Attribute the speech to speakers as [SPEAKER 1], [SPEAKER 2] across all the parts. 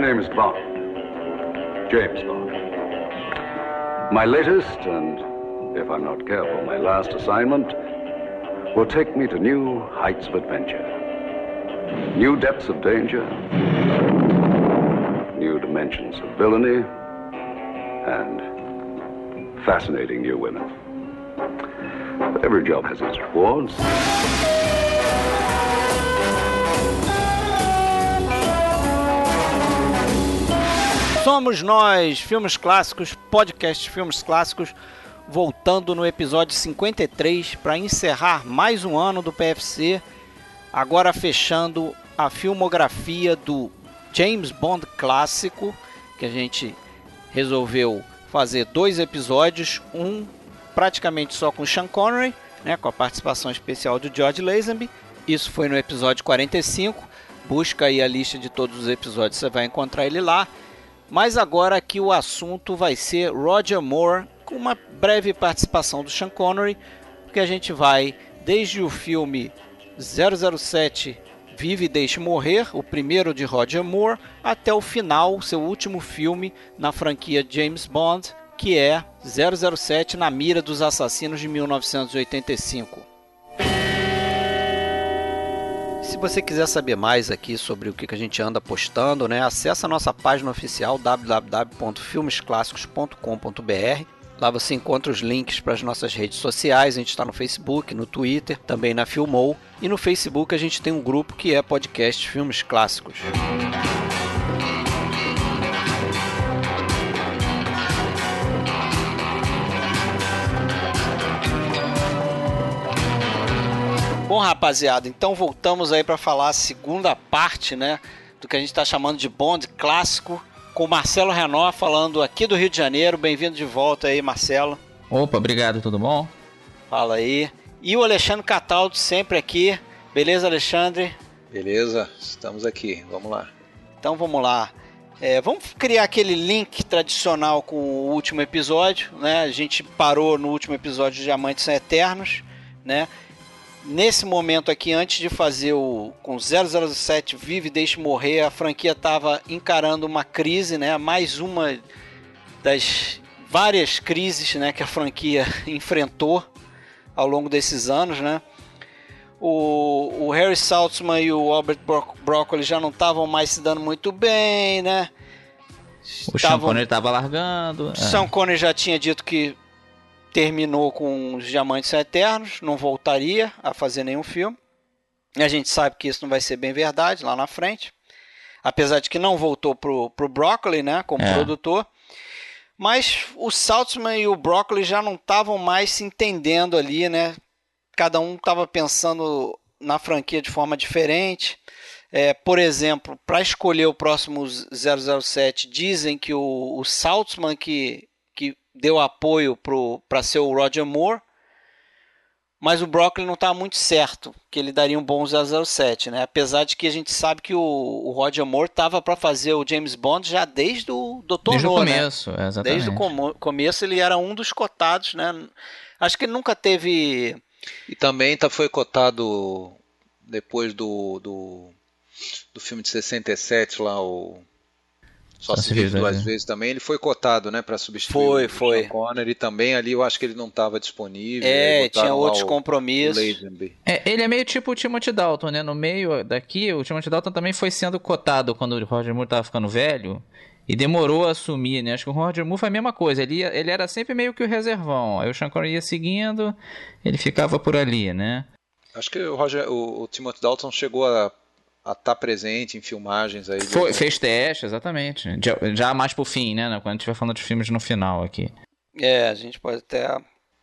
[SPEAKER 1] name is Bond. James Bond. My latest, and if I'm not careful, my last assignment will take me to new heights of adventure, new depths of danger, new dimensions of villainy, and fascinating new women. Every job has its rewards.
[SPEAKER 2] Somos nós, filmes clássicos, podcast Filmes Clássicos, voltando no episódio 53 para encerrar mais um ano do PFC, agora fechando a filmografia do James Bond clássico, que a gente resolveu fazer dois episódios, um praticamente só com Sean Connery, né, com a participação especial do George Lazenby. Isso foi no episódio 45. Busca aí a lista de todos os episódios, você vai encontrar ele lá. Mas agora aqui o assunto vai ser Roger Moore, com uma breve participação do Sean Connery, porque a gente vai desde o filme 007 Vive e Deixe Morrer, o primeiro de Roger Moore, até o final, seu último filme na franquia James Bond, que é 007 Na Mira dos Assassinos de 1985. Se você quiser saber mais aqui sobre o que que a gente anda postando, né, acessa a nossa página oficial www.filmesclassicos.com.br. Lá você encontra os links para as nossas redes sociais. A gente está no Facebook, no Twitter, também na Filmou. E no Facebook a gente tem um grupo que é podcast Filmes Clássicos. Bom, rapaziada, então voltamos aí para falar a segunda parte, né, do que a gente está chamando de Bond clássico, com o Marcelo Renó falando aqui do Rio de Janeiro. Bem-vindo de volta aí, Marcelo.
[SPEAKER 3] Opa, obrigado, tudo bom?
[SPEAKER 2] Fala aí. E o Alexandre Cataldo sempre aqui. Beleza, Alexandre?
[SPEAKER 4] Beleza, estamos aqui, vamos lá.
[SPEAKER 2] Então vamos lá. É, vamos criar aquele link tradicional com o último episódio, né? A gente parou no último episódio de Diamantes São Eternos, né? Nesse momento aqui, antes de fazer o com 007 Vive e Deixe Morrer, a franquia estava encarando uma crise, né? Mais uma das várias crises, né, que a franquia enfrentou ao longo desses anos, né? o, o Harry Saltzman e o Albert Bro Broccoli já não estavam mais se dando muito bem, né?
[SPEAKER 3] O Sean
[SPEAKER 2] Estavam-
[SPEAKER 3] Connery tava largando. é.
[SPEAKER 2] Sean Connery já tinha dito que terminou com os Diamantes Eternos, não voltaria a fazer nenhum filme. E a gente sabe que isso não vai ser bem verdade lá na frente. Apesar de que não voltou pro, pro Broccoli, né, como
[SPEAKER 3] É.
[SPEAKER 2] produtor. Mas o Saltzman e o Broccoli já não estavam mais se entendendo ali, né? Cada um estava pensando na franquia de forma diferente. É, por exemplo, para escolher o próximo 007, dizem que o, o Saltzman que, que deu apoio para ser o Roger Moore, mas o Broccoli não está muito certo que ele daria um bom 007, né? Apesar de que a gente sabe que o, o Roger Moore estava para fazer o James Bond já desde o Dr.
[SPEAKER 3] Desde o
[SPEAKER 2] No, né?
[SPEAKER 3] começo, é, exatamente.
[SPEAKER 2] Desde o como- começo ele era um dos cotados, né? Acho que ele nunca teve
[SPEAKER 4] E também tá, foi cotado depois do, do, do filme de 67 lá, o Só se vive né? duas vezes também, ele foi cotado, né, para substituir
[SPEAKER 2] Foi,
[SPEAKER 4] o
[SPEAKER 2] foi.
[SPEAKER 4] Sean Connery também ali, eu acho que ele não estava disponível. aí
[SPEAKER 2] É,
[SPEAKER 4] né, botaram
[SPEAKER 2] tinha
[SPEAKER 4] lá
[SPEAKER 2] outros
[SPEAKER 4] o- o
[SPEAKER 2] compromissos.
[SPEAKER 4] Lazenby.
[SPEAKER 3] É, ele é meio tipo o Timothy Dalton, né? No meio daqui, o Timothy Dalton também foi sendo cotado quando o Roger Moore tava ficando velho e demorou a assumir, né? Acho que o Roger Moore foi a mesma coisa. Ele, ia- ele era sempre meio que o reservão. Aí o Sean Connery ia seguindo, ele ficava por ali, né?
[SPEAKER 4] Acho que o, Roger, o, o Timothy Dalton chegou a estar presente em filmagens aí. de-
[SPEAKER 3] Foi- fez teste, exatamente. Já, já mais pro fim, né? Quando a gente vai falando de filmes no final aqui.
[SPEAKER 2] É, a gente pode até.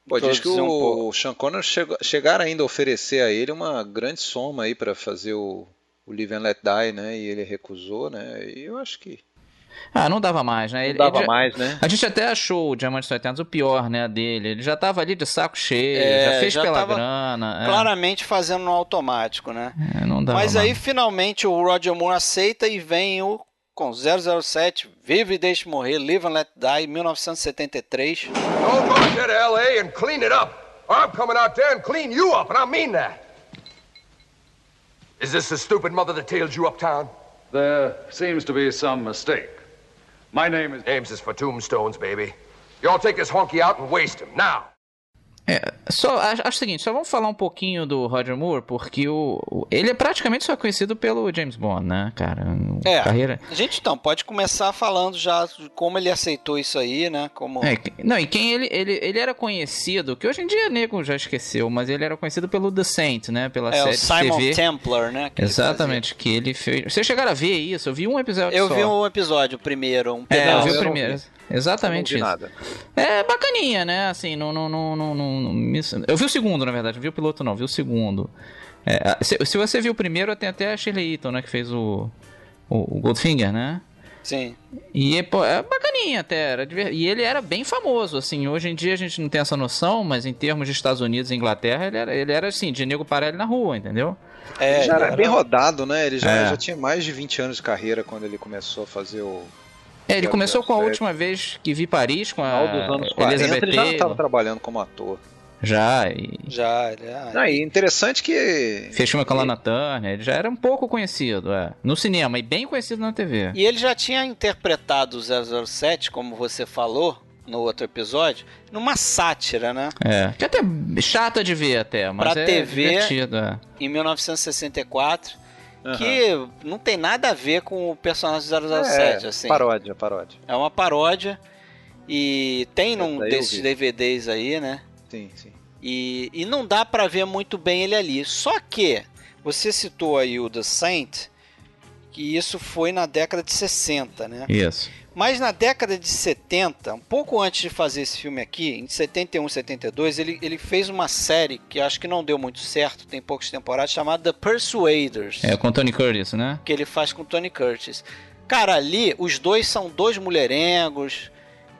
[SPEAKER 4] Pô, diz que
[SPEAKER 2] introduzir um
[SPEAKER 4] o
[SPEAKER 2] pouco.
[SPEAKER 4] Sean Connery chegou, chegaram ainda a oferecer a ele uma grande soma aí para fazer o, o Live and Let Die, né? E ele recusou, né? E eu acho que
[SPEAKER 3] Ah, não dava mais, né?
[SPEAKER 4] não
[SPEAKER 3] Ele-
[SPEAKER 4] dava
[SPEAKER 3] ele já-
[SPEAKER 4] mais, né?
[SPEAKER 3] A gente até achou o Diamante Eternos o pior, né, dele. Ele já tava ali de saco cheio,
[SPEAKER 2] É,
[SPEAKER 3] já fez
[SPEAKER 2] já
[SPEAKER 3] pela
[SPEAKER 2] tava
[SPEAKER 3] grana. é.
[SPEAKER 2] Claramente fazendo no automático, né?
[SPEAKER 3] É, não dava
[SPEAKER 2] Mas aí
[SPEAKER 3] mais.
[SPEAKER 2] finalmente o Roger Moore aceita e vem o com 007 Vive e Deixe Morrer, Live and Let Die, 1973.
[SPEAKER 5] Go back there to L.A. and clean it up. I'm coming out there and clean you up, and I mean that. Is this the stupid mother that tailed you uptown?
[SPEAKER 6] There seems to be some mistake. My name is.
[SPEAKER 5] Names is for tombstones, baby. Y'all take this honky out and waste him now.
[SPEAKER 3] É, só, acho, acho o seguinte, só vamos falar um pouquinho do Roger Moore, porque o, o- ele é praticamente só conhecido pelo James Bond, né, cara? O
[SPEAKER 2] É.
[SPEAKER 3] Carreira...
[SPEAKER 2] A gente então pode começar falando já de como ele aceitou isso aí, né? Como
[SPEAKER 3] É, que- não, e quem ele, ele, ele era conhecido, que hoje em dia nego já esqueceu, mas ele era conhecido pelo The Saint, né? Pela
[SPEAKER 2] É, o
[SPEAKER 3] série
[SPEAKER 2] Simon
[SPEAKER 3] TV.
[SPEAKER 2] Templar, né? que ele
[SPEAKER 3] Exatamente, que ele fez. Vocês chegaram a ver isso? Eu vi um episódio
[SPEAKER 2] fazia. Eu
[SPEAKER 3] só.
[SPEAKER 2] vi um episódio, o primeiro, um
[SPEAKER 3] É, eu
[SPEAKER 2] pedaço.
[SPEAKER 3] vi o
[SPEAKER 4] eu não
[SPEAKER 3] primeiro. Exatamente isso.
[SPEAKER 4] Não vi nada.
[SPEAKER 3] É bacaninha, né? Assim, não, não, não, não, não, não me- Eu vi o segundo, na verdade. Não vi o piloto, não. Vi o segundo. É, a- se, se você viu o primeiro, tem até a Shirley Eaton, né? Que fez o, o, o Goldfinger, né?
[SPEAKER 2] Sim.
[SPEAKER 3] E, pô, é bacaninha até. Era diver- E ele era bem famoso, assim. Hoje em dia a gente não tem essa noção, mas em termos de Estados Unidos e Inglaterra, ele era, ele era assim, de nego parar ele na rua, entendeu?
[SPEAKER 2] É,
[SPEAKER 4] já era bem rodado, né? Ele já,
[SPEAKER 3] É.
[SPEAKER 4] já tinha mais de 20 anos de carreira quando ele começou a fazer o
[SPEAKER 3] É, ele
[SPEAKER 4] Era
[SPEAKER 3] começou com a
[SPEAKER 4] sério.
[SPEAKER 3] última vez que vi Paris, com a
[SPEAKER 4] final dos anos 40.
[SPEAKER 3] Ah, Elizabeth
[SPEAKER 4] ele já não estava
[SPEAKER 3] Taylor.
[SPEAKER 4] trabalhando como ator.
[SPEAKER 3] Já, e
[SPEAKER 2] já, ele é-
[SPEAKER 4] Ah, e interessante que.
[SPEAKER 3] fez filme com a Lana Turner, ele já era um pouco conhecido, é. No cinema, e bem conhecido na TV.
[SPEAKER 2] E ele já tinha interpretado o 007, como você falou no outro episódio, numa sátira, né?
[SPEAKER 3] É. Que até chata de ver até, mas
[SPEAKER 2] Pra
[SPEAKER 3] é
[SPEAKER 2] TV,
[SPEAKER 3] divertido, é.
[SPEAKER 2] Em 1964,
[SPEAKER 4] Aham.
[SPEAKER 2] que não tem nada a ver com o personagem
[SPEAKER 4] É,
[SPEAKER 2] 007, assim.
[SPEAKER 4] Paródia, paródia.
[SPEAKER 2] É uma paródia e tem num
[SPEAKER 4] daí eu
[SPEAKER 2] desses
[SPEAKER 4] vi.
[SPEAKER 2] DVDs aí, né?
[SPEAKER 4] Sim, sim.
[SPEAKER 2] E, e não dá pra ver muito bem ele ali. Só que você citou aí o The Saint, que isso foi na década de 60, né?
[SPEAKER 3] Isso.
[SPEAKER 2] Mas na década de 70, um pouco antes de fazer esse filme aqui, em 71, 72, ele, ele fez uma série que acho que não deu muito certo, tem poucas temporadas, chamada The Persuaders,
[SPEAKER 3] É, com o Tony Curtis, né?
[SPEAKER 2] que ele faz com o Tony Curtis. Cara, ali os dois são dois mulherengos,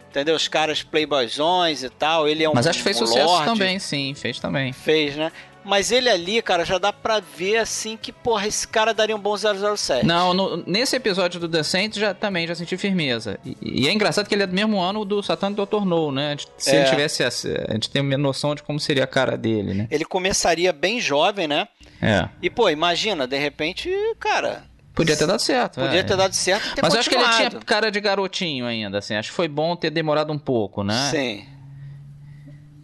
[SPEAKER 2] entendeu? Os caras playboyzões e tal, ele é um
[SPEAKER 3] Mas acho que fez
[SPEAKER 2] um
[SPEAKER 3] sucesso
[SPEAKER 2] lorde,
[SPEAKER 3] também, sim, fez também.
[SPEAKER 2] Fez, né? Mas ele ali, cara, já dá pra ver assim que, porra, esse cara daria um bom 007.
[SPEAKER 3] Não, no- nesse episódio do Decente já também já senti firmeza. E, e é engraçado que ele é do mesmo ano do Satan do Dr. No, né? A gente- Se
[SPEAKER 2] É.
[SPEAKER 3] ele tivesse essa- a gente tem uma noção de como seria a cara dele, né?
[SPEAKER 2] Ele começaria bem jovem, né?
[SPEAKER 3] É.
[SPEAKER 2] E, pô, imagina, de repente, cara,
[SPEAKER 3] Podia ter dado certo.
[SPEAKER 2] Podia
[SPEAKER 3] é.
[SPEAKER 2] ter dado certo e ter
[SPEAKER 3] Mas eu acho que ele tinha
[SPEAKER 2] continuado.
[SPEAKER 3] cara de garotinho ainda, assim. Acho que foi bom ter demorado um pouco, né?
[SPEAKER 2] Sim.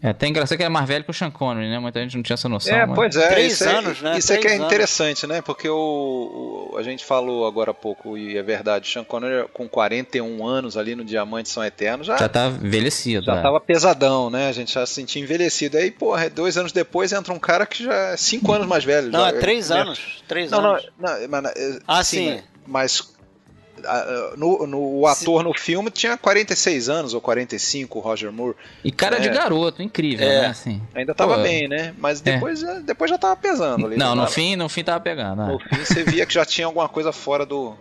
[SPEAKER 3] É até engraçado que ele é mais velho que o Sean Connery, né? Muita gente não tinha essa noção.
[SPEAKER 4] É,
[SPEAKER 3] mas-
[SPEAKER 4] pois é.
[SPEAKER 2] Três
[SPEAKER 4] isso é-
[SPEAKER 2] anos, né?
[SPEAKER 4] Isso é que é
[SPEAKER 2] Três anos.
[SPEAKER 4] interessante, né? Porque o, o- a gente falou agora há pouco, e é verdade, o Sean Connery com 41 anos ali no Diamante São Eterno já,
[SPEAKER 3] Já tá envelhecido.
[SPEAKER 4] é. já
[SPEAKER 3] é.
[SPEAKER 4] tava pesadão, né? A gente já se sentia envelhecido. Aí, porra, dois anos depois entra um cara que já é cinco anos mais velho.
[SPEAKER 2] Não,
[SPEAKER 4] já-
[SPEAKER 2] é três
[SPEAKER 4] né?
[SPEAKER 2] anos. Três
[SPEAKER 4] Não, não,
[SPEAKER 2] anos.
[SPEAKER 4] não, mas, é,
[SPEAKER 2] Ah, sim.
[SPEAKER 4] Mas ah, ah, no, no- o ator no filme tinha 46 anos ou 45, o Roger Moore.
[SPEAKER 3] E cara de
[SPEAKER 4] É.
[SPEAKER 3] garoto, incrível,
[SPEAKER 2] É.
[SPEAKER 3] né? Assim.
[SPEAKER 4] Ainda tava
[SPEAKER 3] Pô,
[SPEAKER 4] bem, né? Mas
[SPEAKER 3] É.
[SPEAKER 4] depois, já- depois já tava pesando ali. né?
[SPEAKER 3] Não, no
[SPEAKER 4] Tava-
[SPEAKER 3] fim, no fim tava pegando.
[SPEAKER 4] No
[SPEAKER 3] né?
[SPEAKER 4] fim você via que já tinha alguma coisa fora do,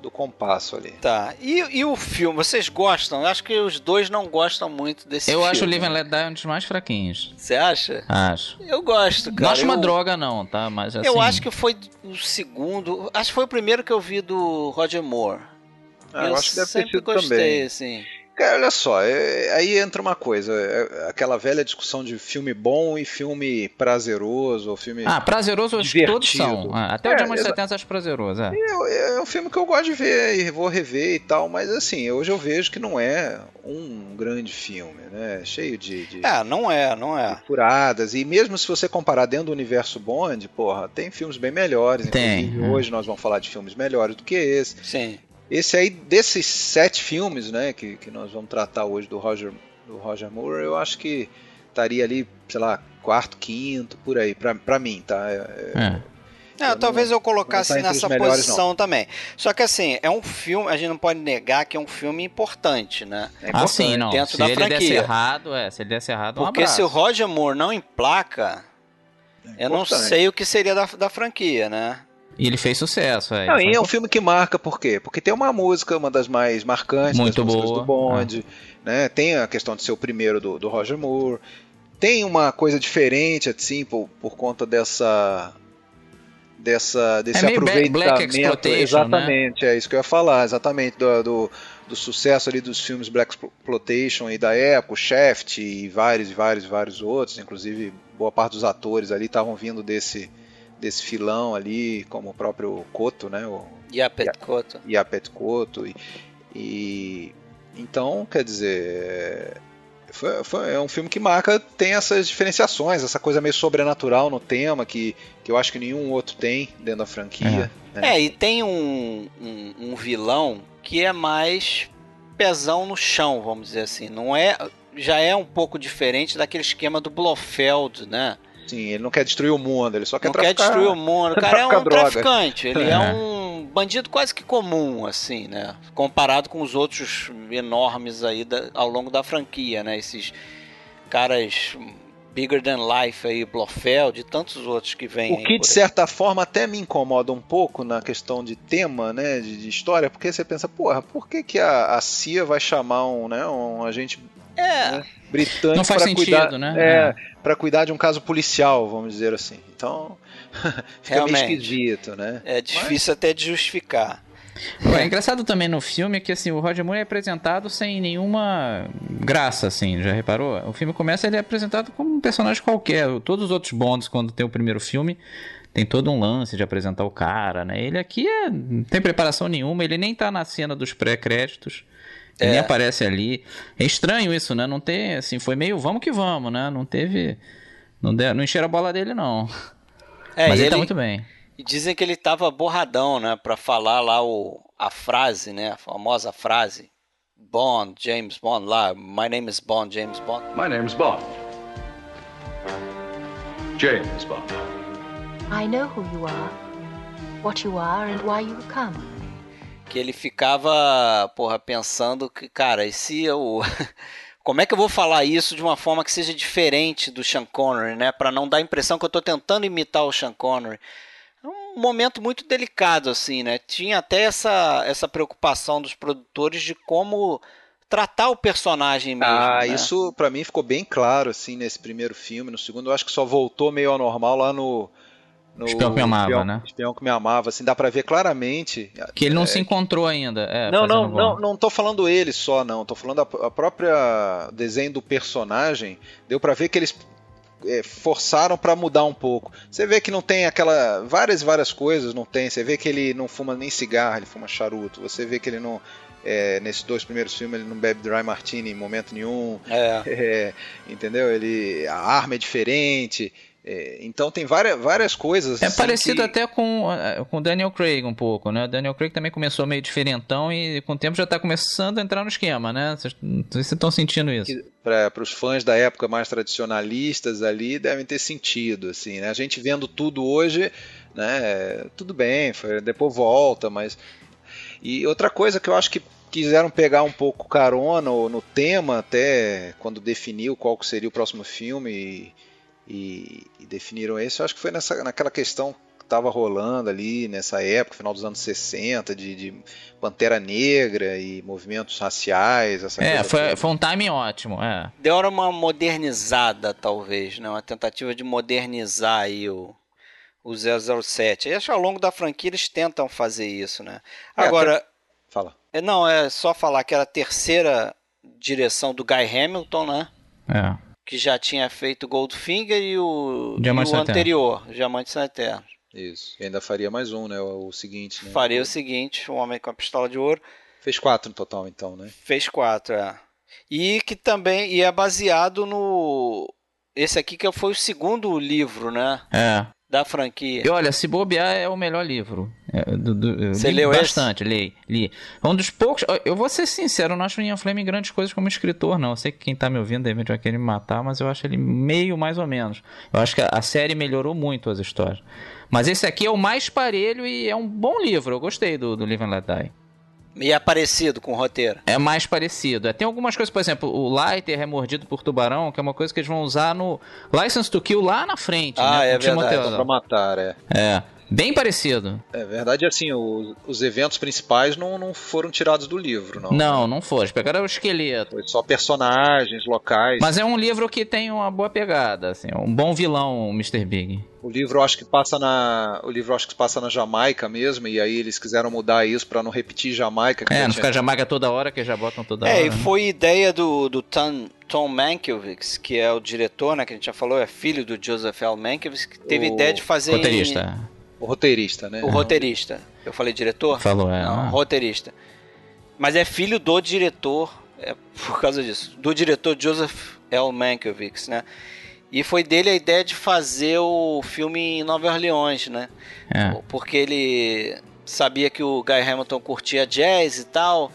[SPEAKER 4] do compasso ali.
[SPEAKER 2] Tá. E, e o filme, vocês gostam? Eu acho que os dois não gostam muito desse
[SPEAKER 3] Eu
[SPEAKER 2] filme.
[SPEAKER 3] acho o Live and Let Die um dos mais fraquinhos.
[SPEAKER 2] Você acha?
[SPEAKER 3] Acho.
[SPEAKER 2] Eu gosto, cara.
[SPEAKER 3] não acho uma
[SPEAKER 2] eu,
[SPEAKER 3] droga, não, tá? Mas assim.
[SPEAKER 2] Eu acho que foi o segundo. Acho que foi o primeiro que eu vi do Roger Moore.
[SPEAKER 4] Ah, eu, acho que deve ter
[SPEAKER 2] sempre
[SPEAKER 4] sido
[SPEAKER 2] gostei,
[SPEAKER 4] também.
[SPEAKER 2] assim.
[SPEAKER 4] Cara, olha só, é- aí entra uma coisa, é- aquela velha discussão de filme bom e filme prazeroso, ou filme.
[SPEAKER 3] Ah, prazeroso acho que
[SPEAKER 4] Divertido.
[SPEAKER 3] todos são. Ah, até o
[SPEAKER 4] É,
[SPEAKER 3] Diamante
[SPEAKER 4] exa-
[SPEAKER 3] 70 acho prazeroso. É.
[SPEAKER 4] Eu- é um filme que eu gosto de ver e vou rever e tal, mas assim, hoje eu vejo que não é um grande filme, né? Cheio de, de-
[SPEAKER 2] É, não é, não é.
[SPEAKER 4] de furadas. E mesmo se você comparar dentro do universo Bond, porra, tem filmes bem melhores.
[SPEAKER 3] Tem,
[SPEAKER 4] Inclusive,
[SPEAKER 3] é.
[SPEAKER 4] hoje nós vamos falar de filmes melhores do que esse.
[SPEAKER 2] Sim.
[SPEAKER 4] Esse aí, desses sete filmes, né, que, que nós vamos tratar hoje do Roger, do Roger Moore, eu acho que estaria ali, sei lá, quarto, quinto, por aí, pra, pra mim, tá? É- é-
[SPEAKER 3] É.
[SPEAKER 2] É,
[SPEAKER 4] Eu não-
[SPEAKER 2] talvez eu
[SPEAKER 4] não
[SPEAKER 2] colocasse
[SPEAKER 4] tá entre
[SPEAKER 2] nessa
[SPEAKER 4] os melhores,
[SPEAKER 2] posição também. Só que assim, é um filme, a gente não pode negar que é um filme importante, né?
[SPEAKER 4] é
[SPEAKER 3] Ah,
[SPEAKER 4] importante.
[SPEAKER 3] sim, não.
[SPEAKER 2] dentro
[SPEAKER 3] Se
[SPEAKER 2] da
[SPEAKER 3] ele desse
[SPEAKER 2] franquia.
[SPEAKER 3] errado, é. Se ele desse errado, um
[SPEAKER 2] Porque se o
[SPEAKER 3] abraço.
[SPEAKER 2] Roger Moore não emplaca, eu não
[SPEAKER 4] É importante.
[SPEAKER 2] sei o que seria da, da franquia, né?
[SPEAKER 3] E ele fez sucesso, é.
[SPEAKER 4] Não,
[SPEAKER 3] Ele
[SPEAKER 4] e é
[SPEAKER 3] foi-
[SPEAKER 4] um filme que marca, por quê? Porque tem uma música, uma das mais marcantes,
[SPEAKER 3] Muito
[SPEAKER 4] das músicas
[SPEAKER 3] boa, é.
[SPEAKER 4] do Bond, né? Tem a questão de ser o primeiro do, do Roger Moore. Tem uma coisa diferente, assim, por, por conta dessa. Dessa, desse
[SPEAKER 3] É meio Black-
[SPEAKER 4] aproveitamento.
[SPEAKER 3] Black Exploitation, né?
[SPEAKER 4] exatamente, é isso que eu ia falar, exatamente. Do, do, do sucesso ali dos filmes Black Exploitation e da época, o Shaft e vários, vários, vários outros, inclusive boa parte dos atores ali estavam vindo desse desse filão ali, como o próprio Coto, né? O
[SPEAKER 2] Yapet Koto.
[SPEAKER 4] Yapet Koto. E, e então, quer dizer, é, foi, foi, é um filme que marca, tem essas diferenciações, essa coisa meio sobrenatural no tema, que, que eu acho que nenhum outro tem dentro da franquia.
[SPEAKER 2] É, é e tem um, um, um, vilão que é mais pesão no chão, vamos dizer assim. Não é, já é um pouco diferente daquele esquema do Blofeld, né?
[SPEAKER 4] Sim, ele não quer destruir o mundo, ele só quer
[SPEAKER 2] não
[SPEAKER 4] traficar.
[SPEAKER 2] quer destruir o mundo, o cara é um
[SPEAKER 4] droga.
[SPEAKER 2] traficante, ele é. é um bandido quase que comum, assim, né? Comparado com os outros enormes aí da- ao longo da franquia, né? Esses caras bigger than life aí, Blofeld e tantos outros que vêm.
[SPEAKER 4] O
[SPEAKER 2] aí
[SPEAKER 4] que,
[SPEAKER 2] por
[SPEAKER 4] de
[SPEAKER 2] aí.
[SPEAKER 4] certa forma, até me incomoda um pouco na questão de tema, né? De, de história, porque você pensa, porra, por que, que a, a CIA vai chamar um, né, um agente né,
[SPEAKER 2] É,
[SPEAKER 4] britânico
[SPEAKER 3] Não faz
[SPEAKER 4] pra
[SPEAKER 3] sentido,
[SPEAKER 4] cuidar,
[SPEAKER 3] né?
[SPEAKER 4] É, pra cuidar de um caso policial, vamos dizer assim. Então, fica meio
[SPEAKER 2] Realmente.
[SPEAKER 4] esquisito, né?
[SPEAKER 2] é difícil até de justificar.
[SPEAKER 3] É engraçado também no filme que assim, o Roger Moore é apresentado sem nenhuma graça, assim, já reparou? O filme começa, ele é apresentado como um personagem qualquer. Todos os outros Bonds, quando tem o primeiro filme, tem todo um lance de apresentar o cara, né? Ele aqui é- não tem preparação nenhuma, ele nem tá na cena dos pré-créditos. Ele
[SPEAKER 2] É.
[SPEAKER 3] nem aparece ali. É estranho isso, né? Não tem, assim, foi meio vamos que vamos, né? Não teve. Não, der, não encheram a bola dele, não.
[SPEAKER 2] É,
[SPEAKER 3] Mas
[SPEAKER 2] e
[SPEAKER 3] ele,
[SPEAKER 2] ele-
[SPEAKER 3] tá muito bem.
[SPEAKER 2] E dizem que ele tava borradão, né, Pra falar lá o, a frase, né, a famosa frase Bond, James Bond lá, my name is Bond, James Bond.
[SPEAKER 1] My name's Bond. James Bond.
[SPEAKER 7] I know who you are, what you are, and why you have come.
[SPEAKER 2] Que ele ficava, porra, pensando que, cara, e se eu Como é que eu vou falar isso de uma forma que seja diferente do Sean Connery, né, Pra não dar a impressão que eu tô tentando imitar o Sean Connery. É um momento muito delicado assim, né? Tinha até essa essa preocupação dos produtores de como tratar o personagem mesmo.
[SPEAKER 4] Ah,
[SPEAKER 2] né?
[SPEAKER 4] isso pra mim ficou bem claro, assim, nesse primeiro filme. No segundo, eu acho que só voltou meio ao normal lá no. no
[SPEAKER 3] Espião que me amava,
[SPEAKER 4] Espião-
[SPEAKER 3] né?
[SPEAKER 4] Espião que me amava, assim, dá pra ver claramente.
[SPEAKER 3] Que ele não se encontrou ainda. é,
[SPEAKER 4] não,
[SPEAKER 3] fazendo
[SPEAKER 4] não,
[SPEAKER 3] gol.
[SPEAKER 4] não, não tô falando ele só, não. Tô falando a, a própria desenho do personagem. Deu pra ver que eles é, forçaram pra mudar um pouco. Você vê que não tem aquela. Várias, várias coisas não tem. Você vê que ele não fuma nem cigarro, ele fuma charuto. Você vê que ele não. é, nesses dois primeiros filmes ele não bebe dry martini em momento nenhum.
[SPEAKER 2] É.
[SPEAKER 4] É, entendeu? Ele. A arma é diferente. É, então tem várias, várias coisas.
[SPEAKER 3] É
[SPEAKER 4] assim,
[SPEAKER 3] parecido
[SPEAKER 4] que-
[SPEAKER 3] até com eh, com o Daniel Craig um pouco, né? O Daniel Craig também começou meio diferentão e com o tempo já tá começando a entrar no esquema, né? Vocês vocês estão sentindo isso.
[SPEAKER 4] para os fãs da época mais tradicionalistas ali devem ter sentido assim né? a gente vendo tudo hoje né tudo bem foi- depois volta mas e outra coisa que eu acho que quiseram pegar um pouco carona ou no tema até quando definiu qual que seria o próximo filme e, e- e definiram esse eu acho que foi nessa naquela questão que estava rolando ali nessa época final dos anos 60 de, de pantera negra e movimentos raciais essa
[SPEAKER 3] É,
[SPEAKER 4] coisa toda.
[SPEAKER 3] foi, foi um timing ótimo, é.
[SPEAKER 2] Deram uma modernizada, talvez, né? Uma tentativa de modernizar aí o, o 007. E acho que ao longo da franquia eles tentam fazer isso, né?
[SPEAKER 4] É,
[SPEAKER 2] Agora,
[SPEAKER 4] fala
[SPEAKER 2] é, não, é só falar que era a terceira direção do Guy Hamilton, né?
[SPEAKER 3] é.
[SPEAKER 2] Que já tinha feito Goldfinger e o,
[SPEAKER 3] Diamante
[SPEAKER 2] e o
[SPEAKER 3] Sem Terra.
[SPEAKER 2] anterior, Diamante Sem Terra.
[SPEAKER 4] Isso. E ainda faria mais um, né? O, o seguinte, né?
[SPEAKER 2] Faria o seguinte, o Homem com a Pistola de Ouro.
[SPEAKER 4] Fez quatro no total, então, né?
[SPEAKER 2] Fez quatro, é. E que também e é baseado no... Esse aqui que foi o segundo livro, né?
[SPEAKER 3] É.
[SPEAKER 2] Da franquia.
[SPEAKER 3] E olha, se bobear é o melhor livro. É, do- do- eu
[SPEAKER 2] Você
[SPEAKER 3] li
[SPEAKER 2] leu esse?
[SPEAKER 3] bastante, li, li. É Um dos poucos. ó, Eu vou ser sincero, eu não acho o Ian Fleming grandes coisas como escritor, não. Eu sei que quem tá me ouvindo de repente vai querer me matar, mas eu acho ele meio mais ou menos. Eu acho que a, a série melhorou muito as histórias. Mas esse aqui é o mais parelho e é um bom livro. Eu gostei do, do Live and Let Die.
[SPEAKER 2] E é parecido com o roteiro.
[SPEAKER 3] É mais parecido. É, Tem algumas coisas, por exemplo, o Lighter é mordido por tubarão, que é uma coisa que eles vão usar no License to Kill lá na frente.
[SPEAKER 2] Ah,
[SPEAKER 3] né,
[SPEAKER 2] é
[SPEAKER 3] com o Timothy
[SPEAKER 2] verdade.
[SPEAKER 3] Olyphant.
[SPEAKER 4] Pra matar, é.
[SPEAKER 3] É, bem parecido.
[SPEAKER 4] É verdade, assim, o- os eventos principais não, não foram tirados do livro, não.
[SPEAKER 3] Não, não foram. Pegaram o esqueleto.
[SPEAKER 4] Foi só personagens, locais.
[SPEAKER 3] Mas é um livro que tem uma boa pegada, assim, um bom vilão, o Mr. Big.
[SPEAKER 4] O livro eu acho que passa na. O livro eu acho que passa na Jamaica mesmo, e aí eles quiseram mudar isso pra não repetir Jamaica. que
[SPEAKER 3] É,
[SPEAKER 4] já
[SPEAKER 3] não
[SPEAKER 4] tinha-
[SPEAKER 3] ficar jamaga toda hora, que já botam toda
[SPEAKER 2] é,
[SPEAKER 3] hora.
[SPEAKER 2] e
[SPEAKER 3] né?
[SPEAKER 2] foi ideia do, do Tan Tom Mankiewicz, que é o diretor, né, que a gente já falou, é filho do Joseph L. Mankiewicz, que teve
[SPEAKER 4] O
[SPEAKER 2] ideia de fazer... em-
[SPEAKER 3] Roteirista. é.
[SPEAKER 4] O roteirista, né?
[SPEAKER 2] o roteirista. Eu falei diretor?
[SPEAKER 3] Falou, é.
[SPEAKER 2] Não,
[SPEAKER 3] ah.
[SPEAKER 2] roteirista. Mas é filho do diretor, é por causa disso, do diretor Joseph L. Mankiewicz, né? E foi dele a ideia de fazer o filme em Nova Orleans, né?
[SPEAKER 3] É.
[SPEAKER 2] Porque ele sabia que o Guy Hamilton curtia jazz e tal,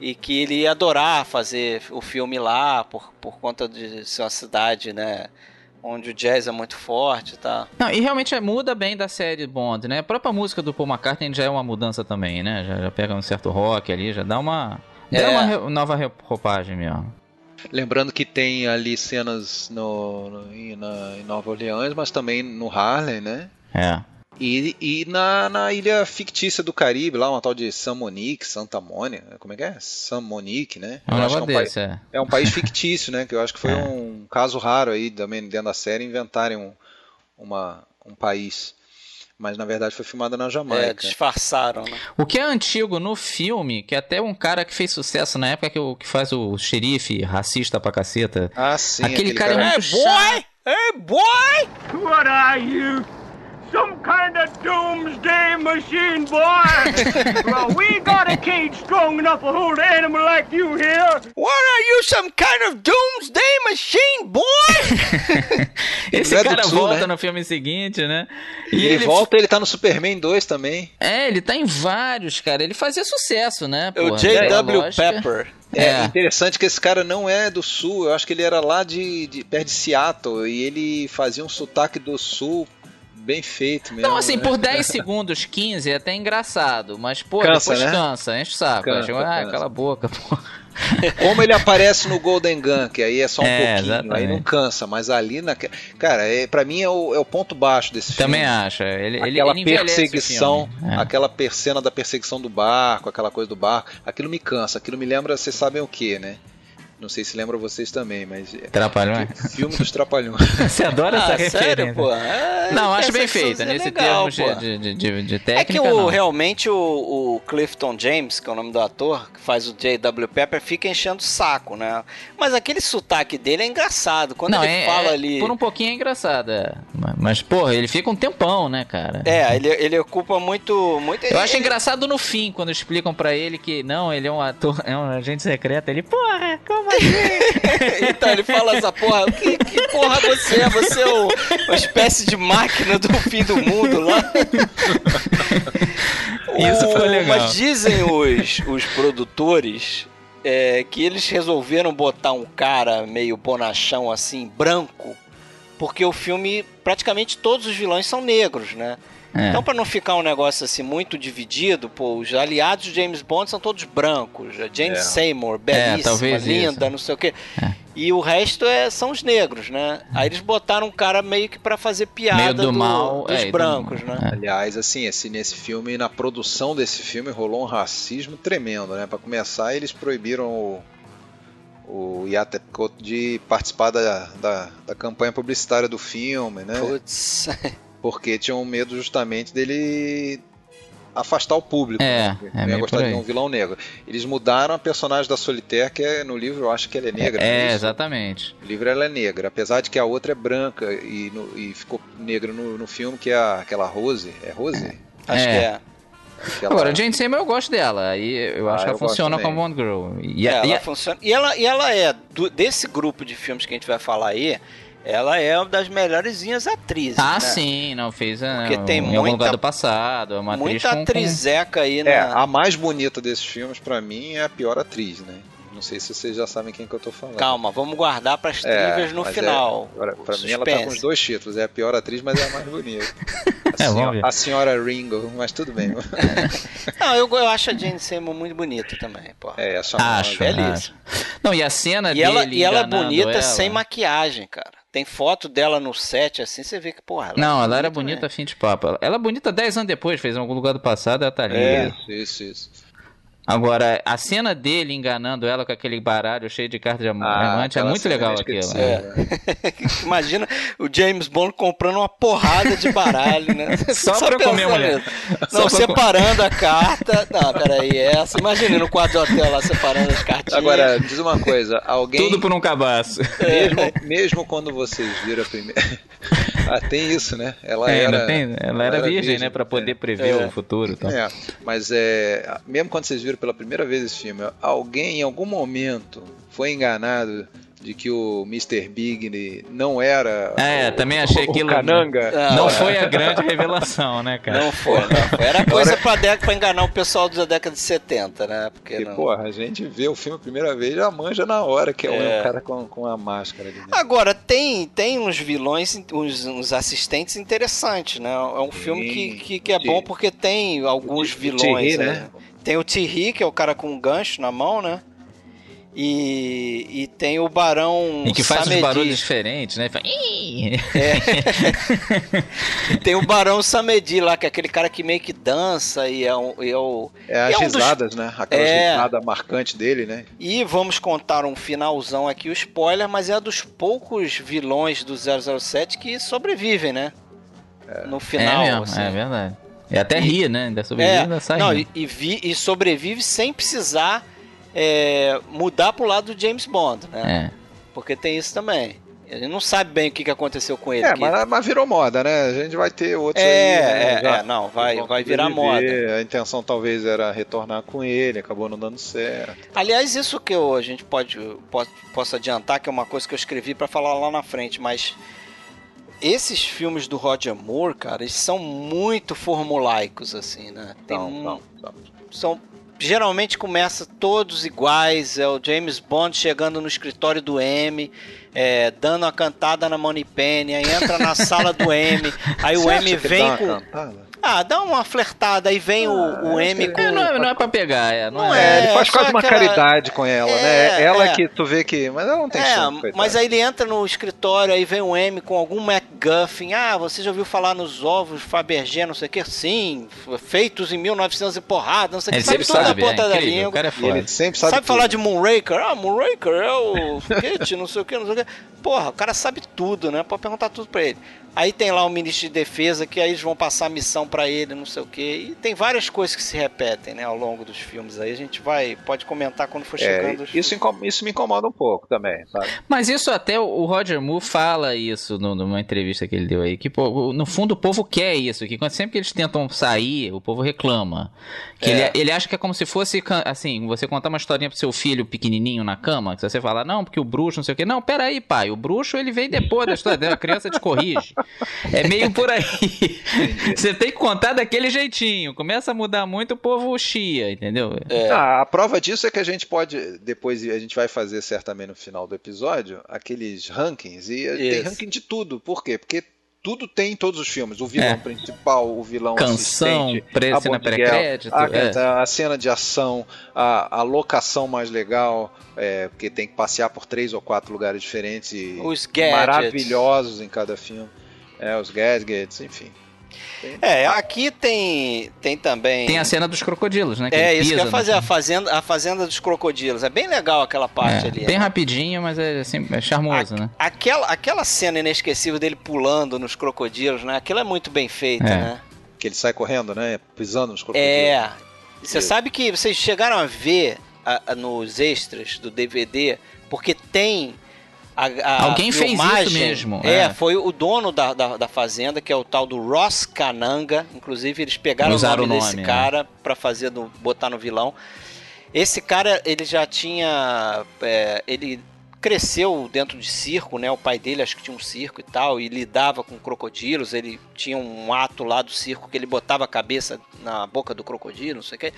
[SPEAKER 2] e que ele ia adorar fazer o filme lá, por, por conta de ser uma cidade, né? Onde o jazz é muito forte e tal.
[SPEAKER 3] Não, e realmente é, muda bem da série Bond, né? A própria música do Paul McCartney já é uma mudança também, né? Já, já pega um certo rock ali, já dá uma. Dá
[SPEAKER 2] É.
[SPEAKER 3] uma re- nova re- roupagem mesmo.
[SPEAKER 4] Lembrando que tem ali cenas no, no- em, na- em Nova Orleans, mas também no Harlem, né?
[SPEAKER 3] É.
[SPEAKER 4] E, e na, na ilha fictícia do Caribe, lá uma tal de San Monique, Santa Mônica, como é que é? San Monique, né?
[SPEAKER 3] É um
[SPEAKER 4] Eu acho
[SPEAKER 3] negócio
[SPEAKER 4] que é um país-
[SPEAKER 3] desse, é.
[SPEAKER 4] É um país fictício, né? Que eu acho que foi
[SPEAKER 3] É.
[SPEAKER 4] um caso raro aí também dentro da série inventarem um, uma- um país. Mas na verdade foi filmada na
[SPEAKER 2] É,
[SPEAKER 4] Jamaica.
[SPEAKER 2] disfarçaram, né?
[SPEAKER 3] O que é antigo no filme, que até um cara que fez sucesso na época que, o, que faz o xerife racista pra caceta.
[SPEAKER 4] Ah, sim.
[SPEAKER 3] aquele, cara, é muito chato.
[SPEAKER 2] boy! Hey, boy!
[SPEAKER 6] What are you? Some kind of doomsday machine, boy? well, we got a cage strong enough to hold an animal like you here.
[SPEAKER 2] What are you, some kind of doomsday machine, boy?
[SPEAKER 3] Esse
[SPEAKER 4] Não é do
[SPEAKER 3] cara
[SPEAKER 4] Sul,
[SPEAKER 3] volta
[SPEAKER 4] né?
[SPEAKER 3] no filme seguinte, né?
[SPEAKER 4] E ele, volta, ele tá no Superman 2 também.
[SPEAKER 3] É, ele tá em vários, cara. Ele fazia sucesso, né?
[SPEAKER 2] É o
[SPEAKER 3] porra, pela
[SPEAKER 2] J.W.
[SPEAKER 3] lógica.
[SPEAKER 2] Pepper.
[SPEAKER 4] É,
[SPEAKER 3] É.
[SPEAKER 4] interessante que esse cara não é do sul, eu acho que ele era lá de, de perto de Seattle e ele fazia um sotaque do sul bem feito mesmo.
[SPEAKER 3] Não, assim,
[SPEAKER 4] né?
[SPEAKER 3] por 10 segundos, 15 é até engraçado, mas, pô,
[SPEAKER 4] Cansa,
[SPEAKER 3] depois
[SPEAKER 4] né?
[SPEAKER 3] cansa, enche o saco.
[SPEAKER 4] Cansa,
[SPEAKER 3] Aí chega, ah,
[SPEAKER 4] cansa.
[SPEAKER 3] cala a boca, pô.
[SPEAKER 4] Como ele aparece no Golden Gun, que aí é só um
[SPEAKER 3] É,
[SPEAKER 4] pouquinho, aí
[SPEAKER 3] exatamente.
[SPEAKER 4] não cansa, mas ali na cara, é, para mim é o, é o ponto baixo desse filme.
[SPEAKER 3] Também acha. Ele, ele,
[SPEAKER 4] aquela
[SPEAKER 3] ele envelhece o
[SPEAKER 4] perseguição,
[SPEAKER 3] filme. É.
[SPEAKER 4] aquela per- cena da perseguição do barco, aquela coisa do barco, aquilo me cansa, aquilo me lembra, vocês sabem o que, né? Não sei se lembra vocês também, mas é,
[SPEAKER 3] Trapalhões.
[SPEAKER 4] filme dos trapalhões.
[SPEAKER 3] né? Você adora essa
[SPEAKER 2] Ah,
[SPEAKER 3] referência.
[SPEAKER 2] sério, pô? É,
[SPEAKER 3] Não, acho bem
[SPEAKER 2] essa
[SPEAKER 3] feita.
[SPEAKER 2] é
[SPEAKER 3] Nesse
[SPEAKER 2] legal,
[SPEAKER 3] termo
[SPEAKER 2] pô.
[SPEAKER 3] de, de, de, de
[SPEAKER 2] É que
[SPEAKER 3] técnica,
[SPEAKER 2] o,
[SPEAKER 3] não.
[SPEAKER 2] realmente o, o Clifton James, que é o nome do ator, que faz o J.W. Pepper, fica enchendo o saco, né? Mas aquele sotaque dele é engraçado. Quando
[SPEAKER 3] não,
[SPEAKER 2] ele
[SPEAKER 3] é,
[SPEAKER 2] fala
[SPEAKER 3] é-
[SPEAKER 2] ali.
[SPEAKER 3] Por um pouquinho é engraçado. é. Mas, mas, porra, ele fica um tempão, né, cara?
[SPEAKER 2] É, ele, ele ocupa muito. muito
[SPEAKER 3] Eu acho
[SPEAKER 2] ele-
[SPEAKER 3] engraçado no fim, quando explicam pra ele que não, ele é um ator, é um agente secreto. Ele, porra, como assim?
[SPEAKER 2] Então ele fala essa porra, que, que porra você é? Você é o- uma espécie de máquina do fim do mundo lá.
[SPEAKER 3] Isso foi legal.
[SPEAKER 2] Mas dizem os, os produtores é, que eles resolveram botar um cara meio bonachão assim, branco, porque o filme, praticamente todos os vilões são negros, né?
[SPEAKER 3] É.
[SPEAKER 2] Então, pra não ficar um negócio assim muito dividido, pô, os aliados de James Bond são todos brancos. A Jane
[SPEAKER 4] É.
[SPEAKER 2] Seymour, belíssima,
[SPEAKER 3] talvez
[SPEAKER 2] linda,
[SPEAKER 3] isso. é.
[SPEAKER 2] não sei o quê. E o resto é, são os negros, né? Aí eles botaram um cara meio que pra fazer piada
[SPEAKER 3] Meio do mal,
[SPEAKER 2] dos
[SPEAKER 3] é, do-
[SPEAKER 2] brancos, né?
[SPEAKER 4] Aliás, assim, esse, nesse filme, na produção desse filme, rolou um racismo tremendo, né? Pra começar, eles proibiram o, o Yatepkot de participar da, da, da campanha publicitária do filme,
[SPEAKER 3] é.
[SPEAKER 4] né?
[SPEAKER 2] Putz.
[SPEAKER 4] Porque tinham medo justamente dele afastar o público.
[SPEAKER 3] É,
[SPEAKER 4] né?
[SPEAKER 3] é
[SPEAKER 4] Não ia
[SPEAKER 3] meio
[SPEAKER 4] gostar
[SPEAKER 3] por
[SPEAKER 4] de
[SPEAKER 3] aí.
[SPEAKER 4] um vilão negro. Eles mudaram a personagem da Solitaire, que é, no livro eu acho que ela é negra. não
[SPEAKER 3] É,
[SPEAKER 4] isso?
[SPEAKER 3] exatamente.
[SPEAKER 4] No livro ela é negra, apesar de que a outra é branca e, no- e ficou negra no, no filme, que é a- aquela Rose. É Rose?
[SPEAKER 2] Acho
[SPEAKER 3] É.
[SPEAKER 2] que é.
[SPEAKER 4] Aquela-
[SPEAKER 3] Agora, a Jane Seymour eu gosto dela. Aí eu
[SPEAKER 4] Ah,
[SPEAKER 3] acho que
[SPEAKER 4] eu
[SPEAKER 3] ela
[SPEAKER 4] gosto
[SPEAKER 3] funciona
[SPEAKER 4] também.
[SPEAKER 3] como Bond Girl. E,
[SPEAKER 2] E,
[SPEAKER 3] a-
[SPEAKER 2] É, ela
[SPEAKER 3] e a-
[SPEAKER 2] funciona. E ela, e ela é, do- desse grupo de filmes que a gente vai falar aí, ela é uma das melhorzinhas atrizes.
[SPEAKER 3] Ah,
[SPEAKER 2] né?
[SPEAKER 3] sim, não fez é,
[SPEAKER 2] Porque tem
[SPEAKER 3] em
[SPEAKER 2] muita-
[SPEAKER 3] algum lugar do passado. É uma atriz
[SPEAKER 2] Muita
[SPEAKER 3] com, com-
[SPEAKER 2] atrizeca aí
[SPEAKER 4] É,
[SPEAKER 2] na.
[SPEAKER 4] a mais bonita desses filmes, pra mim, é a pior atriz, né? Não sei se vocês já sabem quem que eu tô falando.
[SPEAKER 2] Calma, vamos guardar pras
[SPEAKER 4] É,
[SPEAKER 2] trivias no
[SPEAKER 4] mas
[SPEAKER 2] final.
[SPEAKER 4] É, pra pra mim, ela tá
[SPEAKER 2] Suspense.
[SPEAKER 4] com os dois títulos. É a pior atriz, mas é a mais bonita. A,
[SPEAKER 3] É, vamos
[SPEAKER 4] senhora,
[SPEAKER 3] ver.
[SPEAKER 4] a senhora Ringo, mas tudo bem.
[SPEAKER 2] Não, eu, eu acho a Jane Seymour muito bonita também, pô.
[SPEAKER 4] É, a chamada.
[SPEAKER 3] Acho, né,
[SPEAKER 2] Belíssima.
[SPEAKER 3] acho. Não, e a cena
[SPEAKER 2] E ela,
[SPEAKER 3] dele
[SPEAKER 2] e ela é
[SPEAKER 3] enganando
[SPEAKER 2] bonita
[SPEAKER 3] ela-
[SPEAKER 2] sem maquiagem, cara. Tem foto dela no set assim, você vê que, porra.
[SPEAKER 3] Não,
[SPEAKER 2] né?
[SPEAKER 3] ela era bonita, fim de papo. Ela- Ela é bonita 10 anos depois, fez em algum lugar do passado, ela tá linda.
[SPEAKER 4] Isso, isso, isso.
[SPEAKER 3] Agora, a cena dele enganando ela com aquele baralho cheio de cartas de amante é
[SPEAKER 4] aquela
[SPEAKER 3] muito
[SPEAKER 4] cena
[SPEAKER 3] legal
[SPEAKER 4] eu
[SPEAKER 3] aquilo.
[SPEAKER 4] esqueci,
[SPEAKER 3] É.
[SPEAKER 4] né?
[SPEAKER 2] É. Imagina o James Bond comprando uma porrada de baralho, né?
[SPEAKER 3] Só pra
[SPEAKER 2] pensando
[SPEAKER 3] comer a mulher.
[SPEAKER 2] nisso.
[SPEAKER 3] Só
[SPEAKER 2] Não,
[SPEAKER 3] pra
[SPEAKER 2] separando a carta. Não, peraí, é essa. Imagina no quadro de hotel lá separando as cartinhas.
[SPEAKER 4] Agora, diz uma coisa, alguém
[SPEAKER 3] Tudo por um cabaço.
[SPEAKER 4] mesmo, mesmo quando vocês viram a primeira Ah, tem isso, né? Ela
[SPEAKER 3] É,
[SPEAKER 4] era
[SPEAKER 3] ainda tem- ela era virgem, né? Pra poder prever
[SPEAKER 2] É.
[SPEAKER 3] o futuro. e tal.
[SPEAKER 4] É, mas é, mesmo quando vocês viram pela primeira vez esse filme, alguém em algum momento foi enganado de que o Mr. Big não era
[SPEAKER 3] É,
[SPEAKER 4] o,
[SPEAKER 3] também achei
[SPEAKER 4] o
[SPEAKER 3] aquilo-
[SPEAKER 4] Cananga.
[SPEAKER 2] Ah,
[SPEAKER 3] Não
[SPEAKER 2] olha,
[SPEAKER 3] foi a grande revelação, né, cara?
[SPEAKER 2] Não foi, não foi. Era coisa pra, década, pra enganar o pessoal da década de 70, né? Porque
[SPEAKER 4] Porque,
[SPEAKER 2] não...
[SPEAKER 4] porra, a gente vê o filme a primeira vez já manja na hora, que é,
[SPEAKER 2] É. Ah,
[SPEAKER 4] um cara com, com a máscara ali. né?
[SPEAKER 2] Agora, tem, tem uns vilões, uns, uns assistentes interessantes, né? É um filme que, que, que é
[SPEAKER 4] Sim.
[SPEAKER 2] bom porque tem alguns
[SPEAKER 4] O Thierry,
[SPEAKER 2] vilões.
[SPEAKER 4] né?
[SPEAKER 2] né? Tem o Thierry, que é o cara com um gancho na mão, né? E, e tem o Barão
[SPEAKER 3] E que faz uns
[SPEAKER 2] Samedi.
[SPEAKER 3] barulhos diferentes, né? Fala, "Ih!"
[SPEAKER 2] E tem o Barão Samedi lá, que é aquele cara que meio que dança e é, um, e é o...
[SPEAKER 4] É as
[SPEAKER 2] É um dos-
[SPEAKER 4] risadas, né? Aquela
[SPEAKER 2] É.
[SPEAKER 4] risada marcante dele, né?
[SPEAKER 2] E vamos contar um finalzão aqui, o spoiler, mas é dos poucos vilões do 007 que sobrevivem, né? No final,
[SPEAKER 3] é mesmo,
[SPEAKER 2] assim.
[SPEAKER 3] é verdade. E até ri, né? Ainda sobrevive,
[SPEAKER 2] É,
[SPEAKER 3] ainda sai
[SPEAKER 2] não,
[SPEAKER 3] rindo.
[SPEAKER 2] e, e vi- e sobrevive sem precisar é, mudar pro lado do James Bond, né?
[SPEAKER 3] É.
[SPEAKER 2] Porque tem isso também. Ele não sabe bem o que, que aconteceu com ele.
[SPEAKER 4] É,
[SPEAKER 2] que-
[SPEAKER 4] mas, mas virou moda, né? A gente vai ter outros
[SPEAKER 2] é,
[SPEAKER 4] aí, né?
[SPEAKER 2] é,
[SPEAKER 4] Já-
[SPEAKER 2] é, não, vai,
[SPEAKER 4] vão
[SPEAKER 2] vai virar moda.
[SPEAKER 4] sobreviver. A intenção talvez era retornar com ele, acabou não dando certo.
[SPEAKER 2] Aliás, isso que eu, a gente pode, po- posso adiantar, que é uma coisa que eu escrevi pra falar lá na frente, mas esses filmes do Roger Moore, cara, eles são muito formulaicos, assim, né? Tem
[SPEAKER 4] Então,
[SPEAKER 2] um-
[SPEAKER 4] então, então.
[SPEAKER 2] são geralmente começa todos iguais é o James Bond chegando no escritório do M é, dando a cantada na Money Penny aí entra na sala do M aí o
[SPEAKER 4] Você
[SPEAKER 2] M
[SPEAKER 4] acha que
[SPEAKER 2] vem
[SPEAKER 4] dá uma
[SPEAKER 2] com
[SPEAKER 4] cantada?
[SPEAKER 2] ah dá uma flertada aí vem o, o M com
[SPEAKER 3] É, não, é, não é pra pegar, é. Não,
[SPEAKER 2] Não
[SPEAKER 3] é.
[SPEAKER 4] É, ele faz
[SPEAKER 2] só
[SPEAKER 4] quase uma
[SPEAKER 2] aquela-
[SPEAKER 4] caridade com ela,
[SPEAKER 2] É,
[SPEAKER 4] né? Ela
[SPEAKER 2] é.
[SPEAKER 4] que tu vê que. Mas ela não tem
[SPEAKER 2] É,
[SPEAKER 4] chance, coitada.
[SPEAKER 2] mas aí ele entra no escritório, aí vem um M com algum MacGuffin. Ah, você já ouviu falar nos ovos Fabergé, não sei o que? Sim, f- feitos em 1900 e porrada, não sei o que.
[SPEAKER 3] Ele sempre
[SPEAKER 2] toda a
[SPEAKER 3] sabe, é
[SPEAKER 2] ponta da
[SPEAKER 3] incrível.
[SPEAKER 2] língua.
[SPEAKER 3] O cara é
[SPEAKER 4] E
[SPEAKER 3] foda.
[SPEAKER 4] ele sempre sabe.
[SPEAKER 2] Sabe,
[SPEAKER 4] tudo.
[SPEAKER 2] falar de Moonraker? Ah, Moonraker é o foguete, não sei o que, não sei o que. Porra, o cara sabe tudo, né? Pode perguntar tudo pra ele. Aí tem lá o ministro de defesa, que aí eles vão passar a missão pra ele, não sei o que. E tem várias coisas que se repetem, né, ao longo dos filmes aí. A gente vai, pode comentar quando for
[SPEAKER 4] É,
[SPEAKER 2] chegando. os
[SPEAKER 4] isso, incom- isso me incomoda um pouco também, sabe?
[SPEAKER 3] Mas isso até o- o Roger Moore fala isso no- numa entrevista que ele deu aí. Que, pô, o- no fundo, o povo quer isso. Que quando- sempre que eles tentam sair, o povo reclama. Que ele, ele acha que é como se fosse, can- assim, você contar uma historinha pro seu filho pequenininho na cama. Que você fala, não, porque o bruxo, não sei o quê. Não, peraí, pai. O bruxo, ele veio depois da história dela. A criança te corrige. É meio por aí. você tem que contar daquele jeitinho. Começa a mudar muito, o povo chia, entendeu?
[SPEAKER 4] Ah, a prova disso é que a gente pode, depois a gente vai fazer certamente no final do episódio, aqueles rankings, e tem
[SPEAKER 2] Isso.
[SPEAKER 4] ranking de tudo. Por quê? Porque tudo tem em todos os filmes. O vilão
[SPEAKER 3] É.
[SPEAKER 4] principal, o vilão
[SPEAKER 3] Canção,
[SPEAKER 4] assistente, a
[SPEAKER 3] preço na
[SPEAKER 4] Bondiguel,
[SPEAKER 3] pré-crédito.
[SPEAKER 4] Ah, a,
[SPEAKER 3] é.
[SPEAKER 4] a cena de ação, a, a locação mais legal, é, porque tem que passear por três ou quatro lugares diferentes e
[SPEAKER 2] Os gadgets.
[SPEAKER 4] maravilhosos em cada filme. É, os gadgets, enfim.
[SPEAKER 2] É, aqui tem, tem também...
[SPEAKER 3] Tem a cena dos crocodilos, né? que
[SPEAKER 2] É,
[SPEAKER 3] ele
[SPEAKER 2] isso que
[SPEAKER 3] pisa
[SPEAKER 2] eu ia
[SPEAKER 3] no-
[SPEAKER 2] fazer, a fazenda, a fazenda dos Crocodilos. É bem legal aquela parte
[SPEAKER 3] É,
[SPEAKER 2] ali.
[SPEAKER 3] Bem
[SPEAKER 2] né?
[SPEAKER 3] rapidinho, mas é, assim, é charmoso, né?
[SPEAKER 2] Aquela, aquela cena inesquecível dele pulando nos crocodilos, né? Aquilo é muito bem feito,
[SPEAKER 3] É.
[SPEAKER 2] né?
[SPEAKER 4] Que ele sai correndo, né? Pisando nos crocodilos.
[SPEAKER 2] É. Você
[SPEAKER 4] Isso.
[SPEAKER 2] sabe que vocês chegaram a ver a- a- nos extras do DVD, porque tem. A, a
[SPEAKER 3] Alguém fez isso
[SPEAKER 2] filmagem.
[SPEAKER 3] mesmo,
[SPEAKER 2] É,
[SPEAKER 3] é.
[SPEAKER 2] foi o dono da, da, da fazenda, que é o tal do Ross Cananga. Inclusive, eles pegaram
[SPEAKER 3] Usaram
[SPEAKER 2] o nome
[SPEAKER 3] o nome,
[SPEAKER 2] desse
[SPEAKER 3] é.
[SPEAKER 2] cara pra fazer no, botar no vilão. Esse cara, ele já tinha. é, ele cresceu dentro de circo, né? O pai dele acho que tinha um circo e tal, e lidava com crocodilos. Ele tinha um ato lá do circo que ele botava a cabeça na boca do crocodilo, não sei o que.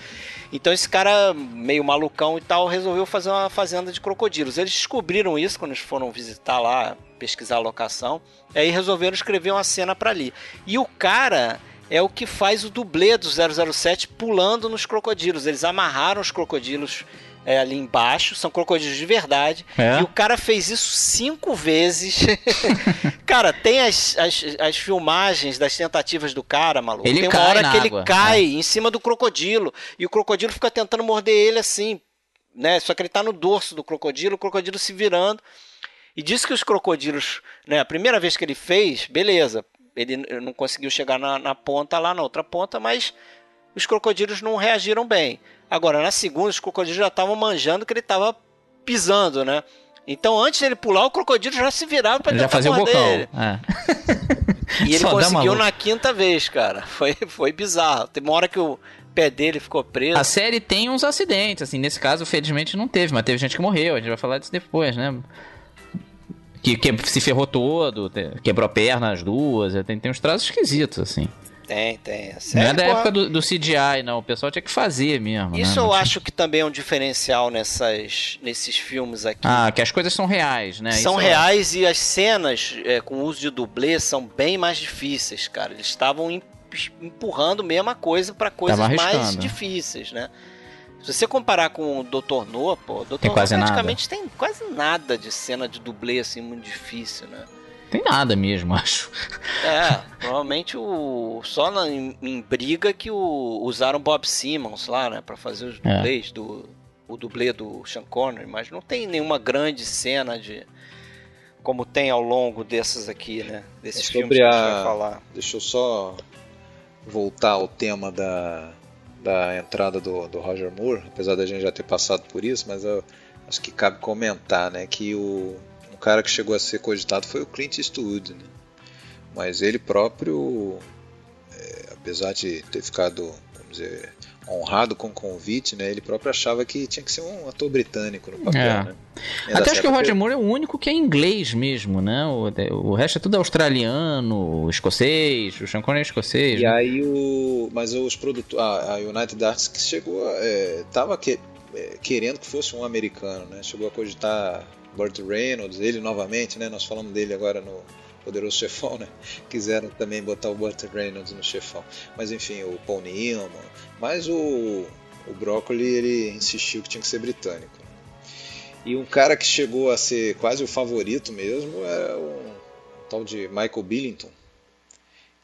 [SPEAKER 2] Então esse cara, meio malucão e tal, resolveu fazer uma fazenda de crocodilos. Eles descobriram isso quando eles foram visitar lá, pesquisar a locação. É, E aí resolveram escrever uma cena pra ali. E o cara é o que faz o dublê do 007 pulando nos crocodilos. Eles amarraram os crocodilos é, ali embaixo, são crocodilos de verdade.
[SPEAKER 3] É?
[SPEAKER 2] E o cara fez isso cinco vezes. cara, tem as, as, as filmagens das tentativas do cara, maluco.
[SPEAKER 3] Ele
[SPEAKER 2] tem uma
[SPEAKER 3] cai
[SPEAKER 2] hora
[SPEAKER 3] na
[SPEAKER 2] que
[SPEAKER 3] água, né?
[SPEAKER 2] ele cai em cima do crocodilo. E o crocodilo fica tentando morder ele assim, né? Só que ele tá no dorso do crocodilo, o crocodilo se virando. E disse que os crocodilos, né, a primeira vez que ele fez, beleza, ele n- não conseguiu chegar na, na ponta lá, na outra ponta, mas os crocodilos não reagiram bem. Agora, na segunda, os crocodilos já estavam manjando que ele estava pisando, né? Então, antes dele pular, o crocodilo já se virava para
[SPEAKER 3] Ele já
[SPEAKER 2] tentar
[SPEAKER 3] fazia o
[SPEAKER 2] morder
[SPEAKER 3] bocão.
[SPEAKER 2] ele.
[SPEAKER 3] é.
[SPEAKER 2] E ele
[SPEAKER 3] Só dá
[SPEAKER 2] conseguiu
[SPEAKER 3] maluco.
[SPEAKER 2] na quinta vez, cara. Foi, foi bizarro. Tem uma hora que o pé dele ficou preso.
[SPEAKER 3] A série tem uns acidentes, assim, nesse caso, felizmente não teve, mas teve gente que morreu, a gente vai falar disso depois, né? Que, que se ferrou todo, te- quebrou a perna as duas, é, tem, tem uns traços esquisitos, assim.
[SPEAKER 2] Tem, tem. A
[SPEAKER 3] não
[SPEAKER 2] série,
[SPEAKER 3] é da
[SPEAKER 2] porra,
[SPEAKER 3] época do, do CGI, não, o pessoal tinha que fazer mesmo.
[SPEAKER 2] Isso
[SPEAKER 3] né?
[SPEAKER 2] eu acho que também é um diferencial nessas, nesses filmes aqui.
[SPEAKER 3] Ah, que as coisas são reais, né?
[SPEAKER 2] São
[SPEAKER 3] Isso é-
[SPEAKER 2] reais e as cenas é, com uso de dublê são bem mais difíceis, cara. Eles estavam em- empurrando mesmo a coisa pra coisas
[SPEAKER 3] Tava
[SPEAKER 2] mais
[SPEAKER 3] arriscando.
[SPEAKER 2] difíceis, né? Se você comparar com o Dr. No, pô, o Dr.
[SPEAKER 3] Tem
[SPEAKER 2] No
[SPEAKER 3] quase nada.
[SPEAKER 2] praticamente tem quase nada de cena de dublê assim muito difícil, né?
[SPEAKER 3] Tem nada mesmo, acho.
[SPEAKER 2] É, provavelmente o só na- em, em briga que o, usaram Bob Simmons lá, né, Pra fazer os
[SPEAKER 3] É.
[SPEAKER 2] dublês do o dublê do Sean Connery, mas não tem nenhuma grande cena de como tem ao longo dessas aqui, né, desses
[SPEAKER 4] Sobre
[SPEAKER 2] filmes que a gente vai
[SPEAKER 4] a-
[SPEAKER 2] falar.
[SPEAKER 4] Deixa eu só voltar ao tema da, da entrada do, do Roger Moore, apesar da gente já ter passado por isso, mas eu acho que cabe comentar, né? Que o, o cara que chegou a ser cogitado foi o Clint Eastwood, né? Mas ele próprio, é, apesar de ter ficado, vamos dizer, honrado com o convite, né? Ele próprio achava que tinha que ser um ator britânico no papel,
[SPEAKER 3] É.
[SPEAKER 4] né? Ainda
[SPEAKER 3] Até acho que o
[SPEAKER 4] certo
[SPEAKER 3] Roger Moore é o único que é inglês mesmo, né? O, o resto é tudo australiano, escocês, o Sean Connery é escocês.
[SPEAKER 4] E
[SPEAKER 3] né?
[SPEAKER 4] aí o. Mas os produtores. A, a United Arts que chegou. É, tava que- é, querendo que fosse um americano, né? Chegou a cogitar Burt Reynolds, ele novamente, né? Nós falamos dele agora no Poderoso Chefão, né? Quiseram também botar o Burt Reynolds no chefão. Mas enfim, o Paul Newman. Mas o. O Broccoli, ele insistiu que tinha que ser britânico. E um cara que chegou a ser quase o favorito mesmo era um tal de Michael Billington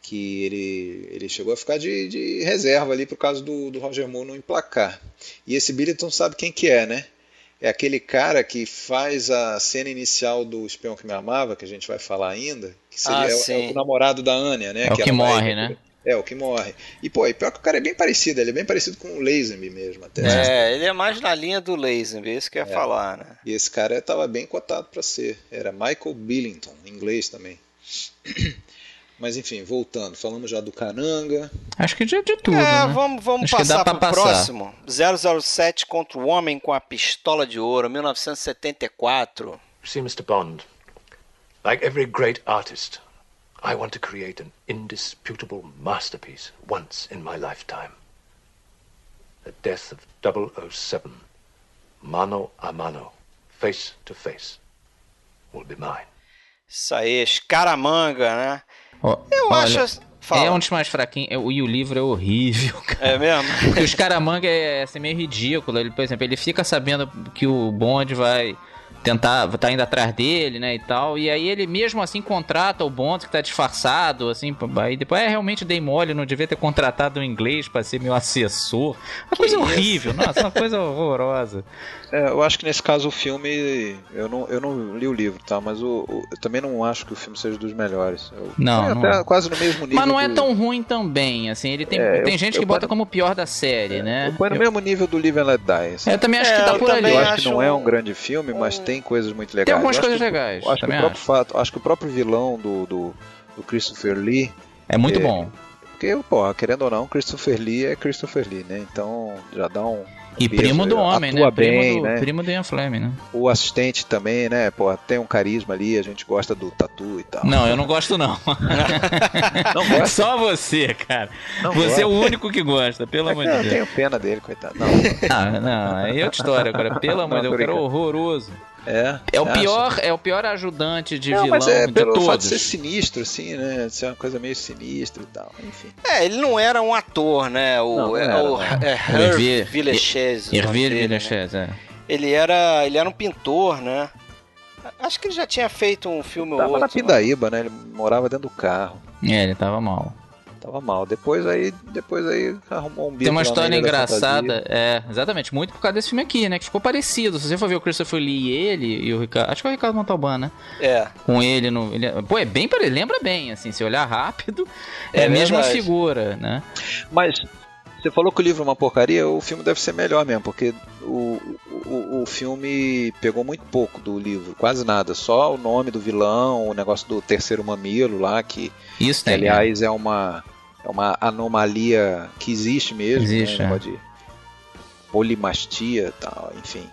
[SPEAKER 4] que ele, ele chegou a ficar de, de reserva ali por causa do, do Roger Moore não emplacar. E esse Billington sabe quem que é, né? É aquele cara que faz a cena inicial do Espião que Me Amava, que a gente vai falar ainda, que seria
[SPEAKER 2] Ah,
[SPEAKER 4] é o- é,
[SPEAKER 2] sim.
[SPEAKER 4] o, namorado da Anya, né?
[SPEAKER 3] É o que
[SPEAKER 4] ela vai-
[SPEAKER 3] morre, né?
[SPEAKER 4] É, o que morre. E, pô, e pior que o cara é bem parecido, ele é bem parecido com o Lazenby mesmo, até.
[SPEAKER 2] É, ele é mais na linha do Lazenby, isso que eu ia falar, né?
[SPEAKER 4] E esse cara estava bem cotado para ser. Era Michael Billington, em inglês também. Mas enfim, voltando, falamos já do Caranga,
[SPEAKER 3] Acho que de, de tudo,
[SPEAKER 2] é,
[SPEAKER 3] né?
[SPEAKER 2] vamos, vamos
[SPEAKER 3] Acho que
[SPEAKER 2] passar
[SPEAKER 3] dá pra
[SPEAKER 2] pro
[SPEAKER 3] passar.
[SPEAKER 2] próximo. 007 contra o Homem com a Pistola de Ouro, 1974.
[SPEAKER 8] See, Mr. Bond, like every great artist, I want to create an indisputable masterpiece once in my lifetime. The death of 007, mano a mano, face to face, will be mine.
[SPEAKER 2] Isso aí, escaramanga, né?
[SPEAKER 3] Ó,
[SPEAKER 2] Eu
[SPEAKER 3] olha,
[SPEAKER 2] acho. assim, Fala.
[SPEAKER 3] É um dos mais fraquinhos. é- E o livro é horrível, cara.
[SPEAKER 2] É mesmo?
[SPEAKER 3] Porque os caramanga é assim, meio ridículo. Ele, por exemplo, ele fica sabendo que o Bond vai tentar, tá indo atrás dele, né, e tal. E aí ele mesmo assim contrata o Bond que tá disfarçado, assim, pô, aí depois é realmente dei mole, não devia ter contratado um inglês pra ser meu assessor. Uma coisa horrível, nossa, uma coisa horrorosa.
[SPEAKER 4] É, eu acho que nesse caso o filme. Eu não, eu não li o livro, tá? Mas o, o- eu também não acho que o filme seja dos melhores. Eu-
[SPEAKER 3] Não,
[SPEAKER 4] é
[SPEAKER 3] não
[SPEAKER 4] até
[SPEAKER 3] é.
[SPEAKER 4] quase no mesmo nível.
[SPEAKER 3] Mas não é
[SPEAKER 4] do-
[SPEAKER 3] tão ruim também, assim, ele tem,
[SPEAKER 4] É,
[SPEAKER 3] tem
[SPEAKER 4] eu-
[SPEAKER 3] gente
[SPEAKER 4] eu É,
[SPEAKER 3] que bota
[SPEAKER 4] paro-
[SPEAKER 3] como o pior da série, né?
[SPEAKER 4] Foi no
[SPEAKER 3] Eu,
[SPEAKER 4] mesmo nível do Live and Let Die. assim.
[SPEAKER 3] eu também acho
[SPEAKER 2] É,
[SPEAKER 3] que tá
[SPEAKER 2] eu
[SPEAKER 3] por ali.
[SPEAKER 2] também
[SPEAKER 4] eu acho que
[SPEAKER 2] acho
[SPEAKER 4] não é um
[SPEAKER 2] um-
[SPEAKER 4] grande filme, mas tem coisas muito legais.
[SPEAKER 3] Tem algumas
[SPEAKER 4] Eu acho
[SPEAKER 3] coisas
[SPEAKER 4] que-
[SPEAKER 3] legais,
[SPEAKER 4] eu Acho que, o
[SPEAKER 3] também
[SPEAKER 4] próprio
[SPEAKER 3] acho.
[SPEAKER 4] fato, acho que o próprio vilão do, do, do Christopher Lee.
[SPEAKER 3] É muito
[SPEAKER 4] É.
[SPEAKER 3] bom.
[SPEAKER 4] Porque, porra, querendo ou não, Christopher Lee é Christopher Lee, né? Então já dá um.
[SPEAKER 3] E
[SPEAKER 4] peso
[SPEAKER 3] primo
[SPEAKER 4] aí,
[SPEAKER 3] do
[SPEAKER 4] ó.
[SPEAKER 3] homem,
[SPEAKER 4] Atua
[SPEAKER 3] né? Primo,
[SPEAKER 4] bem,
[SPEAKER 3] do,
[SPEAKER 4] né?
[SPEAKER 3] primo do Ian Fleming, né?
[SPEAKER 4] O assistente também, né? Porra, tem um carisma ali, a gente gosta do tatu e tal.
[SPEAKER 3] Não, eu não gosto, não.
[SPEAKER 4] Não gosta?
[SPEAKER 3] Só você, cara.
[SPEAKER 4] Não
[SPEAKER 3] você
[SPEAKER 4] gosta.
[SPEAKER 3] é o único que gosta, pelo amor
[SPEAKER 4] É,
[SPEAKER 3] de
[SPEAKER 4] eu
[SPEAKER 3] Deus.
[SPEAKER 4] tenho pena dele, coitado. Não,
[SPEAKER 3] Ah, não, aí é outra história, cara. Pelo amor de
[SPEAKER 4] Não,
[SPEAKER 3] Deus,
[SPEAKER 4] tô
[SPEAKER 3] o cara é
[SPEAKER 4] brincando.
[SPEAKER 3] horroroso.
[SPEAKER 4] é.
[SPEAKER 3] É o
[SPEAKER 4] acha?
[SPEAKER 3] pior, é o pior ajudante de
[SPEAKER 4] Não,
[SPEAKER 3] vilão
[SPEAKER 4] mas é
[SPEAKER 3] de
[SPEAKER 4] pelo fato de
[SPEAKER 3] todos.
[SPEAKER 4] ser sinistro, assim, né? Ser uma coisa meio sinistra e tal. Enfim.
[SPEAKER 2] É, ele não era um ator, né? O,
[SPEAKER 4] Não, não
[SPEAKER 2] é,
[SPEAKER 4] era,
[SPEAKER 2] o
[SPEAKER 4] não.
[SPEAKER 2] é, Herb
[SPEAKER 3] Hervé-
[SPEAKER 2] Villechaize, o nome
[SPEAKER 3] Hervé
[SPEAKER 2] dele, né?
[SPEAKER 3] Villechaize, é.
[SPEAKER 2] Ele era, ele era um pintor, né? Acho que ele já tinha feito um filme ou
[SPEAKER 4] Tava na
[SPEAKER 2] outro.
[SPEAKER 4] Pindaíba, né? Ele morava dentro do carro.
[SPEAKER 3] É, ele tava mal.
[SPEAKER 4] Tava mal. Depois aí, depois aí arrumou um bico.
[SPEAKER 3] Tem uma
[SPEAKER 4] lá na
[SPEAKER 3] história
[SPEAKER 4] Ilha da Fantasia.
[SPEAKER 3] engraçada, é, exatamente, muito por causa desse filme aqui, né? Que ficou parecido. Se você for ver o Christopher Lee e ele e o Ricardo. Acho que é o Ricardo Montalban, né?
[SPEAKER 2] É.
[SPEAKER 3] Com ele no. ele é- pô, é bem parecido, lembra bem, assim, se olhar rápido, é,
[SPEAKER 2] É
[SPEAKER 3] a mesma
[SPEAKER 2] verdade.
[SPEAKER 3] figura, né?
[SPEAKER 4] Mas você falou que o livro é uma porcaria, o filme deve ser melhor mesmo, porque o, o, o filme pegou muito pouco do livro, quase nada. Só o nome do vilão, o negócio do terceiro mamilo lá, que
[SPEAKER 3] Isso
[SPEAKER 4] que,
[SPEAKER 3] tem. né?
[SPEAKER 4] aliás é uma, é uma anomalia que existe mesmo.
[SPEAKER 3] Existe,
[SPEAKER 4] né?
[SPEAKER 3] é.
[SPEAKER 4] negócio de polimastia e tal, enfim.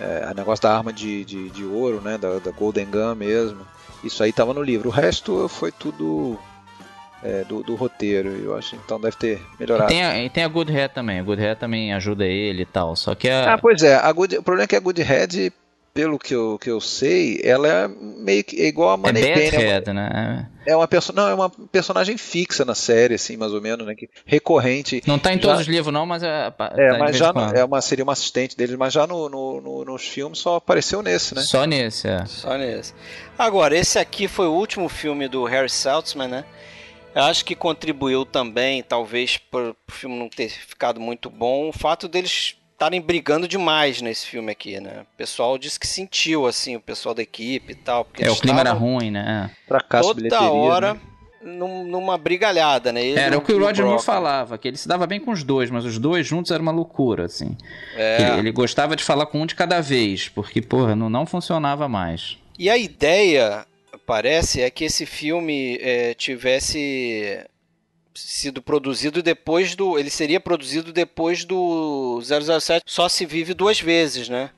[SPEAKER 4] É, o negócio da arma de, de, de ouro, né? Da, da Golden Gun mesmo. Isso aí tava no livro. O resto foi tudo é, do, do roteiro, eu acho. Então deve ter
[SPEAKER 3] E
[SPEAKER 4] melhorado.
[SPEAKER 3] tem, a, e tem a Good Hair também. A Good Hair também ajuda ele e tal. Só que a.
[SPEAKER 4] Ah, pois é. a Good- o problema é que a Good Head, pelo que eu, que eu sei, ela é meio que é igual a
[SPEAKER 3] é
[SPEAKER 4] Money
[SPEAKER 3] Bad
[SPEAKER 4] Penny, é uma-
[SPEAKER 3] Head, né?
[SPEAKER 4] É uma, perso- não, é uma personagem fixa na série, assim, mais ou menos, né? Que recorrente.
[SPEAKER 3] Não tá em
[SPEAKER 4] Já-
[SPEAKER 3] todos os livros, não, mas. É, pa-
[SPEAKER 4] É,
[SPEAKER 3] tá de
[SPEAKER 4] mas
[SPEAKER 3] vez
[SPEAKER 4] já
[SPEAKER 3] em quando.
[SPEAKER 4] é uma, seria uma assistente deles, mas já no, no- no- nos filmes só apareceu nesse, né?
[SPEAKER 3] Só nesse, é.
[SPEAKER 2] Só nesse. Agora, esse aqui foi o último filme do Harry Saltzman, né? Eu acho que contribuiu também, talvez, para o filme não ter ficado muito bom, o fato deles estarem brigando demais nesse filme aqui, né? O pessoal disse que sentiu, assim, o pessoal da equipe e tal. Porque
[SPEAKER 3] É, o
[SPEAKER 2] eles
[SPEAKER 3] clima era
[SPEAKER 2] estavam
[SPEAKER 3] ruim, né? É.
[SPEAKER 4] Fracasso de
[SPEAKER 2] Toda
[SPEAKER 4] bilheteria.
[SPEAKER 2] hora
[SPEAKER 4] né?
[SPEAKER 2] num- numa brigalhada, né? Ele
[SPEAKER 3] É. Era o que o Roger Moore
[SPEAKER 2] Brock, né?
[SPEAKER 3] falava, que ele se dava bem com os dois, mas os dois juntos era uma loucura, assim.
[SPEAKER 2] É.
[SPEAKER 3] Ele, ele gostava de falar com um de cada vez, porque, porra, não, não funcionava mais.
[SPEAKER 2] E a ideia, parece, é que esse filme eh, tivesse sido produzido depois do. Ele seria produzido depois do 007 Só se vive duas vezes, né?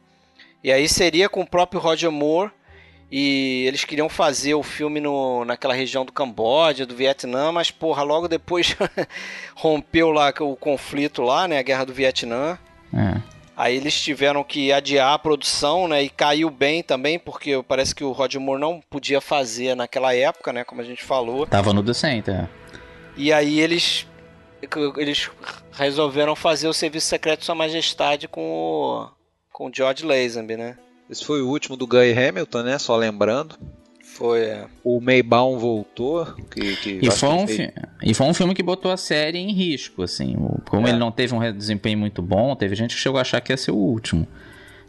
[SPEAKER 2] E aí seria com o próprio Roger Moore. E eles queriam fazer o filme no, naquela região do Camboja, do Vietnã, mas porra, logo depois rompeu lá o conflito lá, né? A guerra do Vietnã.
[SPEAKER 3] É.
[SPEAKER 2] Aí eles tiveram que adiar a produção, né? E caiu bem também, porque parece que o Roger Moore não podia fazer naquela época, né? Como a gente falou.
[SPEAKER 3] Tava no The Center.
[SPEAKER 2] E aí eles eles resolveram fazer o Serviço Secreto de Sua Majestade com o, com o George Lazenby, né?
[SPEAKER 4] Esse foi o último do Guy Hamilton, né? Só lembrando.
[SPEAKER 2] Foi. é.
[SPEAKER 4] O Maybaum voltou. Que, que
[SPEAKER 3] E
[SPEAKER 4] eu acho
[SPEAKER 3] foi,
[SPEAKER 4] que
[SPEAKER 3] um
[SPEAKER 4] fez-
[SPEAKER 3] fi- e foi um filme que botou a série em risco, assim. O- Como
[SPEAKER 4] É.
[SPEAKER 3] ele não teve um re- desempenho muito bom, teve gente que chegou a achar que ia ser o último.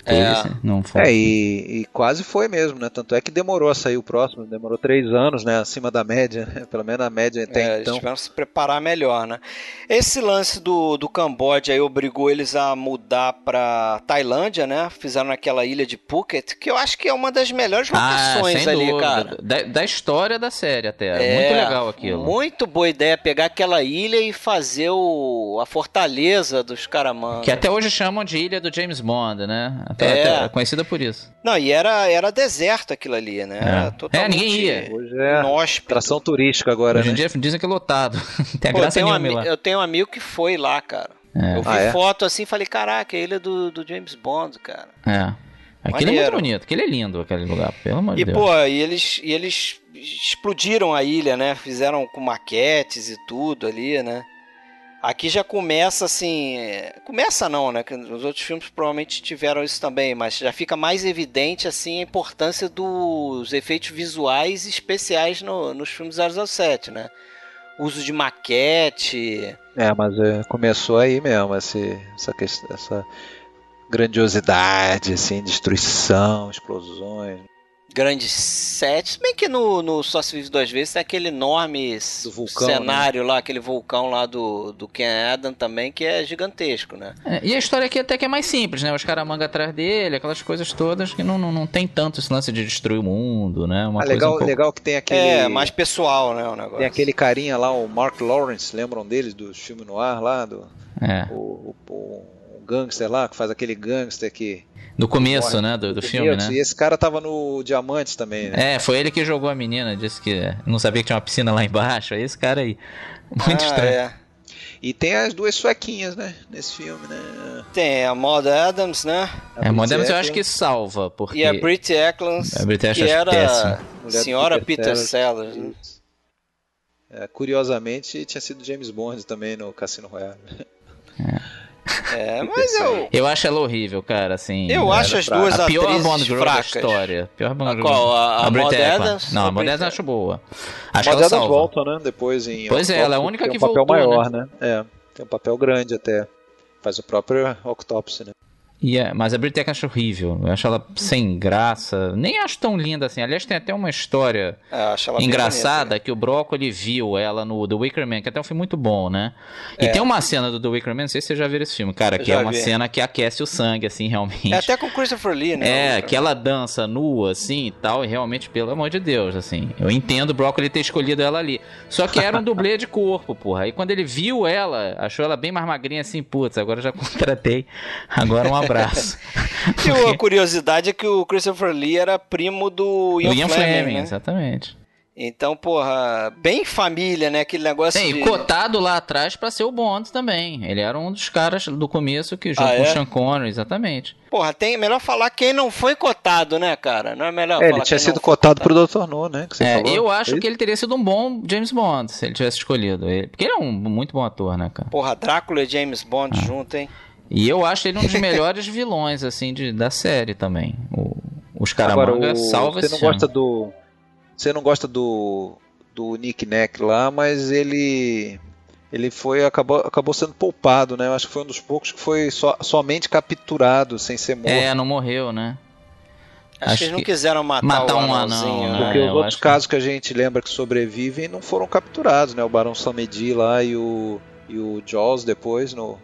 [SPEAKER 2] É.
[SPEAKER 3] Esse não foi.
[SPEAKER 4] É, e, e quase foi mesmo, né? Tanto é que demorou a sair o próximo, demorou três anos, né? Acima da média, né? Pelo menos a média até
[SPEAKER 2] É, Eles
[SPEAKER 4] então.
[SPEAKER 2] tiveram que se preparar melhor, né? Esse lance do, do Camboja aí obrigou eles a mudar pra Tailândia, né? Fizeram naquela ilha de Phuket, que eu acho que é uma das melhores
[SPEAKER 3] Ah,
[SPEAKER 2] locações
[SPEAKER 3] sem
[SPEAKER 2] ali,
[SPEAKER 3] dúvida.
[SPEAKER 2] cara.
[SPEAKER 3] Da, da história da série até.
[SPEAKER 2] É,
[SPEAKER 3] muito legal aquilo.
[SPEAKER 2] Muito boa ideia pegar aquela ilha e fazer o, a fortaleza dos caramandos.
[SPEAKER 3] Que é- até hoje chamam de Ilha do James Bond, né? Até,
[SPEAKER 2] É.
[SPEAKER 3] até conhecida por isso.
[SPEAKER 2] Não, e era, era deserto aquilo ali, né? Era
[SPEAKER 3] É,
[SPEAKER 2] totalmente
[SPEAKER 3] ninguém ia.
[SPEAKER 4] Hoje é
[SPEAKER 2] inóspito.
[SPEAKER 4] atração turística agora,
[SPEAKER 3] Hoje em
[SPEAKER 4] né?
[SPEAKER 3] dia dizem que é lotado. Não Tem a
[SPEAKER 2] Pô, eu,
[SPEAKER 3] graça
[SPEAKER 2] tenho um
[SPEAKER 3] nenhuma
[SPEAKER 2] ami-
[SPEAKER 3] lá.
[SPEAKER 2] eu tenho um amigo que foi lá, cara.
[SPEAKER 3] É.
[SPEAKER 2] Eu vi
[SPEAKER 4] Ah, é?
[SPEAKER 2] foto assim e falei, caraca, é a ilha do, do James Bond, cara.
[SPEAKER 3] É. Aquele é muito
[SPEAKER 2] Maneiro.
[SPEAKER 3] bonito, aquele é lindo, aquele lugar, pelo amor de
[SPEAKER 2] E,
[SPEAKER 3] Deus.
[SPEAKER 2] pô, e eles, e eles explodiram a ilha, né? Fizeram com maquetes e tudo ali, né? Aqui já começa assim. é, Começa não, né? Que Os outros filmes provavelmente tiveram isso também, mas já fica mais evidente assim a importância dos efeitos visuais especiais no, nos filmes 007, né? Uso de maquete.
[SPEAKER 4] É, mas é, começou aí mesmo esse- essa, questão, essa grandiosidade, assim, destruição, explosões.
[SPEAKER 2] Grandes sets, se bem que no, no Só Se Vive Duas Vezes tem aquele enorme
[SPEAKER 4] Do vulcão,
[SPEAKER 3] né?
[SPEAKER 2] cenário lá, aquele vulcão lá do, do Ken Adam também, que é gigantesco, né?
[SPEAKER 3] É, e a história aqui até que é mais simples, né? Os caramanga atrás dele, aquelas coisas todas que não, não, não tem tanto esse lance de destruir o mundo, né? Uma
[SPEAKER 4] Ah,
[SPEAKER 3] coisa
[SPEAKER 4] legal,
[SPEAKER 3] um pouco-
[SPEAKER 4] legal que tem aquele,
[SPEAKER 2] É, mais pessoal, né, o negócio.
[SPEAKER 4] tem aquele carinha lá, o Mark Lawrence, lembram dele, dos filmes no ar lá, do,
[SPEAKER 3] É.
[SPEAKER 4] o, o, o gangster lá, que faz aquele gangster que...
[SPEAKER 3] Do começo,
[SPEAKER 4] Morre.
[SPEAKER 3] né? Do, do filme,
[SPEAKER 4] E
[SPEAKER 3] né?
[SPEAKER 4] esse cara tava no Diamantes também, né?
[SPEAKER 3] É, foi ele que jogou a menina, disse que não sabia que tinha uma piscina lá embaixo. É esse cara aí. Muito
[SPEAKER 2] Ah,
[SPEAKER 3] estranho.
[SPEAKER 2] é.
[SPEAKER 4] E tem as duas suequinhas, né, nesse filme, né?
[SPEAKER 2] Tem a Maud Adams, né?
[SPEAKER 4] A
[SPEAKER 3] É, Modemos
[SPEAKER 4] Bridget
[SPEAKER 3] eu acho que
[SPEAKER 4] Eklund,
[SPEAKER 3] salva, porque.
[SPEAKER 2] E a Brit Eklund,
[SPEAKER 3] A Brit
[SPEAKER 2] que
[SPEAKER 3] Eklund acho
[SPEAKER 2] era
[SPEAKER 3] péssima.
[SPEAKER 4] um mulher do
[SPEAKER 2] senhora Peter, Sellers. né?
[SPEAKER 4] Isso. É, curiosamente, tinha sido James Bond também no Cassino Royale.
[SPEAKER 2] É, mas eu.
[SPEAKER 3] Eu acho ela horrível, cara, assim.
[SPEAKER 2] Eu
[SPEAKER 3] ela-
[SPEAKER 2] acho as duas
[SPEAKER 3] a pior
[SPEAKER 2] atrizes
[SPEAKER 3] Bond Girl da
[SPEAKER 2] fracas.
[SPEAKER 3] história. Pior Bond
[SPEAKER 2] A
[SPEAKER 3] Girl.
[SPEAKER 2] qual? A- a
[SPEAKER 3] Brit
[SPEAKER 2] Maud
[SPEAKER 3] Ekman.
[SPEAKER 2] Adams?
[SPEAKER 3] Não,
[SPEAKER 2] A
[SPEAKER 3] a Mod
[SPEAKER 2] Brit
[SPEAKER 3] Adams eu acho boa. Acho que
[SPEAKER 4] Mas
[SPEAKER 3] ela
[SPEAKER 2] é
[SPEAKER 4] elas
[SPEAKER 3] salva.
[SPEAKER 4] voltam, né? Depois em.
[SPEAKER 3] Pois é, ela é a única
[SPEAKER 4] tem
[SPEAKER 3] que
[SPEAKER 4] um papel
[SPEAKER 3] voltou,
[SPEAKER 4] maior, né? É, tem um papel grande até. Faz o próprio Octopsy, né?
[SPEAKER 3] E é- mas a Brit Ekman eu acho horrível. Eu acho ela sem graça. Nem acho tão linda assim. Aliás, tem até uma história
[SPEAKER 2] É, eu acho ela né? bem
[SPEAKER 3] engraçada
[SPEAKER 2] bonita.
[SPEAKER 3] que o Brócoli viu ela no The Wicker Man, que até é um filme muito bom, né? E tem uma cena do The Wicker Man, não sei se vocês já viram esse filme, cara, que
[SPEAKER 2] É. Já
[SPEAKER 3] é uma
[SPEAKER 2] vi.
[SPEAKER 3] cena que aquece o sangue, assim, realmente.
[SPEAKER 2] É até com Christopher Lee, né?
[SPEAKER 3] É, que ela dança nua, assim e tal, e realmente, pelo amor de Deus, assim. Eu entendo o Broccoli ter escolhido ela ali. Só que era um dublê de corpo, porra. Aí quando ele viu ela, achou ela bem mais magrinha, assim, putz, agora eu já contratei. Agora um abraço.
[SPEAKER 2] E a curiosidade é que o Christopher Lee era primo do Ian,
[SPEAKER 3] O Ian Fleming,
[SPEAKER 2] né?
[SPEAKER 3] exatamente.
[SPEAKER 2] Então, porra, bem família, né? Aquele negócio
[SPEAKER 3] Tem,
[SPEAKER 2] de...
[SPEAKER 3] cotado lá atrás pra ser o Bond também. Ele era um dos caras do começo que junto
[SPEAKER 2] Ah,
[SPEAKER 3] com o
[SPEAKER 2] é?
[SPEAKER 3] Sean Connery, exatamente.
[SPEAKER 2] Porra, tem... melhor falar quem não foi cotado, né, cara? Não é melhor
[SPEAKER 4] É,
[SPEAKER 2] falar
[SPEAKER 4] ele tinha
[SPEAKER 2] quem não
[SPEAKER 4] sido
[SPEAKER 2] foi
[SPEAKER 4] cotado pro Dr. No, né? que você
[SPEAKER 3] É,
[SPEAKER 4] falou.
[SPEAKER 3] eu acho
[SPEAKER 4] Foi
[SPEAKER 3] que ele teria sido um bom James Bond se ele tivesse escolhido ele. Porque ele é um muito bom ator, né, cara?
[SPEAKER 2] Porra, Drácula e James Bond junto, hein?
[SPEAKER 3] E eu acho ele um dos melhores vilões, assim, de, da série também. O, os
[SPEAKER 4] Agora,
[SPEAKER 3] Caramanga
[SPEAKER 4] o-
[SPEAKER 3] salva
[SPEAKER 4] você
[SPEAKER 3] esse
[SPEAKER 4] não
[SPEAKER 3] filme.
[SPEAKER 4] gosta do você não gosta do do Nick Neck lá, mas ele ele foi acabou acabou sendo poupado, né? Eu acho que foi um dos poucos que foi so- somente capturado sem ser morto.
[SPEAKER 3] É, não morreu, né?
[SPEAKER 2] Acho,
[SPEAKER 3] Acho
[SPEAKER 2] que eles não
[SPEAKER 3] que-
[SPEAKER 2] quiseram matar,
[SPEAKER 3] matar
[SPEAKER 2] o
[SPEAKER 3] um anão,
[SPEAKER 2] anãozinho,
[SPEAKER 3] né?
[SPEAKER 4] Porque
[SPEAKER 3] eu
[SPEAKER 4] os outros
[SPEAKER 3] acho que-
[SPEAKER 4] casos que a gente lembra que sobrevivem não foram capturados, né? O Barão Samedi lá e o e o Jaws depois no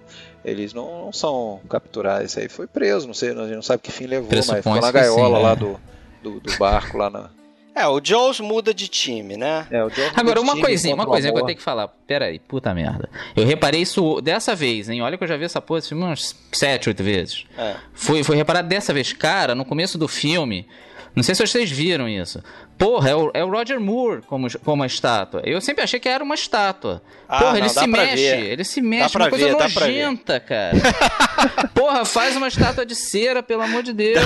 [SPEAKER 4] eles não, não são capturados. Esse aí foi preso, não sei, a gente não sabe que fim levou, mas
[SPEAKER 3] Pressupõe-se
[SPEAKER 4] ficou na
[SPEAKER 3] que sim,
[SPEAKER 4] gaiola
[SPEAKER 3] né?
[SPEAKER 4] lá do, do, do barco lá na.
[SPEAKER 2] É, o Jones muda de time, né?
[SPEAKER 4] É, o Jaws
[SPEAKER 3] Agora, uma
[SPEAKER 4] tinha
[SPEAKER 3] coisinha, uma
[SPEAKER 4] contra o
[SPEAKER 3] coisinha que eu
[SPEAKER 4] amor.
[SPEAKER 3] tenho que falar. Pera aí, puta merda. Eu reparei isso dessa vez, hein? Olha que eu já vi essa porra desse filme umas 7, 8 vezes.
[SPEAKER 2] É.
[SPEAKER 3] Foi, foi reparado dessa vez. Cara, no começo do filme, não sei se vocês viram isso. Porra, é o, é o Roger Moore como, como a estátua. Eu sempre achei que era uma estátua.
[SPEAKER 2] Ah,
[SPEAKER 3] Porra,
[SPEAKER 2] não,
[SPEAKER 3] ele
[SPEAKER 2] dá
[SPEAKER 3] se
[SPEAKER 2] pra
[SPEAKER 3] mexe,
[SPEAKER 2] ver.
[SPEAKER 3] ele se mexe,
[SPEAKER 2] pra
[SPEAKER 3] uma coisa
[SPEAKER 2] ver, dá pra ver.
[SPEAKER 3] nojenta, cara. Porra, faz uma estátua de cera, pelo amor de Deus.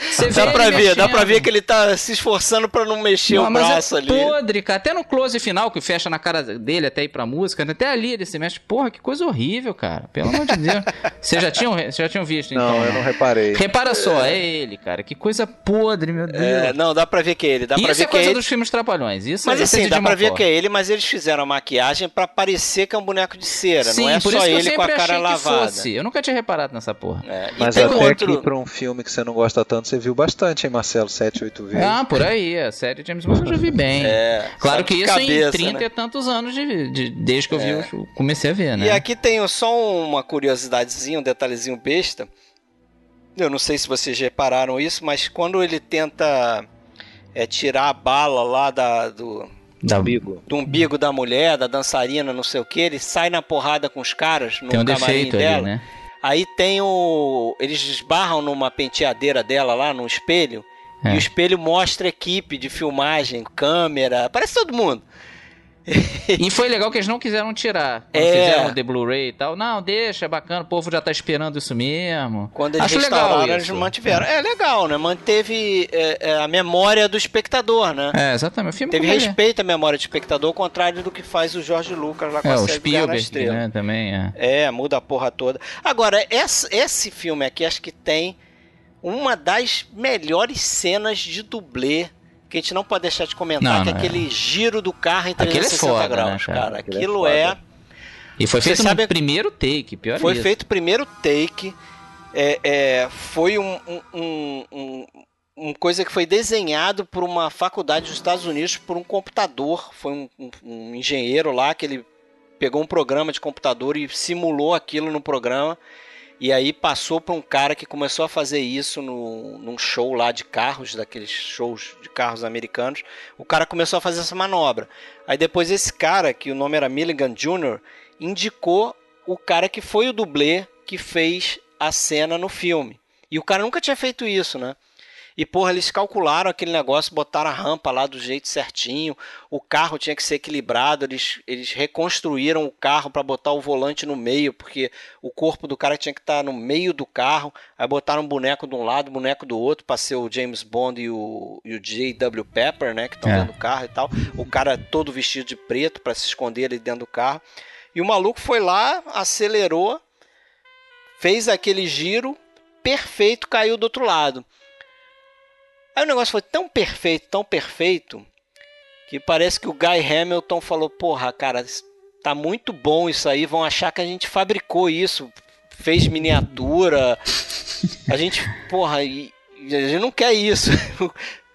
[SPEAKER 3] Você
[SPEAKER 2] Dá
[SPEAKER 3] vê
[SPEAKER 2] pra
[SPEAKER 3] ele
[SPEAKER 2] ver, dá pra
[SPEAKER 3] mexendo.
[SPEAKER 2] ver que ele tá se esforçando pra não mexer
[SPEAKER 3] Não,
[SPEAKER 2] o
[SPEAKER 3] mas
[SPEAKER 2] braço
[SPEAKER 3] é
[SPEAKER 2] ali.
[SPEAKER 3] podre, cara. Até no close final, que fecha na cara dele até ir pra música, né? até ali ele se mexe. Porra, que coisa horrível, cara. Pelo amor de Deus. Vocês já tinham, vocês já tinham visto, então?
[SPEAKER 4] Não, eu não reparei.
[SPEAKER 3] Repara só, é ele, cara. Que coisa podre, meu Deus.
[SPEAKER 2] É, não, dá pra ver que é ele, dá pra
[SPEAKER 3] Isso
[SPEAKER 2] ver
[SPEAKER 3] é
[SPEAKER 2] que é
[SPEAKER 3] coisa
[SPEAKER 2] ele.
[SPEAKER 3] dos filmes trapalhões. Isso
[SPEAKER 2] Mas
[SPEAKER 3] é isso é
[SPEAKER 2] assim,
[SPEAKER 3] de
[SPEAKER 2] dá pra ver
[SPEAKER 3] Dimapó.
[SPEAKER 2] que é ele, mas eles fizeram a maquiagem pra parecer que é um boneco de cera,
[SPEAKER 3] Sim,
[SPEAKER 2] não é
[SPEAKER 3] por
[SPEAKER 2] só
[SPEAKER 3] isso que eu
[SPEAKER 2] ele
[SPEAKER 3] sempre
[SPEAKER 2] com a
[SPEAKER 3] achei
[SPEAKER 2] cara
[SPEAKER 3] que
[SPEAKER 2] lavada.
[SPEAKER 3] fosse. Eu nunca tinha reparado nessa porra.
[SPEAKER 2] É, e
[SPEAKER 4] Mas
[SPEAKER 2] tem
[SPEAKER 4] até
[SPEAKER 2] um
[SPEAKER 4] aqui
[SPEAKER 2] outro.
[SPEAKER 4] pra um filme que você não gosta tanto, você viu bastante, hein, Marcelo? Sete, oito vezes.
[SPEAKER 3] Ah, por aí. A série James Bond eu já vi bem.
[SPEAKER 2] É,
[SPEAKER 3] Claro
[SPEAKER 2] sabe
[SPEAKER 3] que
[SPEAKER 2] de
[SPEAKER 3] isso
[SPEAKER 2] cabeça,
[SPEAKER 3] em 30
[SPEAKER 2] né? É.
[SPEAKER 3] e tantos anos de, de- desde que eu vi, eu comecei a ver, né?
[SPEAKER 2] E aqui tem só uma curiosidadezinha, um detalhezinho besta. Eu não sei se vocês repararam isso, mas quando ele tenta é, tirar a bala lá da, do,
[SPEAKER 3] Da- Hum.
[SPEAKER 4] Amigo.
[SPEAKER 2] do umbigo da mulher, da dançarina, não sei o que, ele sai na porrada com os caras no
[SPEAKER 3] Tem um
[SPEAKER 2] camarim
[SPEAKER 3] defeito
[SPEAKER 2] dela.
[SPEAKER 3] ali, né?
[SPEAKER 2] Aí tem o. Eles esbarram numa penteadeira dela lá, num espelho.
[SPEAKER 3] É.
[SPEAKER 2] E o espelho mostra a equipe de filmagem, câmera, aparece todo mundo.
[SPEAKER 3] E foi legal que eles não quiseram tirar. Quando
[SPEAKER 2] É.
[SPEAKER 3] fizeram o The Blu-ray e tal. Não, deixa, é bacana, o povo já tá esperando isso mesmo.
[SPEAKER 2] Quando eles
[SPEAKER 3] Acho
[SPEAKER 2] restauraram,
[SPEAKER 3] legal
[SPEAKER 2] eles
[SPEAKER 3] isso.
[SPEAKER 2] mantiveram. É legal, né? Manteve é, é, a memória do espectador, né?
[SPEAKER 3] É, exatamente. O filme
[SPEAKER 2] Teve
[SPEAKER 3] como ele é.
[SPEAKER 2] respeito à memória do espectador, ao contrário do que faz o Jorge Lucas lá com
[SPEAKER 3] É,
[SPEAKER 2] a
[SPEAKER 3] o
[SPEAKER 2] série Guerra na
[SPEAKER 3] Spielberg,
[SPEAKER 2] Estrela.
[SPEAKER 3] né, também, é.
[SPEAKER 2] É, muda a porra toda. Agora, essa- esse filme aqui acho que tem uma das melhores cenas de dublê que a gente não pode deixar de comentar,
[SPEAKER 3] Não,
[SPEAKER 2] que é
[SPEAKER 3] não,
[SPEAKER 2] aquele giro do carro em
[SPEAKER 3] Aquele é
[SPEAKER 2] 360
[SPEAKER 3] foda,
[SPEAKER 2] graus,
[SPEAKER 3] né,
[SPEAKER 2] cara.
[SPEAKER 3] cara?
[SPEAKER 2] Aquilo
[SPEAKER 4] Aquele é
[SPEAKER 2] é,
[SPEAKER 4] foda.
[SPEAKER 3] E foi
[SPEAKER 2] Você
[SPEAKER 3] feito
[SPEAKER 2] sabe-
[SPEAKER 3] no primeiro take, pior é
[SPEAKER 2] foi
[SPEAKER 3] isso.
[SPEAKER 2] feito o primeiro take, é, é, foi um, um- um- um- um coisa que foi desenhado por uma faculdade dos Estados Unidos por um computador, foi um, um- um engenheiro lá que ele pegou um programa de computador e simulou aquilo no programa e aí passou para um cara que começou a fazer isso no, num show lá de carros, daqueles shows de carros americanos. O cara começou a fazer essa manobra. Aí depois esse cara, que o nome era Milligan Jr., indicou o cara que foi o dublê que fez a cena no filme. E o cara nunca tinha feito isso, né? E, porra, eles calcularam aquele negócio, botaram a rampa lá do jeito certinho, o carro tinha que ser equilibrado, eles, eles reconstruíram o carro para botar o volante no meio, porque o corpo do cara tinha que estar no meio do carro, aí botaram um boneco de um lado, um boneco do outro, para ser o James Bond e o, e o J.W. Pepper, né, que estão
[SPEAKER 3] É.
[SPEAKER 2] dentro do carro e tal, o cara todo vestido de preto para se esconder ali dentro do carro, e o maluco foi lá, acelerou, fez aquele giro perfeito, caiu do outro lado. Aí o negócio foi tão perfeito, tão perfeito, que parece que o Guy Hamilton falou: Porra, cara, tá muito bom isso aí, vão achar que a gente fabricou isso, fez miniatura. A gente, porra, e- e a gente não quer isso.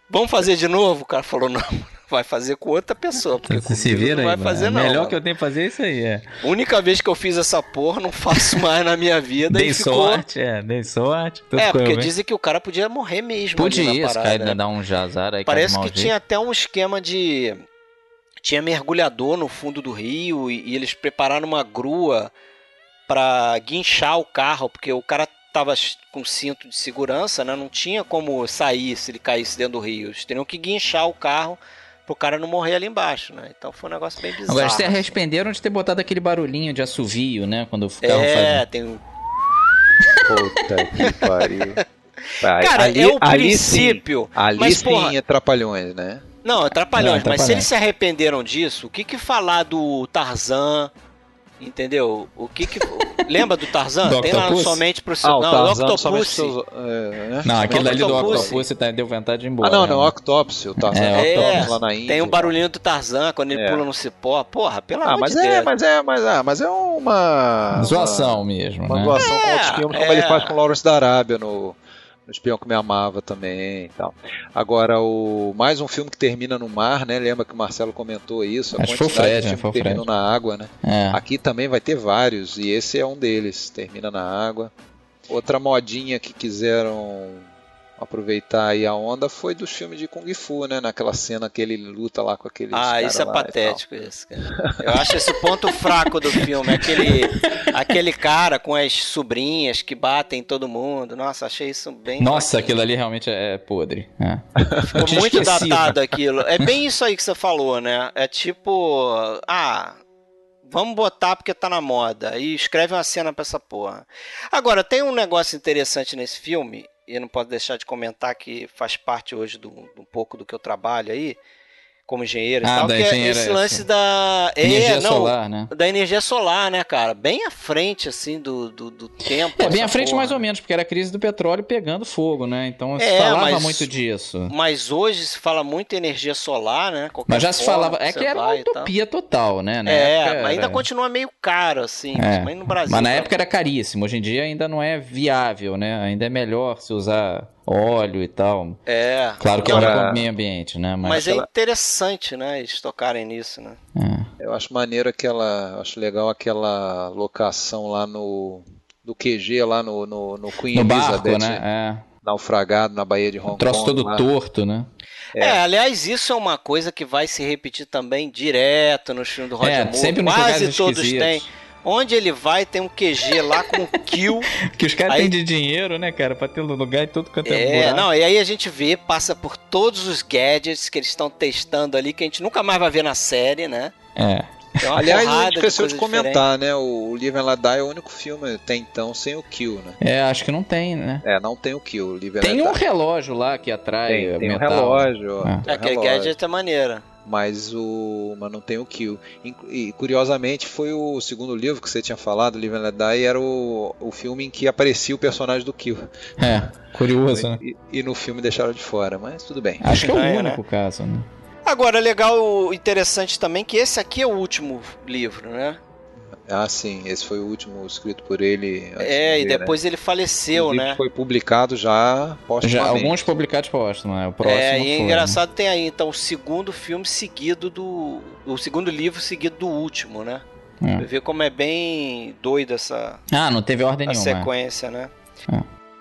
[SPEAKER 2] Vamos fazer de novo? O cara falou: Não, vai fazer com outra pessoa. Porque
[SPEAKER 3] Você se
[SPEAKER 2] comigo
[SPEAKER 3] vira
[SPEAKER 2] não vai
[SPEAKER 3] aí, mano.
[SPEAKER 2] fazer,
[SPEAKER 3] O
[SPEAKER 2] não.
[SPEAKER 3] Melhor
[SPEAKER 2] mano.
[SPEAKER 3] que eu tenho que fazer é isso aí, é.
[SPEAKER 2] Única vez que eu fiz essa porra, não faço mais na minha vida.
[SPEAKER 3] Dei
[SPEAKER 2] e ficou...
[SPEAKER 3] sorte, é, dei sorte. tudo
[SPEAKER 2] É,
[SPEAKER 3] ficou
[SPEAKER 2] porque
[SPEAKER 3] bem.
[SPEAKER 2] dizem que o cara podia morrer mesmo. ali
[SPEAKER 3] Podia
[SPEAKER 2] na
[SPEAKER 3] ir, esse
[SPEAKER 2] parada,
[SPEAKER 3] cara
[SPEAKER 2] né?
[SPEAKER 3] ainda dá um jazar aí.
[SPEAKER 2] Parece
[SPEAKER 3] cai
[SPEAKER 2] que
[SPEAKER 3] de mau
[SPEAKER 2] tinha até um esquema de. Tinha mergulhador no fundo do rio e, e eles prepararam uma grua pra guinchar o carro, porque o cara tava ch- com cinto de segurança, né? Não tinha como sair se ele caísse dentro do rio. Eles teriam que guinchar o carro pro cara não morrer ali embaixo, né? Então foi um negócio bem bizarro.
[SPEAKER 3] Agora, eles se
[SPEAKER 2] assim.
[SPEAKER 3] arrependeram de ter botado aquele barulhinho de assovio, né? Quando o carro
[SPEAKER 2] É,
[SPEAKER 3] fazia.
[SPEAKER 2] tem um.
[SPEAKER 4] Puta que pariu. Vai,
[SPEAKER 2] Cara,
[SPEAKER 4] ali,
[SPEAKER 2] é o
[SPEAKER 4] ali sim.
[SPEAKER 2] princípio.
[SPEAKER 4] Ali
[SPEAKER 2] Mas,
[SPEAKER 4] sim,
[SPEAKER 2] porra-
[SPEAKER 4] atrapalhões, né?
[SPEAKER 2] Não, atrapalhões,
[SPEAKER 3] Não, é
[SPEAKER 2] mas se
[SPEAKER 3] atrapalhões.
[SPEAKER 2] eles se arrependeram disso, o que que falar do Tarzan? Entendeu? O que que. Lembra do Tarzan?
[SPEAKER 3] Do
[SPEAKER 2] Tem lá no
[SPEAKER 3] Octopus?
[SPEAKER 2] somente pro
[SPEAKER 4] Ah,
[SPEAKER 2] seu.
[SPEAKER 4] o
[SPEAKER 2] não,
[SPEAKER 4] Tarzan
[SPEAKER 2] do
[SPEAKER 4] somente
[SPEAKER 2] Octopus.
[SPEAKER 4] seus- é, né?
[SPEAKER 3] Não, aquilo
[SPEAKER 2] Não,
[SPEAKER 3] ali do
[SPEAKER 2] Octopus.
[SPEAKER 3] Octopus tá, deu vontade de ir
[SPEAKER 4] Ah,
[SPEAKER 3] embora.
[SPEAKER 4] não,
[SPEAKER 3] né,
[SPEAKER 4] não,
[SPEAKER 3] mano?
[SPEAKER 4] Octopus, o Tarzan.
[SPEAKER 3] É,
[SPEAKER 2] É,
[SPEAKER 4] lá na Índia.
[SPEAKER 2] tem um barulhinho do Tarzan quando ele
[SPEAKER 4] É.
[SPEAKER 2] pula no cipó. Porra, pelo
[SPEAKER 4] Ah,
[SPEAKER 2] amor
[SPEAKER 4] mas
[SPEAKER 2] de
[SPEAKER 4] é,
[SPEAKER 2] Deus.
[SPEAKER 4] mas é, mas é, mas é uma.
[SPEAKER 3] Zoação mesmo,
[SPEAKER 4] Uma, uma
[SPEAKER 3] né?
[SPEAKER 4] zoação com
[SPEAKER 2] É,
[SPEAKER 4] outros filmes, como
[SPEAKER 2] é.
[SPEAKER 4] ele faz com Lawrence da Arábia no, no Espião que Me Amava também e tal. Agora, o, mais um filme que termina no mar, né? Lembra que o Marcelo comentou isso? A
[SPEAKER 3] Acho que foi o
[SPEAKER 4] quantidade
[SPEAKER 3] Fred,
[SPEAKER 4] de
[SPEAKER 3] né?
[SPEAKER 4] filme
[SPEAKER 3] Foi o
[SPEAKER 4] que termina
[SPEAKER 3] Fred.
[SPEAKER 4] na água, né?
[SPEAKER 3] É.
[SPEAKER 4] Aqui também vai ter vários, e esse é um deles, termina na água. Outra modinha que quiseram aproveitar aí a onda foi dos filmes de Kung Fu, né? Naquela cena que ele luta lá com aquele.
[SPEAKER 2] Ah, isso é patético, isso, cara. Eu acho esse o ponto fraco do filme. Aquele, aquele cara com as sobrinhas que batem em todo mundo. Nossa, achei isso bem.
[SPEAKER 3] Nossa,
[SPEAKER 2] fraquinho.
[SPEAKER 3] aquilo ali realmente é podre. É. Eu
[SPEAKER 2] Ficou
[SPEAKER 3] tinha
[SPEAKER 2] muito
[SPEAKER 3] esquecido.
[SPEAKER 2] datado aquilo. É bem isso aí que você falou, né? É tipo, ah, vamos botar porque tá na moda. E escreve uma cena pra essa porra. Agora, tem um negócio interessante nesse filme, e eu não posso deixar de comentar que faz parte hoje do, um pouco do que eu trabalho aí, como engenheiro e
[SPEAKER 3] Ah,
[SPEAKER 2] tal,
[SPEAKER 3] da
[SPEAKER 2] que é
[SPEAKER 3] engenheira,
[SPEAKER 2] esse
[SPEAKER 3] é,
[SPEAKER 2] lance
[SPEAKER 3] sim.
[SPEAKER 2] da. É,
[SPEAKER 3] Energia
[SPEAKER 2] não,
[SPEAKER 3] solar, né?
[SPEAKER 2] Da energia solar, né, cara? Bem à frente, assim, do, do, do tempo.
[SPEAKER 3] É, bem
[SPEAKER 2] essa
[SPEAKER 3] à frente,
[SPEAKER 2] porra,
[SPEAKER 3] mais ou
[SPEAKER 2] né?
[SPEAKER 3] menos, porque era a crise do petróleo pegando fogo, né? Então se
[SPEAKER 2] É,
[SPEAKER 3] falava
[SPEAKER 2] mas-
[SPEAKER 3] muito disso.
[SPEAKER 2] Mas hoje se fala muito em energia solar, né? Qualquer
[SPEAKER 3] Mas já se
[SPEAKER 2] forma
[SPEAKER 3] falava. É
[SPEAKER 2] você
[SPEAKER 3] que era uma
[SPEAKER 2] vai e tal.
[SPEAKER 3] utopia total, né? Na
[SPEAKER 2] É,
[SPEAKER 3] época
[SPEAKER 2] mas ainda
[SPEAKER 3] era-
[SPEAKER 2] continua meio caro, assim,
[SPEAKER 3] É,
[SPEAKER 2] mas no Brasil.
[SPEAKER 3] Mas na
[SPEAKER 2] né?
[SPEAKER 3] época era caríssimo. Hoje em dia ainda não é viável, né? Ainda é melhor se usar óleo e tal.
[SPEAKER 2] É.
[SPEAKER 3] Claro que é
[SPEAKER 2] Não,
[SPEAKER 4] Agora-
[SPEAKER 3] melhor o meio ambiente, né? Mas,
[SPEAKER 2] Mas é interessante, né? Eles tocarem nisso, né?
[SPEAKER 3] é.
[SPEAKER 4] Eu acho maneiro aquela. Acho legal aquela locação lá no. Do QG lá no, no, no Queen
[SPEAKER 3] no barco,
[SPEAKER 4] Elizabeth,
[SPEAKER 3] né?
[SPEAKER 4] naufragado na Baía de
[SPEAKER 3] É. Um
[SPEAKER 4] Hong
[SPEAKER 3] troço
[SPEAKER 4] Kong.
[SPEAKER 3] todo
[SPEAKER 4] lá.
[SPEAKER 3] torto, né?
[SPEAKER 2] É. aliás, isso é uma coisa que vai se repetir também direto nos filmes do Roger
[SPEAKER 3] É,
[SPEAKER 2] Moore.
[SPEAKER 3] sempre nos
[SPEAKER 2] Quase
[SPEAKER 3] lugares
[SPEAKER 2] todos têm.
[SPEAKER 3] esquisitos.
[SPEAKER 2] Onde ele vai, tem um QG lá com um kill.
[SPEAKER 3] Que os caras
[SPEAKER 2] Aí-
[SPEAKER 3] têm de dinheiro, né, cara? Pra ter lugar e tudo quanto é,
[SPEAKER 2] É,
[SPEAKER 3] buraco.
[SPEAKER 2] não, e aí a gente vê, passa por todos os gadgets que eles estão testando ali, que a gente nunca mais vai ver na série, né?
[SPEAKER 3] É.
[SPEAKER 2] Tem uma
[SPEAKER 4] Aliás, a
[SPEAKER 2] porrada
[SPEAKER 4] gente esqueceu de
[SPEAKER 2] coisa diferente.
[SPEAKER 4] comentar, né? O o Live and Let Die é o único filme até então sem o Kill, né?
[SPEAKER 3] É, acho que não tem, né?
[SPEAKER 4] É, não tem o Kill. O Live and
[SPEAKER 3] Tem
[SPEAKER 4] Let
[SPEAKER 3] um
[SPEAKER 4] Die.
[SPEAKER 3] relógio lá que atrai
[SPEAKER 4] Tem,
[SPEAKER 3] o
[SPEAKER 4] tem um
[SPEAKER 3] metal.
[SPEAKER 4] relógio.
[SPEAKER 3] Ah.
[SPEAKER 4] tem um
[SPEAKER 2] Aquele
[SPEAKER 4] relógio.
[SPEAKER 2] gadget é maneiro.
[SPEAKER 4] mas o mas não tem o kill. Inclu- E curiosamente foi o segundo livro que você tinha falado, Live and Let Die, era o, o filme em que aparecia o personagem do Kill.
[SPEAKER 3] É, curioso, né?
[SPEAKER 4] E, e no filme deixaram de fora, mas tudo bem.
[SPEAKER 3] Acho que é o
[SPEAKER 2] Estranho,
[SPEAKER 3] único caso, né?
[SPEAKER 2] Agora, legal, interessante também que esse aqui é o último livro, né?
[SPEAKER 4] Ah, sim, esse foi o último escrito por ele. antes
[SPEAKER 2] é,
[SPEAKER 4] de
[SPEAKER 2] e
[SPEAKER 4] morrer,
[SPEAKER 2] depois ele
[SPEAKER 4] né?
[SPEAKER 2] faleceu,
[SPEAKER 4] Inclusive,
[SPEAKER 2] né?
[SPEAKER 4] Foi publicado já
[SPEAKER 3] Já,
[SPEAKER 4] postumamente.
[SPEAKER 3] alguns publicados póstumos, né? O próximo
[SPEAKER 2] É,
[SPEAKER 3] foi,
[SPEAKER 2] e
[SPEAKER 3] né?
[SPEAKER 2] é engraçado tem aí, então, o segundo filme seguido do. O segundo livro seguido do último, né?
[SPEAKER 4] Hum.
[SPEAKER 3] É.
[SPEAKER 2] Vê como é bem doida essa
[SPEAKER 3] Ah, não teve ordem
[SPEAKER 2] a
[SPEAKER 3] nenhuma.
[SPEAKER 2] sequência, né?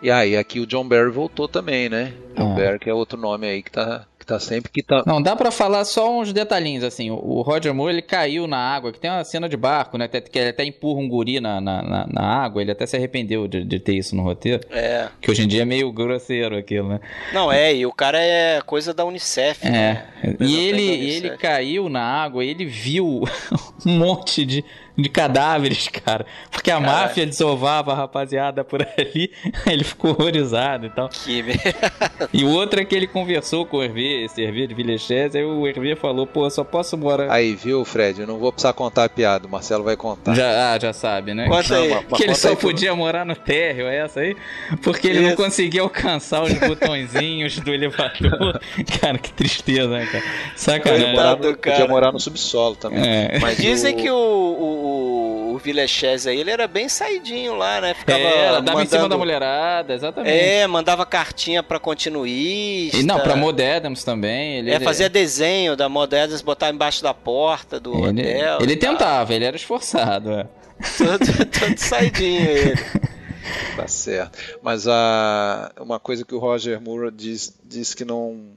[SPEAKER 4] E aí aqui o John Barry voltou também, né? John
[SPEAKER 3] Ah.
[SPEAKER 4] Barry que é outro nome aí que tá que tá sempre que tá
[SPEAKER 3] Não, dá pra falar só uns detalhinhos, assim. O- O Roger Moore, ele caiu na água, que tem uma cena de barco, né? até- Que ele até empurra um guri na, na, na- na água, ele até se arrependeu de, de ter isso no roteiro.
[SPEAKER 2] É.
[SPEAKER 3] Que hoje em dia é meio grosseiro aquilo, né?
[SPEAKER 2] Não, é, e o cara é coisa da Unicef,
[SPEAKER 3] É.
[SPEAKER 2] né?
[SPEAKER 3] E
[SPEAKER 2] Melhor
[SPEAKER 3] ele,
[SPEAKER 2] pegar o
[SPEAKER 3] e ele
[SPEAKER 2] reset.
[SPEAKER 3] caiu na água e ele viu um monte de, de cadáveres, cara. Porque a máfia desovava a rapaziada por ali. Aí ele ficou horrorizado e tal.
[SPEAKER 2] Que me-
[SPEAKER 3] E o outro é que ele conversou com o Hervé, esse Hervé de Villechez. Aí o Hervé falou, pô, eu só posso morar...
[SPEAKER 4] Aí, tá. viu, Fred? Eu não vou precisar contar a piada, o Marcelo vai contar.
[SPEAKER 3] Já, ah, já sabe, né?
[SPEAKER 2] Conta aí.
[SPEAKER 3] que ele
[SPEAKER 4] conta
[SPEAKER 3] só
[SPEAKER 4] aí, pô.
[SPEAKER 3] podia morar no térreo, é essa aí? Porque ele não
[SPEAKER 2] Isso.
[SPEAKER 3] conseguia alcançar os botõezinhos do elevador. Cara, que tristeza, né, cara?
[SPEAKER 4] Podia
[SPEAKER 3] Sacanagem.
[SPEAKER 4] morar,
[SPEAKER 2] Coitado,
[SPEAKER 4] no, podia
[SPEAKER 2] cara.
[SPEAKER 4] morar no subsolo também.
[SPEAKER 3] É.
[SPEAKER 2] Mas dizem
[SPEAKER 4] o-
[SPEAKER 2] que o, o, o, o Villechez aí, ele era bem saidinho lá, né? Ficava
[SPEAKER 3] É, ela dava em cima
[SPEAKER 2] mandando-
[SPEAKER 3] da mulherada, exatamente.
[SPEAKER 2] É, mandava cartinha pra continuista.
[SPEAKER 3] E não, pra Modedams também. Ele,
[SPEAKER 2] É, fazia desenho da Modernas, botava embaixo da porta do
[SPEAKER 3] ele,
[SPEAKER 2] hotel.
[SPEAKER 3] ele
[SPEAKER 2] e tal.
[SPEAKER 3] tentava, ele era esforçado. é.
[SPEAKER 2] Todo, todo saidinho ele.
[SPEAKER 3] É.
[SPEAKER 4] Tá certo. Mas a, uma coisa que o Roger Moore diz, diz que não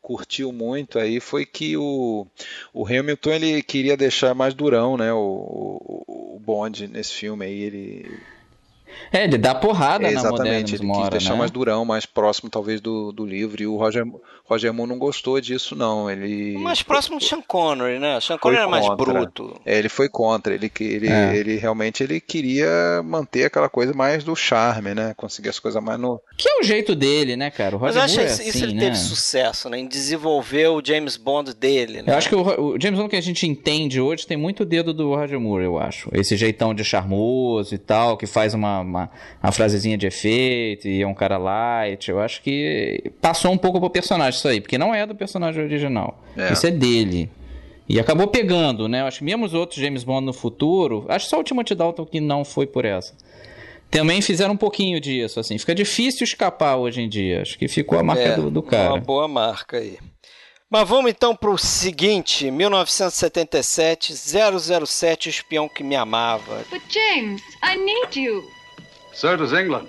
[SPEAKER 4] curtiu muito aí foi que o, o Hamilton ele queria deixar mais durão, né? O, o, o Bond nesse filme aí. Ele,
[SPEAKER 3] É, ele dá porrada
[SPEAKER 4] é,
[SPEAKER 3] na
[SPEAKER 4] exatamente,
[SPEAKER 3] Modedams
[SPEAKER 4] ele
[SPEAKER 3] uma
[SPEAKER 4] quis
[SPEAKER 3] hora,
[SPEAKER 4] deixar
[SPEAKER 3] né?
[SPEAKER 4] mais durão, mais próximo talvez do, do livro. E o Roger, Roger Moore não gostou disso, não. Ele.
[SPEAKER 2] Mais próximo de Sean Connery, né? Sean Connery era mais
[SPEAKER 4] contra.
[SPEAKER 2] bruto.
[SPEAKER 4] É, ele foi contra, ele, que- ele,
[SPEAKER 3] É.
[SPEAKER 4] ele realmente ele queria manter aquela coisa mais do charme, né? Conseguir as coisas mais no,
[SPEAKER 3] Que é o jeito dele, né, cara? O
[SPEAKER 2] Mas
[SPEAKER 3] Roger
[SPEAKER 2] eu acho que
[SPEAKER 3] Moore é
[SPEAKER 2] isso, isso
[SPEAKER 3] assim,
[SPEAKER 2] ele
[SPEAKER 3] né?
[SPEAKER 2] teve sucesso, né? Em desenvolver o James Bond dele, né?
[SPEAKER 3] Eu acho que o, Ro- o James Bond que a gente entende hoje tem muito dedo do Roger Moore, eu acho. Esse jeitão de charmoso e tal, que faz uma, uma, uma frasezinha de efeito e é um cara light. Eu acho que passou um pouco pro personagem isso aí, porque não é do personagem original.
[SPEAKER 4] É.
[SPEAKER 3] Isso é dele. E acabou pegando, né? Eu acho que mesmo os outros James Bond no futuro, acho que só o Timothy Dalton que não foi por essa. Também fizeram um pouquinho disso, assim. Fica difícil escapar hoje em dia. Acho que ficou a marca
[SPEAKER 2] É,
[SPEAKER 3] do, do cara.
[SPEAKER 2] Uma boa marca aí. Mas vamos então pro seguinte, 1977, 007, O Espião que Me Amava.
[SPEAKER 7] But James, I need you.
[SPEAKER 1] So does England.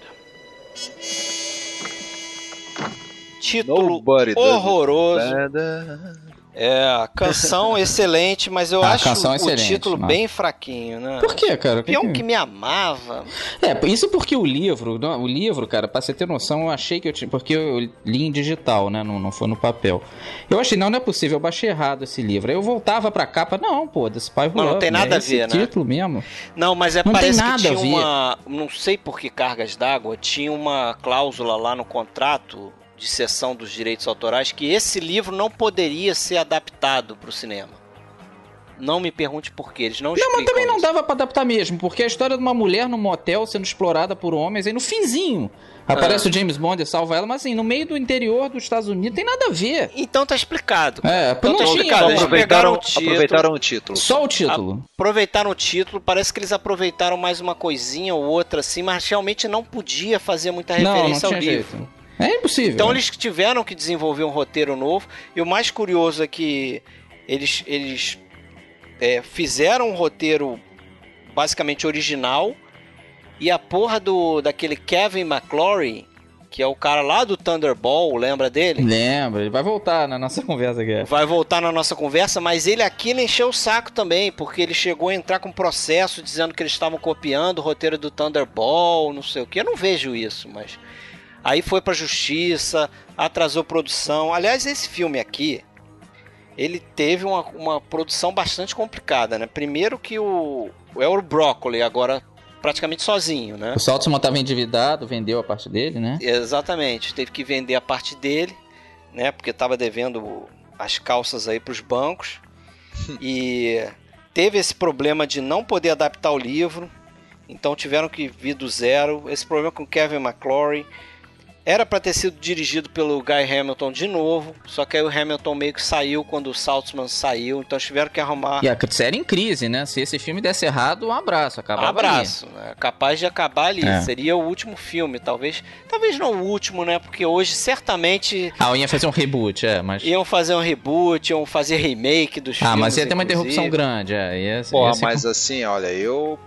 [SPEAKER 2] Título
[SPEAKER 4] Nobody does it
[SPEAKER 2] horroroso.
[SPEAKER 4] better.
[SPEAKER 2] É, a canção excelente, mas eu
[SPEAKER 3] A
[SPEAKER 2] acho
[SPEAKER 3] canção
[SPEAKER 2] o
[SPEAKER 3] é excelente,
[SPEAKER 2] título
[SPEAKER 3] mas-
[SPEAKER 2] bem fraquinho, né?
[SPEAKER 3] Por quê, cara? O que
[SPEAKER 2] Espião
[SPEAKER 3] que-
[SPEAKER 2] que me amava.
[SPEAKER 3] É, isso porque o livro, não, o livro, cara, pra você ter noção, eu achei que eu tinha. Porque eu eu li em digital, né? Não, não foi no papel. Eu achei, não, não é possível, eu baixei errado esse livro. Aí eu voltava pra capa, não, pô, desse pai
[SPEAKER 2] Mas não tem nada a ver, né?
[SPEAKER 3] título mesmo.
[SPEAKER 2] Não, mas é,
[SPEAKER 3] Não tem
[SPEAKER 2] parece
[SPEAKER 3] nada a
[SPEAKER 2] que tinha
[SPEAKER 3] ver.
[SPEAKER 2] uma. Não sei por que cargas d'água, tinha uma cláusula lá no contrato de cessão dos direitos autorais que esse livro não poderia ser adaptado para o cinema. Não me pergunte por quê, eles não
[SPEAKER 3] Não,
[SPEAKER 2] explicam
[SPEAKER 3] mas também não
[SPEAKER 2] isso.
[SPEAKER 3] dava pra adaptar mesmo, porque é a história de uma mulher num motel sendo explorada por homens, aí no finzinho aparece
[SPEAKER 2] Ah.
[SPEAKER 3] o James Bond e salva ela, mas assim, no meio do interior dos Estados Unidos, tem nada a ver.
[SPEAKER 2] Então tá explicado.
[SPEAKER 3] É, pô, não
[SPEAKER 2] Então,
[SPEAKER 3] tinha.
[SPEAKER 2] cara, eles
[SPEAKER 3] cara.
[SPEAKER 2] pegaram
[SPEAKER 4] aproveitaram,
[SPEAKER 2] o título,
[SPEAKER 4] aproveitaram o título.
[SPEAKER 3] Só o título.
[SPEAKER 2] aproveitaram o título, parece que eles aproveitaram mais uma coisinha ou outra assim, mas realmente não podia fazer muita
[SPEAKER 3] não, não
[SPEAKER 2] referência
[SPEAKER 3] tinha
[SPEAKER 2] ao livro.
[SPEAKER 3] jeito. É impossível.
[SPEAKER 2] Então eles tiveram que desenvolver um roteiro novo. E o mais curioso é que eles, eles é, fizeram um roteiro basicamente original. E a porra do daquele Kevin McClory, que é o cara lá do Thunderball, lembra dele?
[SPEAKER 3] Lembra, ele vai voltar na nossa conversa aqui.
[SPEAKER 2] Vai voltar na nossa conversa, mas ele aqui ele encheu o saco também, porque ele chegou a entrar com um processo dizendo que eles estavam copiando o roteiro do Thunderball, não sei o que. Eu não vejo isso, mas. Aí foi pra justiça, atrasou produção. Aliás, esse filme aqui, ele teve uma, uma produção bastante complicada, né? Primeiro que o. É o Broccoli agora praticamente sozinho, né?
[SPEAKER 3] O Saltzman estava endividado, vendeu a parte dele, né?
[SPEAKER 2] Exatamente, teve que vender a parte dele, né? Porque estava devendo as calças aí para os bancos. e teve esse problema de não poder adaptar o livro, então tiveram que vir do zero. Esse problema com Kevin McClory. Era para ter sido dirigido pelo Guy Hamilton de novo, só que aí o Hamilton meio que saiu quando o Saltzman saiu, então tiveram que arrumar
[SPEAKER 3] E a série em crise, né? Se esse filme desse errado, um abraço, acabava
[SPEAKER 2] abraço, né? capaz de acabar ali.
[SPEAKER 3] É.
[SPEAKER 2] Seria o último filme, talvez. Talvez não o último, né? Porque hoje certamente
[SPEAKER 3] ali. Ah, eu ia fazer um reboot, é, mas...
[SPEAKER 2] Iam fazer um reboot, iam fazer remake dos filmes.
[SPEAKER 3] Ah, mas ia ter uma
[SPEAKER 2] inclusive.
[SPEAKER 3] interrupção grande, é. Ia,
[SPEAKER 4] Porra,
[SPEAKER 3] ia ser-
[SPEAKER 4] mas assim, olha, eu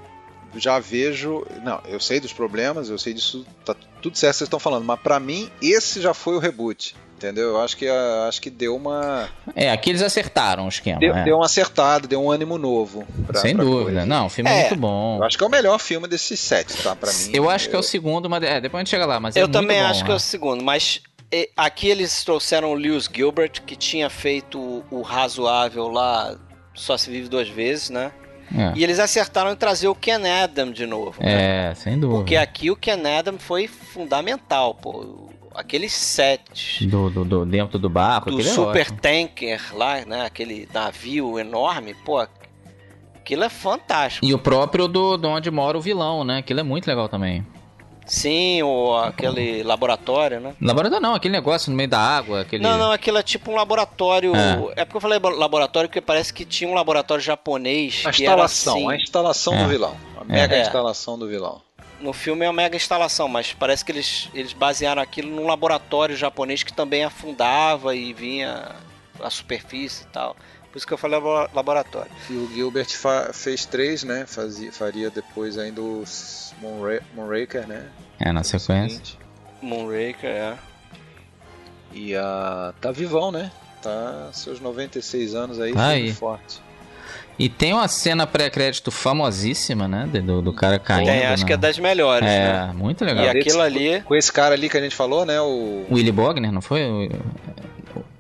[SPEAKER 4] já vejo. Não, eu sei dos problemas, eu sei disso, tá tudo certo que vocês estão falando, mas pra mim esse já foi o reboot. Entendeu? Eu acho que, ah, acho que deu uma.
[SPEAKER 3] É, aqui eles acertaram o esquema,
[SPEAKER 4] Deu,
[SPEAKER 3] é.
[SPEAKER 4] deu uma acertada, deu um ânimo novo. pra-
[SPEAKER 3] Sem
[SPEAKER 4] pra
[SPEAKER 3] dúvida.
[SPEAKER 4] coisa.
[SPEAKER 3] Não, o filme é,
[SPEAKER 2] É.
[SPEAKER 3] muito bom.
[SPEAKER 4] Eu acho que é o melhor filme desses sete, tá? Pra mim.
[SPEAKER 3] Eu acho que é o segundo, mas... É, depois a gente chega lá, mas é
[SPEAKER 2] Eu
[SPEAKER 3] muito
[SPEAKER 2] também
[SPEAKER 3] bom,
[SPEAKER 2] acho que é
[SPEAKER 3] né?
[SPEAKER 2] o segundo, mas e- aqui eles trouxeram o Lewis Gilbert, que tinha feito o- o razoável lá, só se vive duas vezes, né?
[SPEAKER 3] É.
[SPEAKER 2] E eles acertaram em trazer o Ken Adam de novo. né?
[SPEAKER 3] É, sem dúvida.
[SPEAKER 2] Porque aqui o Ken Adam foi fundamental, pô. Aqueles sets
[SPEAKER 3] do, do, do- dentro do barco,
[SPEAKER 2] do
[SPEAKER 3] aquele é
[SPEAKER 2] super
[SPEAKER 3] ótimo.
[SPEAKER 2] tanker lá, né? Aquele navio enorme, pô. Aquilo é fantástico.
[SPEAKER 3] E o próprio do, do onde mora o vilão, né? Aquilo é muito legal também.
[SPEAKER 2] Sim, ou aquele laboratório, né?
[SPEAKER 3] Laboratório não, aquele negócio no meio da água, aquele.
[SPEAKER 2] Não, não, aquilo é tipo um laboratório.
[SPEAKER 3] É.
[SPEAKER 2] É. porque eu falei bo- laboratório porque parece que tinha um laboratório japonês
[SPEAKER 4] A
[SPEAKER 2] que era
[SPEAKER 4] instalação,
[SPEAKER 2] assim.
[SPEAKER 4] a instalação
[SPEAKER 3] É.
[SPEAKER 4] do vilão. A mega
[SPEAKER 2] É.
[SPEAKER 4] instalação do vilão.
[SPEAKER 2] No filme é uma mega instalação, mas parece que eles, eles basearam aquilo num laboratório japonês que também afundava e vinha a superfície e tal. Por isso que eu falei labo- laboratório.
[SPEAKER 4] E o Gilbert fa- fez três, né? Fazia, faria depois ainda o S- Moonra- Moonraker, né?
[SPEAKER 3] É, na sequência.
[SPEAKER 4] Seguinte.
[SPEAKER 2] Moonraker, é.
[SPEAKER 4] E a... tá vivão, né? Tá seus 96 anos aí,
[SPEAKER 3] Tá
[SPEAKER 4] firme e
[SPEAKER 3] aí.
[SPEAKER 4] forte.
[SPEAKER 3] E tem uma cena pré-crédito famosíssima, né? de- Do, do cara caindo.
[SPEAKER 2] Tem, acho
[SPEAKER 3] né?
[SPEAKER 2] que é das melhores,
[SPEAKER 3] É,
[SPEAKER 2] né?
[SPEAKER 3] muito
[SPEAKER 2] E
[SPEAKER 3] legal.
[SPEAKER 4] a-
[SPEAKER 2] aquilo ali.
[SPEAKER 4] Com esse cara ali que a gente falou, né? O
[SPEAKER 3] O Willy Bogner, não foi? O-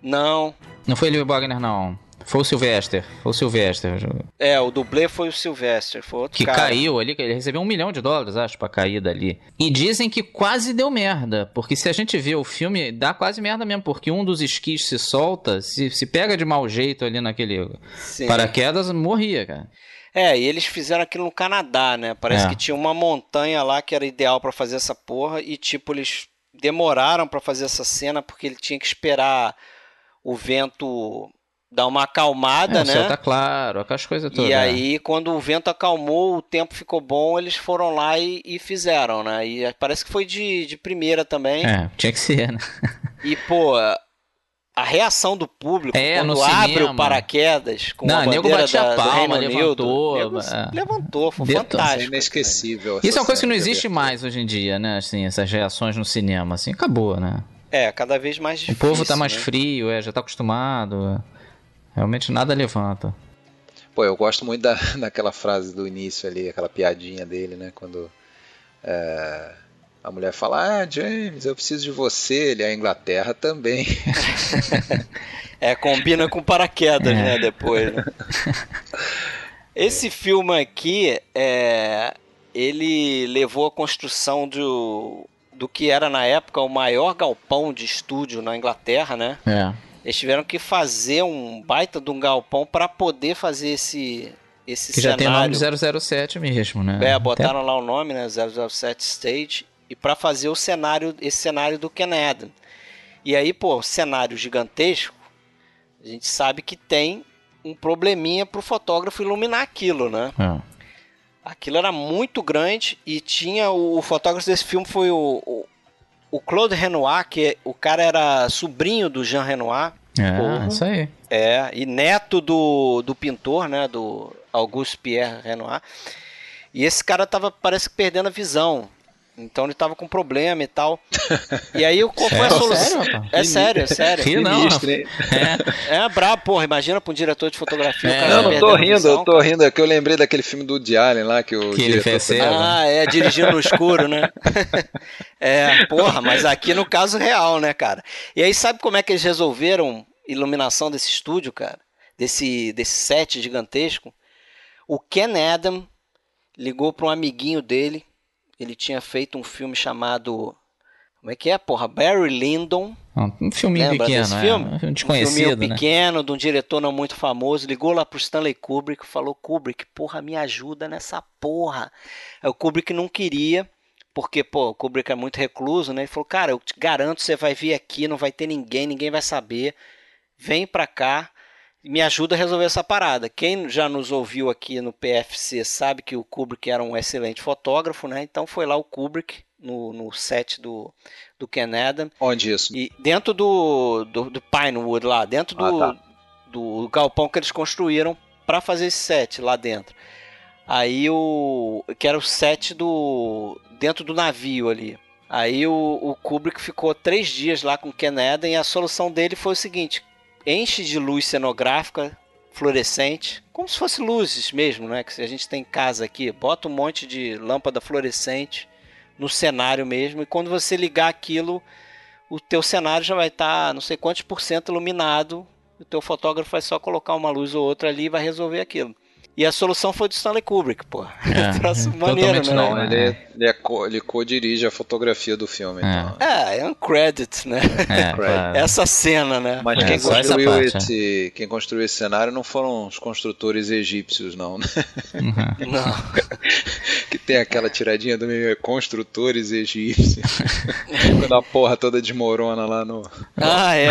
[SPEAKER 2] Não.
[SPEAKER 3] Não foi o Willy Bogner, não. Foi o Sylvester. Foi o Sylvester.
[SPEAKER 2] É, o dublê foi o Sylvester, foi outro
[SPEAKER 3] Que
[SPEAKER 2] cara.
[SPEAKER 3] caiu ali, que ele recebeu um milhão de dólares, acho, pra cair dali. E dizem que quase deu merda, porque se a gente vê o filme, dá quase merda mesmo, porque um dos esquis se solta, se, se pega de mau jeito ali naquele
[SPEAKER 2] Sim.
[SPEAKER 3] paraquedas, morria, cara.
[SPEAKER 2] É, e eles fizeram aquilo no Canadá, né? Parece
[SPEAKER 3] É.
[SPEAKER 2] que tinha uma montanha lá que era ideal pra fazer essa porra e tipo eles demoraram pra fazer essa cena porque ele tinha que esperar o vento dar uma acalmada,
[SPEAKER 3] É, O céu
[SPEAKER 2] né?
[SPEAKER 3] tá é. claro, aquelas coisas todas.
[SPEAKER 2] E aí, quando o vento acalmou, o tempo ficou bom, eles foram lá e, e fizeram, né? E parece que foi de, de primeira também.
[SPEAKER 3] É, tinha que ser, né?
[SPEAKER 2] E, pô, a reação do público
[SPEAKER 3] É,
[SPEAKER 2] quando
[SPEAKER 3] no
[SPEAKER 2] abre
[SPEAKER 3] cinema.
[SPEAKER 2] o paraquedas com
[SPEAKER 3] Não,
[SPEAKER 2] a
[SPEAKER 3] nego
[SPEAKER 2] bandeira
[SPEAKER 3] batia
[SPEAKER 2] da,
[SPEAKER 3] a palma,
[SPEAKER 2] do Reino Unido,
[SPEAKER 3] levantou,
[SPEAKER 2] nego
[SPEAKER 3] é.
[SPEAKER 2] levantou, foi
[SPEAKER 3] Deu-
[SPEAKER 4] é
[SPEAKER 2] fantástico.
[SPEAKER 4] inesquecível.
[SPEAKER 3] Isso é uma
[SPEAKER 4] essa
[SPEAKER 3] coisa que não
[SPEAKER 4] cena de
[SPEAKER 3] existe
[SPEAKER 4] abertura.
[SPEAKER 3] mais hoje em dia, né? Assim, essas reações no cinema, assim, acabou, né?
[SPEAKER 2] É, cada vez mais
[SPEAKER 3] O
[SPEAKER 2] difícil.
[SPEAKER 3] povo tá mais
[SPEAKER 2] né?
[SPEAKER 3] frio, é, já tá acostumado. é. Realmente nada levanta.
[SPEAKER 4] Pô, eu gosto muito da, daquela frase do início ali, aquela piadinha dele, né? Quando é, a mulher fala, ah, James, eu preciso de você, ele, a Inglaterra também.
[SPEAKER 2] É, combina com paraquedas,
[SPEAKER 3] É.
[SPEAKER 2] né? Depois. né? Esse filme aqui, é, ele levou a construção do, do que era na época o maior galpão de estúdio na Inglaterra, né?
[SPEAKER 3] É.
[SPEAKER 2] Eles tiveram que fazer um baita de um galpão para poder fazer esse esse
[SPEAKER 3] Que já
[SPEAKER 2] cenário.
[SPEAKER 3] tem o nome de 007 mesmo, né?
[SPEAKER 2] É, botaram lá o nome, né, 007 Stage, e para fazer o cenário, esse cenário do Ken Adam. E aí, pô, cenário gigantesco, a gente sabe que tem um probleminha pro fotógrafo iluminar aquilo, né?
[SPEAKER 3] Até... É.
[SPEAKER 2] Aquilo era muito grande e tinha o, o fotógrafo desse filme foi o, o, o Claude Renoir, que é- o cara era sobrinho do Jean Renoir.
[SPEAKER 3] É,
[SPEAKER 2] Porra.
[SPEAKER 3] isso aí.
[SPEAKER 2] É, e neto do, do pintor, né, do Auguste Pierre Renoir. E esse cara tava, parece que perdendo a visão. Então ele tava com problema e tal. E aí, qual foi a
[SPEAKER 3] Sério?
[SPEAKER 2] solução?
[SPEAKER 3] Sério, rapaz?
[SPEAKER 2] É sério, é sério.
[SPEAKER 3] Ri não.
[SPEAKER 4] Sinistro, hein?
[SPEAKER 2] É brabo, porra. Imagina pra um diretor de fotografia.
[SPEAKER 3] É,
[SPEAKER 2] o cara
[SPEAKER 4] Não, não tô
[SPEAKER 2] perdendo a
[SPEAKER 4] rindo,
[SPEAKER 2] visão,
[SPEAKER 4] eu tô
[SPEAKER 2] cara.
[SPEAKER 4] rindo, é que eu lembrei daquele filme do Woody Allen lá que o
[SPEAKER 3] Que ele
[SPEAKER 4] diretor
[SPEAKER 3] fez
[SPEAKER 4] foi-
[SPEAKER 3] cena.
[SPEAKER 2] Ah, é, dirigindo no escuro, né? É, porra, mas aqui no caso real, né, cara? E aí, sabe como é que eles resolveram a iluminação desse estúdio, cara? Desse, desse set gigantesco? O Ken Adam ligou para um amiguinho dele. Ele tinha feito um filme chamado. Como é que é, porra? Barry Lyndon.
[SPEAKER 3] Um filminho
[SPEAKER 2] Lembra
[SPEAKER 3] pequeno,
[SPEAKER 2] desse
[SPEAKER 3] é.
[SPEAKER 2] filme?
[SPEAKER 3] Um filme
[SPEAKER 2] um
[SPEAKER 3] desconhecido,
[SPEAKER 2] filminho
[SPEAKER 3] né?
[SPEAKER 2] pequeno, de um diretor não muito famoso, ligou lá pro Stanley Kubrick, falou, Kubrick, porra, me ajuda nessa porra. Aí o Kubrick não queria, porque, pô, o Kubrick é muito recluso, né? Ele falou, cara, eu te garanto, você vai vir aqui, não vai ter ninguém, ninguém vai saber, vem pra cá, e me ajuda a resolver essa parada. Quem já nos ouviu aqui no PFC sabe que o Kubrick era um excelente fotógrafo, né? Então foi lá o Kubrick, no, no set do, do Ken Adam,
[SPEAKER 4] Onde isso?
[SPEAKER 2] e dentro do, do, do Pinewood lá, dentro do,
[SPEAKER 4] Ah,
[SPEAKER 2] do galpão que eles construíram pra fazer esse set lá dentro. Aí o. que era o set do. dentro do navio ali. Aí o, o Kubrick ficou três dias lá com o Ken Eden e a solução dele foi o seguinte: enche de luz cenográfica fluorescente, como se fosse luzes mesmo, né? Que a gente tem em casa aqui, bota um monte de lâmpada fluorescente no cenário mesmo e quando você ligar aquilo o teu cenário já vai estar não sei quantos por cento iluminado. O teu fotógrafo vai só colocar uma luz ou outra ali e vai resolver aquilo. E a solução foi do Stanley Kubrick, pô. Um
[SPEAKER 3] É,
[SPEAKER 2] Troço
[SPEAKER 3] é,
[SPEAKER 2] maneiro,
[SPEAKER 3] totalmente
[SPEAKER 2] né?
[SPEAKER 3] não,
[SPEAKER 4] Então, ele, ele, é co, ele co-dirige a fotografia do filme.
[SPEAKER 3] É.
[SPEAKER 4] Então.
[SPEAKER 2] É, é um credit, né?
[SPEAKER 3] É, claro.
[SPEAKER 2] Essa cena, né?
[SPEAKER 4] Mas
[SPEAKER 3] É,
[SPEAKER 4] quem,
[SPEAKER 3] só essa
[SPEAKER 4] construiu
[SPEAKER 3] parte,
[SPEAKER 4] esse, quem construiu esse cenário não foram os construtores egípcios, não. né?
[SPEAKER 2] Não.
[SPEAKER 4] que tem aquela tiradinha do meio, é construtores egípcios. quando a porra toda desmorona lá no,
[SPEAKER 2] Ah, é.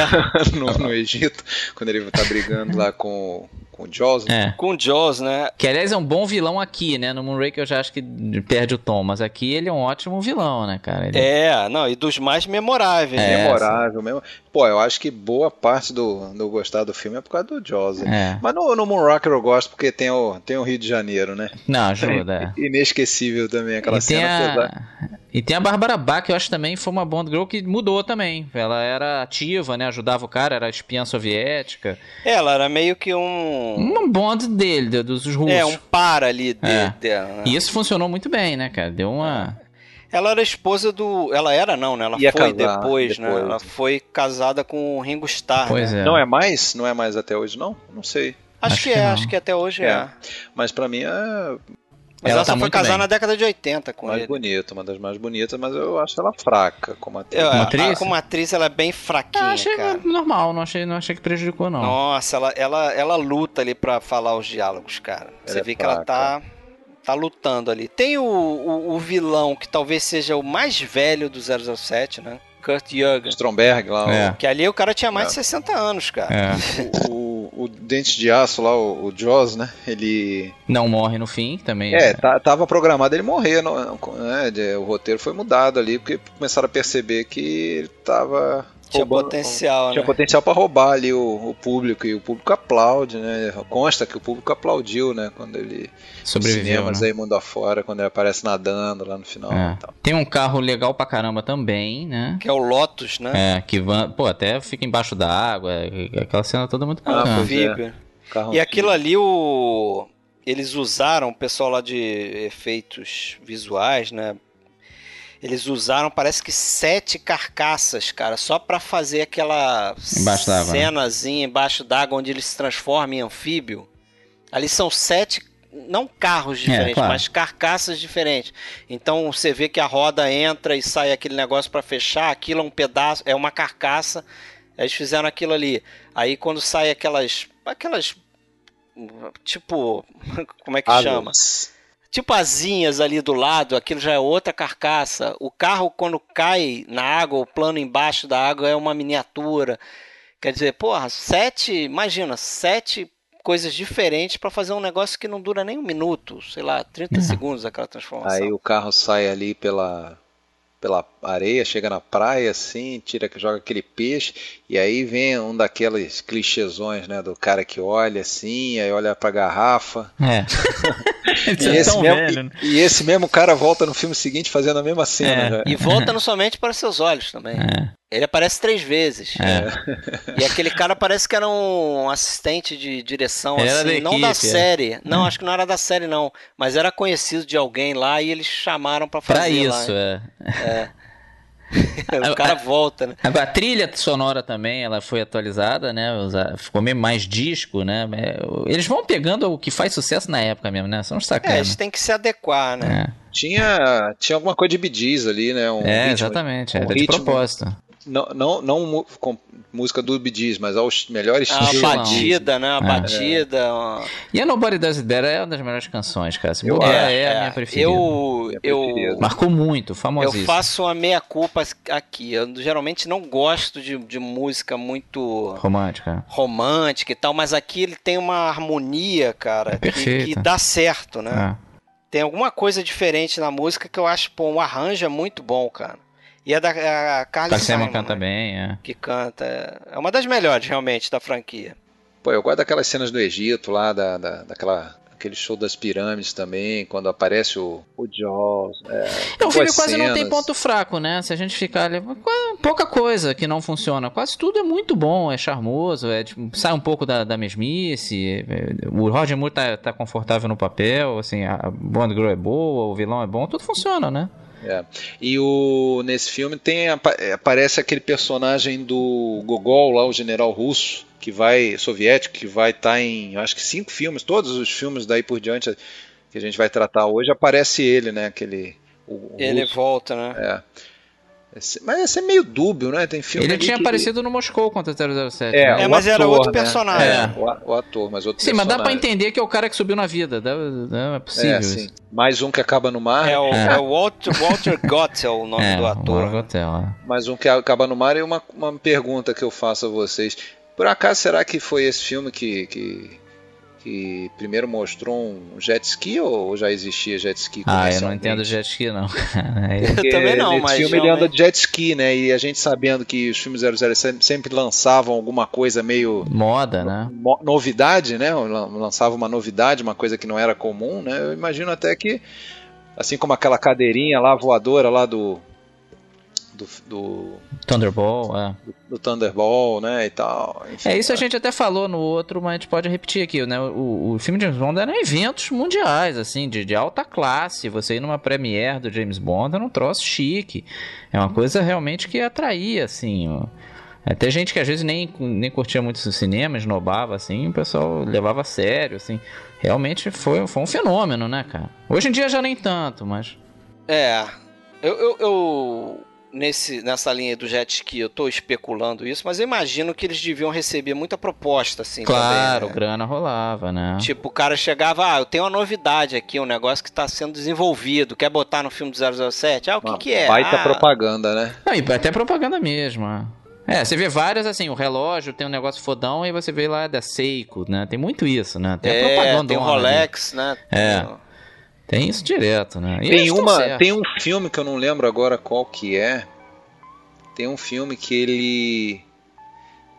[SPEAKER 4] no, no Egito, quando ele tá brigando lá com, com o Jaws.
[SPEAKER 3] É.
[SPEAKER 2] Com o Jaws, né?
[SPEAKER 3] Que aliás é um bom vilão aqui, né? No Moonraker eu já acho que perde o tom, mas aqui ele é um ótimo vilão, né, cara? Ele-
[SPEAKER 2] É, não, e dos mais memoráveis.
[SPEAKER 3] É,
[SPEAKER 2] né?
[SPEAKER 4] Memorável mesmo. Pô, eu acho que boa parte do, do gostar do filme é por causa do Jaws.
[SPEAKER 3] É.
[SPEAKER 4] Mas no, no Moonrocker eu gosto porque tem o, tem o Rio de Janeiro, né?
[SPEAKER 3] Não, ajuda. é.
[SPEAKER 4] Inesquecível também aquela
[SPEAKER 3] E tem,
[SPEAKER 4] cena. apesar-
[SPEAKER 3] a... e tem a Bárbara Bach, que eu acho também foi uma Bond Girl que mudou também. Ela era ativa, né? Ajudava o cara, era espiã soviética.
[SPEAKER 2] É, Ela era meio que um.
[SPEAKER 3] Uma Bond dele, do- dos russos.
[SPEAKER 2] É, um par ali de,
[SPEAKER 3] É.
[SPEAKER 2] dela. né?
[SPEAKER 3] E isso funcionou muito bem, né, cara? Deu uma.
[SPEAKER 2] Ela era esposa do. Ela era, não, né? Ela
[SPEAKER 4] Ia
[SPEAKER 2] foi
[SPEAKER 4] casar
[SPEAKER 2] depois, né?
[SPEAKER 4] depois.
[SPEAKER 2] Ela foi casada com o Ringo Starr.
[SPEAKER 3] Pois
[SPEAKER 2] né?
[SPEAKER 3] é.
[SPEAKER 4] Não é mais? Não é mais até hoje, não? Não sei.
[SPEAKER 2] Acho,
[SPEAKER 3] Acho
[SPEAKER 2] que,
[SPEAKER 3] que
[SPEAKER 2] é,
[SPEAKER 3] não.
[SPEAKER 2] acho que até hoje é.
[SPEAKER 4] É. Mas pra mim é
[SPEAKER 2] Mas
[SPEAKER 3] Ela
[SPEAKER 2] ela,
[SPEAKER 3] tá
[SPEAKER 2] só foi
[SPEAKER 3] muito
[SPEAKER 2] casar
[SPEAKER 3] bem.
[SPEAKER 2] na década de 80 com
[SPEAKER 4] mais
[SPEAKER 2] ele.
[SPEAKER 4] bonita, uma das mais bonitas, mas eu acho ela fraca como atriz.
[SPEAKER 2] É, a-
[SPEAKER 3] atriz?
[SPEAKER 2] como atriz, ela é bem
[SPEAKER 3] Eu
[SPEAKER 2] fraquinha,
[SPEAKER 3] achei
[SPEAKER 2] cara.
[SPEAKER 3] normal, não achei, não achei que prejudicou, não.
[SPEAKER 2] Nossa, ela, ela, ela luta ali pra falar os diálogos, cara. Você
[SPEAKER 4] é
[SPEAKER 2] vê que ela tá, tá lutando ali. Tem o, o, o vilão que talvez seja o mais velho do 007, né? Kurt Jürgens.
[SPEAKER 4] Stromberg lá,
[SPEAKER 3] É.
[SPEAKER 2] Que ali o cara tinha mais
[SPEAKER 4] É.
[SPEAKER 2] de 60 anos, cara.
[SPEAKER 3] É.
[SPEAKER 4] o, o, o dente de aço lá, o, o Jaws, né? Ele.
[SPEAKER 3] Não morre no fim, também.
[SPEAKER 2] né?
[SPEAKER 4] É, tá- tava programado ele morrer, não, né? de- O roteiro foi mudado ali, porque começaram a perceber que ele tava.
[SPEAKER 2] Tinha
[SPEAKER 4] roubando-
[SPEAKER 2] potencial,
[SPEAKER 4] Tinha
[SPEAKER 2] né?
[SPEAKER 4] potencial pra roubar ali o, o público, e o público aplaude, né? Consta que o público aplaudiu, né? Quando ele.
[SPEAKER 3] Sobreviveu.
[SPEAKER 4] cinemas
[SPEAKER 3] né?
[SPEAKER 4] aí mundo afora, quando ele aparece nadando lá no final
[SPEAKER 3] É.
[SPEAKER 4] e tal.
[SPEAKER 3] Tem um carro legal pra caramba também, né?
[SPEAKER 2] Que é o Lotus, né?
[SPEAKER 3] É, que van... pô, até fica embaixo da água. é- Aquela cena toda muito
[SPEAKER 4] Ah,
[SPEAKER 3] bacana.
[SPEAKER 4] pois é.
[SPEAKER 2] Anfíbio. né?
[SPEAKER 4] Carro
[SPEAKER 2] E aquilo ali, o... eles usaram, o pessoal lá de efeitos visuais, né? Eles usaram, parece que sete carcaças, cara, só pra fazer aquela
[SPEAKER 3] Embaixo d'água, né?
[SPEAKER 2] cenazinha embaixo d'água onde ele se transforma em anfíbio. Ali são sete, não carros diferentes,
[SPEAKER 3] É, claro.
[SPEAKER 2] mas carcaças diferentes. Então você vê que a roda entra e sai aquele negócio pra fechar, aquilo é um pedaço, é uma carcaça. Eles fizeram aquilo ali. Aí quando sai aquelas. Aquelas. Tipo. Como é que chama? Tipo asinhas ali do lado, aquilo já é outra carcaça. O carro, quando cai na água, o plano embaixo da água é uma miniatura. Quer dizer, porra, sete. Imagina, sete coisas diferentes pra fazer um negócio que não dura nem um minuto, sei lá, 30 segundos aquela transformação.
[SPEAKER 4] Aí o carro sai ali pela, pela areia, chega na praia assim, tira, joga aquele peixe, e aí vem um daqueles clichêsões, né? Do cara que olha assim, aí olha pra garrafa.
[SPEAKER 3] É.
[SPEAKER 4] E
[SPEAKER 3] Eles
[SPEAKER 4] esse,
[SPEAKER 3] são É. tão
[SPEAKER 4] mesmo,
[SPEAKER 3] velho. né?
[SPEAKER 4] e, e esse mesmo cara volta no filme seguinte fazendo a mesma cena.
[SPEAKER 3] É.
[SPEAKER 4] né?
[SPEAKER 2] E volta não somente para seus olhos também.
[SPEAKER 3] É.
[SPEAKER 2] Ele aparece três vezes.
[SPEAKER 3] É.
[SPEAKER 2] E aquele cara parece que era um assistente de direção,
[SPEAKER 3] Ele era
[SPEAKER 2] assim,
[SPEAKER 3] da
[SPEAKER 2] não da
[SPEAKER 3] equipe, é.
[SPEAKER 2] série. Não, acho que não era da série, não. Mas era conhecido de alguém lá e eles chamaram pra fazer
[SPEAKER 3] Pra isso,
[SPEAKER 2] lá.
[SPEAKER 3] é.
[SPEAKER 2] O cara volta, né?
[SPEAKER 3] Agora, a trilha sonora também, ela foi atualizada, né? Usa- Ficou meio mais disco, né? É, Eles vão pegando o que faz sucesso na época mesmo, né? São uns
[SPEAKER 2] É,
[SPEAKER 3] sacanas.
[SPEAKER 2] eles têm que se adequar, né?
[SPEAKER 3] É,
[SPEAKER 4] Tinha, tinha alguma coisa de bidiz ali, né? Um
[SPEAKER 3] É,
[SPEAKER 4] ritmo-
[SPEAKER 3] exatamente.
[SPEAKER 4] um
[SPEAKER 3] Era de
[SPEAKER 4] ritmo-
[SPEAKER 3] propósito.
[SPEAKER 4] Não, não, não mu- com música do Bee Gees, mas aos melhores
[SPEAKER 2] A
[SPEAKER 3] Estilão.
[SPEAKER 2] batida, né? A
[SPEAKER 3] É.
[SPEAKER 2] batida. uma-
[SPEAKER 3] E a Nobody Does It There é uma das melhores canções, cara. Se
[SPEAKER 4] Eu
[SPEAKER 3] bobear,
[SPEAKER 4] acho,
[SPEAKER 3] é, a minha preferida.
[SPEAKER 2] Eu,
[SPEAKER 4] Minha
[SPEAKER 2] eu,
[SPEAKER 4] preferida.
[SPEAKER 3] Marcou muito,
[SPEAKER 2] eu
[SPEAKER 3] famosíssimo.
[SPEAKER 2] faço uma meia-culpa aqui. Eu geralmente não gosto de, de música muito.
[SPEAKER 3] Romântica.
[SPEAKER 2] romântica e tal, mas aqui ele tem uma harmonia, cara, que,
[SPEAKER 3] perfeito.
[SPEAKER 2] que dá certo, né?
[SPEAKER 3] É.
[SPEAKER 2] Tem alguma coisa diferente na música que eu acho, pô, um arranjo é muito bom, cara. E é da a a Carly
[SPEAKER 3] Tá
[SPEAKER 2] Simon,
[SPEAKER 3] canta
[SPEAKER 2] né?
[SPEAKER 3] bem, é.
[SPEAKER 2] que canta. É uma das melhores, realmente, da franquia.
[SPEAKER 4] Pô, eu gosto daquelas cenas do Egito lá, da, da, daquela, aquele show das pirâmides também, quando aparece o, o Jaws. É,
[SPEAKER 3] Então, o filme
[SPEAKER 4] boas
[SPEAKER 3] quase não tem
[SPEAKER 4] cenas.
[SPEAKER 3] ponto fraco, né? Se a gente ficar ali, qua- pouca coisa que não funciona. Quase tudo é muito bom, é charmoso, é, tipo, sai um pouco da, da mesmice. é, O Roger Moore tá, tá confortável no papel, assim, a a Bond Girl é boa, o vilão é bom, tudo funciona, né?
[SPEAKER 4] É. E o, nesse filme tem apa- aparece aquele personagem do Gogol lá, o general russo, que vai soviético, que vai estar em, eu acho que cinco filmes, todos os filmes daí por diante que a gente vai tratar hoje aparece ele, né? Aquele o, o
[SPEAKER 2] Ele
[SPEAKER 4] russo.
[SPEAKER 2] volta, né?
[SPEAKER 4] É. Esse- Mas esse é meio dúbio, né? Tem filme
[SPEAKER 3] Ele
[SPEAKER 4] ali
[SPEAKER 3] tinha
[SPEAKER 4] que-
[SPEAKER 3] aparecido no Moscou contra 007.
[SPEAKER 4] É,
[SPEAKER 3] né?
[SPEAKER 9] É,
[SPEAKER 4] o
[SPEAKER 9] mas era
[SPEAKER 4] ator,
[SPEAKER 9] outro
[SPEAKER 4] né?
[SPEAKER 9] personagem.
[SPEAKER 4] É, o, a- o ator, mas outro
[SPEAKER 3] Sim, mas dá pra
[SPEAKER 4] personagem.
[SPEAKER 3] entender que é o cara que subiu na vida. Dá, dá- é possível.
[SPEAKER 4] É, sim. Mais um que acaba no mar,
[SPEAKER 2] É o,
[SPEAKER 3] É.
[SPEAKER 2] é o Walter, Walter Gottel, o nome
[SPEAKER 3] um
[SPEAKER 2] do ator.
[SPEAKER 4] mais um que acaba no mar e uma, uma pergunta que eu faço a vocês. Por acaso, será que foi esse filme que, que, que primeiro mostrou um jet ski ou já existia jet ski?
[SPEAKER 3] Ah, eu não
[SPEAKER 4] comercialmente?
[SPEAKER 3] entendo jet ski, não. É
[SPEAKER 2] Eu também não,
[SPEAKER 4] nesse
[SPEAKER 2] mas
[SPEAKER 4] filme ele anda
[SPEAKER 2] realmente-
[SPEAKER 4] de jet ski, né? E a gente sabendo que os filmes 007 sempre lançavam alguma coisa meio
[SPEAKER 3] Moda, né?
[SPEAKER 4] mo- novidade, né? Lan- Lançava uma novidade, uma coisa que não era comum, né? Eu imagino até que, assim como aquela cadeirinha lá voadora lá do do, do,
[SPEAKER 3] Thunderball, é.
[SPEAKER 4] do Thunderball, né? E tal. Enfim,
[SPEAKER 3] É, isso a gente até falou no outro, mas a gente pode repetir aqui, né? O, o filme de James Bond era eventos mundiais, assim, de, de alta classe. Você ir numa premiere do James Bond era um troço chique. É uma coisa realmente que atraía, assim. ó. Até gente que às vezes nem, nem curtia muito o cinema, esnobava, assim, o pessoal levava a sério, assim. Realmente foi, foi um fenômeno, né, cara? Hoje em dia já nem tanto, mas.
[SPEAKER 2] É. Eu, eu, eu- nesse, nessa linha do jet ski, eu tô especulando isso, mas eu imagino que eles deviam receber muita proposta, assim,
[SPEAKER 3] Claro,
[SPEAKER 2] também, né?
[SPEAKER 3] grana rolava, né?
[SPEAKER 2] Tipo, o cara chegava, ah, eu tenho uma novidade aqui, um negócio que tá sendo desenvolvido, quer botar no filme do 007? Ah, o que
[SPEAKER 4] Uma
[SPEAKER 2] que é?
[SPEAKER 4] Baita
[SPEAKER 2] ah,
[SPEAKER 4] propaganda, né?
[SPEAKER 3] Não, e até propaganda mesmo. É, É, você vê várias assim, o relógio tem um negócio fodão e você vê lá da Seiko, né? Tem muito isso, né? Tem
[SPEAKER 4] um
[SPEAKER 3] a
[SPEAKER 2] É,
[SPEAKER 3] propaganda
[SPEAKER 2] tem o
[SPEAKER 3] lá,
[SPEAKER 2] Rolex, né?
[SPEAKER 3] É.
[SPEAKER 2] Tem o-
[SPEAKER 3] né? Tem isso direto, né? E eles
[SPEAKER 4] Tem,
[SPEAKER 3] tão
[SPEAKER 4] uma,
[SPEAKER 3] certos.
[SPEAKER 4] tem um filme que eu não lembro agora qual que é. Tem um filme que ele.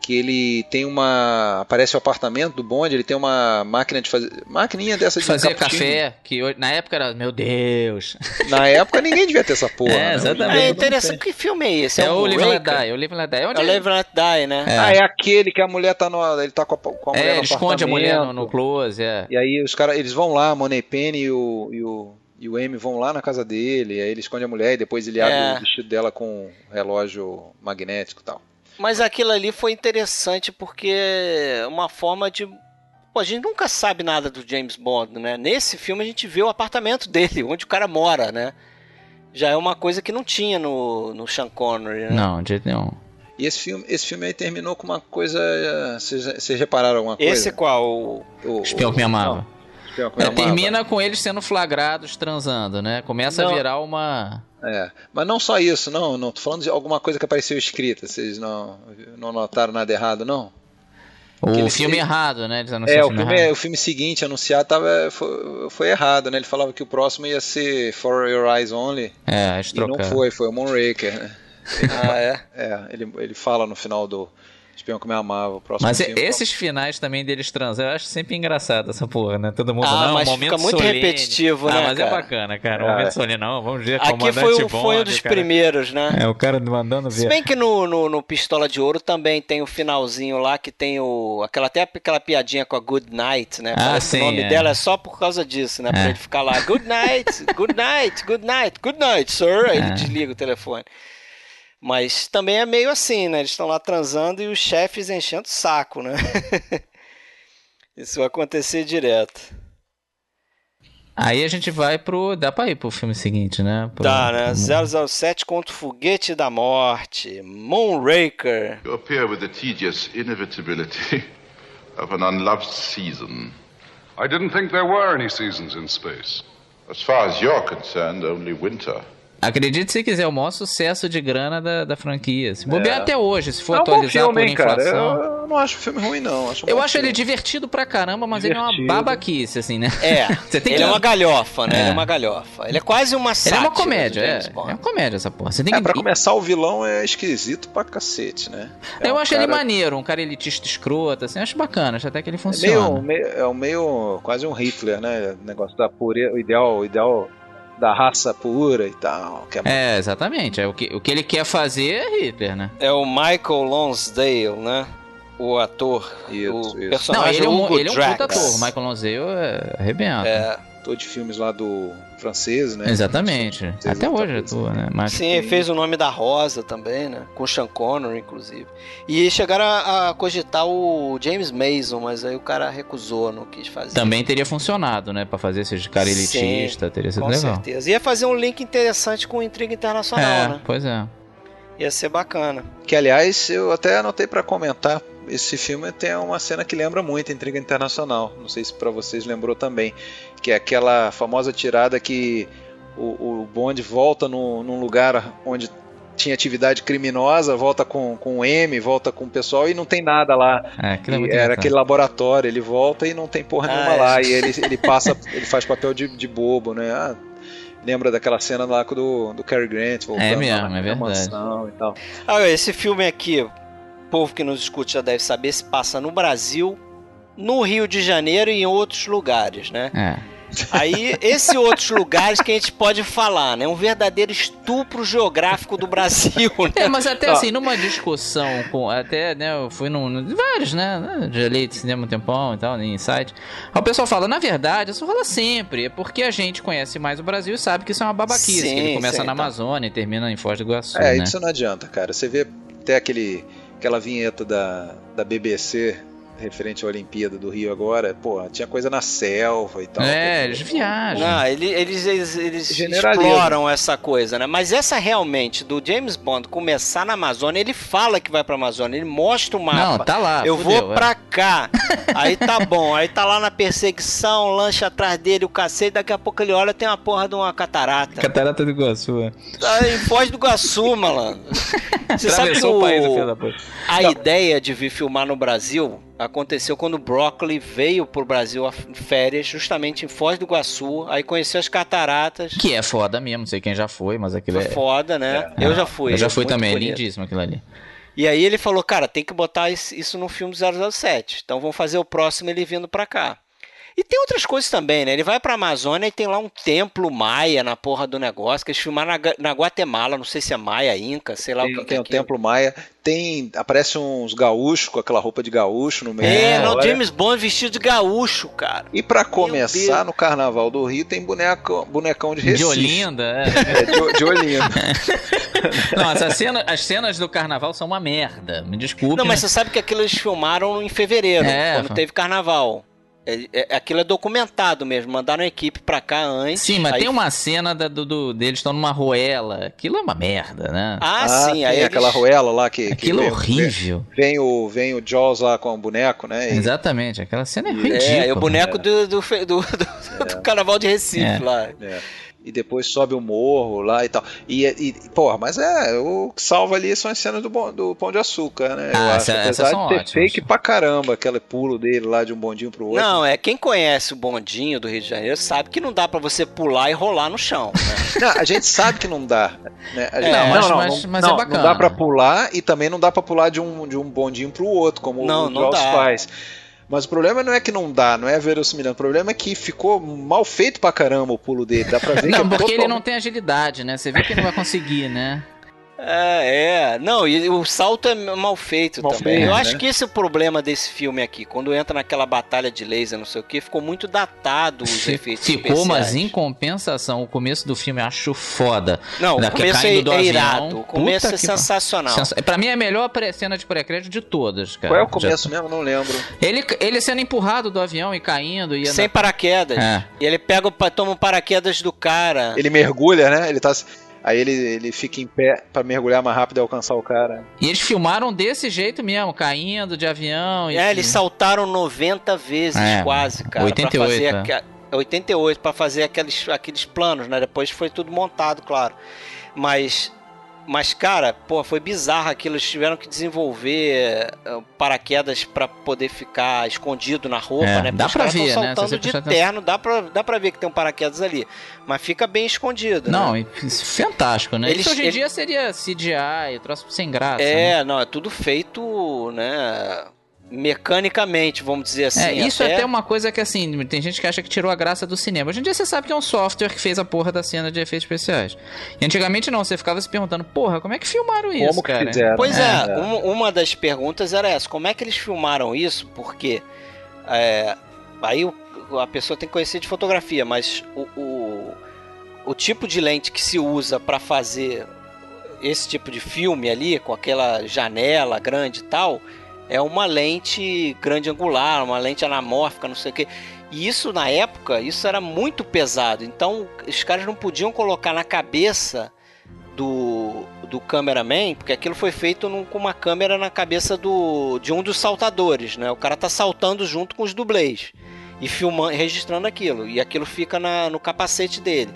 [SPEAKER 4] Que ele tem uma. Aparece o apartamento do bonde, ele tem uma máquina de fazer. Maquininha dessa de
[SPEAKER 3] Fazer
[SPEAKER 4] cappuccino.
[SPEAKER 3] café, que hoje- na época era, meu Deus.
[SPEAKER 4] Na época ninguém devia ter essa porra.
[SPEAKER 3] É,
[SPEAKER 4] né?
[SPEAKER 3] exatamente.
[SPEAKER 2] É interessante, que filme é esse?
[SPEAKER 3] É,
[SPEAKER 4] um
[SPEAKER 3] o Live and Let
[SPEAKER 2] Breaker?
[SPEAKER 3] Die, o Live and Let Die. É onde
[SPEAKER 2] É o
[SPEAKER 3] ele-
[SPEAKER 2] Live and Let Die, né?
[SPEAKER 4] Ah, é aquele que a mulher tá no. Ele tá com a, com a
[SPEAKER 3] é,
[SPEAKER 4] mulher no
[SPEAKER 3] ele esconde a mulher no,
[SPEAKER 4] apartamento.
[SPEAKER 3] no close, é.
[SPEAKER 4] E aí os caras, eles vão lá, a Money Penny e o, e o, e o Amy vão lá na casa dele, aí ele esconde a mulher e depois ele abre
[SPEAKER 2] É.
[SPEAKER 4] o vestido dela com um relógio magnético e tal.
[SPEAKER 2] Mas aquilo ali foi interessante porque é uma forma de. Pô, a gente nunca sabe nada do James Bond, né? Nesse filme a gente vê o apartamento dele, onde o cara mora, né? Já é uma coisa que não tinha no, no Sean
[SPEAKER 4] É.
[SPEAKER 2] Connery, né?
[SPEAKER 3] Não, de jeito nenhum.
[SPEAKER 4] E esse filme, esse filme aí terminou com uma coisa. eh, Vocês vocês repararam alguma coisa?
[SPEAKER 2] Esse é qual? O-
[SPEAKER 4] o, o-
[SPEAKER 3] Espião que me amava.
[SPEAKER 4] não, espião que me
[SPEAKER 3] É,
[SPEAKER 4] amava.
[SPEAKER 3] termina com eles sendo flagrados transando, né? Começa
[SPEAKER 4] Não.
[SPEAKER 3] a virar uma.
[SPEAKER 4] É. Mas não só isso, não. Não tô falando de alguma coisa que apareceu escrita. Vocês não, não notaram nada errado, não?
[SPEAKER 3] O
[SPEAKER 4] Aquele
[SPEAKER 3] filme
[SPEAKER 4] filme-
[SPEAKER 3] errado, né? Eles anunciam
[SPEAKER 4] É, o filme,
[SPEAKER 3] errado.
[SPEAKER 4] é, o filme seguinte anunciado tava, foi, foi errado, né? Ele falava que o próximo ia ser For Your Eyes Only.
[SPEAKER 3] É, eles
[SPEAKER 4] E não
[SPEAKER 3] trocaram.
[SPEAKER 4] foi, foi o Moonraker, né?
[SPEAKER 2] Ah, é?
[SPEAKER 4] É, ele, ele fala no final do Espião que me amava. O próximo
[SPEAKER 3] Mas e-
[SPEAKER 4] filme,
[SPEAKER 3] esses finais também deles transando, eu acho sempre engraçado essa porra, né? Todo mundo
[SPEAKER 2] Ah,
[SPEAKER 3] não,
[SPEAKER 2] mas
[SPEAKER 3] momento
[SPEAKER 2] fica muito
[SPEAKER 3] solene.
[SPEAKER 2] repetitivo,
[SPEAKER 3] ah,
[SPEAKER 2] né,
[SPEAKER 3] mas é
[SPEAKER 2] cara?
[SPEAKER 3] bacana, cara.
[SPEAKER 4] Ah,
[SPEAKER 3] momento
[SPEAKER 4] é.
[SPEAKER 3] solene, não. Vamos ver,
[SPEAKER 2] Aqui
[SPEAKER 3] comandante
[SPEAKER 2] foi, um-
[SPEAKER 3] Bond,
[SPEAKER 2] foi um dos
[SPEAKER 3] o cara-
[SPEAKER 2] primeiros, né?
[SPEAKER 3] É, o cara mandando
[SPEAKER 2] Se
[SPEAKER 3] ver.
[SPEAKER 2] bem que no, no, no Pistola de Ouro também tem o finalzinho lá que tem o. Aquela, até aquela piadinha com a Good Night, né?
[SPEAKER 3] Ah,
[SPEAKER 2] Parece que
[SPEAKER 3] sim,
[SPEAKER 2] o nome
[SPEAKER 3] é.
[SPEAKER 2] dela é só por causa disso, né?
[SPEAKER 3] É.
[SPEAKER 2] Pra ele ficar lá, Good Night, Good Night, Good Night, Good Night, sir. Aí
[SPEAKER 3] É.
[SPEAKER 2] ele desliga o telefone. Mas também é meio assim, né? Eles estão lá transando e os chefes enchendo o saco, né? Isso vai acontecer direto.
[SPEAKER 3] Aí a gente vai pro. Dá pra ir pro filme seguinte, né? Pro-
[SPEAKER 2] Tá, né? 007 contra o Foguete da Morte. Moonraker.
[SPEAKER 8] You appear with the tedious inevitability of an unloved season.
[SPEAKER 1] I didn't think there were any seasons in space.
[SPEAKER 8] As far as you're concerned, only winter.
[SPEAKER 3] Acredite se quiser, o maior sucesso de grana da, da franquia. Se bobear até hoje, se for
[SPEAKER 4] É um bom
[SPEAKER 3] atualizar
[SPEAKER 4] filme,
[SPEAKER 3] por
[SPEAKER 4] hein, cara.
[SPEAKER 2] É um
[SPEAKER 3] inflação.
[SPEAKER 4] Eu, eu não acho o filme ruim, não. Acho um
[SPEAKER 3] Eu
[SPEAKER 4] bom
[SPEAKER 3] acho ele
[SPEAKER 4] filme.
[SPEAKER 3] divertido pra caramba, mas ele é
[SPEAKER 4] Divertido.
[SPEAKER 3] uma babaquice, assim, né?
[SPEAKER 2] É,
[SPEAKER 3] Você tem
[SPEAKER 2] ele
[SPEAKER 3] que-
[SPEAKER 2] é uma galhofa, né?
[SPEAKER 3] É.
[SPEAKER 2] Ele é uma galhofa. Ele é quase uma
[SPEAKER 3] Ele
[SPEAKER 2] sátira
[SPEAKER 3] é uma
[SPEAKER 2] do
[SPEAKER 3] comédia, é.
[SPEAKER 2] James
[SPEAKER 3] É
[SPEAKER 2] Bond.
[SPEAKER 3] uma comédia essa porra. Você tem
[SPEAKER 4] É,
[SPEAKER 3] que
[SPEAKER 4] pra começar, o vilão é esquisito pra cacete, né? É
[SPEAKER 3] eu
[SPEAKER 4] um
[SPEAKER 3] acho ele
[SPEAKER 4] cara-
[SPEAKER 3] maneiro, um cara elitista escroto, assim, acho bacana, acho até que ele
[SPEAKER 4] É meio,
[SPEAKER 3] funciona.
[SPEAKER 4] meio- é um meio quase um Hitler, né? O negócio da pureza, o ideal, o ideal da raça pura e tal. Que é,
[SPEAKER 3] É, exatamente. É, o, que, o que ele quer fazer é Hitler, né?
[SPEAKER 2] É o Michael Lonsdale, né? O ator.
[SPEAKER 4] Isso,
[SPEAKER 2] o
[SPEAKER 4] isso.
[SPEAKER 3] Não,
[SPEAKER 2] personagem
[SPEAKER 3] ele é um,
[SPEAKER 2] Hugo
[SPEAKER 3] ele é um
[SPEAKER 2] Drax.
[SPEAKER 3] puta ator. O Michael Lonzeu é arrebenta.
[SPEAKER 2] É.
[SPEAKER 4] ator de filmes lá do francês, né?
[SPEAKER 3] Exatamente. Até hoje atua, né? Mas
[SPEAKER 2] Sim, ele fez o nome da Rosa também, né? Com o Sean Connery, inclusive. E chegaram a, a cogitar o James Mason, mas aí o cara recusou, não quis fazer.
[SPEAKER 3] também teria funcionado, né? Pra fazer esses cara
[SPEAKER 2] Sim,
[SPEAKER 3] elitista, teria sido
[SPEAKER 2] Com
[SPEAKER 3] legal.
[SPEAKER 2] certeza. Ia fazer um link interessante com Intriga Internacional,
[SPEAKER 3] é,
[SPEAKER 2] né?
[SPEAKER 3] pois é.
[SPEAKER 2] Ia ser bacana.
[SPEAKER 4] Que aliás, eu até anotei pra comentar. Esse filme tem uma cena que lembra muito Intriga Internacional. Não sei se pra vocês lembrou também, que é aquela famosa tirada que o, o Bond volta no, num lugar onde tinha atividade criminosa, volta com, com o M, volta com o pessoal e não tem nada lá.
[SPEAKER 3] É, aquilo é
[SPEAKER 4] E
[SPEAKER 3] muito
[SPEAKER 4] era
[SPEAKER 3] engraçado.
[SPEAKER 4] aquele laboratório, ele volta e não tem porra
[SPEAKER 2] Ah,
[SPEAKER 4] nenhuma
[SPEAKER 2] é.
[SPEAKER 4] lá. E ele, ele passa, ele faz papel de, de bobo, né? Ah, lembra daquela cena lá com do, do Cary Grant voltando
[SPEAKER 3] É mesmo,
[SPEAKER 4] lá na
[SPEAKER 3] é verdade.
[SPEAKER 4] mansão e tal.
[SPEAKER 2] Ah, esse filme aqui, o povo que nos escute já deve saber, se passa no Brasil, no Rio de Janeiro e em outros lugares, né?
[SPEAKER 3] É.
[SPEAKER 2] Aí, esse outros lugares que a gente pode falar, né? Um verdadeiro estupro geográfico do Brasil,
[SPEAKER 3] É,
[SPEAKER 2] né?
[SPEAKER 3] mas até
[SPEAKER 2] Ó.
[SPEAKER 3] assim, numa discussão com. Até, né, eu fui num. num- Vários, né? Já li de cinema um tempão e tal, em site. Aí o pessoal fala, na verdade, isso rola sempre. É porque a gente conhece mais o Brasil e sabe que isso é uma babaquice.
[SPEAKER 2] Sim,
[SPEAKER 3] que ele começa
[SPEAKER 2] sim,
[SPEAKER 3] na
[SPEAKER 2] tá.
[SPEAKER 3] Amazônia e termina em Foz do Iguaçu.
[SPEAKER 4] É,
[SPEAKER 3] né?
[SPEAKER 4] isso não adianta, cara. Você vê até aquele, aquela vinheta da, da BBC referente à Olimpíada do Rio agora, pô, tinha coisa na selva e tal.
[SPEAKER 3] É, eles viajam.
[SPEAKER 2] Não, Ah, ele- eles, eles, eles
[SPEAKER 4] Generaliza.
[SPEAKER 2] exploram essa coisa, né? Mas essa realmente, do James Bond começar na Amazônia, ele fala que vai pra Amazônia, ele mostra o mapa.
[SPEAKER 3] Não, tá lá.
[SPEAKER 2] Eu
[SPEAKER 3] fudeu,
[SPEAKER 2] vou
[SPEAKER 3] é.
[SPEAKER 2] pra cá. Aí tá bom. Aí tá lá na perseguição, lanche atrás dele, o cacete. Daqui a pouco ele olha, tem uma porra de uma catarata.
[SPEAKER 3] Catarata do Iguaçu. é.
[SPEAKER 2] Tá em Foz do Iguaçu, malandro. Você sabe que
[SPEAKER 3] Atravessou
[SPEAKER 2] o,
[SPEAKER 3] o país, o filho da puta.
[SPEAKER 2] a ideia de vir filmar no Brasil aconteceu quando o Broccoli veio pro Brasil a f- férias, justamente em Foz do Iguaçu. Aí conheceu as cataratas.
[SPEAKER 3] Que é foda mesmo, não sei quem já foi, mas aquilo
[SPEAKER 2] Foi
[SPEAKER 3] é.
[SPEAKER 2] foda, né? Eu já fui.
[SPEAKER 3] Eu já
[SPEAKER 2] é
[SPEAKER 3] fui
[SPEAKER 2] muito
[SPEAKER 3] também, é
[SPEAKER 2] bonito.
[SPEAKER 3] lindíssimo aquilo ali.
[SPEAKER 2] E aí ele falou, cara, tem que botar isso isso no filme 007. Então vamos fazer o próximo ele vindo pra cá. E tem outras coisas também, né? Ele vai pra Amazônia e tem lá um templo maia na porra do negócio, que eles filmaram na, Ga- na Guatemala, não sei se é maia, inca, sei lá o
[SPEAKER 4] Tem,
[SPEAKER 2] que,
[SPEAKER 4] tem
[SPEAKER 2] que é
[SPEAKER 4] o
[SPEAKER 2] aquilo.
[SPEAKER 4] Templo Maia, tem. Aparece uns gaúchos com aquela roupa de gaúcho no meio.
[SPEAKER 2] É,
[SPEAKER 4] da
[SPEAKER 2] não,
[SPEAKER 4] hora.
[SPEAKER 2] James Bond vestido de gaúcho, cara.
[SPEAKER 4] E pra
[SPEAKER 2] Deus.
[SPEAKER 4] começar, no Carnaval do Rio tem boneco, bonecão de Recife.
[SPEAKER 3] De Olinda, é.
[SPEAKER 4] É, de, de Olinda.
[SPEAKER 3] Não, essa cena- as cenas do carnaval são uma merda. Me desculpe.
[SPEAKER 2] Não, mas
[SPEAKER 3] né?
[SPEAKER 2] você sabe que aquilo eles filmaram em fevereiro,
[SPEAKER 3] É,
[SPEAKER 2] quando
[SPEAKER 3] fa-
[SPEAKER 2] teve carnaval. É- é- aquilo é documentado mesmo, mandaram a equipe pra cá antes.
[SPEAKER 3] Sim, mas
[SPEAKER 2] aí-
[SPEAKER 3] tem uma cena da- do, do- deles estão numa roela. Aquilo é uma merda, né?
[SPEAKER 2] Ah,
[SPEAKER 4] Ah,
[SPEAKER 2] sim,
[SPEAKER 4] tem
[SPEAKER 2] aí eles-
[SPEAKER 4] aquela roela lá que. que
[SPEAKER 3] Aquilo é
[SPEAKER 4] vem-
[SPEAKER 3] horrível.
[SPEAKER 4] Vem o, vem o Jaws lá com o boneco, né? E-
[SPEAKER 3] Exatamente, aquela cena é ridícula.
[SPEAKER 2] É, é o boneco do, do, fe- do, do, do carnaval de Recife
[SPEAKER 3] É.
[SPEAKER 2] lá.
[SPEAKER 4] É. E depois sobe o morro lá e tal. E, e porra, mas é, o que salva ali são as cenas do, bon- do Pão de Açúcar, né?
[SPEAKER 3] Ah, essa- essas
[SPEAKER 4] Apesar
[SPEAKER 3] são
[SPEAKER 4] de ter
[SPEAKER 3] ótimas.
[SPEAKER 4] fake pra caramba, aquele pulo dele lá de um bondinho pro outro.
[SPEAKER 2] Não, é quem conhece o bondinho do Rio de Janeiro sabe que não dá pra você pular e rolar no chão. né?
[SPEAKER 4] Não, a gente sabe que não dá. Né? A gente-
[SPEAKER 2] Não,
[SPEAKER 3] É, mas- mas- mas é bacana.
[SPEAKER 4] Não dá pra pular e também não dá pra pular de um, de um bondinho pro outro, como
[SPEAKER 2] Não,
[SPEAKER 4] o
[SPEAKER 2] não
[SPEAKER 4] Jaws
[SPEAKER 2] dá.
[SPEAKER 4] faz. Mas o problema não é que não dá, não é verossimilhança. O problema é que ficou mal feito pra caramba o pulo dele. Dá pra ver que
[SPEAKER 3] Não,
[SPEAKER 4] é
[SPEAKER 3] porque ele não
[SPEAKER 4] totalmente-
[SPEAKER 3] tem agilidade, né? Você vê que ele não vai conseguir, né?
[SPEAKER 2] É, é. Não, e o salto é mal feito
[SPEAKER 4] Mal
[SPEAKER 2] também.
[SPEAKER 4] feito,
[SPEAKER 2] Eu
[SPEAKER 4] né?
[SPEAKER 2] acho que esse é o problema desse filme aqui. Quando entra naquela batalha de laser, não sei o que, ficou muito datado os
[SPEAKER 3] Fi-
[SPEAKER 2] efeitos
[SPEAKER 3] Ficou,
[SPEAKER 2] especiais.
[SPEAKER 3] mas em compensação, o começo do filme eu acho foda.
[SPEAKER 2] Não, o
[SPEAKER 3] Da-
[SPEAKER 2] começo é,
[SPEAKER 3] caindo do
[SPEAKER 2] é
[SPEAKER 3] avião.
[SPEAKER 2] irado. O começo
[SPEAKER 3] Puta
[SPEAKER 2] é
[SPEAKER 3] que pa-
[SPEAKER 2] sensacional.
[SPEAKER 3] Sensa- Pra mim é a melhor pré- cena de pré-crédito de todas, cara.
[SPEAKER 4] Qual é o
[SPEAKER 3] Já-
[SPEAKER 4] começo mesmo? Não lembro.
[SPEAKER 3] Ele, ele sendo empurrado do avião e caindo. E
[SPEAKER 2] Sem paraquedas.
[SPEAKER 3] É.
[SPEAKER 2] E ele pega, o pa- toma o paraquedas do cara.
[SPEAKER 4] Ele mergulha, né? Ele tá. Aí ele, ele fica em pé pra mergulhar mais rápido e alcançar o cara.
[SPEAKER 3] E eles filmaram desse jeito mesmo, caindo de avião. e-
[SPEAKER 2] É, eles saltaram 90 vezes,
[SPEAKER 3] né? É,
[SPEAKER 2] quase, cara. Pra
[SPEAKER 3] 88,
[SPEAKER 2] fazer aque-
[SPEAKER 3] é.
[SPEAKER 2] 88, pra fazer aqueles, aqueles planos, né? Depois foi tudo montado, claro. Mas, mas cara, pô, foi bizarro aquilo. Eles tiveram que desenvolver eh, paraquedas pra poder ficar escondido na roupa,
[SPEAKER 3] É,
[SPEAKER 2] né?
[SPEAKER 3] dá
[SPEAKER 2] os
[SPEAKER 3] pra
[SPEAKER 2] caras tão
[SPEAKER 3] ver, né? Se
[SPEAKER 2] saltando
[SPEAKER 3] você
[SPEAKER 2] de
[SPEAKER 3] prestar atenção.
[SPEAKER 2] terno, dá pra, dá pra ver que tem um paraquedas ali. Mas fica bem escondido, né?
[SPEAKER 3] Não, e- fantástico, né?
[SPEAKER 2] Eles-
[SPEAKER 3] Isso hoje em
[SPEAKER 2] eles-
[SPEAKER 3] dia seria CGI, o troço sem graça. né?
[SPEAKER 2] É, não, é tudo feito, né? Mecanicamente, vamos dizer assim.
[SPEAKER 3] É, isso é até uma coisa que, assim, tem gente que acha que tirou a graça do cinema. Hoje em dia você sabe que é um software que fez a porra da cena de efeitos especiais. E antigamente não, você ficava se perguntando, porra, como é que filmaram isso,
[SPEAKER 4] Como que
[SPEAKER 3] cara?
[SPEAKER 4] fizeram?
[SPEAKER 2] Pois
[SPEAKER 4] né?
[SPEAKER 2] é, um- uma das perguntas era essa: como é que eles filmaram isso? Porque é, Aí o- a pessoa tem que conhecer de fotografia, mas o, o, o tipo de lente que se usa para fazer esse tipo de filme ali, com aquela janela grande e tal, é uma lente grande angular, uma lente anamórfica, não sei o quê. E isso na época, isso era muito pesado. Então os caras não podiam colocar na cabeça do, do cameraman, porque aquilo foi feito num- com uma câmera na cabeça do, de um dos saltadores, né? O cara tá saltando junto com os dublês e filmando, registrando aquilo. E aquilo fica na- no capacete dele.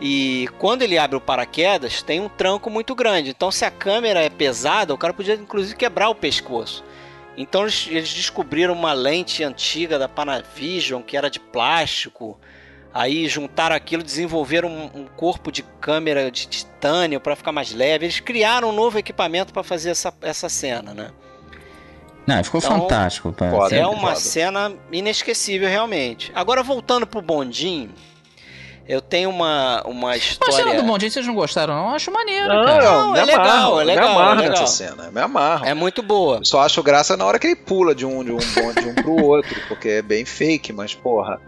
[SPEAKER 2] E quando ele abre o paraquedas, tem um tranco muito grande. Então, se a câmera é pesada, o cara podia inclusive quebrar o pescoço. Então, eles, eles descobriram uma lente antiga da Panavision que era de plástico. Aí juntaram aquilo, desenvolveram um, um corpo de câmera de titânio para ficar mais leve. Eles criaram um novo equipamento para fazer essa, essa cena, né?
[SPEAKER 3] Não, ficou
[SPEAKER 2] Então,
[SPEAKER 3] fantástico. pá.
[SPEAKER 4] foda.
[SPEAKER 3] Sempre-
[SPEAKER 2] É uma
[SPEAKER 4] foda.
[SPEAKER 2] cena inesquecível, realmente. Agora, voltando pro Bondinho, eu tenho uma, uma
[SPEAKER 3] Mas
[SPEAKER 2] história...
[SPEAKER 3] cena do Bondinho, vocês não gostaram, não? Eu acho maneiro,
[SPEAKER 4] Não,
[SPEAKER 3] cara.
[SPEAKER 2] Não, é
[SPEAKER 4] me
[SPEAKER 2] legal,
[SPEAKER 4] amarro,
[SPEAKER 2] é legal,
[SPEAKER 4] me amarro
[SPEAKER 2] é legal.
[SPEAKER 4] nessa cena, me amarro.
[SPEAKER 2] É muito boa.
[SPEAKER 4] Eu só acho graça na hora que ele pula de um, de um bonde de um pro outro, porque é bem fake, mas porra.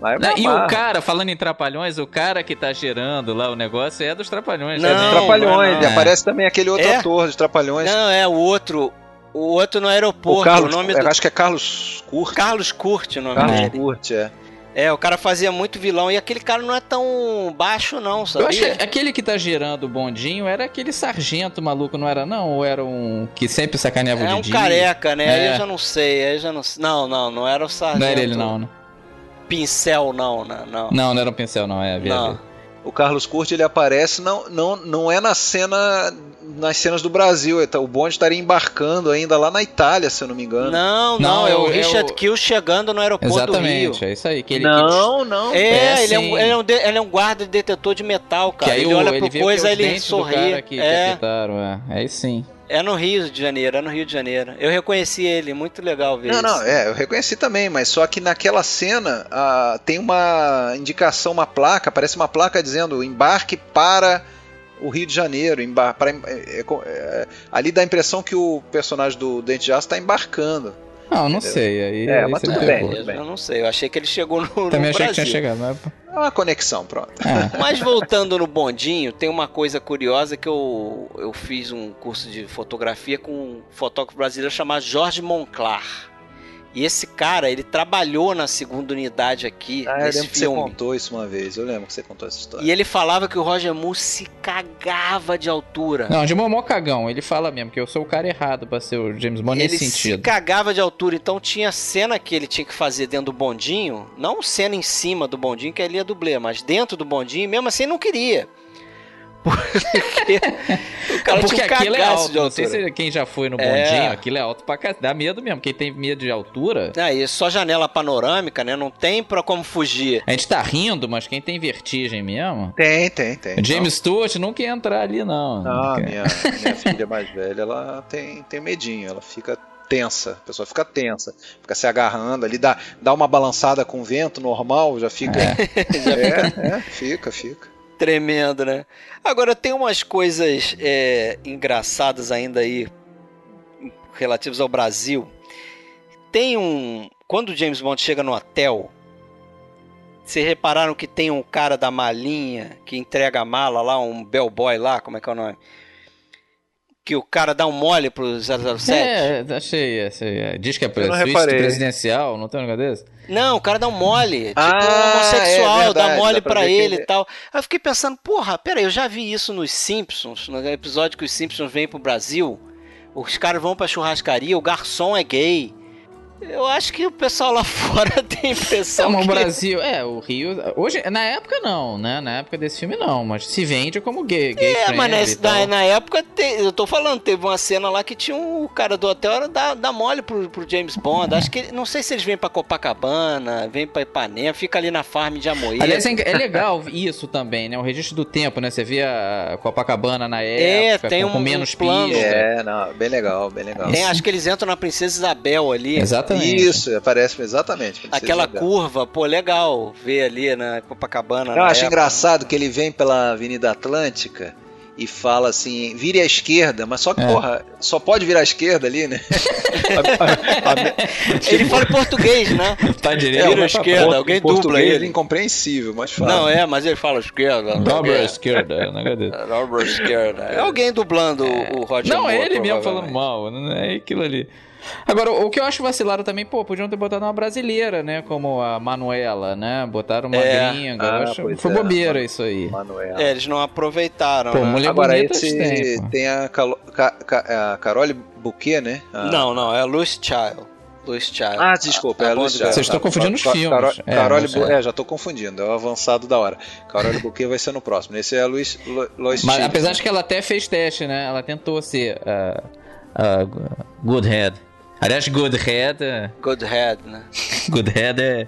[SPEAKER 4] Mas eu me
[SPEAKER 3] Não, Né? e
[SPEAKER 4] amarro.
[SPEAKER 3] o cara, falando em trapalhões, o cara que tá gerando lá o negócio é dos trapalhões.
[SPEAKER 2] Não,
[SPEAKER 3] né?
[SPEAKER 4] Trapalhões,
[SPEAKER 2] não,
[SPEAKER 4] e
[SPEAKER 3] é.
[SPEAKER 4] aparece também aquele outro
[SPEAKER 2] É?
[SPEAKER 4] ator de Trapalhões.
[SPEAKER 2] Não, é o outro. O outro no aeroporto.
[SPEAKER 4] o
[SPEAKER 2] O,
[SPEAKER 4] Carlos,
[SPEAKER 2] nome
[SPEAKER 4] eu
[SPEAKER 2] do.
[SPEAKER 4] acho que é Carlos Curte.
[SPEAKER 2] Carlos Curte, o nome
[SPEAKER 4] Carlos
[SPEAKER 2] dele.
[SPEAKER 4] Curte, é.
[SPEAKER 2] É, o cara fazia muito vilão. E aquele cara não é tão baixo, não,
[SPEAKER 3] Eu acho que
[SPEAKER 2] sabia?
[SPEAKER 3] aquele que tá gerando o bondinho era aquele sargento maluco, não era não? Ou era um que sempre sacaneava
[SPEAKER 2] É
[SPEAKER 3] o
[SPEAKER 2] um
[SPEAKER 3] Didi?
[SPEAKER 2] careca, né?
[SPEAKER 3] É.
[SPEAKER 2] Aí eu já não sei, aí eu já não sei. Não, não, não era o sargento.
[SPEAKER 3] Não era ele não, né?
[SPEAKER 2] Pincel, não, não, não.
[SPEAKER 3] Não, não era um pincel não, é
[SPEAKER 2] Não.
[SPEAKER 3] verdade.
[SPEAKER 4] O Carlos Curte ele aparece, não, não, não é na cena. nas cenas do Brasil. ele tá- O bonde estaria embarcando ainda lá na Itália, se eu não me engano.
[SPEAKER 2] Não, não,
[SPEAKER 3] Não,
[SPEAKER 2] é o
[SPEAKER 3] é o-
[SPEAKER 2] Richard
[SPEAKER 3] é o-
[SPEAKER 2] Kill chegando no aeroporto do
[SPEAKER 3] Exatamente,
[SPEAKER 2] Rio.
[SPEAKER 3] é isso aí. Que ele,
[SPEAKER 4] não. não.
[SPEAKER 2] É,
[SPEAKER 3] É,
[SPEAKER 2] ele é, um,
[SPEAKER 3] sim.
[SPEAKER 2] ele, é um de- ele é um guarda detetor de metal,
[SPEAKER 3] Que, que
[SPEAKER 2] cara.
[SPEAKER 3] aí
[SPEAKER 2] ele
[SPEAKER 3] o-
[SPEAKER 2] olha
[SPEAKER 3] ele
[SPEAKER 2] por
[SPEAKER 3] vê
[SPEAKER 2] coisa,
[SPEAKER 3] que os
[SPEAKER 2] ele
[SPEAKER 3] dentes do cara
[SPEAKER 2] sorri.
[SPEAKER 3] que, que
[SPEAKER 2] é,
[SPEAKER 3] apertaram, é. Aí sim.
[SPEAKER 2] é no Rio de Janeiro, é no Rio de Janeiro. Eu reconheci ele, muito legal ver
[SPEAKER 4] Não,
[SPEAKER 2] isso.
[SPEAKER 4] não, é, eu reconheci também, mas só que naquela cena ah, tem uma indicação, uma placa, parece uma placa dizendo embarque para o Rio de Janeiro. embar- para em- é- é co- é, ali dá a impressão que o personagem do Dente de Aço está embarcando.
[SPEAKER 3] Não, não sei. Aí,
[SPEAKER 4] É,
[SPEAKER 3] aí
[SPEAKER 4] mas
[SPEAKER 3] você
[SPEAKER 4] tudo
[SPEAKER 3] me
[SPEAKER 4] bem.
[SPEAKER 3] pegou.
[SPEAKER 2] Eu, eu não sei, eu achei que ele chegou no, no
[SPEAKER 3] Também achei que
[SPEAKER 2] Brasil.
[SPEAKER 3] tinha chegado, mas...
[SPEAKER 4] É uma conexão, pronto.
[SPEAKER 3] Ah.
[SPEAKER 2] Mas voltando no bondinho, tem uma coisa curiosa que eu, eu fiz um curso de fotografia com um fotógrafo brasileiro chamado Jorge Monclar. E esse cara, ele trabalhou na segunda unidade aqui,
[SPEAKER 4] Ah, eu
[SPEAKER 2] nesse
[SPEAKER 4] lembro que você
[SPEAKER 2] filme.
[SPEAKER 4] contou isso uma vez, eu lembro que você contou essa história.
[SPEAKER 2] E ele falava que o Roger Moore se cagava de altura.
[SPEAKER 3] Não, de mó cagão. Ele fala mesmo que eu sou o cara errado pra ser o James Bond
[SPEAKER 2] ele
[SPEAKER 3] nesse
[SPEAKER 2] se
[SPEAKER 3] sentido.
[SPEAKER 2] cagava de altura, então tinha cena que ele tinha que fazer dentro do bondinho, não cena em cima do bondinho, que ali é dublê, mas dentro do bondinho, mesmo assim, ele não queria. Porque o cara
[SPEAKER 3] Porque
[SPEAKER 2] tinha um
[SPEAKER 3] aquilo é
[SPEAKER 2] cagaço
[SPEAKER 3] alto.
[SPEAKER 2] de
[SPEAKER 3] Não sei
[SPEAKER 2] altura.
[SPEAKER 3] se quem já foi no
[SPEAKER 2] É.
[SPEAKER 3] bondinho, aquilo é alto pra cá. Dá medo mesmo. Quem tem medo de altura.
[SPEAKER 2] Ah, e só janela panorâmica, né? Não tem pra como fugir.
[SPEAKER 3] A gente tá rindo, mas quem tem vertigem mesmo.
[SPEAKER 4] Tem, tem, tem.
[SPEAKER 2] Então.
[SPEAKER 3] O James Stewart nunca ia entrar ali, não.
[SPEAKER 4] Ah,
[SPEAKER 3] Nunca.
[SPEAKER 4] minha, minha filha mais velha, ela tem, tem medinho, ela fica tensa, a pessoa fica tensa, fica se agarrando ali, dá, dá uma balançada com o vento normal, já fica. É, é, fica, fica.
[SPEAKER 2] Tremendo, né? Agora, tem umas coisas é, engraçadas ainda aí relativas ao Brasil. Tem um. Quando o James Bond chega no hotel, vocês repararam que tem um cara da malinha que entrega a mala lá, um bellboy lá, como é que é o nome? Que o cara dá um mole pro 007?
[SPEAKER 3] É, achei, achei. é. Diz que é
[SPEAKER 4] não
[SPEAKER 3] suíte
[SPEAKER 4] reparei.
[SPEAKER 3] presidencial, não tem um negócio desse?
[SPEAKER 2] Não, o cara dá um mole. Tipo,
[SPEAKER 4] Ah,
[SPEAKER 2] homossexual,
[SPEAKER 4] é verdade,
[SPEAKER 2] dá mole
[SPEAKER 4] dá pra
[SPEAKER 2] pra
[SPEAKER 4] ver que
[SPEAKER 2] ele
[SPEAKER 4] ele-
[SPEAKER 2] e tal. Aí eu fiquei pensando, porra, peraí, eu já vi isso nos Simpsons, no episódio que os Simpsons vêm pro Brasil. Os caras vão pra churrascaria, o garçom é gay. Eu acho que o pessoal lá fora tem a impressão
[SPEAKER 3] Então, o
[SPEAKER 2] que...
[SPEAKER 3] Brasil, é, o Rio. Hoje, na época não, né? Na época desse filme não, mas se vende como gay. gay
[SPEAKER 2] É,
[SPEAKER 3] friendly
[SPEAKER 2] mas
[SPEAKER 3] e
[SPEAKER 2] nessa-
[SPEAKER 3] tal.
[SPEAKER 2] na, na época, te- eu tô falando, teve uma cena lá que tinha um o cara do hotel era dar, dar mole pro, pro James Bond. Acho que, ele- não sei se eles vêm pra Copacabana, vêm pra Ipanema, fica ali na farm de Amoeira.
[SPEAKER 3] Aliás, é enga- é legal isso também, né? O registro do tempo, né? Você vê a Copacabana na
[SPEAKER 2] É,
[SPEAKER 3] época,
[SPEAKER 2] tem
[SPEAKER 3] com, com
[SPEAKER 2] um-
[SPEAKER 3] menos
[SPEAKER 2] um plano.
[SPEAKER 3] pista.
[SPEAKER 4] É, não, bem legal, bem legal.
[SPEAKER 2] Tem, acho que eles entram na Princesa Isabel ali.
[SPEAKER 3] Exatamente.
[SPEAKER 4] Isso, aparece exatamente. pra vocês
[SPEAKER 2] Aquela
[SPEAKER 4] verem.
[SPEAKER 2] curva, pô, legal ver ali na Copacabana.
[SPEAKER 4] Eu
[SPEAKER 2] na
[SPEAKER 4] acho
[SPEAKER 2] época.
[SPEAKER 4] engraçado que ele vem pela Avenida Atlântica e fala assim, vire à esquerda, mas
[SPEAKER 2] É.
[SPEAKER 4] só que, porra, só pode virar à esquerda ali, né?
[SPEAKER 2] Ele fala em português, né?
[SPEAKER 3] Tá
[SPEAKER 2] Vira
[SPEAKER 3] direito.
[SPEAKER 2] à esquerda, alguém dubla
[SPEAKER 4] português é
[SPEAKER 2] ele.
[SPEAKER 4] incompreensível, mas fala.
[SPEAKER 2] Não, é, mas ele fala esquerda.
[SPEAKER 3] Dobra à
[SPEAKER 2] alguém-
[SPEAKER 3] esquerda, é um não acredito.
[SPEAKER 2] Dobra esquerda. É alguém dublando o o Roger
[SPEAKER 3] Não, é
[SPEAKER 2] Moore,
[SPEAKER 3] ele mesmo falando
[SPEAKER 2] provavelmente.
[SPEAKER 3] mal, né? é aquilo ali. Agora, o o que eu acho vacilado também, pô, podiam ter botado uma brasileira, né? Como a Manuela, né? Botaram uma
[SPEAKER 2] É.
[SPEAKER 3] gringa.
[SPEAKER 4] Ah,
[SPEAKER 3] eu acho...
[SPEAKER 4] pois
[SPEAKER 3] Foi
[SPEAKER 4] é.
[SPEAKER 3] bobeira isso aí.
[SPEAKER 4] Manuel.
[SPEAKER 2] É, eles não aproveitaram,
[SPEAKER 3] Pô,
[SPEAKER 2] né?
[SPEAKER 3] mulher
[SPEAKER 4] Agora,
[SPEAKER 3] bonita é
[SPEAKER 4] esse
[SPEAKER 3] tem,
[SPEAKER 4] tem,
[SPEAKER 3] pô.
[SPEAKER 4] a, Calo, Ca- Ca- é a Carole Bouquet, né? A-
[SPEAKER 2] Não, não, é Lucy Child. Lucy Child. Tá
[SPEAKER 4] Ah, desculpa,
[SPEAKER 2] A-
[SPEAKER 4] é
[SPEAKER 2] a
[SPEAKER 4] a Luz
[SPEAKER 2] blonde dela.
[SPEAKER 3] Vocês estão confundindo os filmes. É,
[SPEAKER 4] Carole
[SPEAKER 3] não sei.
[SPEAKER 4] Bu- é, já tô confundindo, é o avançado da hora. Carole Bouquet vai ser no próximo. Esse é a Luiz Lo- Lois
[SPEAKER 3] Mas
[SPEAKER 4] Child.
[SPEAKER 3] apesar de que ela até fez teste, né? Ela tentou ser ah, ah, good head. Aliás, good head, eh,
[SPEAKER 2] Good Head, né?
[SPEAKER 3] good head é,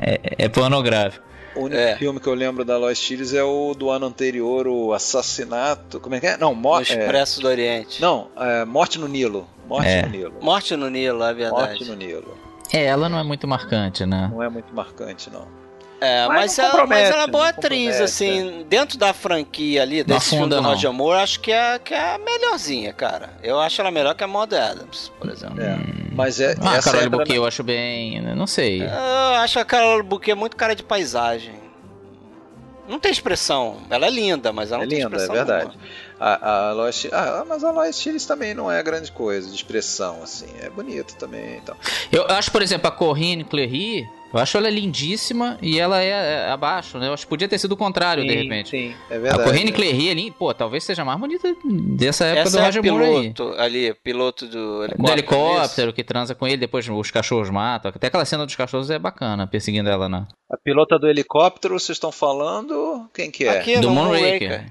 [SPEAKER 3] é, é pornográfico.
[SPEAKER 4] O único
[SPEAKER 2] É.
[SPEAKER 4] filme que eu lembro da Lois Chiles é o do ano anterior, o Assassinato. Como é que é? Não,
[SPEAKER 2] No
[SPEAKER 4] Morte.
[SPEAKER 2] Expresso do Oriente.
[SPEAKER 4] não, é, Morte no Nilo. Morte
[SPEAKER 3] É.
[SPEAKER 4] no Nilo.
[SPEAKER 2] Morte no Nilo, é
[SPEAKER 4] Morte
[SPEAKER 2] verdade.
[SPEAKER 4] no Nilo.
[SPEAKER 3] É, ela não é muito marcante, né?
[SPEAKER 4] Não é muito marcante, não.
[SPEAKER 2] É,
[SPEAKER 4] Mas
[SPEAKER 2] mas,
[SPEAKER 4] não
[SPEAKER 2] ela, mas ela é
[SPEAKER 4] compromete,
[SPEAKER 2] boa
[SPEAKER 4] não
[SPEAKER 2] atriz,
[SPEAKER 4] compromete, né?
[SPEAKER 2] assim, dentro da franquia ali, desse filme
[SPEAKER 3] afunda,
[SPEAKER 2] do
[SPEAKER 3] não.
[SPEAKER 2] Roger Moore, acho que é, que é a melhorzinha, cara. Eu acho ela melhor que a Maud Adams, por exemplo.
[SPEAKER 4] É. Mas
[SPEAKER 3] Hum.
[SPEAKER 4] é.
[SPEAKER 3] Ah,
[SPEAKER 4] essa
[SPEAKER 3] Carol
[SPEAKER 4] entra É.
[SPEAKER 3] Bouquet eu acho bem. né? Não sei.
[SPEAKER 2] Eu acho a Carol Bouquet muito cara de paisagem. Não tem expressão. Ela é linda, mas ela
[SPEAKER 4] É
[SPEAKER 2] não tem
[SPEAKER 4] linda, é
[SPEAKER 2] expressão.
[SPEAKER 4] verdade.
[SPEAKER 2] nenhuma.
[SPEAKER 4] A, a Lois, ah, mas a Lois Chiles também não é grande coisa de expressão, assim. É bonito também. Então.
[SPEAKER 3] Eu acho, por exemplo, a Corinne Clery, eu acho ela lindíssima e ela é, é, abaixo, né? Eu acho que podia ter sido o contrário, de repente.
[SPEAKER 4] É
[SPEAKER 3] A
[SPEAKER 4] verdade.
[SPEAKER 3] Corinne Clery ali, pô, talvez seja a mais bonita dessa época
[SPEAKER 2] Essa
[SPEAKER 3] do
[SPEAKER 2] é a
[SPEAKER 3] Roger Moore aí.
[SPEAKER 2] piloto ali, piloto do helicóptero.
[SPEAKER 3] Do
[SPEAKER 2] não é isso?
[SPEAKER 3] helicóptero que transa com ele, depois os cachorros matam. Até aquela cena dos cachorros é bacana, perseguindo ela, né?
[SPEAKER 4] A pilota do helicóptero, vocês estão falando? Quem que é?
[SPEAKER 2] Aqui
[SPEAKER 3] do
[SPEAKER 2] no
[SPEAKER 3] Moonraker.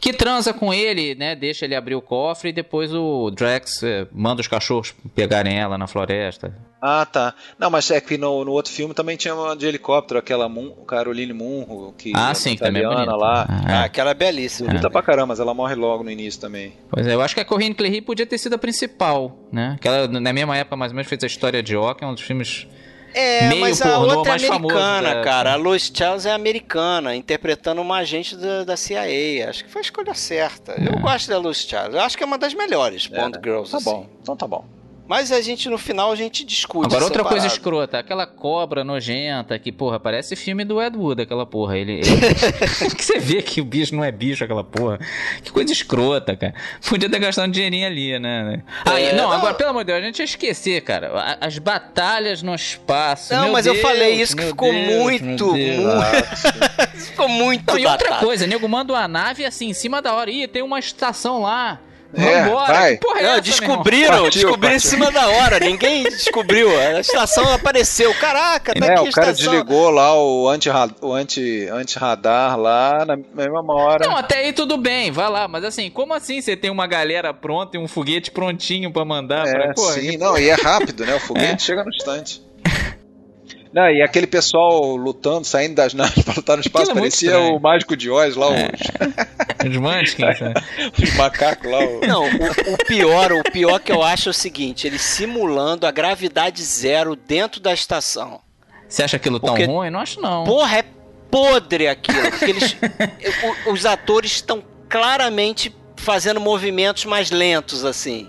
[SPEAKER 3] Que transa com ele, né? Deixa ele abrir o cofre e depois o Drax eh, manda os cachorros pegarem ela na floresta.
[SPEAKER 4] Ah, tá. Não, mas é que no, no outro filme também tinha uma de helicóptero, aquela Mun- Caroline Munro, que
[SPEAKER 3] ah,
[SPEAKER 4] é
[SPEAKER 3] sim, que também é
[SPEAKER 4] italiana
[SPEAKER 3] bonita.
[SPEAKER 4] lá.
[SPEAKER 2] Ah,
[SPEAKER 3] Ah, é.
[SPEAKER 2] aquela é belíssima.
[SPEAKER 4] Bonita pra caramba, mas ela morre logo no início também.
[SPEAKER 3] Pois é, eu acho que a Corinne Clery podia ter sido a principal, né? Que ela, na mesma época, mais ou menos, fez a história de Ock, é um dos filmes...
[SPEAKER 2] É,
[SPEAKER 3] Meio
[SPEAKER 2] mas a
[SPEAKER 3] pornô
[SPEAKER 2] outra é
[SPEAKER 3] mais famoso né?
[SPEAKER 2] americana,
[SPEAKER 3] da-
[SPEAKER 2] cara. A Lois Charles é americana, interpretando uma agente da, da CIA. Acho que foi a escolha certa. Eu
[SPEAKER 3] É.
[SPEAKER 2] gosto da Lois Charles. Eu acho que é uma das melhores Bond Girls.
[SPEAKER 4] Tá
[SPEAKER 2] assim.
[SPEAKER 4] bom, então tá bom.
[SPEAKER 2] Mas a gente, no final, a gente discute.
[SPEAKER 3] Agora, outra coisa
[SPEAKER 2] separado.
[SPEAKER 3] escrota, aquela cobra nojenta que, porra, parece filme do Ed Wood, aquela porra. Ele, ele- que você vê que o bicho não é bicho, aquela porra. Que coisa escrota, cara. Podia estar gastando um dinheirinho ali, né? Ah,
[SPEAKER 2] É,
[SPEAKER 3] e- não,
[SPEAKER 2] não.
[SPEAKER 3] agora, pelo amor de Deus, a gente ia esquecer, cara. A- As batalhas no espaço.
[SPEAKER 2] Não,
[SPEAKER 3] meu
[SPEAKER 2] mas eu
[SPEAKER 3] Deus,
[SPEAKER 2] falei isso que
[SPEAKER 3] meu
[SPEAKER 2] ficou
[SPEAKER 3] Deus,
[SPEAKER 2] muito,
[SPEAKER 3] meu Deus. Ah,
[SPEAKER 2] muito. ficou muito
[SPEAKER 3] Não, e outra
[SPEAKER 2] datado.
[SPEAKER 3] coisa, nego manda uma nave assim, em cima da hora. Ih, tem uma estação lá.
[SPEAKER 4] É,
[SPEAKER 3] Vambora.
[SPEAKER 4] vai.
[SPEAKER 3] Que porra é
[SPEAKER 2] Não,
[SPEAKER 3] essa, meu irmão?
[SPEAKER 2] descobriram, descobriram em cima da hora, ninguém descobriu. A estação apareceu. Caraca, tá
[SPEAKER 4] é,
[SPEAKER 2] aqui a
[SPEAKER 4] o cara
[SPEAKER 2] estação.
[SPEAKER 4] desligou lá o anti-ra- o anti- anti-radar lá na mesma hora.
[SPEAKER 3] Não, Então, até aí tudo bem, vai lá. Mas assim, como assim você tem uma galera pronta e um foguete prontinho pra mandar? pra...
[SPEAKER 4] É,
[SPEAKER 3] Pô,
[SPEAKER 4] sim, não, e é rápido, né? O foguete chega no instante. Não, e aquele pessoal lutando, saindo das naves para lutar no espaço,
[SPEAKER 3] Aquilo é muito
[SPEAKER 4] parecia
[SPEAKER 3] estranho.
[SPEAKER 4] o Mágico de Oz lá,
[SPEAKER 2] É.
[SPEAKER 3] Os Munchkins, né?
[SPEAKER 4] os, os macacos lá. o-
[SPEAKER 2] Não, o, o pior, o pior que eu acho é o seguinte, eles simulando a gravidade zero dentro da estação.
[SPEAKER 3] Você acha aquilo tão
[SPEAKER 2] Porque-
[SPEAKER 3] ruim? Não acho, não.
[SPEAKER 2] Porra, é podre aquilo. Porque eles, o- os atores estão claramente fazendo movimentos mais lentos, assim.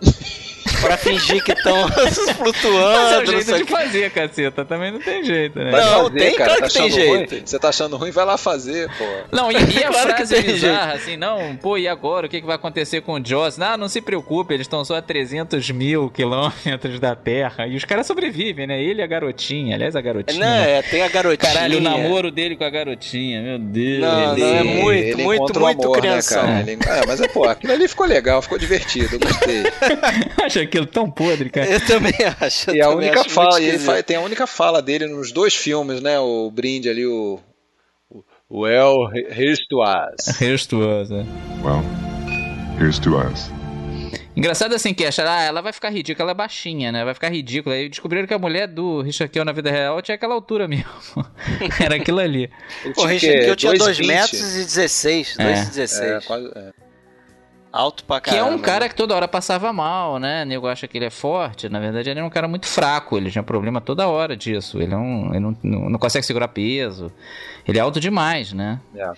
[SPEAKER 2] Pra fingir que estão
[SPEAKER 3] Mas é
[SPEAKER 2] flutuando.
[SPEAKER 3] o
[SPEAKER 2] não
[SPEAKER 3] jeito
[SPEAKER 2] sei
[SPEAKER 3] de
[SPEAKER 2] o quê.
[SPEAKER 3] fazer, caceta. Também não tem jeito, né?
[SPEAKER 4] Vai
[SPEAKER 2] Não, tem, claro
[SPEAKER 4] tá
[SPEAKER 2] que tem
[SPEAKER 4] achando ruim?
[SPEAKER 2] jeito.
[SPEAKER 4] Você tá achando ruim, vai lá fazer, pô.
[SPEAKER 3] Não, e, e a
[SPEAKER 2] Claro que
[SPEAKER 3] frase
[SPEAKER 2] tem
[SPEAKER 3] bizarra, assim, não, pô, e agora? O que, que vai acontecer com o Jaws? Ah, não se preocupe, eles estão só a 300 mil quilômetros da Terra. E os caras sobrevivem, né? Ele e a garotinha, aliás, a garotinha.
[SPEAKER 2] Não,
[SPEAKER 3] né?
[SPEAKER 2] é, tem a garotinha.
[SPEAKER 3] Caralho, o namoro dele com a garotinha, meu Deus.
[SPEAKER 2] Não, não, é muito,
[SPEAKER 4] ele
[SPEAKER 2] muito,
[SPEAKER 4] encontra o
[SPEAKER 2] muito
[SPEAKER 4] amor,
[SPEAKER 2] crianção.
[SPEAKER 4] Né, cara? Ele- Ah, mas é, pô, aquilo ali ficou legal, ficou divertido, eu gostei.
[SPEAKER 3] Acho aquilo tão podre, cara.
[SPEAKER 2] Eu também acho. eu
[SPEAKER 4] E a
[SPEAKER 2] também
[SPEAKER 4] única
[SPEAKER 2] acho muito
[SPEAKER 4] fala, e ele
[SPEAKER 2] esquisito.
[SPEAKER 4] fa- tem a única fala dele nos dois filmes, né? O brinde ali, o. o- Well, here's to us.
[SPEAKER 3] Restuosa.
[SPEAKER 10] Well, here's to us.
[SPEAKER 3] Engraçado assim que acharam, ah, ela vai ficar ridícula, ela é baixinha, né? Vai ficar ridícula. Aí descobriram que a mulher do Richard Kiel na vida real tinha aquela altura mesmo. Era aquilo ali.
[SPEAKER 4] Ele
[SPEAKER 2] Pô,
[SPEAKER 4] tinha o
[SPEAKER 2] Richard,
[SPEAKER 4] quê?
[SPEAKER 2] que eu tinha 2
[SPEAKER 4] 2,20?
[SPEAKER 2] metros e 16, 2 e
[SPEAKER 4] É,
[SPEAKER 2] 16.
[SPEAKER 4] quase- é.
[SPEAKER 2] Alto pra
[SPEAKER 3] É. Que é
[SPEAKER 2] caramba.
[SPEAKER 3] um cara que toda hora passava mal, né? O nego acha que ele é forte. Na verdade, ele é um cara muito fraco. Ele tinha problema toda hora disso. Ele, é um, ele não, não, não consegue segurar peso. Ele é alto demais, né?
[SPEAKER 4] É.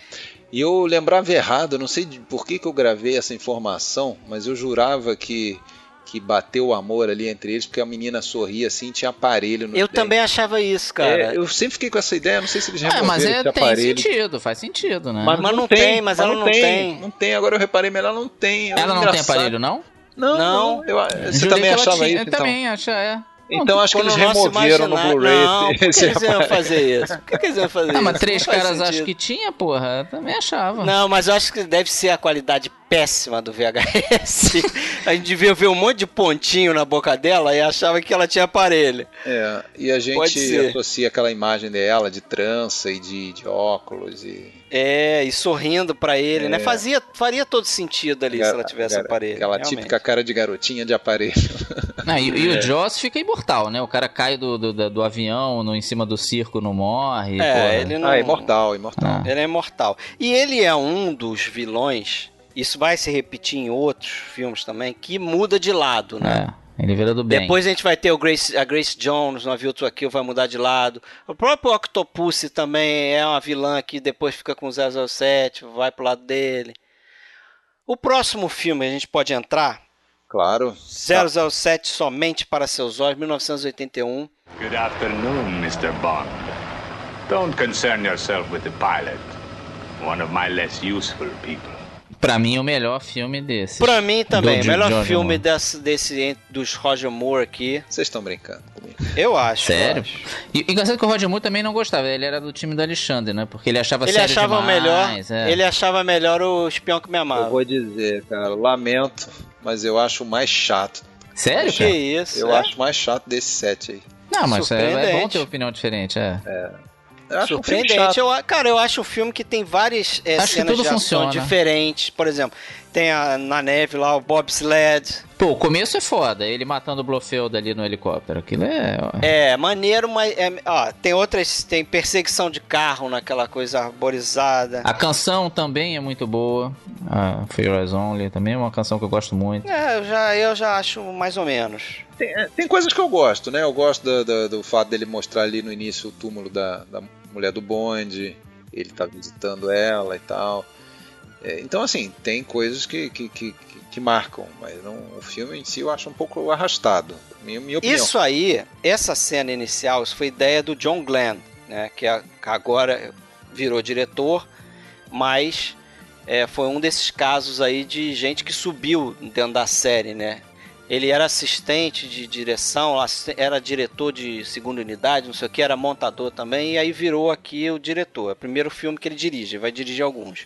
[SPEAKER 4] E eu lembrava errado, eu não sei de- por que, que eu gravei essa informação, mas eu jurava que, que bateu o amor ali entre eles, porque a menina sorria assim tinha aparelho no
[SPEAKER 2] Eu
[SPEAKER 4] dente.
[SPEAKER 2] também achava isso, cara. Ah,
[SPEAKER 4] É, eu sempre fiquei com essa ideia, não sei se eles
[SPEAKER 3] É,
[SPEAKER 4] removeram
[SPEAKER 3] mas é,
[SPEAKER 4] esse
[SPEAKER 3] tem
[SPEAKER 4] aparelho.
[SPEAKER 3] sentido, faz sentido, né?
[SPEAKER 2] Mas não tem, mas ela não tem.
[SPEAKER 4] Não tem, agora eu reparei, mas ela não tem. é
[SPEAKER 3] Ela não tem
[SPEAKER 4] engraçado.
[SPEAKER 3] aparelho, não?
[SPEAKER 2] Não.
[SPEAKER 4] Não, não. Eu, você
[SPEAKER 3] Jurei
[SPEAKER 4] também
[SPEAKER 3] que ela
[SPEAKER 4] achava
[SPEAKER 3] tinha-
[SPEAKER 4] isso,
[SPEAKER 3] Eu
[SPEAKER 4] então?
[SPEAKER 3] também acho, é.
[SPEAKER 4] Então acho que
[SPEAKER 2] Ficou
[SPEAKER 4] eles
[SPEAKER 2] tipo, no nosso
[SPEAKER 4] removeram no
[SPEAKER 2] imaginário.
[SPEAKER 4] Blu-ray
[SPEAKER 2] Não, por
[SPEAKER 4] esse,
[SPEAKER 2] que
[SPEAKER 4] esse
[SPEAKER 2] eles iam
[SPEAKER 4] aparelho.
[SPEAKER 2] fazer isso? Por que que eles iam fazer isso?
[SPEAKER 3] Ah, mas
[SPEAKER 2] Não
[SPEAKER 3] três
[SPEAKER 2] faz
[SPEAKER 3] caras acho
[SPEAKER 2] sentido.
[SPEAKER 3] que tinha, porra. Eu também achava.
[SPEAKER 2] Não, mas eu acho que deve ser a qualidade péssima do VHS. a gente devia ver um monte de pontinho na boca dela e achava que ela tinha aparelho.
[SPEAKER 4] É, e a
[SPEAKER 2] Pode
[SPEAKER 4] gente
[SPEAKER 2] ser.
[SPEAKER 4] associa aquela imagem dela de trança e de, de óculos e
[SPEAKER 2] É, e sorrindo pra ele, né?
[SPEAKER 4] É.
[SPEAKER 2] Fazia, faria todo sentido ali se ela tivesse
[SPEAKER 4] Gar-
[SPEAKER 2] aparelho.
[SPEAKER 4] Aquela
[SPEAKER 2] realmente.
[SPEAKER 4] típica cara de garotinha de aparelho.
[SPEAKER 3] Não, e, e o
[SPEAKER 4] É.
[SPEAKER 3] Joss fica imortal, né? O cara cai do, do, da- do avião no, em cima do circo, não morre. porra.
[SPEAKER 2] É, ele não.
[SPEAKER 4] Ah, imortal, imortal.
[SPEAKER 3] Ah.
[SPEAKER 2] Ele é imortal. E ele é um dos vilões. Isso vai se repetir em outros filmes também, que muda de lado, né?
[SPEAKER 3] É, ele vira do bem.
[SPEAKER 2] Depois a gente vai ter o Grace, a Grace Jones, no Viúva Kill, vai mudar de lado. O próprio Octopus também é uma vilã que depois fica com o 007, vai pro lado dele. O próximo filme a gente pode entrar,
[SPEAKER 3] Tá.
[SPEAKER 4] Claro.
[SPEAKER 2] 007 Somente para Seus Olhos, 1981.
[SPEAKER 8] Good afternoon, Mr. Bond. Don't concern yourself with the pilot, one of my less useful people.
[SPEAKER 3] Pra mim, o melhor filme desse.
[SPEAKER 2] Pra mim também, é
[SPEAKER 3] Do-
[SPEAKER 2] o melhor
[SPEAKER 3] de Roger
[SPEAKER 2] filme
[SPEAKER 3] Moore.
[SPEAKER 2] desse, desse- dos Roger Moore aqui,
[SPEAKER 4] Vocês estão brincando comigo.
[SPEAKER 2] eu acho.
[SPEAKER 3] Sério?
[SPEAKER 2] eu acho.
[SPEAKER 3] E e engraçado que o Roger Moore também não gostava. Ele era do time do Alexandre, né? Porque ele achava
[SPEAKER 2] Ele
[SPEAKER 3] sério
[SPEAKER 2] achava
[SPEAKER 3] demais,
[SPEAKER 2] melhor,
[SPEAKER 3] é.
[SPEAKER 2] ele achava melhor o Espião que Me
[SPEAKER 4] Eu
[SPEAKER 2] Amava.
[SPEAKER 4] vou dizer, cara, lamento, mas eu acho o mais chato.
[SPEAKER 3] Sério,
[SPEAKER 2] Que
[SPEAKER 3] cara?
[SPEAKER 2] isso?
[SPEAKER 4] Eu
[SPEAKER 2] é?
[SPEAKER 4] acho o mais chato desse set aí.
[SPEAKER 3] Não, mas é, é bom
[SPEAKER 2] Surpreendente.
[SPEAKER 3] ter opinião diferente, é.
[SPEAKER 4] Eu acho um filme
[SPEAKER 2] Surpreendente.
[SPEAKER 4] chato.
[SPEAKER 2] Eu, a- cara, eu acho um filme que tem várias é,
[SPEAKER 3] Acho que
[SPEAKER 2] cenas
[SPEAKER 3] tudo
[SPEAKER 2] de ação
[SPEAKER 3] funciona.
[SPEAKER 2] diferentes. Por exemplo, tem a, na neve lá o bobsled.
[SPEAKER 3] Pô, o começo é foda. Ele matando o Blofeld ali no helicóptero. Aquilo é...
[SPEAKER 2] É, maneiro, mas... é, ó, tem outras... Tem perseguição de carro naquela coisa arborizada.
[SPEAKER 3] A canção também é muito boa. A Fear Eyes Only também é uma canção que eu gosto muito.
[SPEAKER 2] É, eu já, eu já acho mais ou menos.
[SPEAKER 4] Tem, é, tem coisas que eu gosto, né? Eu gosto do, do- do fato dele mostrar ali no início o túmulo da, da mulher do bonde, ele tá visitando ela e tal. É, então, assim, tem coisas que, que, que, que- que marcam, mas não- o filme em si eu acho um pouco arrastado. Minha, minha opinião.
[SPEAKER 2] Isso aí, essa cena inicial, isso foi ideia do John Glenn, né? Que a- que agora virou diretor, mas é, foi um desses casos aí de gente que subiu dentro da série, né? Ele era assistente de direção, assi- era diretor de segunda unidade, não sei o que, era montador também, e aí virou aqui o diretor. É o primeiro filme que ele dirige, ele vai dirigir alguns.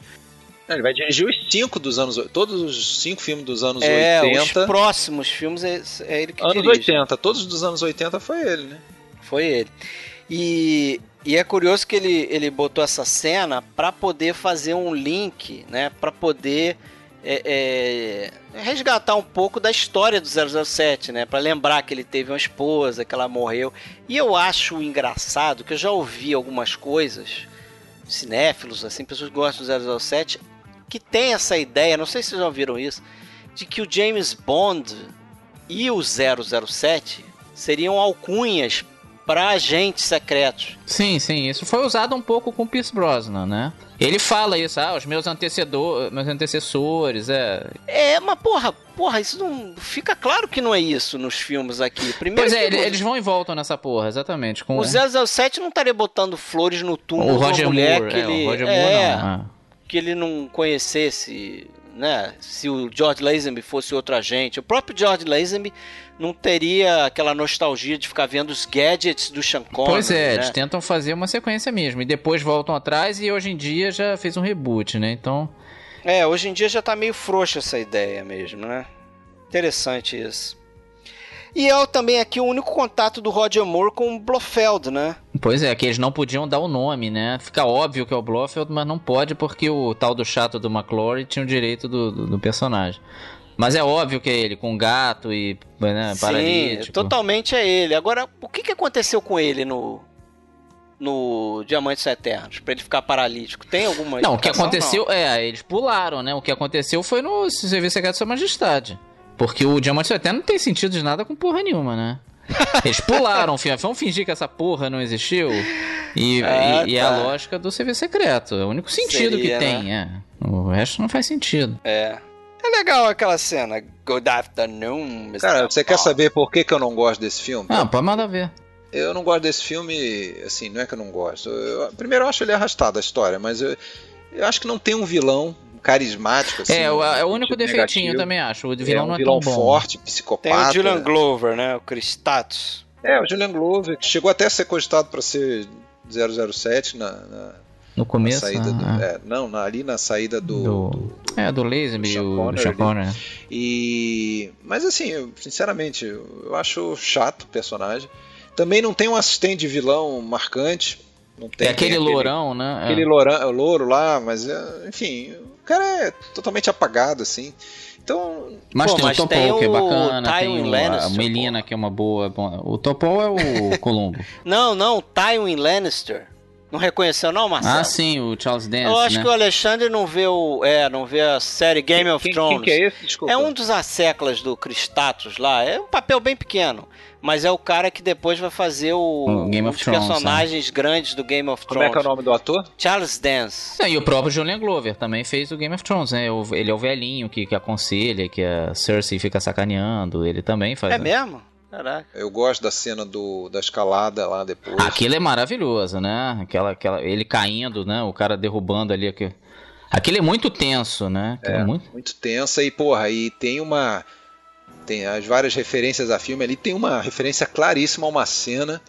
[SPEAKER 4] Ele vai dirigir os cinco dos anos. o- Todos os cinco filmes dos anos
[SPEAKER 2] é, os
[SPEAKER 4] 80.
[SPEAKER 2] próximos filmes é, é ele que
[SPEAKER 4] Anos
[SPEAKER 2] dirige.
[SPEAKER 4] 80, todos dos anos 80 foi ele, né?
[SPEAKER 2] Foi ele. E, e é curioso que ele, ele botou essa cena para poder fazer um link, né? Para poder é, é, resgatar um pouco da história do 007, né? Para lembrar que ele teve uma esposa, que ela morreu. E eu acho engraçado que eu já ouvi algumas coisas, cinéfilos, assim, pessoas que gostam do 007, que tem essa ideia, não sei se vocês já ouviram isso, de que o James Bond e o 007 seriam alcunhas para agentes secretos.
[SPEAKER 3] Sim, sim, isso foi usado um pouco com o Pierce Brosnan, né? Ele fala isso, ah, os meus, antecedor, meus antecessores, é.
[SPEAKER 2] É, mas porra, porra, isso não. Fica claro que não é isso nos filmes aqui. Primeiro
[SPEAKER 3] Pois é,
[SPEAKER 2] que
[SPEAKER 3] ele-
[SPEAKER 2] o-
[SPEAKER 3] eles vão e voltam nessa porra, exatamente. Com
[SPEAKER 2] tipo, o 007 não estaria botando flores no túmulo
[SPEAKER 3] o
[SPEAKER 2] de uma
[SPEAKER 3] Roger
[SPEAKER 2] mulher
[SPEAKER 3] Moore,
[SPEAKER 2] que ele
[SPEAKER 3] é, o Roger Moore
[SPEAKER 2] é,
[SPEAKER 3] não. é.
[SPEAKER 2] que ele não conhecesse, né? Se o George Lazenby fosse outro agente, o próprio George Lazenby não teria aquela nostalgia de ficar vendo os gadgets do Sean Connery.
[SPEAKER 3] Pois é,
[SPEAKER 2] né?
[SPEAKER 3] eles tentam fazer uma sequência mesmo, e depois voltam atrás, e hoje em dia já fez um reboot, né? Então,
[SPEAKER 2] É, hoje em dia já tá meio frouxa essa ideia mesmo, né? Interessante isso. E é também aqui o único contato do Roger Moore com o Blofeld, né?
[SPEAKER 3] pois é, que eles não podiam dar o nome, né? Fica óbvio que é o Blofeld, mas não pode porque o tal do chato do McClory tinha o direito do, do, do personagem. Mas é óbvio que é ele, com gato e né,
[SPEAKER 2] Sim, é
[SPEAKER 3] paralítico.
[SPEAKER 2] totalmente é ele. Agora, o que, que aconteceu com ele no, no Diamantes Eternos, pra ele ficar paralítico? Tem alguma
[SPEAKER 3] Não, o que
[SPEAKER 2] explicação?
[SPEAKER 3] aconteceu. É, eles pularam, né? O que aconteceu foi no Serviço Secreto de Sua Majestade. Porque o Diamante Eterno não tem sentido de nada com porra nenhuma, né? Eles pularam, fi- vamos fingir que essa porra não existiu. E,
[SPEAKER 2] Ah,
[SPEAKER 3] e- e é a
[SPEAKER 2] tá.
[SPEAKER 3] lógico do Serviço Secreto. É o único sentido
[SPEAKER 2] Seria,
[SPEAKER 3] que tem,
[SPEAKER 4] né?
[SPEAKER 3] é. O resto não faz sentido.
[SPEAKER 2] É. É legal aquela cena. Good afternoon, Mr.
[SPEAKER 4] Cara, você quer
[SPEAKER 2] Bond.
[SPEAKER 4] saber por que, que eu não gosto desse filme?
[SPEAKER 3] Ah, pode mandar ver.
[SPEAKER 4] Eu não gosto desse filme, assim, não é que eu não gosto. Eu- primeiro, eu acho ele arrastado a história, mas eu, eu acho que não tem um vilão carismático. Assim,
[SPEAKER 3] é, o, é o
[SPEAKER 4] um
[SPEAKER 3] único
[SPEAKER 4] sentido
[SPEAKER 3] defeitinho
[SPEAKER 4] negativo.
[SPEAKER 3] eu também acho. O vilão
[SPEAKER 4] é um
[SPEAKER 3] não é
[SPEAKER 4] vilão
[SPEAKER 3] tão bom.
[SPEAKER 4] forte,
[SPEAKER 2] Tem
[SPEAKER 4] psicopata.
[SPEAKER 2] o Julian Glover, né? O Cristatus.
[SPEAKER 4] É, o Julian Glover, que chegou até a ser cogitado para ser 007 na, na- na
[SPEAKER 3] No começo.
[SPEAKER 4] saída do.
[SPEAKER 3] ah,
[SPEAKER 4] é, não, na- ali na saída do.
[SPEAKER 3] Do-
[SPEAKER 4] do-
[SPEAKER 3] é, do Lazenby e
[SPEAKER 4] Sean
[SPEAKER 3] o
[SPEAKER 4] Connery,
[SPEAKER 3] Sean
[SPEAKER 4] né?
[SPEAKER 3] Connery.
[SPEAKER 4] E mas assim, eu, sinceramente, eu eu acho chato o personagem. Também não tem um assistente de vilão marcante. Não tem
[SPEAKER 3] É aquele
[SPEAKER 4] tem
[SPEAKER 3] lourão, né?
[SPEAKER 2] Ah.
[SPEAKER 4] Aquele lourão, louro lá, mas é, enfim, o cara é totalmente apagado assim. Então,
[SPEAKER 3] Mas
[SPEAKER 2] Pô,
[SPEAKER 3] tem
[SPEAKER 2] mas
[SPEAKER 3] o
[SPEAKER 2] tem
[SPEAKER 3] Topol, que é
[SPEAKER 2] o
[SPEAKER 3] bacana.
[SPEAKER 2] Tywin
[SPEAKER 3] Tem o, a
[SPEAKER 2] Lannister,
[SPEAKER 3] Melina, que é uma boa. boa- O Topol é o Colombo.
[SPEAKER 2] Não, não, Tywin Lannister. Não reconheceu não, Marcelo?
[SPEAKER 3] ah, sim, o Charles Dance.
[SPEAKER 2] Eu acho
[SPEAKER 3] né?
[SPEAKER 2] que o Alexandre não vê o. É, não vê a série Game of
[SPEAKER 4] quem, quem
[SPEAKER 2] Thrones.
[SPEAKER 4] que é esse? Desculpa.
[SPEAKER 2] É um dos asseclas do Cristatus lá. É um papel bem pequeno. Mas é o cara que depois vai fazer o,
[SPEAKER 3] O Game
[SPEAKER 2] um
[SPEAKER 3] of
[SPEAKER 2] dos
[SPEAKER 3] Thrones,
[SPEAKER 2] personagens grandes do Game of
[SPEAKER 4] né? Como é
[SPEAKER 2] Thrones.
[SPEAKER 4] que é o nome do ator?
[SPEAKER 2] Charles Dance.
[SPEAKER 3] É, e o próprio Julian Glover também fez o Game of Thrones, né? O- Ele é o velhinho que, que aconselha, que a Cersei fica sacaneando. Ele também faz. um
[SPEAKER 2] É mesmo? Caraca.
[SPEAKER 4] Eu gosto da cena do, da escalada lá depois.
[SPEAKER 3] Aquilo é maravilhoso, né? Aquela, aquela, ele caindo, né? O cara derrubando ali. Aqui. Aquele é muito tenso, né? Aquilo é. muito.
[SPEAKER 4] muito tensa e porra, e tem uma tem as várias referências a filme ali, tem uma referência claríssima a uma cena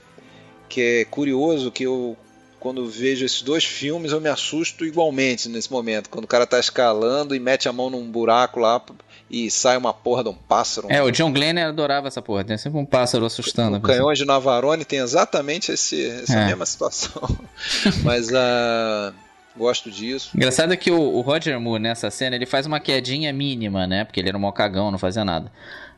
[SPEAKER 4] que é curioso que eu quando vejo esses dois filmes eu me assusto igualmente nesse momento, quando o cara tá escalando e mete a mão num buraco lá e sai uma porra de um pássaro. um-
[SPEAKER 3] É, o John Glenn adorava essa porra. Tem sempre um pássaro assustando. a
[SPEAKER 4] o
[SPEAKER 3] pessoa.
[SPEAKER 4] Canhões de Navarone tem exatamente esse, essa
[SPEAKER 3] É.
[SPEAKER 4] mesma situação. Mas ah, gosto disso.
[SPEAKER 3] Engraçado é que o, o Roger Moore nessa cena ele faz uma quedinha mínima, né? Porque ele era um mó cagão, não fazia nada.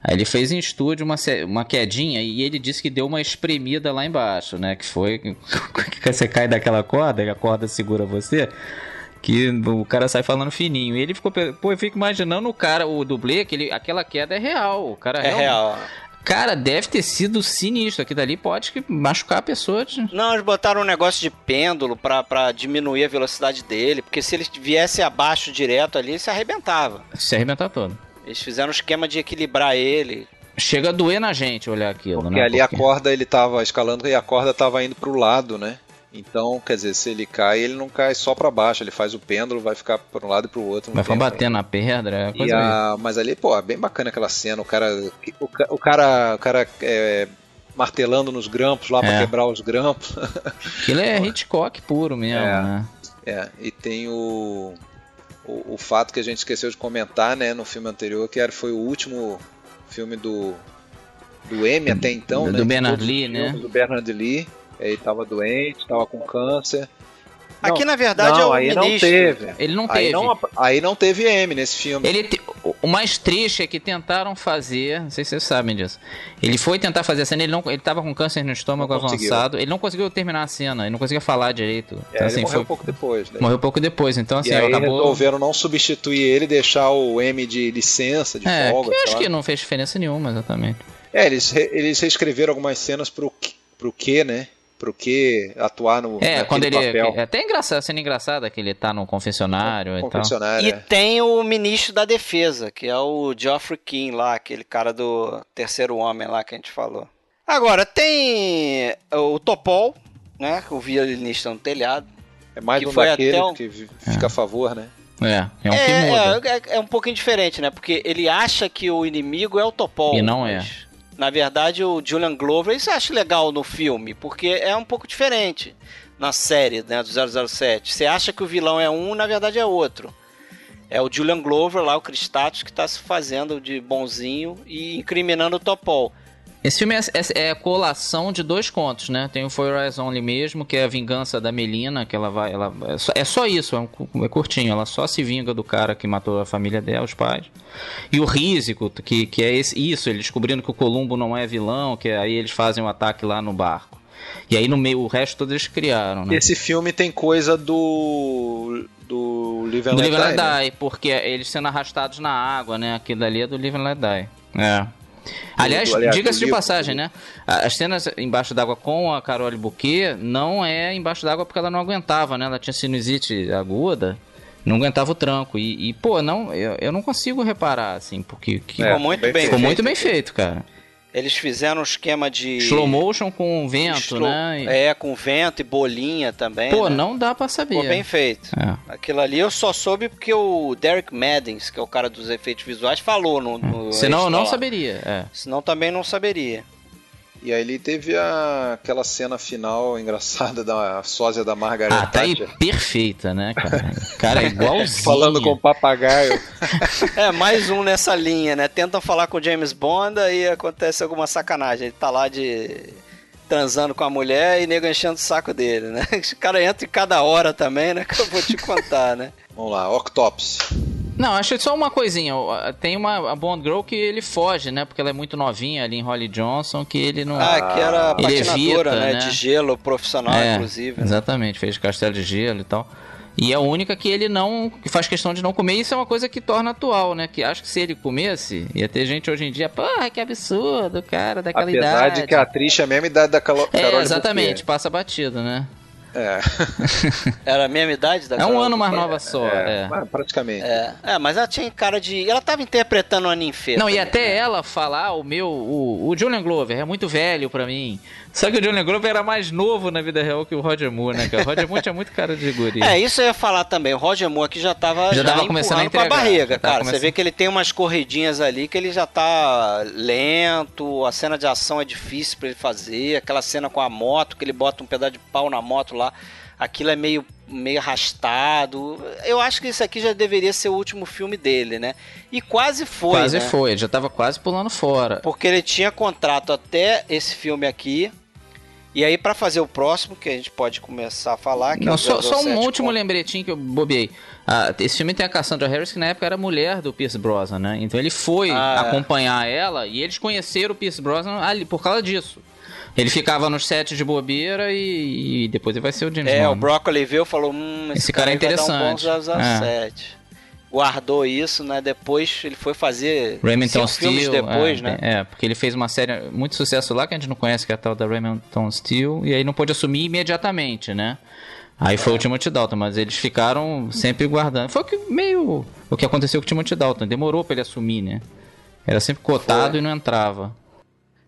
[SPEAKER 3] Aí ele fez em estúdio uma, se- uma quedinha e ele disse que deu uma espremida lá embaixo, né? Que foi que você cai daquela corda, que a corda segura você, que o cara sai falando fininho. E ele ficou, pe- pô, eu fico imaginando o cara, o dublê, que ele, aquela queda é real. O cara
[SPEAKER 2] É
[SPEAKER 3] realmente-
[SPEAKER 2] real.
[SPEAKER 3] Cara, deve ter sido sinistro. Aqui dali pode que machucar a pessoa. de-
[SPEAKER 2] Não, eles botaram um negócio de pêndulo pra, pra diminuir a velocidade dele, porque se ele viesse abaixo direto ali, ele se arrebentava.
[SPEAKER 3] Se arrebentar todo.
[SPEAKER 2] Eles fizeram um esquema de equilibrar ele.
[SPEAKER 3] Chega a doer na gente olhar aquilo,
[SPEAKER 4] Porque
[SPEAKER 3] né?
[SPEAKER 4] ali a corda ele tava escalando e a corda tava indo pro lado, né? Então, quer dizer, se ele cai, ele não cai só pra baixo, ele faz o pêndulo, vai ficar para um lado e pro outro. um
[SPEAKER 3] Vai ficar
[SPEAKER 4] tempo.
[SPEAKER 3] batendo na pedra, é uma
[SPEAKER 4] E
[SPEAKER 3] coisa horrível.
[SPEAKER 4] a- Mas ali, pô, é bem bacana aquela cena, o cara. O, ca- o cara. O cara é, martelando nos grampos lá pra
[SPEAKER 3] É.
[SPEAKER 4] quebrar os grampos.
[SPEAKER 3] Aquilo é Hitchcock puro mesmo,
[SPEAKER 4] É.
[SPEAKER 3] né?
[SPEAKER 4] É, e tem o, o. o fato que a gente esqueceu de comentar, né, no filme anterior, que era, foi o último filme do. Do M até então,
[SPEAKER 3] Do
[SPEAKER 4] né?
[SPEAKER 3] Bernard
[SPEAKER 4] Todos os
[SPEAKER 3] Lee, né?
[SPEAKER 4] filmes Do Bernard Lee. É, Ele tava doente, tava com câncer. Não,
[SPEAKER 2] Aqui, na verdade, é
[SPEAKER 4] não,
[SPEAKER 2] o
[SPEAKER 4] aí não
[SPEAKER 2] ministro.
[SPEAKER 4] teve.
[SPEAKER 3] Ele não
[SPEAKER 4] Aí
[SPEAKER 3] teve.
[SPEAKER 4] não, ap- aí não teve M nesse filme.
[SPEAKER 3] Ele te- O mais triste é que tentaram fazer, não sei se vocês sabem disso. Ele foi tentar fazer a cena, ele, não... ele tava com câncer no estômago
[SPEAKER 4] Não conseguiu.
[SPEAKER 3] avançado, ele não conseguiu terminar a cena, ele não conseguia falar direito. Então,
[SPEAKER 4] É, ele
[SPEAKER 3] assim,
[SPEAKER 4] morreu
[SPEAKER 3] foi-
[SPEAKER 4] um pouco depois. Né?
[SPEAKER 3] morreu pouco depois, então assim,
[SPEAKER 4] e aí
[SPEAKER 3] acabou.
[SPEAKER 4] resolveram não substituir ele, deixar o M de licença, de
[SPEAKER 3] É,
[SPEAKER 4] folga.
[SPEAKER 3] que eu
[SPEAKER 4] sei
[SPEAKER 3] acho
[SPEAKER 4] lá.
[SPEAKER 3] que não fez diferença nenhuma, exatamente.
[SPEAKER 4] É, eles, re- eles reescreveram algumas cenas pro, Q- pro Q, né? Pro Q atuar no
[SPEAKER 3] É,
[SPEAKER 4] naquele
[SPEAKER 3] quando ele.
[SPEAKER 4] papel.
[SPEAKER 3] É então. até engraçado, a cena engraçada que ele tá no confessionário e tal.
[SPEAKER 4] confessionário.
[SPEAKER 2] E
[SPEAKER 4] é.
[SPEAKER 2] tem o ministro da defesa, que é o Geoffrey King lá, aquele cara do terceiro homem lá que a gente falou. Agora, tem o Topol, né? O violinista no telhado.
[SPEAKER 4] É mais
[SPEAKER 2] que
[SPEAKER 4] um
[SPEAKER 2] foi
[SPEAKER 4] daquele
[SPEAKER 2] até um-
[SPEAKER 4] que vi- fica a favor, né?
[SPEAKER 3] É, é um que muda.
[SPEAKER 2] é- é um pouquinho diferente, né? Porque ele acha que o inimigo é o Topol.
[SPEAKER 3] E não é.
[SPEAKER 2] mas, Na verdade, o Julian Glover, isso eu acho legal no filme, porque é um pouco diferente na série né, do 007. Você acha que o vilão é um, na verdade é outro. É o Julian Glover lá, o Cristatus, que tá se fazendo de bonzinho e incriminando o Topol.
[SPEAKER 3] Esse filme é, é- é a colação de dois contos, né? Tem o For Your Eyes Only mesmo, que é a vingança da Melina, que ela vai. Ela, é, só, é só isso, é, um cu- é curtinho. Ela só se vinga do cara que matou a família dela, os pais. E o Rísico, que, que é esse- isso, eles descobrindo que o Columbo não é vilão, que aí eles fazem o um ataque lá no barco. E aí no meio, o resto todos eles criaram, né?
[SPEAKER 4] Esse filme tem coisa do. do Live and
[SPEAKER 3] do
[SPEAKER 4] Let
[SPEAKER 3] Live and Let
[SPEAKER 4] Die, né?
[SPEAKER 3] Die, porque eles sendo arrastados na água, né? Aquilo ali é do Live and Let Die. É. Aliás,
[SPEAKER 4] do- aliás,
[SPEAKER 3] diga-se
[SPEAKER 4] do
[SPEAKER 3] de
[SPEAKER 4] livro,
[SPEAKER 3] passagem, né? A- As cenas embaixo d'água com a Carole Bouquet não é embaixo d'água porque ela não aguentava, né? Ela tinha sinusite aguda, não aguentava o tranco. E, e, pô, não, eu, eu não consigo reparar, assim, porque
[SPEAKER 4] É.
[SPEAKER 3] que-
[SPEAKER 2] Ficou muito bem
[SPEAKER 3] ficou
[SPEAKER 2] feito.
[SPEAKER 3] muito bem feito, cara.
[SPEAKER 2] Eles fizeram um esquema de.
[SPEAKER 3] Slow motion com vento,
[SPEAKER 2] Slow-
[SPEAKER 3] né? E-
[SPEAKER 2] É, com vento e bolinha também.
[SPEAKER 3] Pô,
[SPEAKER 2] né?
[SPEAKER 3] não dá pra saber.
[SPEAKER 2] Ficou bem feito.
[SPEAKER 3] É.
[SPEAKER 2] Aquilo ali eu só soube porque o Derek Maddens, que é o cara dos efeitos visuais, falou no. no
[SPEAKER 3] Senão eu
[SPEAKER 2] extra
[SPEAKER 3] não
[SPEAKER 2] lá.
[SPEAKER 3] saberia. É.
[SPEAKER 2] Senão também não saberia.
[SPEAKER 4] E aí ele teve a- aquela cena final engraçada da sósia da Margaret
[SPEAKER 3] Ah, tá aí
[SPEAKER 4] Thatcher.
[SPEAKER 3] perfeita, né, cara? Cara, é igualzinho.
[SPEAKER 4] Falando com o papagaio.
[SPEAKER 2] É, mais um nessa linha, né? Tentam falar com o James Bond e acontece alguma sacanagem. Ele tá lá de. transando com a mulher e nego enchendo o saco dele, né? Esse cara entra em cada hora também, né? Que eu vou te contar, né?
[SPEAKER 4] Vamos lá, Octopsy.
[SPEAKER 3] Não, acho só uma coisinha. ó, Tem uma a Bond Girl que ele foge, né? Porque ela é muito novinha ali em Holly Johnson, que ele não.
[SPEAKER 2] Ah,
[SPEAKER 4] é
[SPEAKER 2] que era
[SPEAKER 3] Ele
[SPEAKER 2] patinadora,
[SPEAKER 3] evita,
[SPEAKER 2] né?
[SPEAKER 3] né?
[SPEAKER 2] De gelo profissional,
[SPEAKER 3] É,
[SPEAKER 2] inclusive. né?
[SPEAKER 3] Exatamente, fez castelo de gelo e tal. E é a única que ele não. que faz questão de não comer. Isso é uma coisa que torna atual, né? Que acho que se ele comesse, ia ter gente hoje em dia, porra, que absurdo, cara, daquela
[SPEAKER 4] Apesar
[SPEAKER 3] idade.
[SPEAKER 4] de que a atriz é a mesma idade da Calo
[SPEAKER 3] É,
[SPEAKER 4] Carole
[SPEAKER 3] exatamente, passa batido, né?
[SPEAKER 4] Bouquet. É.
[SPEAKER 2] Era a mesma idade da
[SPEAKER 3] É um
[SPEAKER 2] Carol
[SPEAKER 3] ano mais
[SPEAKER 2] Bouquet?
[SPEAKER 3] nova só.
[SPEAKER 4] É,
[SPEAKER 3] é.
[SPEAKER 4] mas praticamente.
[SPEAKER 2] É, é, mas ela tinha cara de. Ela tava interpretando a ninfeta.
[SPEAKER 3] Não, e
[SPEAKER 2] né?
[SPEAKER 3] até ela falar, o meu, o, o Julian Glover é muito velho pra mim. Só que o Julian Glover era mais novo na vida real que o Roger Moore, né? Cara? O Roger Moore tinha muito cara de guri.
[SPEAKER 2] É, isso eu ia falar também. O Roger Moore aqui já tava,
[SPEAKER 3] Já tava
[SPEAKER 2] empurrando
[SPEAKER 3] começando
[SPEAKER 2] com
[SPEAKER 3] a
[SPEAKER 2] a
[SPEAKER 3] entregar,
[SPEAKER 2] barriga,
[SPEAKER 3] já tava
[SPEAKER 2] cara. Você
[SPEAKER 3] começando.
[SPEAKER 2] vê que ele tem umas corridinhas ali que ele já tá lento, a cena de ação é difícil pra ele fazer, aquela cena com a moto, que ele bota um pedaço de pau na moto lá, aquilo é meio, meio arrastado. Eu acho que isso aqui já deveria ser o último filme dele, né? E quase foi,
[SPEAKER 3] quase
[SPEAKER 2] né?
[SPEAKER 3] foi, ele já tava quase pulando fora.
[SPEAKER 2] Porque ele tinha contrato até esse filme aqui. E aí, pra fazer o próximo, que a gente pode começar a falar. Que é
[SPEAKER 3] Não,
[SPEAKER 2] o
[SPEAKER 3] só, só
[SPEAKER 2] 007
[SPEAKER 3] um último
[SPEAKER 2] com-
[SPEAKER 3] lembretinho que eu bobeei. Ah, esse filme tem a Cassandra Harris, que na época era mulher do Pierce Brosnan, né? Então ele foi
[SPEAKER 2] Ah, é.
[SPEAKER 3] acompanhar ela e eles conheceram o Pierce Brosnan ali por causa disso. Ele ficava nos sets de bobeira e, e depois ele vai ser o James
[SPEAKER 2] É,
[SPEAKER 3] Bond.
[SPEAKER 2] o Broccoli viu e falou: hum, esse,
[SPEAKER 3] Esse
[SPEAKER 2] cara,
[SPEAKER 3] cara é
[SPEAKER 2] interessante.
[SPEAKER 3] interessante. É.
[SPEAKER 2] Vai dar um bom 007. Guardou isso, né? Depois ele foi fazer
[SPEAKER 3] Remington
[SPEAKER 2] cinco filmes
[SPEAKER 3] Steel.
[SPEAKER 2] depois,
[SPEAKER 3] é,
[SPEAKER 2] né?
[SPEAKER 3] É, porque ele fez uma série muito sucesso lá que a gente não conhece, que é a tal da Remington Steel, e aí não pôde assumir imediatamente, né? Aí foi o Timothy Dalton, mas eles ficaram sempre guardando. Foi o que meio o que aconteceu com o Timothy Dalton, demorou pra ele assumir, né? Era sempre cotado e não entrava.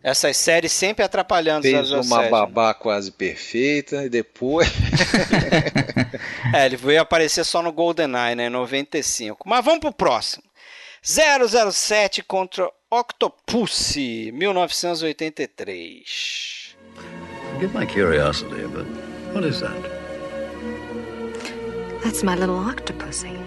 [SPEAKER 2] Essas séries sempre atrapalhando
[SPEAKER 4] Fez
[SPEAKER 2] o 007.
[SPEAKER 4] uma
[SPEAKER 2] né?
[SPEAKER 4] babá quase perfeita e depois.
[SPEAKER 2] É, ele veio aparecer só no GoldenEye, né? Em 95. Mas vamos pro próximo. 007 contra Octopus, 1983.
[SPEAKER 1] Forgive my curiosity, but what is that?
[SPEAKER 11] That's my little octopussy.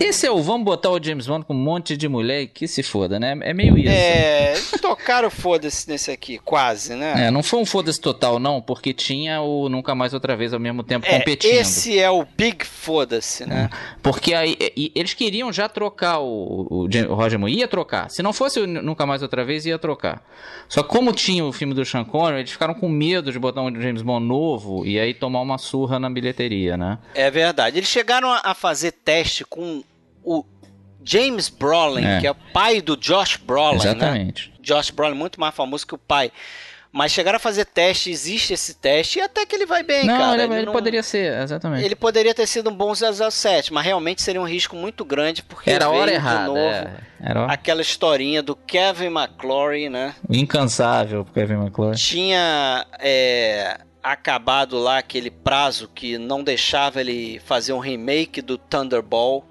[SPEAKER 3] Esse é o vamos botar o James Bond com um monte de mulher e que se foda, né? É meio isso.
[SPEAKER 2] É, tocaram foda-se nesse aqui, quase, né?
[SPEAKER 3] É, não foi um foda-se total, não, porque tinha o Nunca Mais Outra Vez ao mesmo tempo
[SPEAKER 2] É,
[SPEAKER 3] competindo. É.
[SPEAKER 2] esse é o Big Foda-se, né?
[SPEAKER 3] Porque aí, e- eles queriam já trocar o, o Jam- o Roger Moore. Ia trocar. Se não fosse o N- Nunca Mais Outra Vez, ia trocar. Só que como tinha o filme do Sean Connery, eles ficaram com medo de botar um James Bond novo e aí tomar uma surra na bilheteria, né?
[SPEAKER 2] É verdade. Eles chegaram a a fazer teste com o James Brolin,
[SPEAKER 3] É.
[SPEAKER 2] que é o pai do Josh Brolin, né?
[SPEAKER 3] Exatamente.
[SPEAKER 2] Josh Brolin, muito mais famoso que o pai. Mas chegaram a fazer teste, existe esse teste, e até que ele vai bem,
[SPEAKER 3] não,
[SPEAKER 2] cara.
[SPEAKER 3] ele, ele
[SPEAKER 2] não-
[SPEAKER 3] poderia ser, exatamente.
[SPEAKER 2] ele poderia ter sido um bom 007, mas realmente seria um risco muito grande, porque
[SPEAKER 3] Era a
[SPEAKER 2] veio
[SPEAKER 3] hora
[SPEAKER 2] de
[SPEAKER 3] errada.
[SPEAKER 2] novo
[SPEAKER 3] é. Era a hora-
[SPEAKER 2] aquela historinha do Kevin McClory, né?
[SPEAKER 3] incansável pro Kevin McClure.
[SPEAKER 2] tinha é, acabado lá aquele prazo que não deixava ele fazer um remake do Thunderball.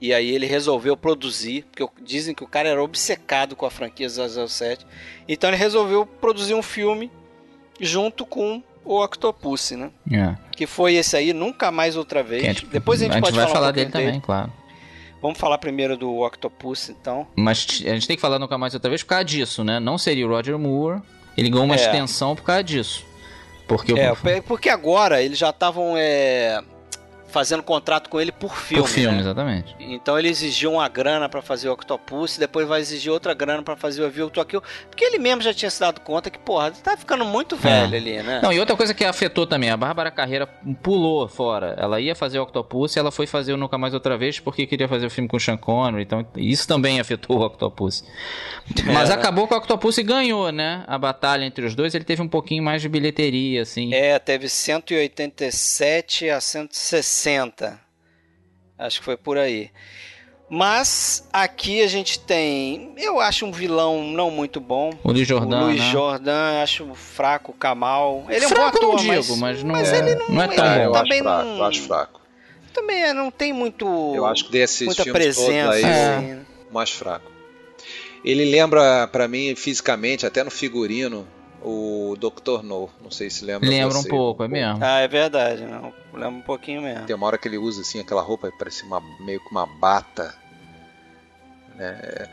[SPEAKER 2] E aí ele resolveu produzir, porque o- dizem que o cara era obcecado com a franquia 007. Então ele resolveu produzir um filme junto com o Octopus, né?
[SPEAKER 3] É.
[SPEAKER 2] Que foi esse aí, Nunca Mais Outra Vez.
[SPEAKER 3] Que
[SPEAKER 2] Depois a gente, pode falar,
[SPEAKER 3] vai
[SPEAKER 2] um
[SPEAKER 3] falar
[SPEAKER 2] pouquinho
[SPEAKER 3] dele também, claro.
[SPEAKER 2] Vamos falar primeiro do Octopus, então.
[SPEAKER 3] Mas t- a gente tem que falar nunca mais outra vez por causa disso, né? Não seria o Roger Moore. Ele ganhou uma
[SPEAKER 2] É.
[SPEAKER 3] extensão por causa disso. Porque o-
[SPEAKER 2] É, pe- porque agora eles já estavam é, fazendo contrato com ele por filme.
[SPEAKER 3] Por é. filme,
[SPEAKER 2] né?
[SPEAKER 3] exatamente.
[SPEAKER 2] Então ele exigiu uma grana pra fazer o Octopus, e depois vai exigir outra grana pra fazer o Avio to Kill, porque ele mesmo já tinha se dado conta que, porra, tá ficando muito velho ali, né?
[SPEAKER 3] Não, e outra coisa que afetou também, a Bárbara Carreira pulou fora. Ela ia fazer o Octopus e ela foi fazer o Nunca Mais Outra Vez porque queria fazer o filme com o Sean Connery. Então, isso também afetou o Octopus. Mas
[SPEAKER 2] É.
[SPEAKER 3] acabou que o Octopus ganhou, né? A batalha entre os dois, ele teve um pouquinho mais de bilheteria, assim.
[SPEAKER 2] É, teve 187 a 160. Acho que foi por aí. Mas aqui a gente tem, eu acho um vilão não muito bom.
[SPEAKER 3] O Luiz Jordan,
[SPEAKER 2] o Luiz
[SPEAKER 3] né?
[SPEAKER 2] Jordan, eu acho fraco, o Kamal. Ele é um bom
[SPEAKER 3] Fraco eu não
[SPEAKER 2] ator,
[SPEAKER 3] digo,
[SPEAKER 2] mas,
[SPEAKER 3] mas, não,
[SPEAKER 2] mas
[SPEAKER 3] é,
[SPEAKER 2] ele
[SPEAKER 3] não,
[SPEAKER 2] não,
[SPEAKER 3] é
[SPEAKER 2] ele
[SPEAKER 3] tão
[SPEAKER 4] É, eu
[SPEAKER 3] bom.
[SPEAKER 4] acho
[SPEAKER 2] também
[SPEAKER 4] fraco,
[SPEAKER 2] não,
[SPEAKER 4] eu acho fraco.
[SPEAKER 2] também é, não tem muito
[SPEAKER 4] Eu acho que desses
[SPEAKER 2] muita
[SPEAKER 4] filmes todos aí,
[SPEAKER 2] presença.
[SPEAKER 3] É.
[SPEAKER 2] assim, né?
[SPEAKER 4] o mais fraco. Ele lembra pra mim fisicamente, até no figurino, o Dr. No. Não sei se lembra.
[SPEAKER 3] Lembra um
[SPEAKER 4] você.
[SPEAKER 3] pouco, é mesmo.
[SPEAKER 2] Ah, é verdade,
[SPEAKER 4] né?
[SPEAKER 2] não. Lembra um pouquinho mesmo.
[SPEAKER 4] Tem uma hora que ele usa assim aquela roupa parece uma meio que uma bata, né?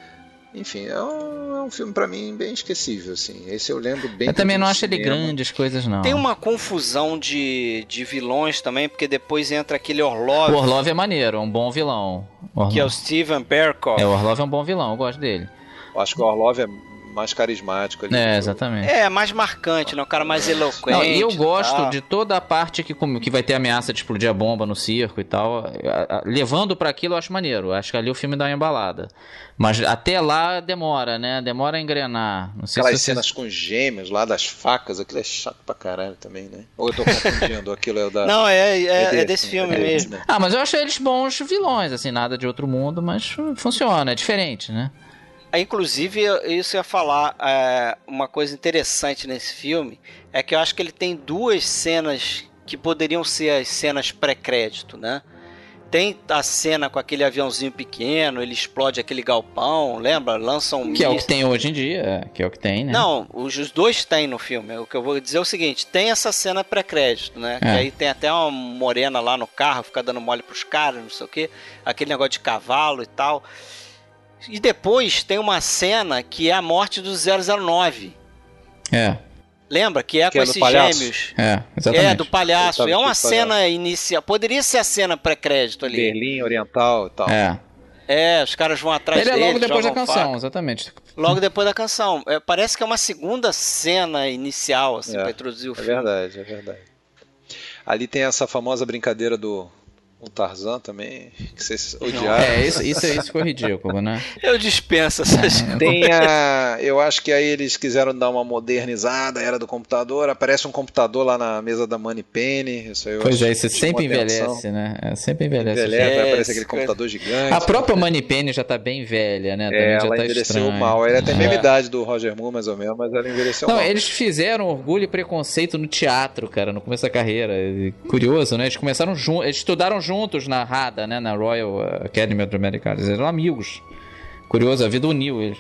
[SPEAKER 4] Enfim, é um, é um filme pra mim bem esquecível assim. Esse eu lembro bem.
[SPEAKER 3] Eu também
[SPEAKER 4] do
[SPEAKER 3] não acho ele
[SPEAKER 4] cinema.
[SPEAKER 3] grandes coisas, não.
[SPEAKER 2] Tem uma confusão de, de vilões também, porque depois entra aquele
[SPEAKER 3] O
[SPEAKER 2] Orlov,
[SPEAKER 3] Orlov é maneiro, é um bom vilão. Orlov.
[SPEAKER 2] que é o Steven Berkoff.
[SPEAKER 3] É, o Orlov é um bom vilão, eu gosto dele.
[SPEAKER 4] Eu acho que o Orlov é mais carismático ali.
[SPEAKER 3] É,
[SPEAKER 4] Eu-
[SPEAKER 3] exatamente.
[SPEAKER 2] É, mais marcante, né? O cara mais eloquente.
[SPEAKER 3] Não, e eu gosto
[SPEAKER 2] tal.
[SPEAKER 3] de toda a parte que, com- que vai ter ameaça de explodir a bomba no circo e tal. A- a- Levando pra aquilo, eu acho maneiro. Acho que ali o filme dá uma embalada. Mas até lá demora, né? Demora a engrenar. Não sei
[SPEAKER 4] Aquelas
[SPEAKER 3] se vocês-
[SPEAKER 4] cenas com gêmeos lá das facas, aquilo é chato pra caralho também, né? Ou eu tô confundindo, aquilo é o da.
[SPEAKER 2] Não, é, é,
[SPEAKER 4] É
[SPEAKER 2] é
[SPEAKER 4] desse,
[SPEAKER 2] desse filme
[SPEAKER 4] é desse,
[SPEAKER 2] mesmo.
[SPEAKER 4] né?
[SPEAKER 3] Ah, mas eu achei eles bons vilões, assim, nada de outro mundo, mas hum, funciona, é diferente, né?
[SPEAKER 2] Ah, Inclusive, eu- isso eu ia falar é, uma coisa interessante nesse filme é que eu acho que ele tem duas cenas que poderiam ser as cenas pré-crédito, né? Tem a cena com aquele aviãozinho pequeno, ele explode aquele galpão, lembra? Lança um
[SPEAKER 3] Que é o que
[SPEAKER 2] míssil.
[SPEAKER 3] tem hoje em dia, é, que é o que tem, né?
[SPEAKER 2] Não, os, os dois tem no filme. O que eu vou dizer é o seguinte: tem essa cena pré-crédito, né? Que
[SPEAKER 3] É.
[SPEAKER 2] aí tem até uma morena lá no carro, fica dando mole pros caras, não sei o quê. Aquele negócio de cavalo e tal. E depois tem uma cena que é a morte do 009.
[SPEAKER 3] É,
[SPEAKER 2] Lembra? Que é
[SPEAKER 4] Que
[SPEAKER 2] com
[SPEAKER 4] é do
[SPEAKER 2] esses
[SPEAKER 4] palhaço.
[SPEAKER 2] gêmeos.
[SPEAKER 3] é, exatamente.
[SPEAKER 2] É, do palhaço.
[SPEAKER 4] Eu tava
[SPEAKER 2] É uma
[SPEAKER 4] com o palhaço.
[SPEAKER 2] cena inicial. Poderia ser a cena pré-crédito ali.
[SPEAKER 4] Berlim Oriental e tal.
[SPEAKER 3] É.
[SPEAKER 2] É, os caras vão atrás
[SPEAKER 3] Ele é
[SPEAKER 2] dele.
[SPEAKER 3] logo depois da
[SPEAKER 2] jogam
[SPEAKER 3] canção,
[SPEAKER 2] faca.
[SPEAKER 3] exatamente.
[SPEAKER 2] Logo depois da canção. É, parece que é uma segunda cena inicial, assim,
[SPEAKER 4] É,
[SPEAKER 2] pra introduzir o
[SPEAKER 4] É
[SPEAKER 2] filme.
[SPEAKER 4] verdade, é verdade. Ali tem essa famosa brincadeira do o Tarzan também, que vocês odiaram.
[SPEAKER 3] É, isso, isso, isso ficou ridículo, né?
[SPEAKER 2] Eu dispenso essas coisas.
[SPEAKER 4] Tem a. Eu acho que aí eles quiseram dar uma modernizada, era do computador, aparece um computador lá na mesa da Money Penny. Isso aí eu
[SPEAKER 3] Pois
[SPEAKER 4] acho
[SPEAKER 3] é,
[SPEAKER 4] que
[SPEAKER 3] isso
[SPEAKER 4] chamou
[SPEAKER 3] sempre
[SPEAKER 4] atenção.
[SPEAKER 3] envelhece, né? É, sempre envelhece.
[SPEAKER 4] Envelhece,
[SPEAKER 2] Envelhece,
[SPEAKER 4] aí aparece aquele
[SPEAKER 2] coisa.
[SPEAKER 4] computador gigante.
[SPEAKER 3] A própria Money Penny já tá bem velha, né?
[SPEAKER 4] É,
[SPEAKER 3] Também já
[SPEAKER 4] ela
[SPEAKER 3] tá
[SPEAKER 4] envelheceu
[SPEAKER 3] estranho.
[SPEAKER 4] mal. Ela tem a mesma
[SPEAKER 2] É.
[SPEAKER 4] idade do Roger Moore, mais ou menos, mas ela envelheceu
[SPEAKER 3] Não,
[SPEAKER 4] mal.
[SPEAKER 3] eles fizeram orgulho e preconceito no teatro, cara, no começo da carreira. E, Curioso, né? Eles começaram juntos, eles estudaram juntos na RADA, né? Na Royal Academy of Dramatic Arts. Eles eram amigos. Curioso, a vida uniu eles.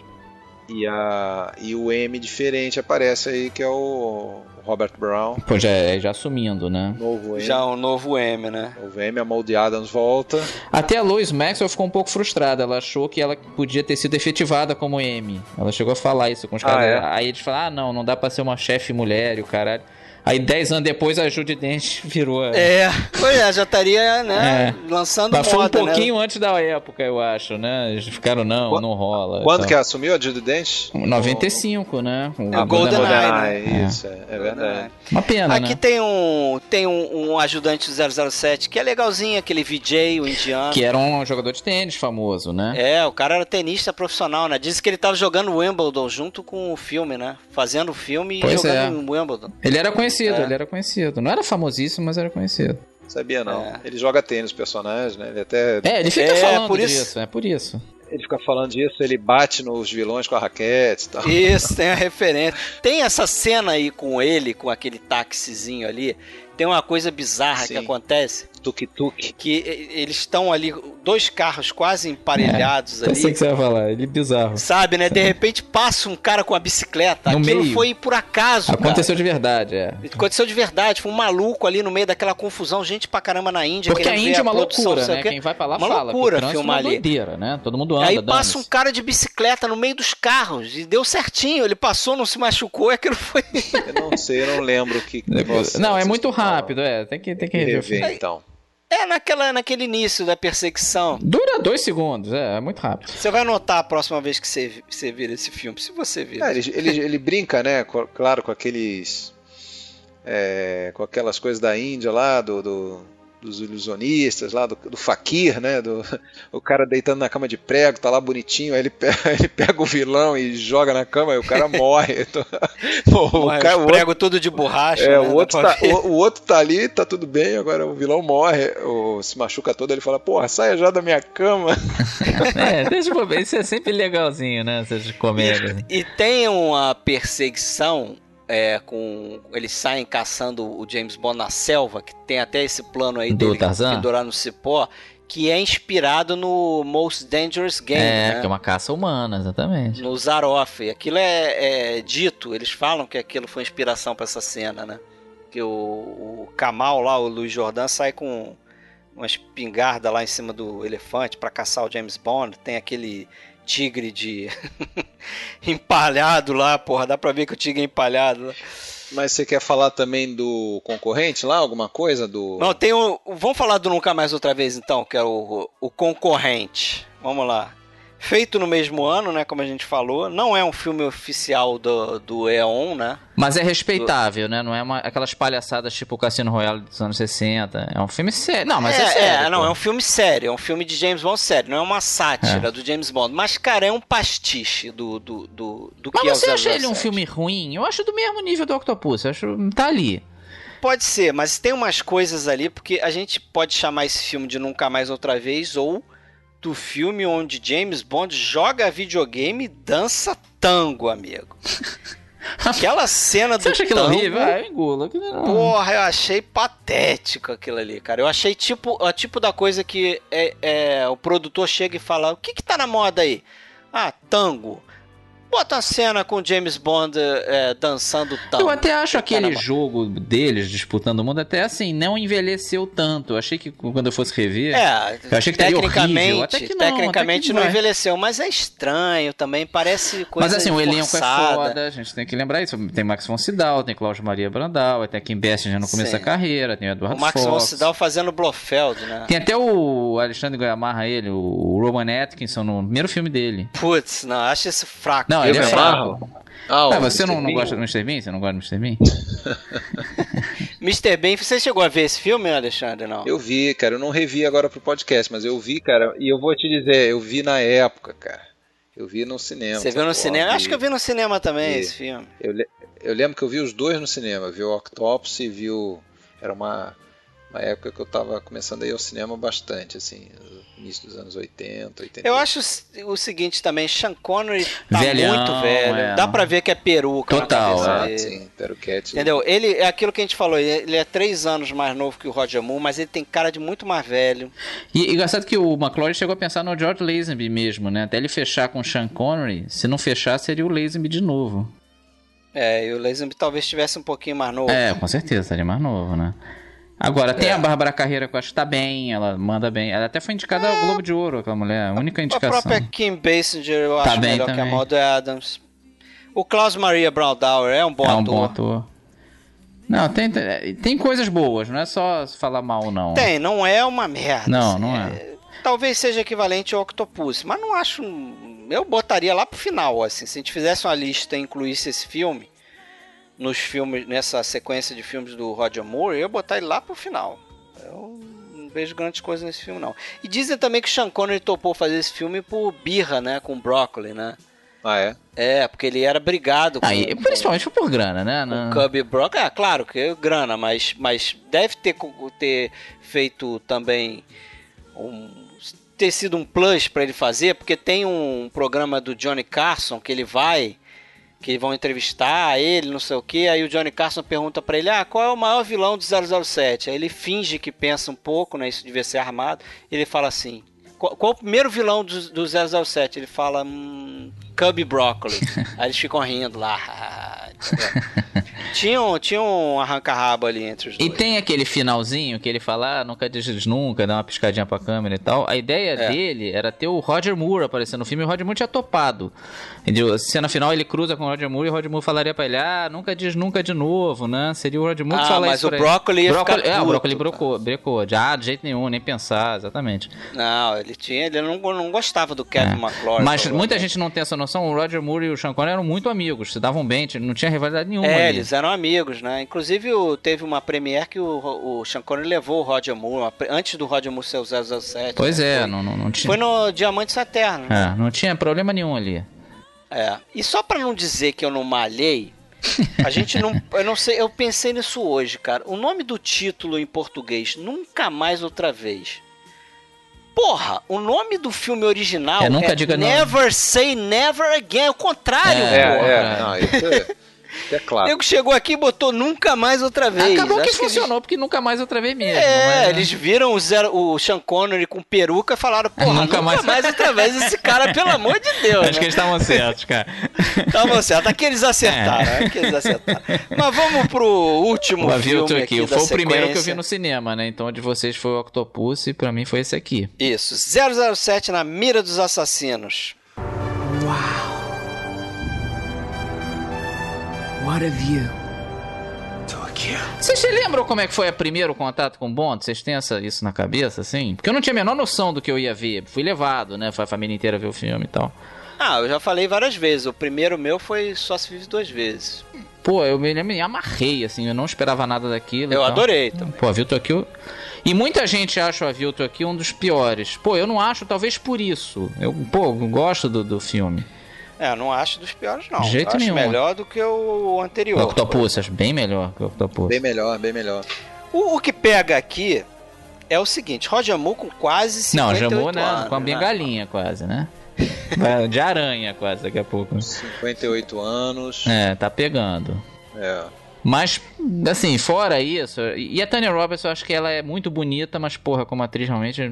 [SPEAKER 4] E, a, e o M diferente aparece aí, que é o Robert Brown,
[SPEAKER 3] Pô, já, é, já assumindo, né?
[SPEAKER 4] novo M.
[SPEAKER 2] Já o novo M, né?
[SPEAKER 4] O VM, a Moldy Adams
[SPEAKER 3] É,
[SPEAKER 4] volta.
[SPEAKER 3] Até a Lois Maxwell ficou um pouco frustrada. Ela achou que ela podia ter sido efetivada como M. Ela chegou a falar isso com os
[SPEAKER 4] Ah,
[SPEAKER 3] caras.
[SPEAKER 4] é?
[SPEAKER 3] Aí eles falaram: ah, não, não dá pra ser uma chefe mulher e o caralho. Aí 10 anos depois a Judy Dench virou. a-
[SPEAKER 2] É, pois é, já estaria, né,
[SPEAKER 3] É.
[SPEAKER 2] lançando
[SPEAKER 3] Mas foi um
[SPEAKER 2] moda, né?
[SPEAKER 3] pouquinho antes da época, eu acho, né? Eles ficaram, não,
[SPEAKER 4] Qua-
[SPEAKER 3] não rola.
[SPEAKER 4] Quando que
[SPEAKER 3] então.
[SPEAKER 4] ela assumiu a Judy Dench?
[SPEAKER 3] 95, né? O
[SPEAKER 2] É, o
[SPEAKER 4] O-
[SPEAKER 2] GoldenEye.
[SPEAKER 4] GoldenEye,
[SPEAKER 3] né?
[SPEAKER 4] isso, é, é verdade.
[SPEAKER 3] Uma pena,
[SPEAKER 2] Aqui
[SPEAKER 3] né?
[SPEAKER 2] tem um tem um, um ajudante do 007 que é legalzinho, aquele VJ, o indiano.
[SPEAKER 3] Que era um jogador de tênis famoso, né?
[SPEAKER 2] É, o cara era tenista profissional, né? Dizem que ele tava jogando Wimbledon junto com o filme, né? Fazendo o filme
[SPEAKER 3] Pois
[SPEAKER 2] e jogando
[SPEAKER 3] é.
[SPEAKER 2] em Wimbledon.
[SPEAKER 3] Ele era conhecido,
[SPEAKER 2] É.
[SPEAKER 3] ele era conhecido. Não era famosíssimo, mas era conhecido.
[SPEAKER 4] Sabia não.
[SPEAKER 2] É.
[SPEAKER 4] Ele joga tênis, o personagem, né? Ele até.
[SPEAKER 3] É, ele fica
[SPEAKER 2] É,
[SPEAKER 3] falando
[SPEAKER 2] por isso-
[SPEAKER 3] disso, é por isso.
[SPEAKER 4] Ele fica falando disso, ele bate nos vilões com a raquete e tal.
[SPEAKER 2] Isso, tem a referência. Tem essa cena aí com ele, com aquele táxizinho ali. Tem uma coisa bizarra que
[SPEAKER 4] Sim.
[SPEAKER 2] acontece,
[SPEAKER 4] Tuk-tuk.
[SPEAKER 2] que e- eles estão ali, dois carros quase emparelhados
[SPEAKER 3] Eu
[SPEAKER 2] ali.
[SPEAKER 3] sei o que você vai falar, ele é bizarro.
[SPEAKER 2] Sabe, né? De repente passa um cara com a bicicleta.
[SPEAKER 3] No
[SPEAKER 2] Aquilo
[SPEAKER 3] meio.
[SPEAKER 2] foi por acaso,
[SPEAKER 3] Aconteceu de verdade, é.
[SPEAKER 2] cara. Aconteceu de verdade. Foi um maluco ali no meio daquela confusão. Gente pra caramba na Índia.
[SPEAKER 3] Porque a
[SPEAKER 2] querendo ver
[SPEAKER 3] Índia é uma
[SPEAKER 2] produção,
[SPEAKER 3] loucura,
[SPEAKER 2] sei o
[SPEAKER 3] né?
[SPEAKER 2] quê.
[SPEAKER 3] Quem vai pra lá
[SPEAKER 2] Uma
[SPEAKER 3] fala. porque o
[SPEAKER 2] loucura
[SPEAKER 3] trânsito é
[SPEAKER 2] filmar
[SPEAKER 3] uma
[SPEAKER 2] ali.
[SPEAKER 3] doideira, né? Todo mundo anda,
[SPEAKER 2] Aí
[SPEAKER 3] dane-se.
[SPEAKER 2] passa um cara de bicicleta no meio dos carros. E deu certinho. Ele passou, não se machucou. E aquilo foi...
[SPEAKER 4] Eu não sei, eu não lembro o que. que
[SPEAKER 3] Depois-
[SPEAKER 4] vocês-
[SPEAKER 3] Não, é
[SPEAKER 4] vocês
[SPEAKER 3] muito
[SPEAKER 4] falaram.
[SPEAKER 3] rápido, é. Tem que, tem que
[SPEAKER 4] Tem que
[SPEAKER 3] rever. o filme.
[SPEAKER 4] rever, então.
[SPEAKER 2] É naquela, naquele início da perseguição.
[SPEAKER 3] Dura dois segundos, é, é muito rápido.
[SPEAKER 2] Você vai notar a próxima vez que você, você vir esse filme, se você vir.
[SPEAKER 4] É, ele, ele, ele brinca, né? co- Claro, com aqueles. é, com aquelas coisas da Índia lá, do. do- dos ilusionistas lá, do, do Fakir, né? Do, o cara deitando na cama de prego, tá lá bonitinho, aí ele, pe- ele pega o vilão e joga na cama e o cara morre. Então, pô,
[SPEAKER 2] Morre,
[SPEAKER 4] cara-
[SPEAKER 2] os
[SPEAKER 4] outro-
[SPEAKER 2] prego tudo de borracha,
[SPEAKER 4] É,
[SPEAKER 2] né,
[SPEAKER 4] o,
[SPEAKER 2] dá
[SPEAKER 4] outro
[SPEAKER 2] pra
[SPEAKER 4] tá,
[SPEAKER 2] ver.
[SPEAKER 4] o, o outro tá ali, tá tudo bem, agora o vilão morre, ou se machuca todo, ele fala, porra, saia já da minha cama.
[SPEAKER 3] É, deixa eu ver, isso é sempre legalzinho, né? Essas comédias. assim.
[SPEAKER 2] E tem uma perseguição é, com. Eles saem caçando o James Bond na selva, que tem até esse plano aí
[SPEAKER 3] Do
[SPEAKER 2] dele
[SPEAKER 3] Tarzan?
[SPEAKER 2] pendurar no cipó, que é inspirado no Most Dangerous Game,
[SPEAKER 3] é,
[SPEAKER 2] né?
[SPEAKER 3] que é uma caça humana, exatamente.
[SPEAKER 2] No Zaroff. Aquilo é, é dito, eles falam que aquilo foi inspiração pra essa cena, né? Que o, o Kamal lá, o Luiz Jordan, sai com uma espingarda lá em cima do elefante pra caçar o James Bond. Tem aquele tigre de. empalhado lá, porra. Dá pra ver que o tigre é empalhado. lá.
[SPEAKER 4] Mas você quer falar também do concorrente lá, alguma coisa? Do...
[SPEAKER 2] Não, tem o. o- Vamos falar do Nunca Mais Outra Vez então, que é o, o concorrente. Vamos lá. Feito no mesmo ano, né? Como a gente falou. Não é um filme oficial do, do E.ON, né?
[SPEAKER 3] Mas é respeitável, né? Não é uma- aquelas palhaçadas tipo o Cassino Royale dos anos 60. É um filme sério. Não, mas é,
[SPEAKER 2] é,
[SPEAKER 3] sério.
[SPEAKER 2] é, não,
[SPEAKER 3] pô.
[SPEAKER 2] é um filme sério, é um filme de James Bond sério, não é uma sátira do James Bond. Mas, cara, é um pastiche do, do, do, do que é o
[SPEAKER 3] Mas você acha ele
[SPEAKER 2] 007.
[SPEAKER 3] um filme ruim? Eu acho do mesmo nível do Octopus. Eu acho. Tá ali.
[SPEAKER 2] Pode ser, mas tem umas coisas ali, porque a gente pode chamar esse filme de Nunca Mais Outra Vez ou do filme onde James Bond joga videogame e dança tango, amigo. Aquela cena do
[SPEAKER 3] Você acha aquilo
[SPEAKER 2] tango,
[SPEAKER 3] horrível? Ah, eu engulo. Aquilo não-
[SPEAKER 2] Porra, eu achei patético aquilo ali, cara. Eu achei tipo, ó, tipo da coisa que é, é, o produtor chega e fala: o que que tá na moda aí? Ah, tango. Bota a cena com o James Bond é, dançando tango.
[SPEAKER 3] Eu até acho
[SPEAKER 2] Que tá na
[SPEAKER 3] aquele
[SPEAKER 2] moda.
[SPEAKER 3] jogo deles disputando o mundo, até assim, não envelheceu tanto. Eu achei que quando eu fosse rever.
[SPEAKER 2] É,
[SPEAKER 3] Eu achei que estaria horrível. Até que não, até que
[SPEAKER 2] tecnicamente não
[SPEAKER 3] vai.
[SPEAKER 2] envelheceu, mas é estranho também, parece coisa
[SPEAKER 3] Mas assim, o elenco
[SPEAKER 2] forçada.
[SPEAKER 3] é foda, a gente tem que lembrar isso. Tem Max von Sydow, tem Cláudio Maria Brandal, tem Kim Bessinger no começo
[SPEAKER 2] Sim.
[SPEAKER 3] da carreira, tem o
[SPEAKER 2] O
[SPEAKER 3] Eduardo
[SPEAKER 2] Max von
[SPEAKER 3] Fox.
[SPEAKER 2] Sydow fazendo Blofeld, né?
[SPEAKER 3] Tem até o Alexandre Goiamarra, ele, o Roman Atkinson, no primeiro filme dele.
[SPEAKER 2] Putz, não, acho isso fraco.
[SPEAKER 3] Não,
[SPEAKER 4] Eu
[SPEAKER 3] ele é
[SPEAKER 4] me
[SPEAKER 3] fraco.
[SPEAKER 4] Ah,
[SPEAKER 3] Ah,
[SPEAKER 4] o
[SPEAKER 3] você não,
[SPEAKER 4] Mr.
[SPEAKER 3] não
[SPEAKER 4] Bean?
[SPEAKER 3] gosta do Mr. Bean? Você não gosta do Mr. Bean?
[SPEAKER 2] Mr. Bean, você chegou a ver esse filme, Alexandre? Não.
[SPEAKER 4] Eu vi, cara, eu não revi agora pro podcast, mas eu vi, cara, e eu vou te dizer, eu vi na época, cara. Eu vi no cinema.
[SPEAKER 2] Você viu no
[SPEAKER 4] Porra,
[SPEAKER 2] cinema? Acho que eu vi no cinema também
[SPEAKER 4] Vi.
[SPEAKER 2] esse filme.
[SPEAKER 4] Eu, le- eu lembro que eu vi os dois no cinema, eu vi o Octopus e vi o... Era uma, uma época que eu tava começando a ir ao cinema bastante, assim, no início dos anos 80, 80.
[SPEAKER 2] Eu acho o- o seguinte também, Sean Connery tá
[SPEAKER 3] Velhão,
[SPEAKER 2] muito velho.
[SPEAKER 3] é.
[SPEAKER 2] Dá pra ver que é peruca
[SPEAKER 3] Total, é.
[SPEAKER 2] na cabeça
[SPEAKER 4] Ah,
[SPEAKER 2] dele.
[SPEAKER 4] sim, Peruquete.
[SPEAKER 2] Entendeu? Ele é aquilo que a gente falou, ele é três anos mais novo que o Roger Moore, mas ele tem cara de muito mais velho.
[SPEAKER 3] E, e engraçado que o McClory chegou a pensar no George Lazenby mesmo, né? Até ele fechar com o Sean Connery, se não fechar, seria o Lazenby de novo.
[SPEAKER 2] É, e o Lazenby talvez estivesse um pouquinho mais novo.
[SPEAKER 3] É, com certeza, seria mais novo, né? Agora,
[SPEAKER 2] É.
[SPEAKER 3] tem a Bárbara Carreira, que eu acho que tá bem, ela manda bem. Ela até foi indicada ao Globo de Ouro, aquela mulher, a única
[SPEAKER 2] É. a
[SPEAKER 3] indicação.
[SPEAKER 2] própria Kim Basinger eu
[SPEAKER 3] Tá
[SPEAKER 2] acho
[SPEAKER 3] bem
[SPEAKER 2] melhor que
[SPEAKER 3] também.
[SPEAKER 2] a Maud Adams. O Klaus Maria Braudauer é um bom
[SPEAKER 3] é um
[SPEAKER 2] ator.
[SPEAKER 3] bom ator. Não, tem, tem- tem coisas boas, não é só falar mal, não.
[SPEAKER 2] Tem, não é uma merda.
[SPEAKER 3] Não,
[SPEAKER 2] assim,
[SPEAKER 3] não é.
[SPEAKER 2] Talvez seja equivalente ao Octopus, mas não acho. Eu botaria lá pro final, assim. Se a gente fizesse uma lista e incluísse esse filme nos filmes, nessa sequência de filmes do Roger Moore, eu ia botar ele lá pro final. Eu não vejo grandes coisas nesse filme, não. E dizem também que o Sean Connery topou fazer esse filme por birra, né? Com o Broccoli, né?
[SPEAKER 4] Ah, é?
[SPEAKER 2] É, porque ele era brigado com,
[SPEAKER 3] Aí, principalmente por grana, né?
[SPEAKER 2] o
[SPEAKER 3] Não-
[SPEAKER 2] Cub Brock, ah, claro que é grana, mas, mas deve ter, co- ter feito também um- ter sido um plus para ele fazer, porque tem um programa do Johnny Carson que ele vai, que vão entrevistar ele, não sei o que, aí o Johnny Carson pergunta para ele, ah, qual é o maior vilão do 007? Aí ele finge que pensa um pouco, né, isso devia ser armado, e ele fala assim, qual, qual é o primeiro vilão do, do 007? Ele fala, hum, Cub Broccoli. aí eles ficam rindo lá, Tinha um, tinha um arranca-rabo ali entre os
[SPEAKER 3] E
[SPEAKER 2] dois.
[SPEAKER 3] tem aquele finalzinho que ele fala, ah, nunca diz nunca, dá uma piscadinha pra câmera e tal. A ideia
[SPEAKER 2] É.
[SPEAKER 3] dele era ter o Roger Moore aparecendo no filme e o Roger Moore tinha topado. Entendeu? A Cena final ele cruza com o Roger Moore e o Roger Moore falaria pra ele, ah, nunca diz nunca de novo, né? Seria o Roger Moore
[SPEAKER 2] Ah,
[SPEAKER 3] que falaria
[SPEAKER 2] mas
[SPEAKER 3] isso
[SPEAKER 2] o
[SPEAKER 3] pra ele.
[SPEAKER 2] Broccoli ia
[SPEAKER 3] Broccoli-
[SPEAKER 2] ficar
[SPEAKER 3] É, o
[SPEAKER 2] puto,
[SPEAKER 3] Broccoli brecou, brecou. Já, de jeito nenhum, nem pensar, exatamente.
[SPEAKER 2] Não, ele tinha, ele não, não gostava do Kevin né? McClory.
[SPEAKER 3] É. Mas
[SPEAKER 2] provavelmente.
[SPEAKER 3] muita gente não tem essa noção, o Roger Moore e o Sean Connery eram muito amigos, se davam bem, t- não tinha rivalidade nenhuma
[SPEAKER 2] É,
[SPEAKER 3] ali.
[SPEAKER 2] eles eram amigos, né? Inclusive o- teve uma premiere que o, Ro- o Sean Connery levou o Roger Moore, uma pre- antes do Roger Moore ser o 007.
[SPEAKER 3] Pois
[SPEAKER 2] né?
[SPEAKER 3] é,
[SPEAKER 2] Foi-
[SPEAKER 3] não, não, não tinha...
[SPEAKER 2] Foi no Diamante Saterno. né?
[SPEAKER 3] É, não tinha problema nenhum ali.
[SPEAKER 2] É. E só pra não dizer que eu não malhei, a gente não. Eu não sei, eu pensei nisso hoje, cara. O nome do título em português, Nunca Mais Outra Vez. Porra, o nome do filme original
[SPEAKER 3] É, nunca diga não.
[SPEAKER 2] Never Say Never Again. É o contrário,
[SPEAKER 4] É,
[SPEAKER 2] porra.
[SPEAKER 4] é, não, isso é, isso é
[SPEAKER 2] O
[SPEAKER 4] claro.
[SPEAKER 2] nego chegou aqui e botou nunca mais outra vez.
[SPEAKER 3] Acabou que
[SPEAKER 2] Acho eles-
[SPEAKER 3] funcionou, porque nunca mais outra vez mesmo.
[SPEAKER 2] É,
[SPEAKER 3] mas- né?
[SPEAKER 2] eles viram o, zero, o Sean Connery com peruca e falaram, porra, nunca,
[SPEAKER 3] Nunca
[SPEAKER 2] mais.
[SPEAKER 3] mais.
[SPEAKER 2] outra vez esse cara, pelo amor de Deus.
[SPEAKER 3] Acho que
[SPEAKER 2] né? Então,
[SPEAKER 3] eles estavam certos, cara.
[SPEAKER 2] Tava certo, aqui eles acertaram,
[SPEAKER 3] É.
[SPEAKER 2] aqui eles acertaram. Mas vamos pro último
[SPEAKER 3] O
[SPEAKER 2] Um filme
[SPEAKER 3] Avilto
[SPEAKER 2] aqui,
[SPEAKER 3] aqui,
[SPEAKER 2] da
[SPEAKER 3] foi o primeiro que eu
[SPEAKER 2] sequência.
[SPEAKER 3] vi no cinema, né? Então, o de vocês foi o Octopus e pra mim foi esse aqui.
[SPEAKER 2] Isso, 007 na mira dos assassinos.
[SPEAKER 11] What of you?
[SPEAKER 3] Vocês se lembram como é que foi o primeiro contato com o Bond? Vocês têm essa, isso na cabeça, assim? Porque eu não tinha a menor noção do que eu ia ver. Fui levado, né? Foi a família inteira ver o filme e tal.
[SPEAKER 2] Ah, eu já falei várias vezes, o primeiro meu foi Só se vive duas vezes.
[SPEAKER 3] Pô, eu me, me amarrei, assim, eu não esperava nada daquilo.
[SPEAKER 2] Eu
[SPEAKER 3] então.
[SPEAKER 2] adorei também.
[SPEAKER 3] Pô, Avilto aqui. eu- E muita gente acha o Avilto aqui um dos piores. Pô, eu não acho, talvez por isso. Eu, pô, eu gosto do, do filme.
[SPEAKER 2] É, eu não acho dos piores não,
[SPEAKER 3] De jeito
[SPEAKER 2] Eu acho
[SPEAKER 3] nenhum.
[SPEAKER 2] melhor do que o
[SPEAKER 3] O
[SPEAKER 2] anterior.
[SPEAKER 3] Octopus, acho bem melhor que o Octopus.
[SPEAKER 4] Bem melhor, bem melhor.
[SPEAKER 2] O, o que pega aqui é o seguinte, Roger Moore com quase 58
[SPEAKER 3] Não, Jamou, né?
[SPEAKER 2] anos,
[SPEAKER 3] com a bengalinha quase, né? Vai De aranha quase daqui a pouco.
[SPEAKER 4] 58 anos.
[SPEAKER 3] É, tá pegando.
[SPEAKER 4] É.
[SPEAKER 3] Mas, assim, fora isso. E a Tanya Roberts, eu acho que ela é muito bonita, mas, porra, como atriz, realmente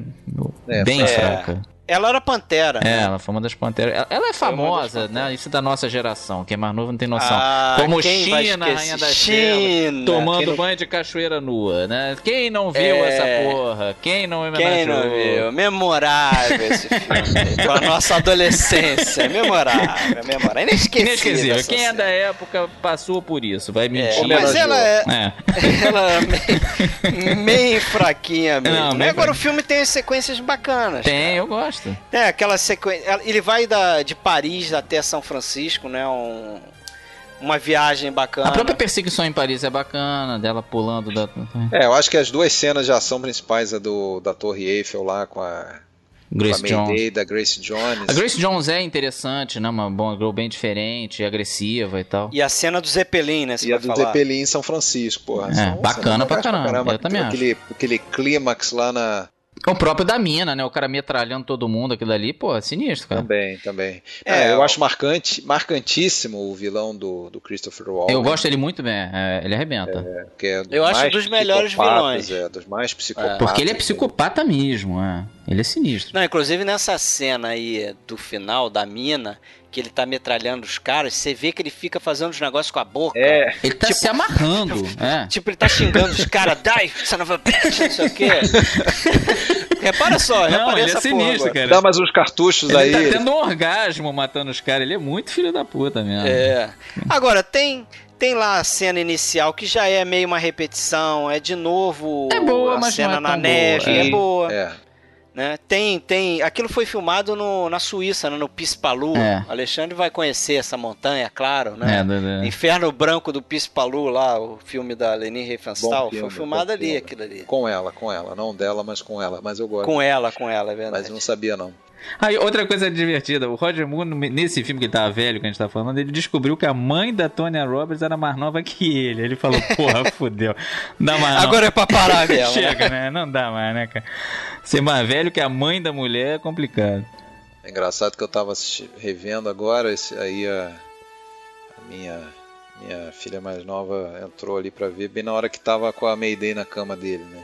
[SPEAKER 4] É,
[SPEAKER 3] bem
[SPEAKER 2] é.
[SPEAKER 3] fraca.
[SPEAKER 2] Ela era pantera,
[SPEAKER 3] É,
[SPEAKER 2] né?
[SPEAKER 3] ela foi uma das panteras. Ela, ela é famosa, né? Isso é da nossa geração. Quem é mais novo não tem noção.
[SPEAKER 2] Ah,
[SPEAKER 3] Como
[SPEAKER 2] quem vai
[SPEAKER 3] China,
[SPEAKER 2] esquecer?
[SPEAKER 3] Rainha da
[SPEAKER 2] China.
[SPEAKER 3] China,
[SPEAKER 2] Quem
[SPEAKER 3] tomando
[SPEAKER 2] não-
[SPEAKER 3] banho de cachoeira nua, né? Quem não viu
[SPEAKER 2] É.
[SPEAKER 3] essa porra? Quem não é
[SPEAKER 2] Quem não viu? Memorável esse filme. Pra nossa adolescência. é Memorável, memorável. Inesquecível.
[SPEAKER 3] Inesquecível.
[SPEAKER 2] essa
[SPEAKER 3] Quem é
[SPEAKER 2] cena.
[SPEAKER 3] da época passou por isso, vai mentir.
[SPEAKER 2] Mas ela é,
[SPEAKER 3] É.
[SPEAKER 2] ela é meio, meio fraquinha mesmo.
[SPEAKER 3] Não,
[SPEAKER 2] né?
[SPEAKER 3] meio
[SPEAKER 2] Agora
[SPEAKER 3] fraquinha.
[SPEAKER 2] o filme tem as sequências bacanas.
[SPEAKER 3] Tem, eu gosto.
[SPEAKER 2] É, aquela sequência. Ele vai da, de Paris até São Francisco, né? Um- uma viagem bacana.
[SPEAKER 3] A própria perseguição em Paris é bacana, dela pulando da.
[SPEAKER 4] É, eu acho que as duas cenas de ação principais, a do, da Torre Eiffel lá com a,
[SPEAKER 3] Grace
[SPEAKER 4] com a
[SPEAKER 3] Jones.
[SPEAKER 4] Mayday, da Grace Jones.
[SPEAKER 3] A Grace Jones é interessante, né? Uma boa girl bem diferente, agressiva e tal.
[SPEAKER 2] E a cena do Zeppelin, né? Você
[SPEAKER 4] E a
[SPEAKER 2] vai
[SPEAKER 4] do
[SPEAKER 2] falar.
[SPEAKER 4] Zeppelin em São Francisco, porra.
[SPEAKER 3] É,
[SPEAKER 4] São-
[SPEAKER 3] bacana
[SPEAKER 4] são
[SPEAKER 3] pra
[SPEAKER 4] legais
[SPEAKER 3] caramba, eu também
[SPEAKER 4] aquele, Aquele clímax lá na...
[SPEAKER 3] O próprio da mina, né? O cara metralhando todo mundo, aquilo ali, pô, é sinistro, cara.
[SPEAKER 4] Também, também.
[SPEAKER 2] É,
[SPEAKER 4] É, eu
[SPEAKER 2] o-
[SPEAKER 4] acho marcante, marcantíssimo o vilão do, do Christopher Walken.
[SPEAKER 3] Eu gosto dele muito bem, é, ele arrebenta.
[SPEAKER 4] que é do
[SPEAKER 2] Eu acho
[SPEAKER 4] mais
[SPEAKER 2] dos melhores
[SPEAKER 4] psicopatas,
[SPEAKER 2] vilões.
[SPEAKER 4] É, dos mais psicopatas.
[SPEAKER 3] Porque ele é psicopata mesmo, é. Ele é sinistro.
[SPEAKER 2] Não, inclusive nessa cena aí do final da mina, que ele tá metralhando os caras, você vê que ele fica fazendo os negócios com a boca.
[SPEAKER 4] É,
[SPEAKER 3] Ele tá se amarrando, é.
[SPEAKER 2] Tipo, ele tá xingando os caras, die, son of a bitch, não sei o quê. Repara só, repara
[SPEAKER 4] é
[SPEAKER 2] essa porra agora.
[SPEAKER 4] dá mais uns cartuchos
[SPEAKER 3] é Ele
[SPEAKER 4] aí.
[SPEAKER 3] tá tendo um orgasmo matando os caras. Ele é muito filho da puta mesmo.
[SPEAKER 2] É. Agora, tem, tem lá a cena inicial que já é meio uma repetição, é de novo
[SPEAKER 3] É boa,
[SPEAKER 2] a
[SPEAKER 3] mas não
[SPEAKER 2] cena
[SPEAKER 3] é
[SPEAKER 2] na
[SPEAKER 3] tão
[SPEAKER 2] neve,
[SPEAKER 3] boa,
[SPEAKER 2] é
[SPEAKER 3] é.
[SPEAKER 2] boa.
[SPEAKER 4] É.
[SPEAKER 2] Né? Tem, tem. Aquilo foi filmado no, na Suíça, né? no Pispalu.
[SPEAKER 3] É.
[SPEAKER 2] Alexandre vai conhecer essa montanha, claro, né?
[SPEAKER 3] É, do- do-
[SPEAKER 2] Inferno Branco do Pispalu lá, o filme da Leni Riefenstahl,
[SPEAKER 4] Bom filme,
[SPEAKER 2] foi filmado
[SPEAKER 4] bom
[SPEAKER 2] ali,
[SPEAKER 4] filme.
[SPEAKER 2] aquilo ali.
[SPEAKER 4] Com ela, com ela. Não dela, mas com ela. Mas eu gosto.
[SPEAKER 2] Com ela, com ela, é
[SPEAKER 4] Mas
[SPEAKER 2] verdade.
[SPEAKER 4] eu não sabia, não.
[SPEAKER 3] Aí, outra coisa divertida, o Roger Moore, no- nesse filme que ele tava velho, que a gente tá falando, ele descobriu que a mãe da Tonya Roberts era mais nova que ele. Ele falou, porra, fodeu. Não Dá mais não.
[SPEAKER 2] Agora é pra parar mesmo. né?
[SPEAKER 3] Chega, né? Não dá mais, né, cara? Ser mais velho que a mãe da mulher é complicado.
[SPEAKER 4] É engraçado que eu tava assisti- revendo agora, esse- aí a, a minha minha filha mais nova entrou ali pra ver, bem na hora que tava com a Mayday na cama dele, né?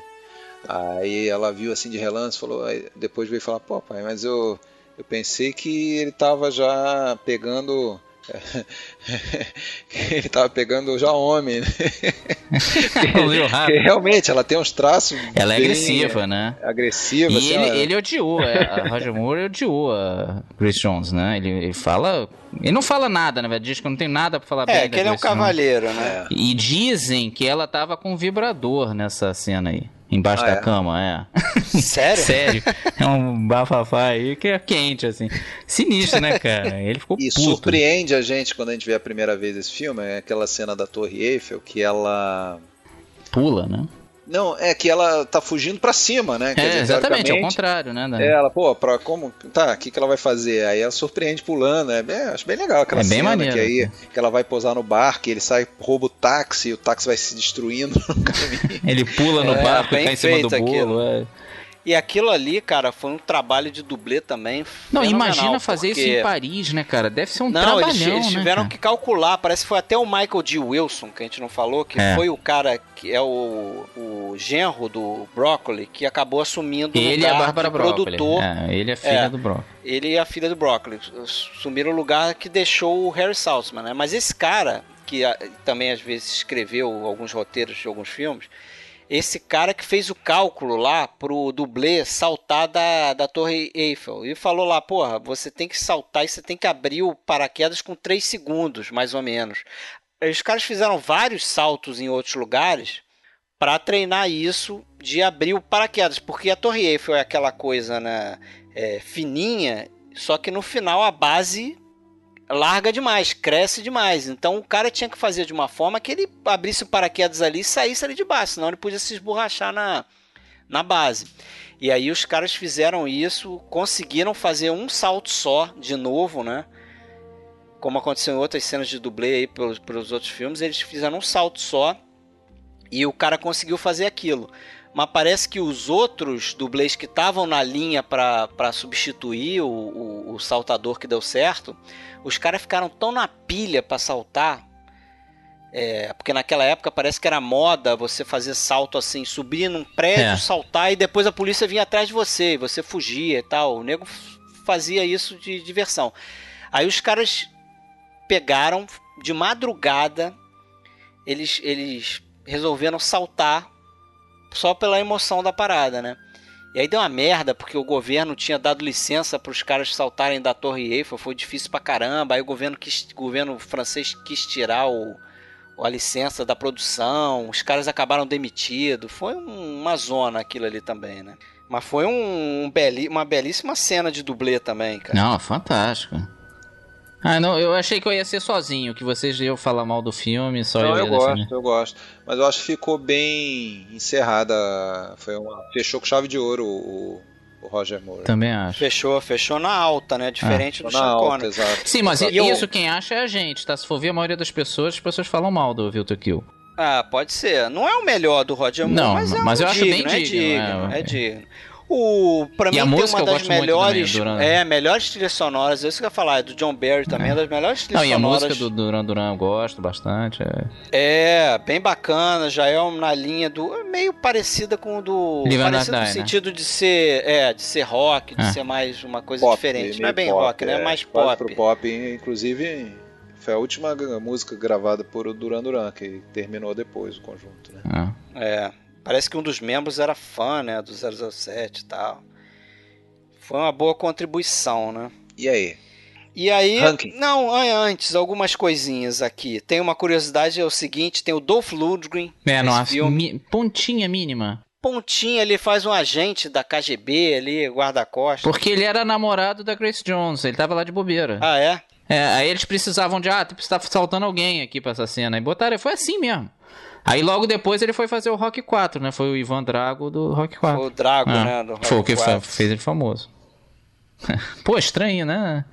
[SPEAKER 4] Aí ela viu assim de relance, falou, aí depois veio falar, pô pai, mas eu, eu pensei que ele tava já pegando ele tava pegando já homem. Né?
[SPEAKER 3] Leo Harper.
[SPEAKER 4] Que realmente, ela tem uns traços.
[SPEAKER 3] Ela é
[SPEAKER 4] bem,
[SPEAKER 3] agressiva, né?
[SPEAKER 4] Agressiva,
[SPEAKER 3] E
[SPEAKER 4] assim,
[SPEAKER 3] ele,
[SPEAKER 4] ó.
[SPEAKER 3] ele odiou, é, a Roger Moore odiou a Grace Jones, né? Ele, ele fala. Ele não fala nada, na verdade, diz que não tem nada pra falar bem.
[SPEAKER 2] É,
[SPEAKER 3] da
[SPEAKER 2] que ele é um
[SPEAKER 3] Grace Jones.
[SPEAKER 2] cavalheiro,
[SPEAKER 4] é.
[SPEAKER 2] né?
[SPEAKER 3] E dizem que ela tava com um vibrador nessa cena aí. Embaixo
[SPEAKER 2] Ah,
[SPEAKER 3] da
[SPEAKER 2] é?
[SPEAKER 3] cama, é.
[SPEAKER 2] Sério?
[SPEAKER 3] Sério. É um bafafá aí que é quente, assim. Sinistro, né, cara? Ele ficou
[SPEAKER 4] E
[SPEAKER 3] puto.
[SPEAKER 4] surpreende a gente quando a gente vê a primeira vez esse filme, é aquela cena da Torre Eiffel que ela
[SPEAKER 3] Pula, né?
[SPEAKER 4] não, é que ela tá fugindo pra cima, né? Quer
[SPEAKER 3] É,
[SPEAKER 4] dizer,
[SPEAKER 3] exatamente, é o
[SPEAKER 4] teoricamente,
[SPEAKER 3] contrário, né? da-
[SPEAKER 4] é, Ela, pô, pra como. Tá, o que, que ela vai fazer? Aí ela surpreende pulando. É, bem- acho bem legal aquela
[SPEAKER 3] É bem
[SPEAKER 4] cena né,
[SPEAKER 3] maneiro,
[SPEAKER 4] que aí que ela vai posar no barco, ele sai, rouba o táxi, e o táxi vai se destruindo no caminho.
[SPEAKER 3] Ele pula no
[SPEAKER 2] É,
[SPEAKER 3] barco,
[SPEAKER 2] bem
[SPEAKER 3] cai em cima do
[SPEAKER 2] feito aquilo.
[SPEAKER 3] bolo. é.
[SPEAKER 2] E aquilo ali, cara, foi um trabalho de dublê também.
[SPEAKER 3] Não,
[SPEAKER 2] fenomenal,
[SPEAKER 3] imagina fazer isso em
[SPEAKER 2] porque-
[SPEAKER 3] Paris, né, cara? Deve ser um
[SPEAKER 2] Não,
[SPEAKER 3] trabalhão,
[SPEAKER 2] eles, eles
[SPEAKER 3] né,
[SPEAKER 2] tiveram
[SPEAKER 3] cara?
[SPEAKER 2] que calcular. Parece que foi até o Michael D. Wilson, que a gente não falou, que
[SPEAKER 3] É.
[SPEAKER 2] foi o cara que é o, o genro do Broccoli, que acabou assumindo o
[SPEAKER 3] Ele e
[SPEAKER 2] lugar
[SPEAKER 3] a Bárbara
[SPEAKER 2] de
[SPEAKER 3] Broccoli.
[SPEAKER 2] produtor.
[SPEAKER 3] É, ele é filha
[SPEAKER 2] É.
[SPEAKER 3] do Broccoli.
[SPEAKER 2] Ele e a filha do Broccoli assumiram o lugar que deixou o Harry Saltzman, né? Mas esse cara, que ah, também às vezes escreveu alguns roteiros de alguns filmes, esse cara que fez o cálculo lá pro dublê saltar da, da Torre Eiffel. E falou lá, porra, você tem que saltar e você tem que abrir o paraquedas com 3 segundos, mais ou menos. Aí Os caras fizeram vários saltos em outros lugares para treinar isso de abrir o paraquedas, porque a Torre Eiffel é aquela coisa né, é, fininha, só que no final a base larga demais, cresce demais. Então o cara tinha que fazer de uma forma que ele abrisse o paraquedas ali e saísse ali de baixo, senão ele podia se esborrachar na, na base. E aí os caras fizeram isso, conseguiram fazer um salto só de novo, né? Como aconteceu em outras cenas de dublê aí pelos, pelos outros filmes, eles fizeram um salto só e o cara conseguiu fazer aquilo. Mas parece que os outros dublês que estavam na linha para substituir o, o- o saltador que deu certo, os caras ficaram tão na pilha para saltar. é, porque naquela época parece que era moda você fazer salto assim, subir num prédio,
[SPEAKER 3] É.
[SPEAKER 2] saltar e depois a polícia vinha atrás de você, e você fugia e tal. O nego f- fazia isso de diversão. Aí os caras pegaram de madrugada, eles, eles resolveram saltar só pela emoção da parada, né? E aí deu uma merda, porque o governo tinha dado licença para os caras saltarem da Torre Eiffel, foi difícil pra caramba. Aí o governo, quis, o governo francês quis tirar o, a licença da produção, os caras acabaram demitidos. Foi um- uma zona aquilo ali também, né? Mas foi um, um beli- uma belíssima cena de dublê também, cara.
[SPEAKER 3] Não, fantástico. Ah, não, eu achei que eu ia ser sozinho, que vocês iam falar mal do filme, só
[SPEAKER 4] Não,
[SPEAKER 3] eu
[SPEAKER 4] Então, eu
[SPEAKER 3] ia defender.
[SPEAKER 4] gosto, eu gosto. Mas eu acho que ficou bem encerrada. Foi uma. Fechou com chave de ouro o, o Roger Moore.
[SPEAKER 3] Também acho.
[SPEAKER 2] Fechou, fechou na alta, né? Diferente do
[SPEAKER 4] Na
[SPEAKER 2] Sean
[SPEAKER 4] alta,
[SPEAKER 2] Connery.
[SPEAKER 4] exato.
[SPEAKER 3] Sim, mas
[SPEAKER 2] E eu-
[SPEAKER 3] isso quem acha é a gente, tá? Se for ver a maioria das pessoas, as pessoas falam mal do Vilto Kill.
[SPEAKER 2] Ah, pode ser. Não é o melhor do Roger Moore,
[SPEAKER 3] Não,
[SPEAKER 2] mas, é
[SPEAKER 3] mas
[SPEAKER 2] um
[SPEAKER 3] eu acho
[SPEAKER 2] digno,
[SPEAKER 3] bem
[SPEAKER 2] é
[SPEAKER 3] digno,
[SPEAKER 2] digno,
[SPEAKER 3] é,
[SPEAKER 2] é,
[SPEAKER 3] ok.
[SPEAKER 2] digno. O, pra
[SPEAKER 3] E
[SPEAKER 2] mim
[SPEAKER 3] a
[SPEAKER 2] tem
[SPEAKER 3] música
[SPEAKER 2] uma
[SPEAKER 3] eu
[SPEAKER 2] das
[SPEAKER 3] gosto muito
[SPEAKER 2] melhores,
[SPEAKER 3] também, Duran.
[SPEAKER 2] é, melhores trilhas sonoras. É isso que eu ia falar, é do John Barry também, é, das melhores
[SPEAKER 3] Não,
[SPEAKER 2] trilhas
[SPEAKER 3] e a
[SPEAKER 2] sonoras.
[SPEAKER 3] música do Duran Duran eu gosto bastante. é.
[SPEAKER 2] É, bem bacana, já é um- na linha do é meio parecida com o do
[SPEAKER 3] Live and Let
[SPEAKER 2] parecida no
[SPEAKER 3] Die, né?
[SPEAKER 2] sentido de ser, é, de ser rock, de
[SPEAKER 3] É.
[SPEAKER 2] ser mais uma coisa
[SPEAKER 4] Pop,
[SPEAKER 2] diferente. Não
[SPEAKER 4] meio
[SPEAKER 2] é bem
[SPEAKER 4] pop,
[SPEAKER 2] rock, né? É mais
[SPEAKER 4] quase
[SPEAKER 2] pop.
[SPEAKER 4] Pro pop, inclusive foi a última g- música gravada por o Duran Duran, que terminou depois o conjunto, né?
[SPEAKER 3] Ah.
[SPEAKER 2] É, parece que um dos membros era fã, né, do 007 e tal. Foi uma boa contribuição, né?
[SPEAKER 4] E aí?
[SPEAKER 2] E aí,
[SPEAKER 4] Ranking.
[SPEAKER 2] não, an- antes, algumas coisinhas aqui. Tem uma curiosidade, é o seguinte, tem o Dolph Lundgren,
[SPEAKER 3] É, não,
[SPEAKER 2] Esse
[SPEAKER 3] a
[SPEAKER 2] filme-
[SPEAKER 3] mi- pontinha mínima.
[SPEAKER 2] pontinha, ele faz um agente da KGB ali, guarda-costas.
[SPEAKER 3] Porque ele era namorado da Grace Jones, ele tava lá de bobeira.
[SPEAKER 2] Ah, é?
[SPEAKER 3] É, aí eles precisavam de, ah, tu tá saltando alguém aqui pra essa cena. E botaram, foi assim mesmo. Aí logo depois ele foi fazer o Rock 4, né? Foi o Ivan Drago do Rock 4.
[SPEAKER 2] Foi o Drago,
[SPEAKER 3] Ah,
[SPEAKER 2] né? do Rock
[SPEAKER 3] Foi o que fa-
[SPEAKER 2] 4.
[SPEAKER 3] fez ele famoso. Pô, estranho, né?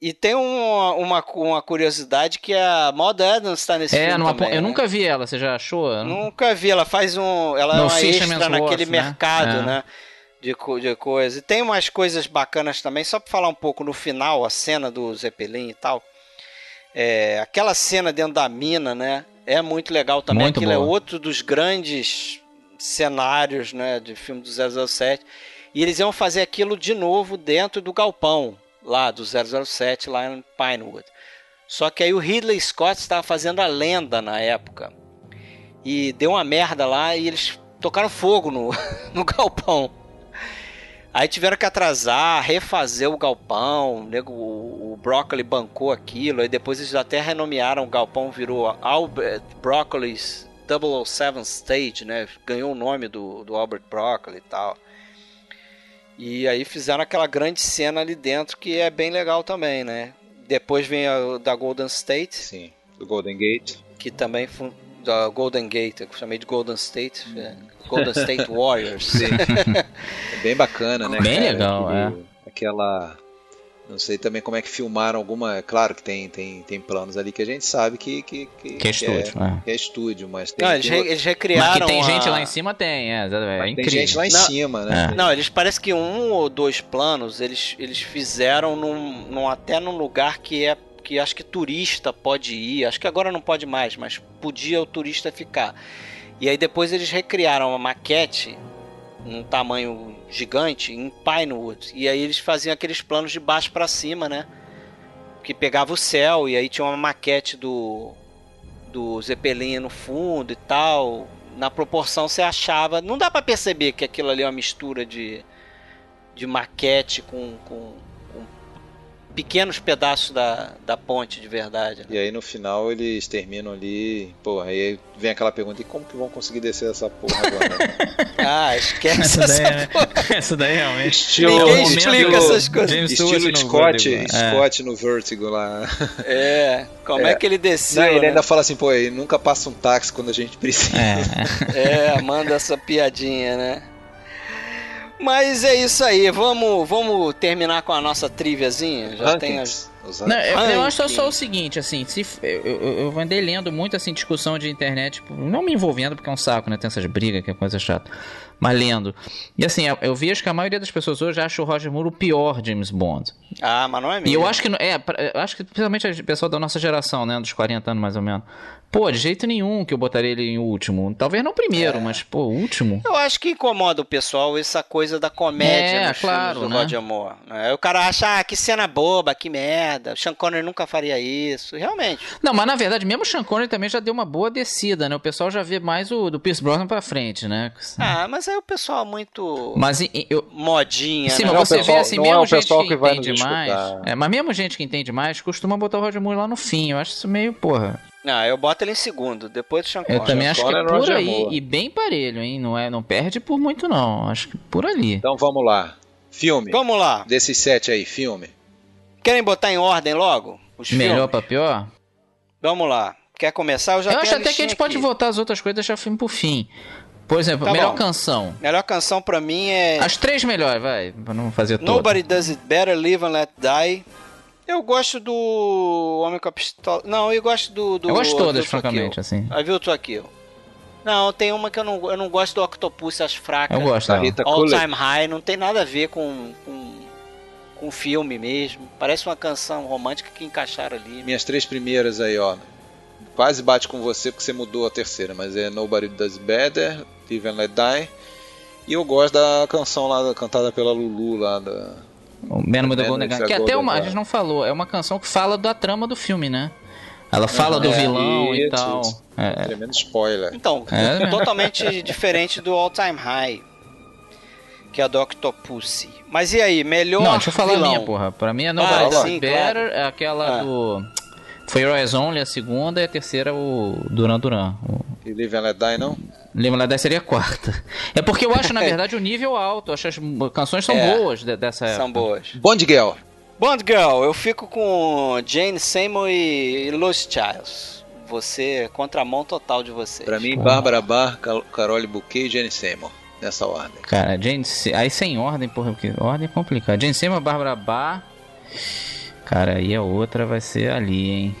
[SPEAKER 2] E tem uma, uma, uma curiosidade que a Maud Adams tá nesse
[SPEAKER 3] é,
[SPEAKER 2] filme
[SPEAKER 3] numa,
[SPEAKER 2] também,
[SPEAKER 3] eu
[SPEAKER 2] né?
[SPEAKER 3] nunca vi né? ela, você já achou?
[SPEAKER 2] Nunca vi, ela faz um. Ela
[SPEAKER 3] No
[SPEAKER 2] é uma
[SPEAKER 3] Fisherman's
[SPEAKER 2] extra
[SPEAKER 3] Wharf,
[SPEAKER 2] naquele
[SPEAKER 3] né?
[SPEAKER 2] mercado,
[SPEAKER 3] É.
[SPEAKER 2] né? De, co- de coisa. E tem umas coisas bacanas também, só pra falar um pouco no final, a cena do Zeppelin e tal. É, aquela cena dentro da mina, né? É muito legal também.
[SPEAKER 3] Muito
[SPEAKER 2] Aquilo é
[SPEAKER 3] boa.
[SPEAKER 2] outro dos grandes cenários, né? De filme do 007. E eles iam fazer aquilo de novo dentro do galpão lá do 007, lá em Pinewood. Só que aí o Ridley Scott estava fazendo a lenda na época. E deu uma merda lá e eles tocaram fogo no, no galpão. Aí tiveram que atrasar, refazer o galpão. O, nego- o, o Broccoli bancou aquilo. Aí depois eles até renomearam o galpão, virou Albert Broccoli's 007 Stage, né? Ganhou o nome do, do Albert Broccoli e tal. E aí fizeram aquela grande cena ali dentro que é bem legal também, né? Depois vem a da Golden State.
[SPEAKER 4] Sim, do Golden Gate.
[SPEAKER 2] Que também foi da Golden Gate, eu chamei de Golden State, é, Golden State Warriors.
[SPEAKER 4] Sim. É bem bacana, né?
[SPEAKER 3] Bem
[SPEAKER 4] cara?
[SPEAKER 3] legal, é.
[SPEAKER 4] Aquele- Aquela. Não sei também como é que filmaram alguma. Claro que tem, tem, tem planos ali que a gente sabe que. Que, que,
[SPEAKER 3] Que é estúdio, é.
[SPEAKER 4] que é estúdio, mas tem.
[SPEAKER 2] Não, eles,
[SPEAKER 4] tem-
[SPEAKER 2] re- eles
[SPEAKER 3] Mas
[SPEAKER 2] recriaram.
[SPEAKER 3] que tem
[SPEAKER 2] é. a-
[SPEAKER 3] gente lá em cima, tem. É, é
[SPEAKER 4] tem
[SPEAKER 3] incrível.
[SPEAKER 4] gente lá em
[SPEAKER 2] Não.
[SPEAKER 4] cima, né?
[SPEAKER 3] É.
[SPEAKER 2] Não, eles parece que um ou dois planos eles, eles fizeram num, num- até num lugar que é que acho que turista pode ir. Acho que agora não pode mais, mas podia o turista ficar. E aí depois eles recriaram uma maquete num tamanho gigante em Pinewood. E aí eles faziam aqueles planos de baixo para cima, né? Que pegava o céu e aí tinha uma maquete do do Zeppelin no fundo e tal. Na proporção você achava. Não dá pra perceber que aquilo ali é uma mistura de, de maquete com, com, com pequenos pedaços da, da ponte de verdade. né?
[SPEAKER 4] E aí no final eles terminam ali. Porra, aí vem aquela pergunta: e como que vão conseguir descer essa porra agora?
[SPEAKER 2] Ah, esquece
[SPEAKER 3] Essa
[SPEAKER 2] essa
[SPEAKER 3] daí, né?
[SPEAKER 2] porra.
[SPEAKER 3] Essa daí realmente.
[SPEAKER 4] estilo.
[SPEAKER 2] Ninguém
[SPEAKER 3] momento
[SPEAKER 2] explica
[SPEAKER 3] do
[SPEAKER 2] essas coisas.
[SPEAKER 3] James Stewart
[SPEAKER 4] Estilo
[SPEAKER 3] no
[SPEAKER 4] Scott,
[SPEAKER 3] Vertigo.
[SPEAKER 4] Scott no Vertigo lá.
[SPEAKER 2] É, como é,
[SPEAKER 4] É.
[SPEAKER 2] que ele desceu?
[SPEAKER 4] Não, ele
[SPEAKER 2] né?
[SPEAKER 4] ainda fala assim, pô, ele nunca passa um táxi quando a gente precisa.
[SPEAKER 3] É.
[SPEAKER 2] É, manda essa piadinha, né? Mas é isso aí, vamos, vamos terminar com a nossa triviazinha?
[SPEAKER 4] Ah,
[SPEAKER 2] Já tem as...
[SPEAKER 4] Rankings, os
[SPEAKER 3] Não, é-
[SPEAKER 4] rankings.
[SPEAKER 3] eu, eu
[SPEAKER 2] Ranking.
[SPEAKER 3] acho só, só o seguinte, assim, se, f- eu, eu, eu andei lendo muito assim, discussão de internet, tipo, não me envolvendo, porque é um saco, né? Tem essas brigas, que é coisa chata. Mas lendo. E assim, eu, eu vejo que a maioria das pessoas hoje acha o Roger Moore o pior James Bond.
[SPEAKER 2] Ah, mas não é mesmo.
[SPEAKER 3] E eu acho que. não- É, pra- eu acho que principalmente o pessoal da nossa geração, né? Dos 40 anos mais ou menos. Pô, de jeito nenhum que eu botaria ele em último. Talvez não primeiro, mas, pô, último.
[SPEAKER 2] Eu acho que incomoda o pessoal essa coisa da comédia
[SPEAKER 3] É,
[SPEAKER 2] nos
[SPEAKER 3] claro,
[SPEAKER 2] filmes do
[SPEAKER 3] né?
[SPEAKER 2] Roger Moore. né? O cara acha, ah, que cena boba, que merda. O Sean Connery nunca faria isso. Realmente.
[SPEAKER 3] Não, mas na verdade, mesmo o Sean Connery também já deu uma boa descida, né? O pessoal já vê mais o do Pierce Brosnan pra frente, né?
[SPEAKER 2] Ah, mas aí o pessoal é muito
[SPEAKER 3] Mas e- e- eu.
[SPEAKER 2] modinha,
[SPEAKER 3] Sim,
[SPEAKER 2] né?
[SPEAKER 3] mas
[SPEAKER 4] Não é o
[SPEAKER 3] você
[SPEAKER 4] pessoal-
[SPEAKER 3] vê assim,
[SPEAKER 4] não é
[SPEAKER 3] mesmo
[SPEAKER 4] o
[SPEAKER 3] gente
[SPEAKER 4] pessoal
[SPEAKER 3] que,
[SPEAKER 4] que vai
[SPEAKER 3] entende
[SPEAKER 4] nos
[SPEAKER 3] mais.
[SPEAKER 4] escutar.
[SPEAKER 3] É, mas mesmo gente que entende mais, costuma botar o Roger Moore lá no fim. Eu acho isso meio, porra.
[SPEAKER 2] Não, Ah, eu boto ele em segundo, depois do Sean
[SPEAKER 3] Eu
[SPEAKER 2] Connery.
[SPEAKER 3] também acho que é
[SPEAKER 4] Connery é
[SPEAKER 3] por
[SPEAKER 4] Roger
[SPEAKER 3] aí.
[SPEAKER 4] Moore.
[SPEAKER 3] E bem parelho, hein? Não, é, não perde por muito, não. Acho que por ali.
[SPEAKER 4] Então vamos lá. Filme.
[SPEAKER 2] Vamos lá.
[SPEAKER 4] Desses sete aí, filme.
[SPEAKER 2] Querem botar em ordem logo? Os
[SPEAKER 3] Melhor
[SPEAKER 2] filmes?
[SPEAKER 3] pra pior?
[SPEAKER 2] Vamos lá. Quer começar? Eu já
[SPEAKER 3] eu
[SPEAKER 2] tenho
[SPEAKER 3] acho
[SPEAKER 2] a
[SPEAKER 3] até que a
[SPEAKER 2] listinha
[SPEAKER 3] gente pode
[SPEAKER 2] aqui.
[SPEAKER 3] votar as outras coisas e deixar o filme pro fim. Por exemplo,
[SPEAKER 2] Tá
[SPEAKER 3] melhor
[SPEAKER 2] bom.
[SPEAKER 3] canção.
[SPEAKER 2] Melhor canção pra mim é
[SPEAKER 3] As três melhores, vai. Pra não fazer todo.
[SPEAKER 2] Nobody Does It Better, Live and Let Die. Eu gosto do Homem com a Pistola. Não, eu gosto do. do
[SPEAKER 3] Eu gosto de todas,
[SPEAKER 2] Avil to
[SPEAKER 3] francamente,
[SPEAKER 2] Kill.
[SPEAKER 3] assim.
[SPEAKER 2] Avil to Kill. Não, tem uma que eu não, eu não gosto do Octopus, as fracas.
[SPEAKER 3] Eu gosto
[SPEAKER 4] Da
[SPEAKER 3] dela.
[SPEAKER 4] Rita
[SPEAKER 2] All
[SPEAKER 4] Cooler.
[SPEAKER 2] Time High, não tem nada a ver com, com, com filme mesmo. Parece uma canção romântica que encaixaram ali.
[SPEAKER 4] Minhas três primeiras aí, ó. Quase bate com você porque você mudou a terceira, mas é Nobody Does Better, Live and Let Die. E eu gosto da canção lá cantada pela Lulu lá da.
[SPEAKER 3] O Man with the
[SPEAKER 4] Man
[SPEAKER 3] Golden
[SPEAKER 4] with
[SPEAKER 3] Gun.
[SPEAKER 4] the
[SPEAKER 3] Que até
[SPEAKER 4] Golden
[SPEAKER 3] uma, a
[SPEAKER 4] Gun.
[SPEAKER 3] gente não falou. É uma canção que fala da trama do filme, né? Ela fala do
[SPEAKER 4] É,
[SPEAKER 3] vilão e
[SPEAKER 4] isso,
[SPEAKER 3] tal.
[SPEAKER 4] isso.
[SPEAKER 3] É, é.
[SPEAKER 4] Tremendo spoiler.
[SPEAKER 2] Então,
[SPEAKER 3] É mesmo?
[SPEAKER 2] totalmente diferente do All Time High, que é do Octopus. Mas e aí, melhor
[SPEAKER 3] Não, deixa eu falar
[SPEAKER 2] vilão?
[SPEAKER 3] a minha, porra. Pra mim é
[SPEAKER 2] Ah,
[SPEAKER 3] Nobody Does
[SPEAKER 2] sim,
[SPEAKER 3] It Better, é aquela
[SPEAKER 2] Ah.
[SPEAKER 3] do. Foi Roy's Only a segunda e a terceira é o Duran Duran. o-
[SPEAKER 4] E Live and Let Die não?
[SPEAKER 3] Lembra lá dessa seria a quarta. É porque eu acho, na verdade, o nível alto. Eu acho as m- canções são
[SPEAKER 2] É.
[SPEAKER 3] boas de- dessa época.
[SPEAKER 2] São boas.
[SPEAKER 4] Bond Girl.
[SPEAKER 2] Bond Girl, eu fico com Jane Seymour e Los Childs. Você, é contramão total de vocês.
[SPEAKER 4] Pra mim, Bárbara Barr, Cal- Carole Bouquet e Jenny Seymour. Nessa ordem.
[SPEAKER 3] Cara, Jane Se- Aí sem ordem, porra, porque ordem é complicada. Jane Seymour, Bárbara Bar. Cara, aí a outra vai ser ali, hein?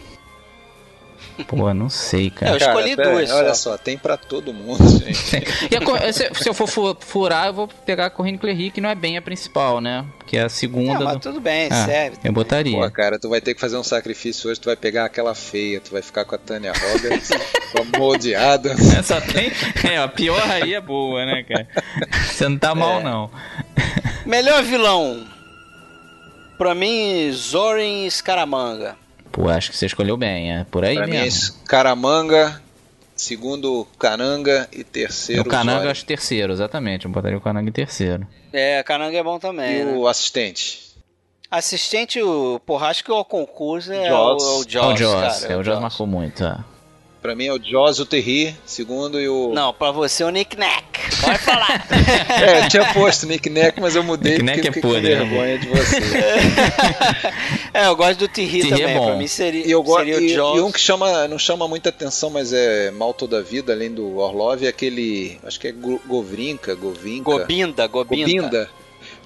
[SPEAKER 3] Pô, não sei,
[SPEAKER 2] Eu
[SPEAKER 3] cara.
[SPEAKER 2] escolhi
[SPEAKER 4] pera aí,
[SPEAKER 2] duas
[SPEAKER 4] Olha
[SPEAKER 2] só.
[SPEAKER 4] só, tem pra todo mundo, gente.
[SPEAKER 3] E a co- se, se eu for fu- furar, eu vou pegar a Corinne Clery, que não é bem a principal, né? Que é a segunda.
[SPEAKER 2] Não, mas
[SPEAKER 3] do-
[SPEAKER 2] tudo bem,
[SPEAKER 3] Ah,
[SPEAKER 2] serve.
[SPEAKER 3] Eu botaria.
[SPEAKER 4] Pô, cara, tu vai ter que fazer um sacrifício hoje, tu vai pegar aquela feia, tu vai ficar com a Tânia Roberts, com a Molde Adams.
[SPEAKER 3] É, Só tem. É, a pior aí é boa, né, cara? Você não tá mal, não.
[SPEAKER 2] Melhor vilão. Pra mim, Zorin Scaramanga.
[SPEAKER 3] Pô, acho que você escolheu bem, é por aí
[SPEAKER 4] Pra mim é
[SPEAKER 3] mesmo.
[SPEAKER 4] Caramanga, segundo Cananga e terceiro
[SPEAKER 3] o Cananga eu
[SPEAKER 4] Zóio.
[SPEAKER 3] acho terceiro, exatamente. Eu botaria o Cananga em terceiro.
[SPEAKER 2] É, Cananga é bom também.
[SPEAKER 4] E
[SPEAKER 2] né?
[SPEAKER 4] o assistente.
[SPEAKER 2] Assistente, o porra, acho que o concurso é o,
[SPEAKER 4] Jaws.
[SPEAKER 2] é o Jaws,
[SPEAKER 3] É o Joss,
[SPEAKER 2] cara.
[SPEAKER 3] é, o Joss marcou muito. é.
[SPEAKER 4] Pra mim é o Jaws, o Terry, segundo e o...
[SPEAKER 2] Não, pra você é o Nick Nack. Pode falar.
[SPEAKER 4] É, eu tinha posto Nick Neck, mas eu mudei
[SPEAKER 3] Nick Nack
[SPEAKER 4] porque
[SPEAKER 3] é
[SPEAKER 4] fiquei com
[SPEAKER 3] podre, né?
[SPEAKER 4] vergonha de você.
[SPEAKER 2] é, eu gosto do Thierry
[SPEAKER 3] Thierry é
[SPEAKER 2] também.
[SPEAKER 3] bom.
[SPEAKER 2] pra mim seria,
[SPEAKER 4] E, eu go...
[SPEAKER 2] seria o
[SPEAKER 4] e,
[SPEAKER 2] Jaws.
[SPEAKER 4] e um que chama, não chama muita atenção, mas é mal toda a vida, além do Orlov, é aquele, acho que é Go- Govrinka, Govinka.
[SPEAKER 2] Gobinda, Gobinda.
[SPEAKER 4] Gobinda.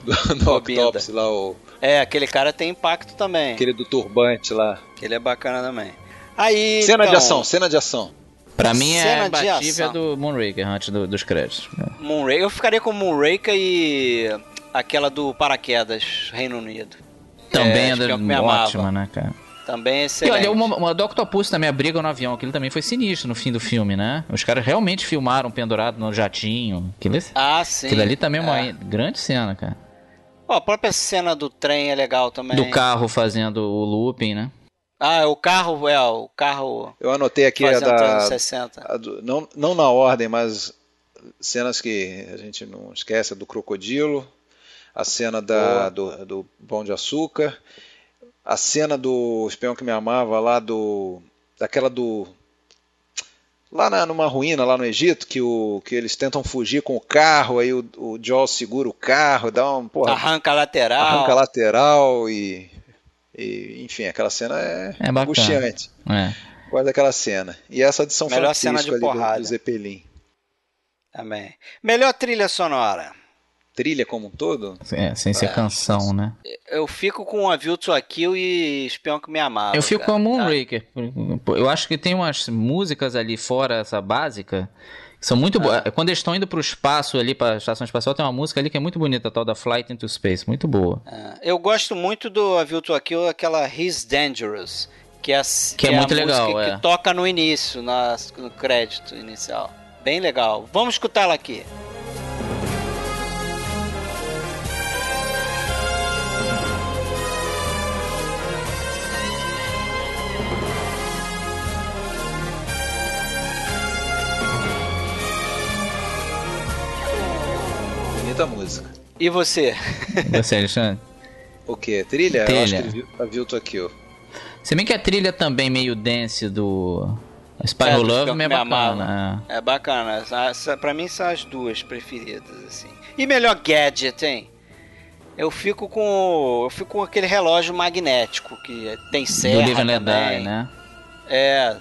[SPEAKER 4] Do, no
[SPEAKER 2] Gobinda.
[SPEAKER 4] Octopus lá, o,
[SPEAKER 2] É, aquele cara tem impacto também.
[SPEAKER 4] aquele do turbante lá.
[SPEAKER 2] Ele é bacana também. Aí.
[SPEAKER 4] Cena de
[SPEAKER 2] então,
[SPEAKER 4] ação, cena de ação.
[SPEAKER 3] Pra mim
[SPEAKER 2] Cena de
[SPEAKER 3] é
[SPEAKER 2] ação.
[SPEAKER 3] batível a do Moonraker antes do- dos créditos.
[SPEAKER 2] Moonraker. Eu ficaria com Moonraker e. aquela do Paraquedas, Reino Unido.
[SPEAKER 3] Também é,
[SPEAKER 2] acho que eu me
[SPEAKER 3] do-
[SPEAKER 2] amava.
[SPEAKER 3] ótima, né, cara?
[SPEAKER 2] Também é
[SPEAKER 3] E
[SPEAKER 2] excelente.
[SPEAKER 3] olha, uma, uma do Octopus também, a briga no avião, aquilo também foi sinistro no fim do filme, né? Os caras realmente filmaram pendurado no jatinho. Aquilo, é-
[SPEAKER 2] Ah, sim.
[SPEAKER 3] aquilo ali também é uma
[SPEAKER 2] É.
[SPEAKER 3] grande cena, cara.
[SPEAKER 2] Ó, a própria cena do trem é legal também.
[SPEAKER 3] Do carro fazendo o looping, né?
[SPEAKER 2] Ah, é o carro, é, o carro
[SPEAKER 4] Eu anotei aqui a
[SPEAKER 2] fazendo
[SPEAKER 4] é da,
[SPEAKER 3] Tá.
[SPEAKER 2] 360.
[SPEAKER 4] a do- não, não na ordem, mas cenas que a gente não esquece, a do crocodilo, a cena da, do, do Pão de Açúcar, a cena do Espião que Me Amava lá do... daquela do... Lá na- numa ruína, lá no Egito, que, o, que eles tentam fugir com o carro, aí o, o Jaws segura o carro, dá um... Porra,
[SPEAKER 2] Arranca a lateral.
[SPEAKER 4] arranca lateral e... e, enfim, aquela cena é,
[SPEAKER 3] É bacana.
[SPEAKER 4] angustiante.
[SPEAKER 3] É.
[SPEAKER 4] Gosto daquela cena. E essa de São
[SPEAKER 2] Melhor
[SPEAKER 4] Francisco
[SPEAKER 2] cena de
[SPEAKER 4] ali do-
[SPEAKER 2] porrada.
[SPEAKER 4] do, Zeppelin.
[SPEAKER 2] Também. Melhor trilha sonora.
[SPEAKER 4] Trilha como um todo?
[SPEAKER 3] É, sem ser canção, né?
[SPEAKER 2] Eu fico com a View to a Kill e Espião que me amava.
[SPEAKER 3] Eu fico com
[SPEAKER 2] cara.
[SPEAKER 3] a Moonraker. Eu acho que tem umas músicas ali fora essa básica que são muito
[SPEAKER 2] Ah.
[SPEAKER 3] boas. Quando eles estão indo pro espaço ali, pra estação espacial, tem uma música ali que é muito bonita, a tal da Flight into Space, muito boa.
[SPEAKER 2] Ah, Eu gosto muito do A View to a Kill, aquela He's Dangerous, que é, a-
[SPEAKER 3] Que é
[SPEAKER 2] a
[SPEAKER 3] muito legal,
[SPEAKER 2] música
[SPEAKER 3] é.
[SPEAKER 2] que toca no início, na- no crédito inicial. Bem legal. Vamos escutá-la aqui.
[SPEAKER 4] Bonita música.
[SPEAKER 2] E você?
[SPEAKER 3] E Você, Alexandre?
[SPEAKER 4] O que? Trilha? Eu acho
[SPEAKER 3] Trilha.
[SPEAKER 4] que vi- a Vilto aqui, ó.
[SPEAKER 3] Se bem que a trilha também meio dance do Spy
[SPEAKER 2] É,
[SPEAKER 3] Who
[SPEAKER 2] do
[SPEAKER 3] Love né?
[SPEAKER 2] Espião
[SPEAKER 3] é
[SPEAKER 2] que
[SPEAKER 3] bacana.
[SPEAKER 2] Me Amava. É bacana. Essa- essa- Pra mim são as duas preferidas, assim. E melhor gadget, hein? Eu fico com. Eu fico com aquele relógio magnético que tem
[SPEAKER 3] é. Do
[SPEAKER 2] serra
[SPEAKER 3] Live and Let
[SPEAKER 2] também.
[SPEAKER 3] Die, né?
[SPEAKER 2] É.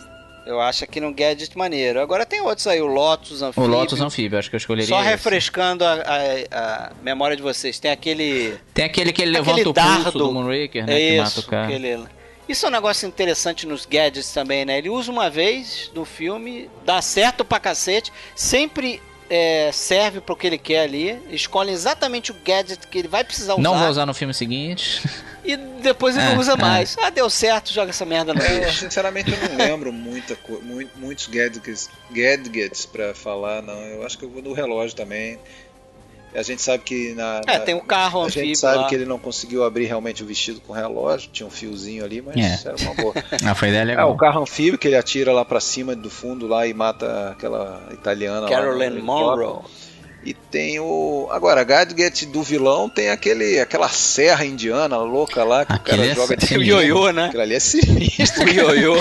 [SPEAKER 2] Eu acho aquele um gadget maneiro. Agora tem outros aí, o Lotus
[SPEAKER 3] O
[SPEAKER 2] Anfíbio.
[SPEAKER 3] Lotus é um Anfíbio, acho que eu escolheria
[SPEAKER 2] Só
[SPEAKER 3] esse.
[SPEAKER 2] refrescando a, a- a memória de vocês, tem aquele.
[SPEAKER 3] Tem aquele que ele
[SPEAKER 2] aquele
[SPEAKER 3] levanta o
[SPEAKER 2] dardo.
[SPEAKER 3] pulso do Moonraker, né?
[SPEAKER 2] é
[SPEAKER 3] que
[SPEAKER 2] isso,
[SPEAKER 3] mata o cara.
[SPEAKER 2] aquele- Isso é um negócio interessante nos gadgets também, né? Ele usa uma vez no filme, dá certo pra cacete, sempre é, serve pro que ele quer ali, escolhe exatamente o gadget que ele vai precisar usar,
[SPEAKER 3] Não vou usar no filme seguinte.
[SPEAKER 2] e depois ele
[SPEAKER 3] É,
[SPEAKER 2] não usa
[SPEAKER 3] é.
[SPEAKER 2] mais. Ah, deu certo, joga essa merda no
[SPEAKER 4] Eu,
[SPEAKER 2] lixo.
[SPEAKER 4] sinceramente, eu não lembro muita co- mu- muitos gadgets, gadgets pra falar, não. Eu acho que eu vou no relógio também. A gente sabe que na.
[SPEAKER 2] É,
[SPEAKER 4] na-
[SPEAKER 2] tem o carro
[SPEAKER 4] a gente
[SPEAKER 2] anfíbio
[SPEAKER 4] sabe
[SPEAKER 2] lá.
[SPEAKER 4] que ele não conseguiu abrir realmente o vestido com relógio, tinha um fiozinho ali, mas
[SPEAKER 3] É.
[SPEAKER 4] era uma boa.
[SPEAKER 3] Ah, foi ideia
[SPEAKER 4] É,
[SPEAKER 2] Uhum.
[SPEAKER 4] o
[SPEAKER 3] legal.
[SPEAKER 4] carro anfíbio que ele atira lá pra cima do fundo lá e mata aquela italiana lá no
[SPEAKER 2] Caroline
[SPEAKER 4] helicóptero.
[SPEAKER 2] Monroe.
[SPEAKER 4] E tem o. Agora, gadget do vilão tem aquele, aquela serra indiana louca lá que
[SPEAKER 3] Aquele
[SPEAKER 4] o cara
[SPEAKER 3] é
[SPEAKER 4] joga de
[SPEAKER 3] sinistro.
[SPEAKER 2] O ioiô, né?
[SPEAKER 4] Aquilo ali é sinistro.
[SPEAKER 2] O ioiô.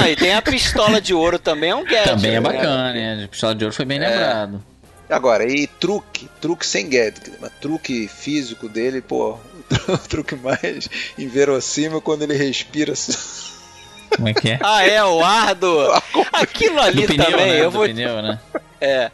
[SPEAKER 2] Ah, e tem a pistola de ouro também, é um gadget.
[SPEAKER 3] Também
[SPEAKER 2] né?
[SPEAKER 3] é bacana, né? O pistola de ouro foi bem
[SPEAKER 2] É.
[SPEAKER 3] lembrado.
[SPEAKER 4] Agora, e truque, truque sem gadget, mas truque físico dele, pô, o truque mais inverossímil quando ele respira. assim.
[SPEAKER 3] Como é que é?
[SPEAKER 2] Ah, é, o Ardo. Aquilo
[SPEAKER 3] Do
[SPEAKER 2] ali
[SPEAKER 3] pneu,
[SPEAKER 2] também,
[SPEAKER 3] né?
[SPEAKER 2] eu
[SPEAKER 3] Do
[SPEAKER 2] vou.
[SPEAKER 3] pneu, né?
[SPEAKER 2] É.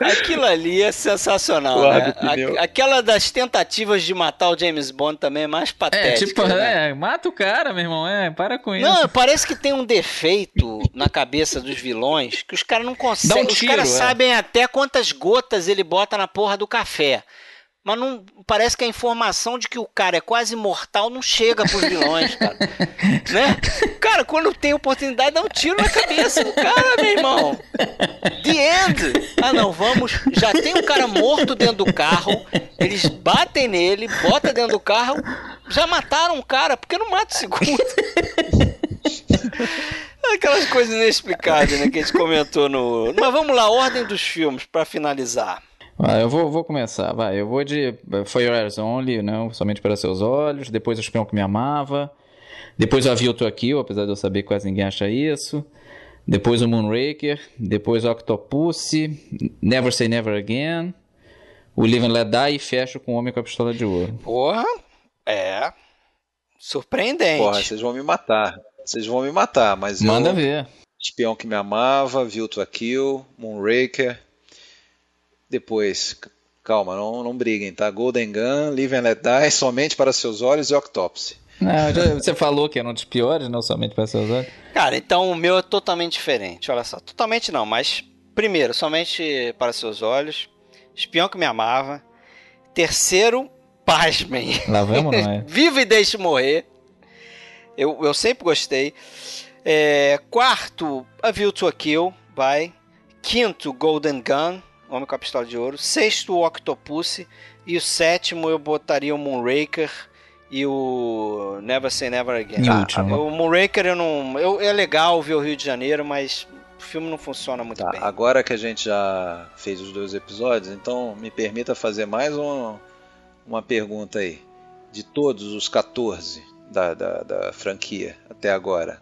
[SPEAKER 2] Aquilo ali é
[SPEAKER 4] O
[SPEAKER 2] sensacional,
[SPEAKER 4] ar
[SPEAKER 2] né?
[SPEAKER 4] do pneu.
[SPEAKER 2] A- aquela das tentativas de matar o James Bond também é mais patética.
[SPEAKER 3] É, tipo,
[SPEAKER 2] né?
[SPEAKER 3] é, mata o cara, meu irmão, é, para com isso.
[SPEAKER 2] Não, parece que tem um defeito na cabeça dos vilões que os caras não conseguem.
[SPEAKER 3] Dá um
[SPEAKER 2] os
[SPEAKER 3] tiro,
[SPEAKER 2] caras
[SPEAKER 3] é.
[SPEAKER 2] sabem até quantas gotas ele bota na porra do café. Mas não parece que a informação de que o cara é quase imortal não chega pros vilões, cara. né? Cara, quando tem oportunidade, dá um tiro na cabeça do cara, meu irmão. The end. Ah, não, vamos. Já tem um cara morto dentro do carro. Eles batem nele, bota dentro do carro. Já mataram um cara, porque não mata o segundo. Aquelas coisas inexplicáveis, né, que a gente comentou no. Mas vamos lá, ordem dos filmes, pra finalizar.
[SPEAKER 3] Ah, eu vou, vou começar, vai. Eu vou de For Your Eyes Only, né? Somente para Seus Olhos. Depois O Espião Que Me Amava. Depois O Avio Tokyo, apesar de eu saber que quase ninguém acha isso. Depois O Moonraker. Depois O Octopus. Never Say Never Again. O Live and Let Die e fecho com O Homem com a Pistola de Ouro.
[SPEAKER 2] Porra, é. Surpreendente.
[SPEAKER 4] Porra, vocês vão me matar. Vocês vão me matar, mas.
[SPEAKER 3] Manda
[SPEAKER 4] eu...
[SPEAKER 3] ver.
[SPEAKER 4] Espião que me amava, Viu to Kill, Moonraker. Depois, calma, não, não briguem, tá? Golden Gun, Live and Let Die, Somente para Seus Olhos e Octopse.
[SPEAKER 3] Não, já- você falou que era um dos piores, não somente para seus olhos.
[SPEAKER 2] Cara, então o meu é totalmente diferente. Olha só, totalmente não, mas primeiro, somente para seus olhos. Espião que me amava. Terceiro, pasmem.
[SPEAKER 3] Lá vamos, não é?
[SPEAKER 2] Viva e deixe morrer. Eu, eu sempre gostei. É, quarto, A View to a Kill, vai. Quinto, Golden Gun, Homem com a Pistola de Ouro. Sexto, o Octopus. E o sétimo, eu botaria o Moonraker e o Never Say Never Again.
[SPEAKER 3] E o
[SPEAKER 2] Ah,
[SPEAKER 3] último.
[SPEAKER 2] o Moonraker eu não... Eu, é legal ver o Rio de Janeiro, mas o filme não funciona muito
[SPEAKER 4] Tá,
[SPEAKER 2] bem.
[SPEAKER 4] agora que a gente já fez os dois episódios, então me permita fazer mais um- uma pergunta aí. De todos os 14 da, da, da franquia até agora,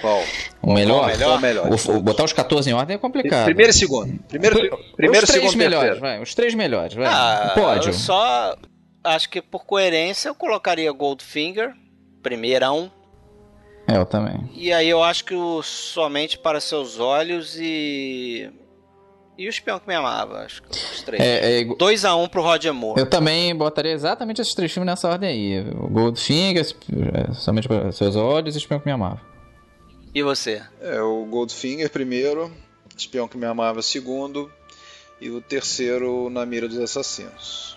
[SPEAKER 4] qual?
[SPEAKER 3] O Um melhor?
[SPEAKER 4] Qual é o melhor?
[SPEAKER 3] O- o- botar os 14 em ordem é complicado.
[SPEAKER 4] Primeiro e segundo. Primeiro, primeiro
[SPEAKER 3] os três
[SPEAKER 4] segundo,
[SPEAKER 3] melhores,
[SPEAKER 4] terceiro.
[SPEAKER 3] vai. Os três melhores, vai.
[SPEAKER 2] Ah,
[SPEAKER 3] Pódio.
[SPEAKER 2] Eu só acho que por coerência eu colocaria Goldfinger, primeirão.
[SPEAKER 3] É, Eu também.
[SPEAKER 2] E aí eu acho que o Somente para Seus Olhos e. E o Espião que me amava, acho que os três.
[SPEAKER 3] É, é igu-
[SPEAKER 2] 2x1 pro Roger Moore.
[SPEAKER 3] eu também botaria exatamente esses três filmes nessa ordem aí. O Goldfinger, Esp- é, somente para seus olhos e Espião que me amava.
[SPEAKER 2] E você?
[SPEAKER 4] É o Goldfinger primeiro, Espião que me amava segundo e o terceiro na mira dos assassinos.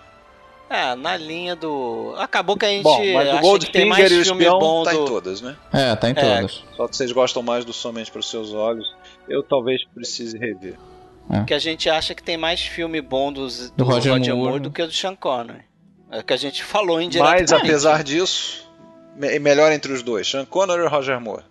[SPEAKER 2] Ah, na linha do. Acabou que a gente.
[SPEAKER 4] Bom, mas
[SPEAKER 2] acha
[SPEAKER 4] o
[SPEAKER 2] que tem mais
[SPEAKER 4] Goldfinger e o
[SPEAKER 2] filme
[SPEAKER 4] Espião
[SPEAKER 2] bom
[SPEAKER 4] tá
[SPEAKER 2] do...
[SPEAKER 4] em todas, né?
[SPEAKER 3] É, tá em
[SPEAKER 2] É.
[SPEAKER 3] todos.
[SPEAKER 4] Só que vocês gostam mais do Somente para os Seus Olhos. Eu talvez precise rever.
[SPEAKER 2] Que a gente acha que tem mais filme bom dos, do,
[SPEAKER 3] Roger
[SPEAKER 2] Roger,
[SPEAKER 3] Moore,
[SPEAKER 2] Moore,
[SPEAKER 3] né?
[SPEAKER 2] do que o do Sean Connery. É que a gente falou indiretamente.
[SPEAKER 4] Mas apesar disso, me é melhor entre os dois, Sean Connery e Roger Moore.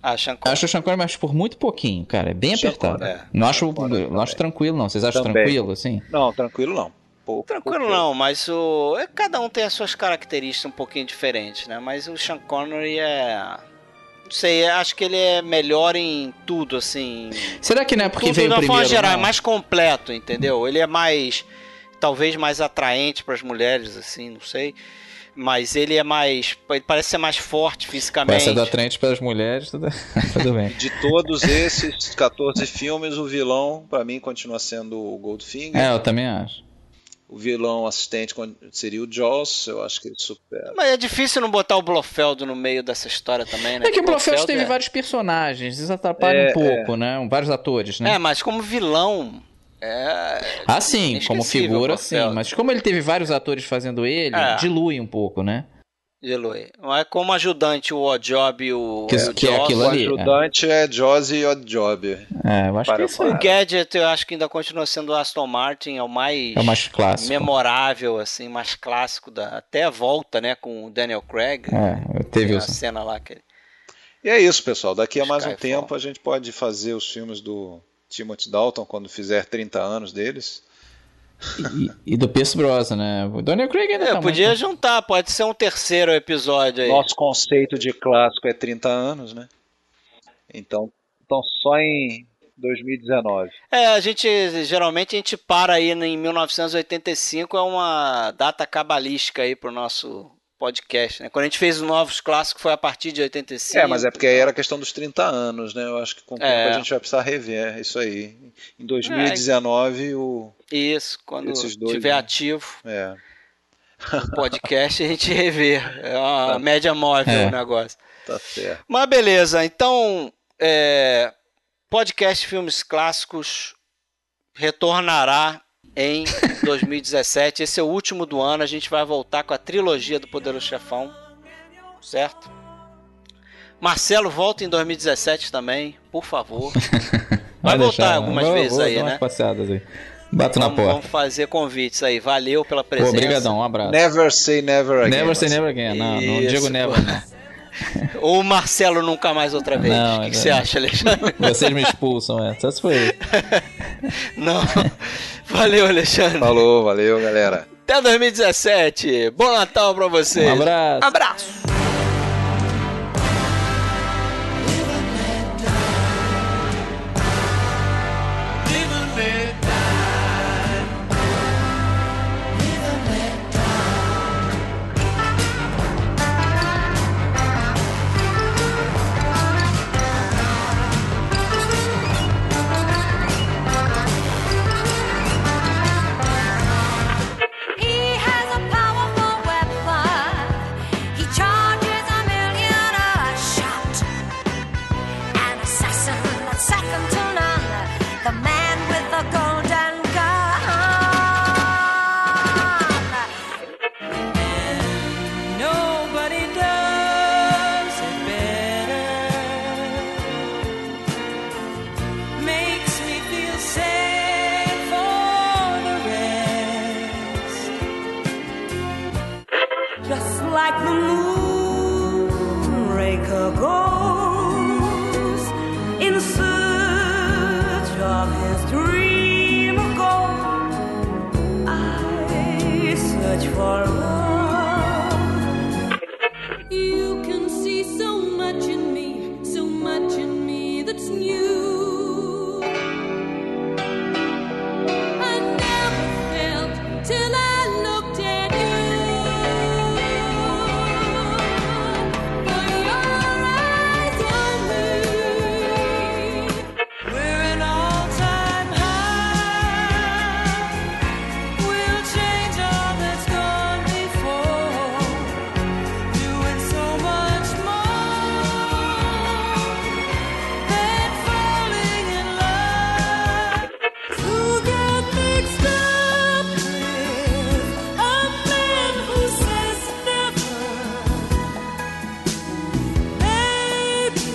[SPEAKER 2] Ah, Sean Connery.
[SPEAKER 3] Acho o Sean Connery, mas por muito pouquinho, cara. É bem
[SPEAKER 4] Sean
[SPEAKER 3] apertado.
[SPEAKER 4] Connery, é.
[SPEAKER 3] Não, acho,
[SPEAKER 4] Sean Connery
[SPEAKER 3] não acho
[SPEAKER 4] também.
[SPEAKER 3] tranquilo, não. Vocês acham
[SPEAKER 4] Também.
[SPEAKER 3] tranquilo, assim?
[SPEAKER 4] Não, tranquilo não. Pou-
[SPEAKER 2] Tranquilo
[SPEAKER 4] pouco.
[SPEAKER 2] não, mas o. é, Cada um tem as suas características um pouquinho diferentes, né? Mas o Sean Connery é. Não sei, acho que ele é melhor em tudo, assim.
[SPEAKER 3] Será que não é porque
[SPEAKER 2] tudo
[SPEAKER 3] veio
[SPEAKER 2] de uma
[SPEAKER 3] primeiro?
[SPEAKER 2] forma geral,
[SPEAKER 3] não?
[SPEAKER 2] é mais completo, entendeu? Ele é mais. Talvez mais atraente para as mulheres, assim, não sei. Mas ele é mais. Ele parece ser mais forte
[SPEAKER 3] Com
[SPEAKER 2] fisicamente.
[SPEAKER 3] Essa da frente para as mulheres, tudo, tudo bem.
[SPEAKER 4] De todos esses 14 filmes, o vilão, pra mim, continua sendo o Goldfinger.
[SPEAKER 3] É, eu também acho.
[SPEAKER 4] O vilão assistente con- seria o Jaws, eu acho que ele supera.
[SPEAKER 2] Mas é difícil não botar o Blofeld no meio dessa história também, né?
[SPEAKER 3] É que o Blofeld teve
[SPEAKER 2] é-
[SPEAKER 3] vários personagens, isso atrapalha
[SPEAKER 4] É,
[SPEAKER 3] um pouco, né? Vários atores, né?
[SPEAKER 2] É, mas como vilão. É,
[SPEAKER 3] Ah, sim, como
[SPEAKER 2] Inesquecível,
[SPEAKER 3] figura, sim.
[SPEAKER 2] Blofeld.
[SPEAKER 3] Mas como ele teve vários atores fazendo ele,
[SPEAKER 2] É.
[SPEAKER 3] dilui um pouco, né?
[SPEAKER 2] Eloy. Mas como ajudante, o Ojob e o.
[SPEAKER 3] Que-
[SPEAKER 2] o
[SPEAKER 3] que é
[SPEAKER 2] Joss.
[SPEAKER 3] aquilo
[SPEAKER 4] O
[SPEAKER 3] ali.
[SPEAKER 4] ajudante é Jaws e Oddjob.
[SPEAKER 3] É, eu acho
[SPEAKER 4] Para
[SPEAKER 3] que isso
[SPEAKER 2] O
[SPEAKER 3] é,
[SPEAKER 4] fora.
[SPEAKER 2] Gadget eu acho que ainda continua sendo o Aston Martin, é o mais,
[SPEAKER 3] é o mais clássico.
[SPEAKER 2] memorável, assim, mais clássico da. Até a volta, né, com o Daniel Craig.
[SPEAKER 3] É, eu teve
[SPEAKER 2] a
[SPEAKER 3] os-
[SPEAKER 2] cena lá que ele-
[SPEAKER 4] E é isso, pessoal. Daqui a mais um
[SPEAKER 2] Skyfall.
[SPEAKER 4] tempo a gente pode fazer os filmes do Timothy Dalton quando fizer 30 anos deles.
[SPEAKER 3] E, e do Pierce Brosnan, né? O Daniel Craig ainda
[SPEAKER 2] É,
[SPEAKER 3] tá
[SPEAKER 2] podia
[SPEAKER 3] muito...
[SPEAKER 2] juntar, pode ser um terceiro episódio aí.
[SPEAKER 4] Nosso conceito de clássico é 30 anos, né? Então, então só em 2019.
[SPEAKER 2] É, a gente geralmente a gente para aí em 1985, é uma data cabalística aí pro nosso podcast, né? Quando a gente fez os novos clássicos foi a partir de 85.
[SPEAKER 4] é, mas é porque aí era a questão dos 30 anos, né? Eu acho que com o tempo
[SPEAKER 2] É.
[SPEAKER 4] a gente vai precisar rever isso aí. Em 2019, o.
[SPEAKER 2] Isso, quando
[SPEAKER 4] Esses dois,
[SPEAKER 2] tiver
[SPEAKER 4] né?
[SPEAKER 2] ativo.
[SPEAKER 4] É.
[SPEAKER 2] podcast e a gente rever. É uma média móvel
[SPEAKER 3] É.
[SPEAKER 2] o negócio.
[SPEAKER 4] Tá certo.
[SPEAKER 2] Mas beleza, então é, podcast Filmes Clássicos retornará em 2017. Esse é o último do ano. A gente vai voltar com a trilogia do Poderoso Chefão, certo? Marcelo volta em 2017 também, por favor. Vai,
[SPEAKER 3] Vai deixar,
[SPEAKER 2] voltar algumas
[SPEAKER 3] vou-
[SPEAKER 2] vezes
[SPEAKER 3] vou
[SPEAKER 2] aí,
[SPEAKER 3] dar umas
[SPEAKER 2] né?
[SPEAKER 3] passeadas aí. Bato na
[SPEAKER 2] Vamos,
[SPEAKER 3] porta.
[SPEAKER 2] vamos fazer convites aí. Valeu pela presença.
[SPEAKER 3] Obrigadão, um abraço.
[SPEAKER 4] Never say never again.
[SPEAKER 3] Never say never again. Não, não
[SPEAKER 2] Isso,
[SPEAKER 3] digo
[SPEAKER 2] pô.
[SPEAKER 3] never, não.
[SPEAKER 2] Ou o Marcelo nunca mais outra vez.
[SPEAKER 3] Não,
[SPEAKER 2] o que, que
[SPEAKER 3] é
[SPEAKER 2] você
[SPEAKER 3] verdade.
[SPEAKER 2] acha, Alexandre?
[SPEAKER 3] Vocês me expulsam, é. Só se foi.
[SPEAKER 2] Não. Valeu, Alexandre.
[SPEAKER 4] Falou, valeu, galera.
[SPEAKER 2] Até 2017. Bom Natal pra vocês.
[SPEAKER 3] Um abraço.
[SPEAKER 2] Abraço.
[SPEAKER 11] He has a powerful weapon. He charges a million a shot. An assassin, second to none. The man with the golden gun. Nobody does it better. Makes me feel safe for the rest. Just like the moonraker goes in search of his dream of gold, I search for love. You can see so much in me, so much in me that's new. I never felt till I looked at you. For your eyes on me were an all-time high. We'll change all that's gone before, doing so much more than falling in love. To get mixed up with a man who says never, maybe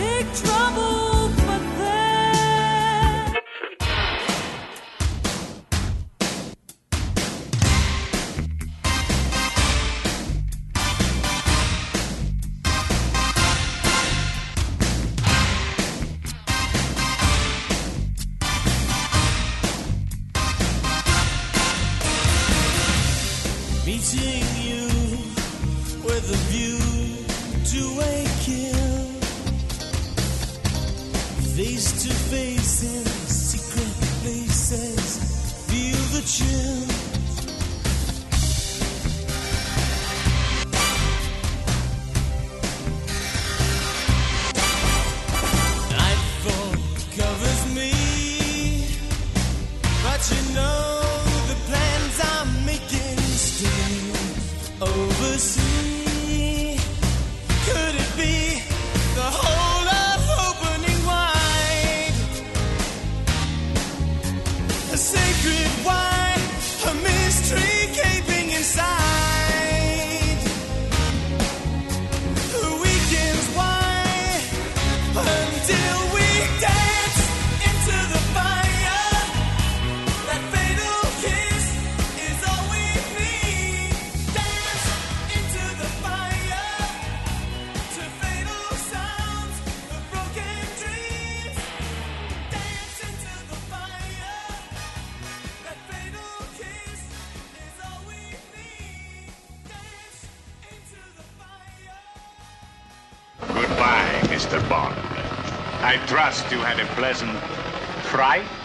[SPEAKER 11] big trouble for them.
[SPEAKER 12] Meeting you with a view to a kill. Face to face in secret places. Feel the chill. Nightfall covers me, but you know the plans I'm making still oversee. Could it be the whole of opening wide? A sacred wine, a mystery gaping inside. The weekend's wine until we dance into the fire. That fatal kiss is all we need. Dance into the fire to fatal sounds of broken dreams. Dance into the fire. That fatal kiss is all we need. Dance into the fire.
[SPEAKER 13] Goodbye, Mr. Bond. I trust you had a pleasant fright.